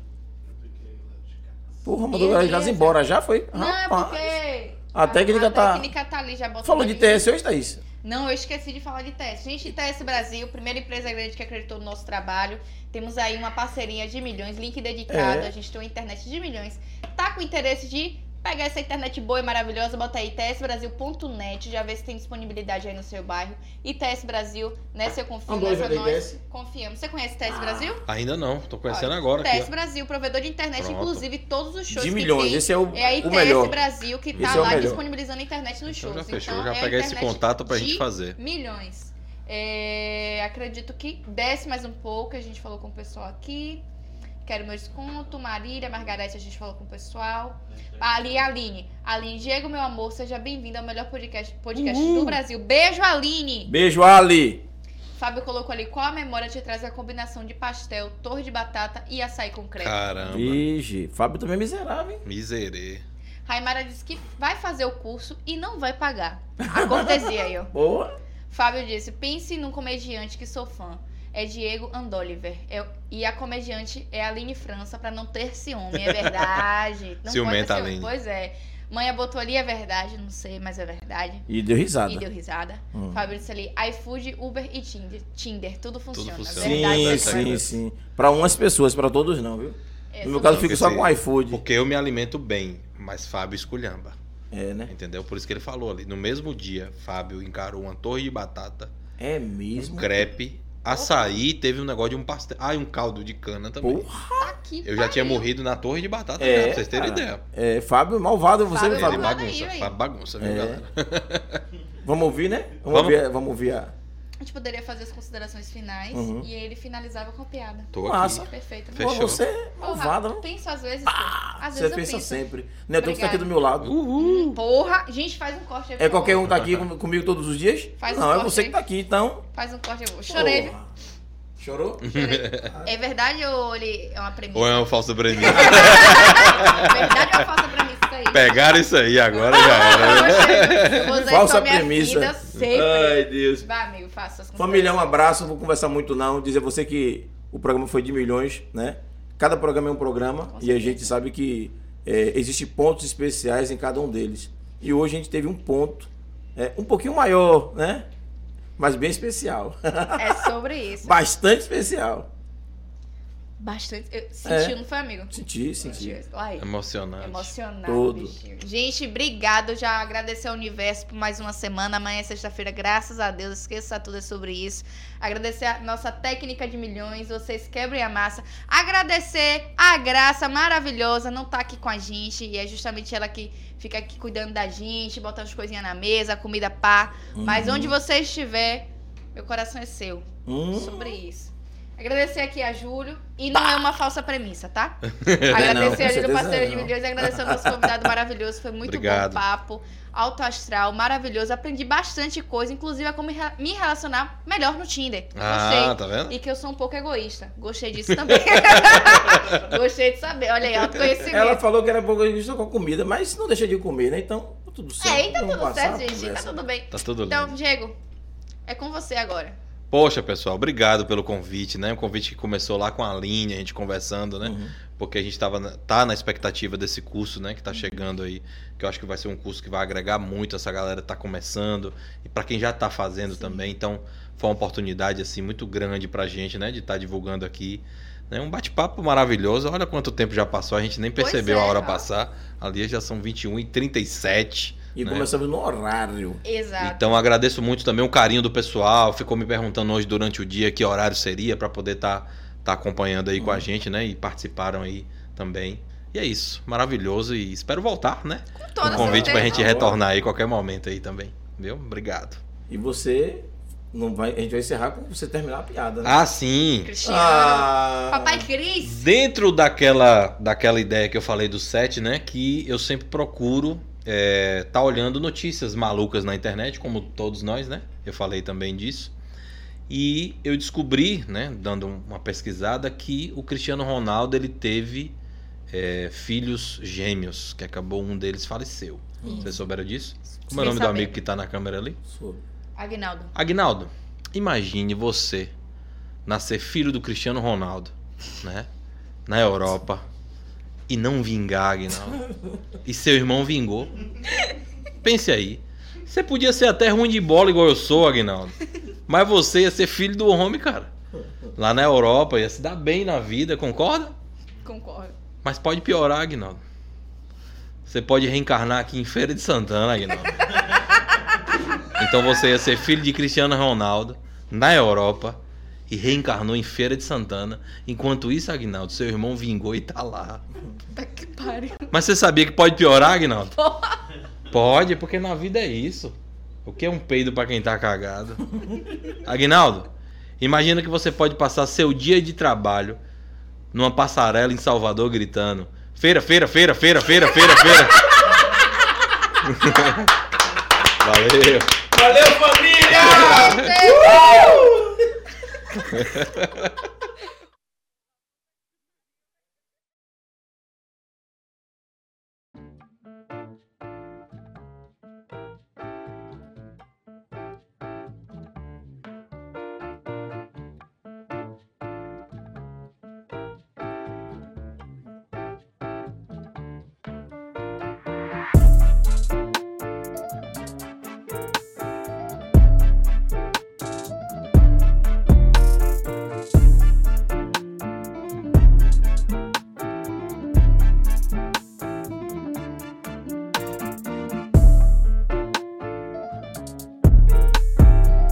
Speaker 2: Porra, mandou ela já
Speaker 1: Beleza.
Speaker 2: embora, já foi?
Speaker 1: Não, é
Speaker 2: Rapaz.
Speaker 1: porque.
Speaker 2: A técnica tá-
Speaker 1: técnica tá ali, já botou.
Speaker 2: Falou
Speaker 1: pra
Speaker 2: de
Speaker 1: mim.
Speaker 2: TS hoje, tá Thaís?
Speaker 1: Não, eu esqueci de falar de TS. Gente, TS Brasil, primeira empresa grande que acreditou no nosso trabalho. Temos aí uma parceria de milhões, link dedicado.
Speaker 2: É.
Speaker 1: A gente tem uma internet de milhões. Tá com interesse de pegar essa internet boa e maravilhosa, bota aí tsbrasil.net, já vê se tem disponibilidade aí no seu bairro. E TS Brasil, nessa eu confio,
Speaker 2: Andou,
Speaker 1: nessa
Speaker 2: já tem
Speaker 1: nós
Speaker 2: TS?
Speaker 1: confiamos. Você conhece TS Brasil?
Speaker 3: Ainda não, tô conhecendo agora Ah, aqui.
Speaker 1: TS
Speaker 3: ó.
Speaker 1: Brasil, provedor de internet,
Speaker 3: Pronto.
Speaker 1: inclusive todos os shows
Speaker 2: De
Speaker 1: que
Speaker 2: milhões,
Speaker 1: tem.
Speaker 2: esse é o,
Speaker 1: É a
Speaker 2: o
Speaker 1: ITS
Speaker 2: melhor.
Speaker 1: Brasil que tá
Speaker 2: Esse é o
Speaker 1: lá
Speaker 2: melhor.
Speaker 1: disponibilizando a internet nos
Speaker 3: Então
Speaker 1: shows.
Speaker 3: já fechou,
Speaker 1: então,
Speaker 3: já
Speaker 1: é a
Speaker 3: pega esse
Speaker 1: internet
Speaker 3: contato pra
Speaker 1: de
Speaker 3: gente fazer.
Speaker 1: Milhões. É, acredito que desce mais um pouco, a gente falou com o pessoal aqui. Quero meu desconto. Marília, Margarete, a gente falou com o pessoal. Ali, Aline. Aline, Diego, meu amor, seja bem-vindo ao melhor podcast, podcast do Brasil. Beijo, Aline!
Speaker 2: Beijo, Ali.
Speaker 1: Fábio colocou ali qual a memória te traz a combinação de pastel, torre de batata e açaí com creme.
Speaker 2: Tá
Speaker 3: Caramba.
Speaker 2: Vixe, Fábio também é miserável, hein?
Speaker 3: Miserê.
Speaker 1: Raimara disse que vai fazer o curso e não vai pagar. A cortesia aí, ó.
Speaker 2: Boa.
Speaker 1: Fábio disse: pense num comediante que sou fã. É Diego Andoliver. É- e a comediante é Aline França, pra não ter ciúme, é verdade. Não
Speaker 2: *laughs*
Speaker 1: pode ter
Speaker 3: Ciumenta,
Speaker 1: ciúme.
Speaker 3: Aline.
Speaker 1: Pois é. Manha botou ali, é verdade, não sei, mas é verdade.
Speaker 2: E deu risada.
Speaker 1: E deu risada.
Speaker 2: Hum.
Speaker 1: Fabrício ali, iFood, Uber e Tinder. Tinder, tudo funciona.
Speaker 3: funciona.
Speaker 1: é Verdade, né?
Speaker 2: Sim,
Speaker 3: Verdade,
Speaker 2: sim,
Speaker 3: verdade.
Speaker 2: sim. Pra umas pessoas, pra todos não, viu?
Speaker 1: É,
Speaker 2: No meu caso, eu
Speaker 1: são-
Speaker 2: fico só
Speaker 3: Esse-
Speaker 2: com iFood.
Speaker 3: Porque eu me alimento bem, mas Fábio esculhamba.
Speaker 2: É, né?
Speaker 3: Entendeu? Por isso que ele falou ali. No mesmo dia, Fábio encarou uma torre de batata,
Speaker 2: É
Speaker 3: um
Speaker 2: mesmo.
Speaker 3: crepe, açaí, teve um negócio de um pastel. Ah, e um caldo de cana também.
Speaker 2: Porra.
Speaker 1: tá aqui,
Speaker 3: Eu já tinha
Speaker 1: pariu.
Speaker 3: morrido na torre de batata,
Speaker 2: É,
Speaker 3: já, pra vocês terem
Speaker 2: cara.
Speaker 3: ideia.
Speaker 2: É, Fábio, malvado você,
Speaker 1: Fábio
Speaker 2: Fábio.
Speaker 3: Ele
Speaker 1: Fábio.
Speaker 2: Fábio.
Speaker 1: malvado.
Speaker 3: bagunça,
Speaker 1: aí, véi.
Speaker 3: Fábio bagunça, viu,
Speaker 2: É.
Speaker 3: galera?
Speaker 2: *laughs* Vamos ouvir, né? Vamos,
Speaker 3: Vamos.
Speaker 2: ouvir, a- vamos ouvir a...
Speaker 1: A gente poderia fazer as considerações finais
Speaker 2: Uhum.
Speaker 1: e ele finalizava com a piada.
Speaker 3: Tô aqui.
Speaker 2: Massa.
Speaker 1: Perfeito. né?
Speaker 2: Pô,
Speaker 3: Fechou.
Speaker 2: Você é
Speaker 1: Porra,
Speaker 2: malvada.
Speaker 1: penso às vezes. pô. às
Speaker 2: Ah, Você
Speaker 1: vezes
Speaker 2: pensa
Speaker 1: eu penso.
Speaker 2: sempre. Neto que tá aqui do
Speaker 1: Obrigada.
Speaker 2: meu lado.
Speaker 1: Hum, porra, gente, faz um corte aí.
Speaker 2: É
Speaker 1: por
Speaker 2: qualquer
Speaker 1: favor.
Speaker 2: um tá aqui com- comigo todos os dias?
Speaker 1: Faz um
Speaker 2: não, é
Speaker 1: corte
Speaker 2: você
Speaker 1: aí.
Speaker 2: que tá aqui, então.
Speaker 1: Faz um corte aí. Chorei, viu?
Speaker 2: Porra. Chorou?
Speaker 1: É verdade ou ele é uma premissa?
Speaker 3: Ou é um falso brandinho?
Speaker 1: É verdade ou é falsa premissa isso aí?
Speaker 3: Pegaram isso aí, agora já era.
Speaker 2: *laughs*
Speaker 1: Eu vou usar isso pra
Speaker 2: Falsa
Speaker 1: minha
Speaker 2: premissa.
Speaker 1: Vida sempre.
Speaker 2: Ai, Deus.
Speaker 1: Vai, amigo, faça as
Speaker 2: Família, um abraço. Não vou conversar muito, não. Dizer a você que o programa foi de milhões, né? Cada programa é um programa
Speaker 1: Com
Speaker 2: e a
Speaker 1: certeza.
Speaker 2: gente sabe que é, existem pontos especiais em cada um deles. E hoje a gente teve um ponto é, um pouquinho maior, né? Mas bem especial. *laughs*
Speaker 1: É sobre isso.
Speaker 2: Bastante especial.
Speaker 1: Bastante. Eu, sentiu, não foi, amigo?
Speaker 2: É.
Speaker 1: é.
Speaker 2: Senti, senti.
Speaker 1: Sentiu. Ai,
Speaker 3: Emocionante.
Speaker 1: emocionado,
Speaker 2: Todo.
Speaker 1: bichinho. Gente, obrigado. Já agradecer ao universo por mais uma semana. Amanhã é sexta-feira, graças a Deus. Esqueça tudo é sobre isso. Agradecer a nossa técnica de milhões. Vocês quebrem a massa. Agradecer a graça maravilhosa. Não tá aqui com a gente. E é justamente ela que fica aqui cuidando da gente, botando as coisinhas na mesa, comida pá. Mas onde você estiver, meu coração é seu.
Speaker 2: Hum.
Speaker 1: Sobre isso. Agradecer aqui a Júlio. E não é uma falsa premissa,
Speaker 3: *laughs*
Speaker 1: tá?
Speaker 2: Não, com
Speaker 1: Agradecer a
Speaker 2: certeza
Speaker 1: Júlio Parceiro de
Speaker 2: não.
Speaker 1: Milhões e agradecer ao nosso convidado maravilhoso. Foi muito
Speaker 3: Obrigado.
Speaker 1: bom papo. Alto astral, maravilhoso. Aprendi bastante coisa, inclusive a como me re- me relacionar melhor no Tinder.
Speaker 3: Ah,
Speaker 1: Gostei.
Speaker 3: tá vendo?
Speaker 1: E que eu sou um pouco egoísta. Gostei disso também.
Speaker 3: *laughs*
Speaker 1: Gostei de saber. Olha aí, autoconhecimento.
Speaker 2: Ela falou que era pouco egoísta com comida, mas não deixa de comer, né? Então, tá tudo certo.
Speaker 1: É, e tá
Speaker 2: Vamos
Speaker 1: tudo
Speaker 2: passar
Speaker 1: certo,
Speaker 2: a
Speaker 1: gente. Tá
Speaker 2: conversa.
Speaker 1: tudo bem.
Speaker 3: Tá tudo lindo.
Speaker 1: Então, Diego, é com você agora.
Speaker 3: Poxa, pessoal, obrigado pelo convite, né? Um convite que começou lá com a Aline, a gente conversando, né?
Speaker 2: Uhum.
Speaker 3: Porque a gente tava, na- tá na expectativa desse curso, né? Que tá chegando aí, que eu acho que vai ser um curso que vai agregar muito essa galera que tá começando e para quem já tá fazendo
Speaker 1: Sim.
Speaker 3: também. Então, foi uma oportunidade, assim, muito grande pra gente, né? De estar divulgando aqui. Né? Um bate-papo maravilhoso. Olha quanto tempo já passou, a gente nem
Speaker 1: Pois
Speaker 3: percebeu
Speaker 1: é,
Speaker 3: a hora
Speaker 1: ó.
Speaker 3: passar. Ali já são 21h37.
Speaker 2: E
Speaker 3: né?
Speaker 2: começamos no horário.
Speaker 1: Exato.
Speaker 3: Então agradeço muito também o carinho do pessoal. Ficou me perguntando hoje durante o dia que horário seria para poder estar acompanhando aí com
Speaker 1: Uhum.
Speaker 3: a gente, né? E participaram aí também. E é isso, maravilhoso e espero voltar, né?
Speaker 1: Com
Speaker 3: Um
Speaker 1: toda
Speaker 3: convite pra
Speaker 1: certeza.
Speaker 3: gente retornar aí qualquer momento aí também. Viu? Obrigado.
Speaker 2: E você não vai. A gente vai encerrar quando você terminar a piada, né?
Speaker 3: Ah, sim.
Speaker 1: Cristiano.
Speaker 2: Ah.
Speaker 1: Papai Cris.
Speaker 3: Dentro daquela, daquela ideia que eu falei do set, né? Que eu sempre procuro é, tá olhando notícias malucas na internet, como todos nós, né? Eu falei também disso. E eu descobri, né, dando uma pesquisada, que o Cristiano Ronaldo ele teve é, filhos gêmeos, que acabou um deles faleceu.
Speaker 1: Isso.
Speaker 3: Vocês souberam disso? Como
Speaker 1: Sem
Speaker 3: é o nome do
Speaker 1: saber.
Speaker 3: amigo que tá na câmera ali?
Speaker 2: Sou.
Speaker 1: Agnaldo.
Speaker 3: Agnaldo, imagine você nascer filho do Cristiano Ronaldo, né? Na Europa e não vingar, Agnaldo. E seu irmão vingou. Pense aí. Você podia ser até ruim de bola igual eu sou, Agnaldo. Mas você ia ser filho do homem, cara. Lá na Europa ia se dar bem na vida, concorda?
Speaker 1: Concordo.
Speaker 3: Mas pode piorar, Aguinaldo. Você pode reencarnar aqui em Feira de Santana, Aguinaldo. então você ia ser filho de Cristiano Ronaldo na Europa e reencarnou em Feira de Santana. Enquanto isso, Aguinaldo, seu irmão vingou e tá lá.
Speaker 1: Tá que pariu.
Speaker 3: Mas você sabia que pode piorar, Aguinaldo? Pode, porque na vida é isso. O que é um peido pra quem tá cagado? Aguinaldo, imagina que você pode passar seu dia de trabalho numa passarela em Salvador gritando: Feira, feira, feira, feira, feira, feira, feira. *laughs* Valeu.
Speaker 2: Valeu, família!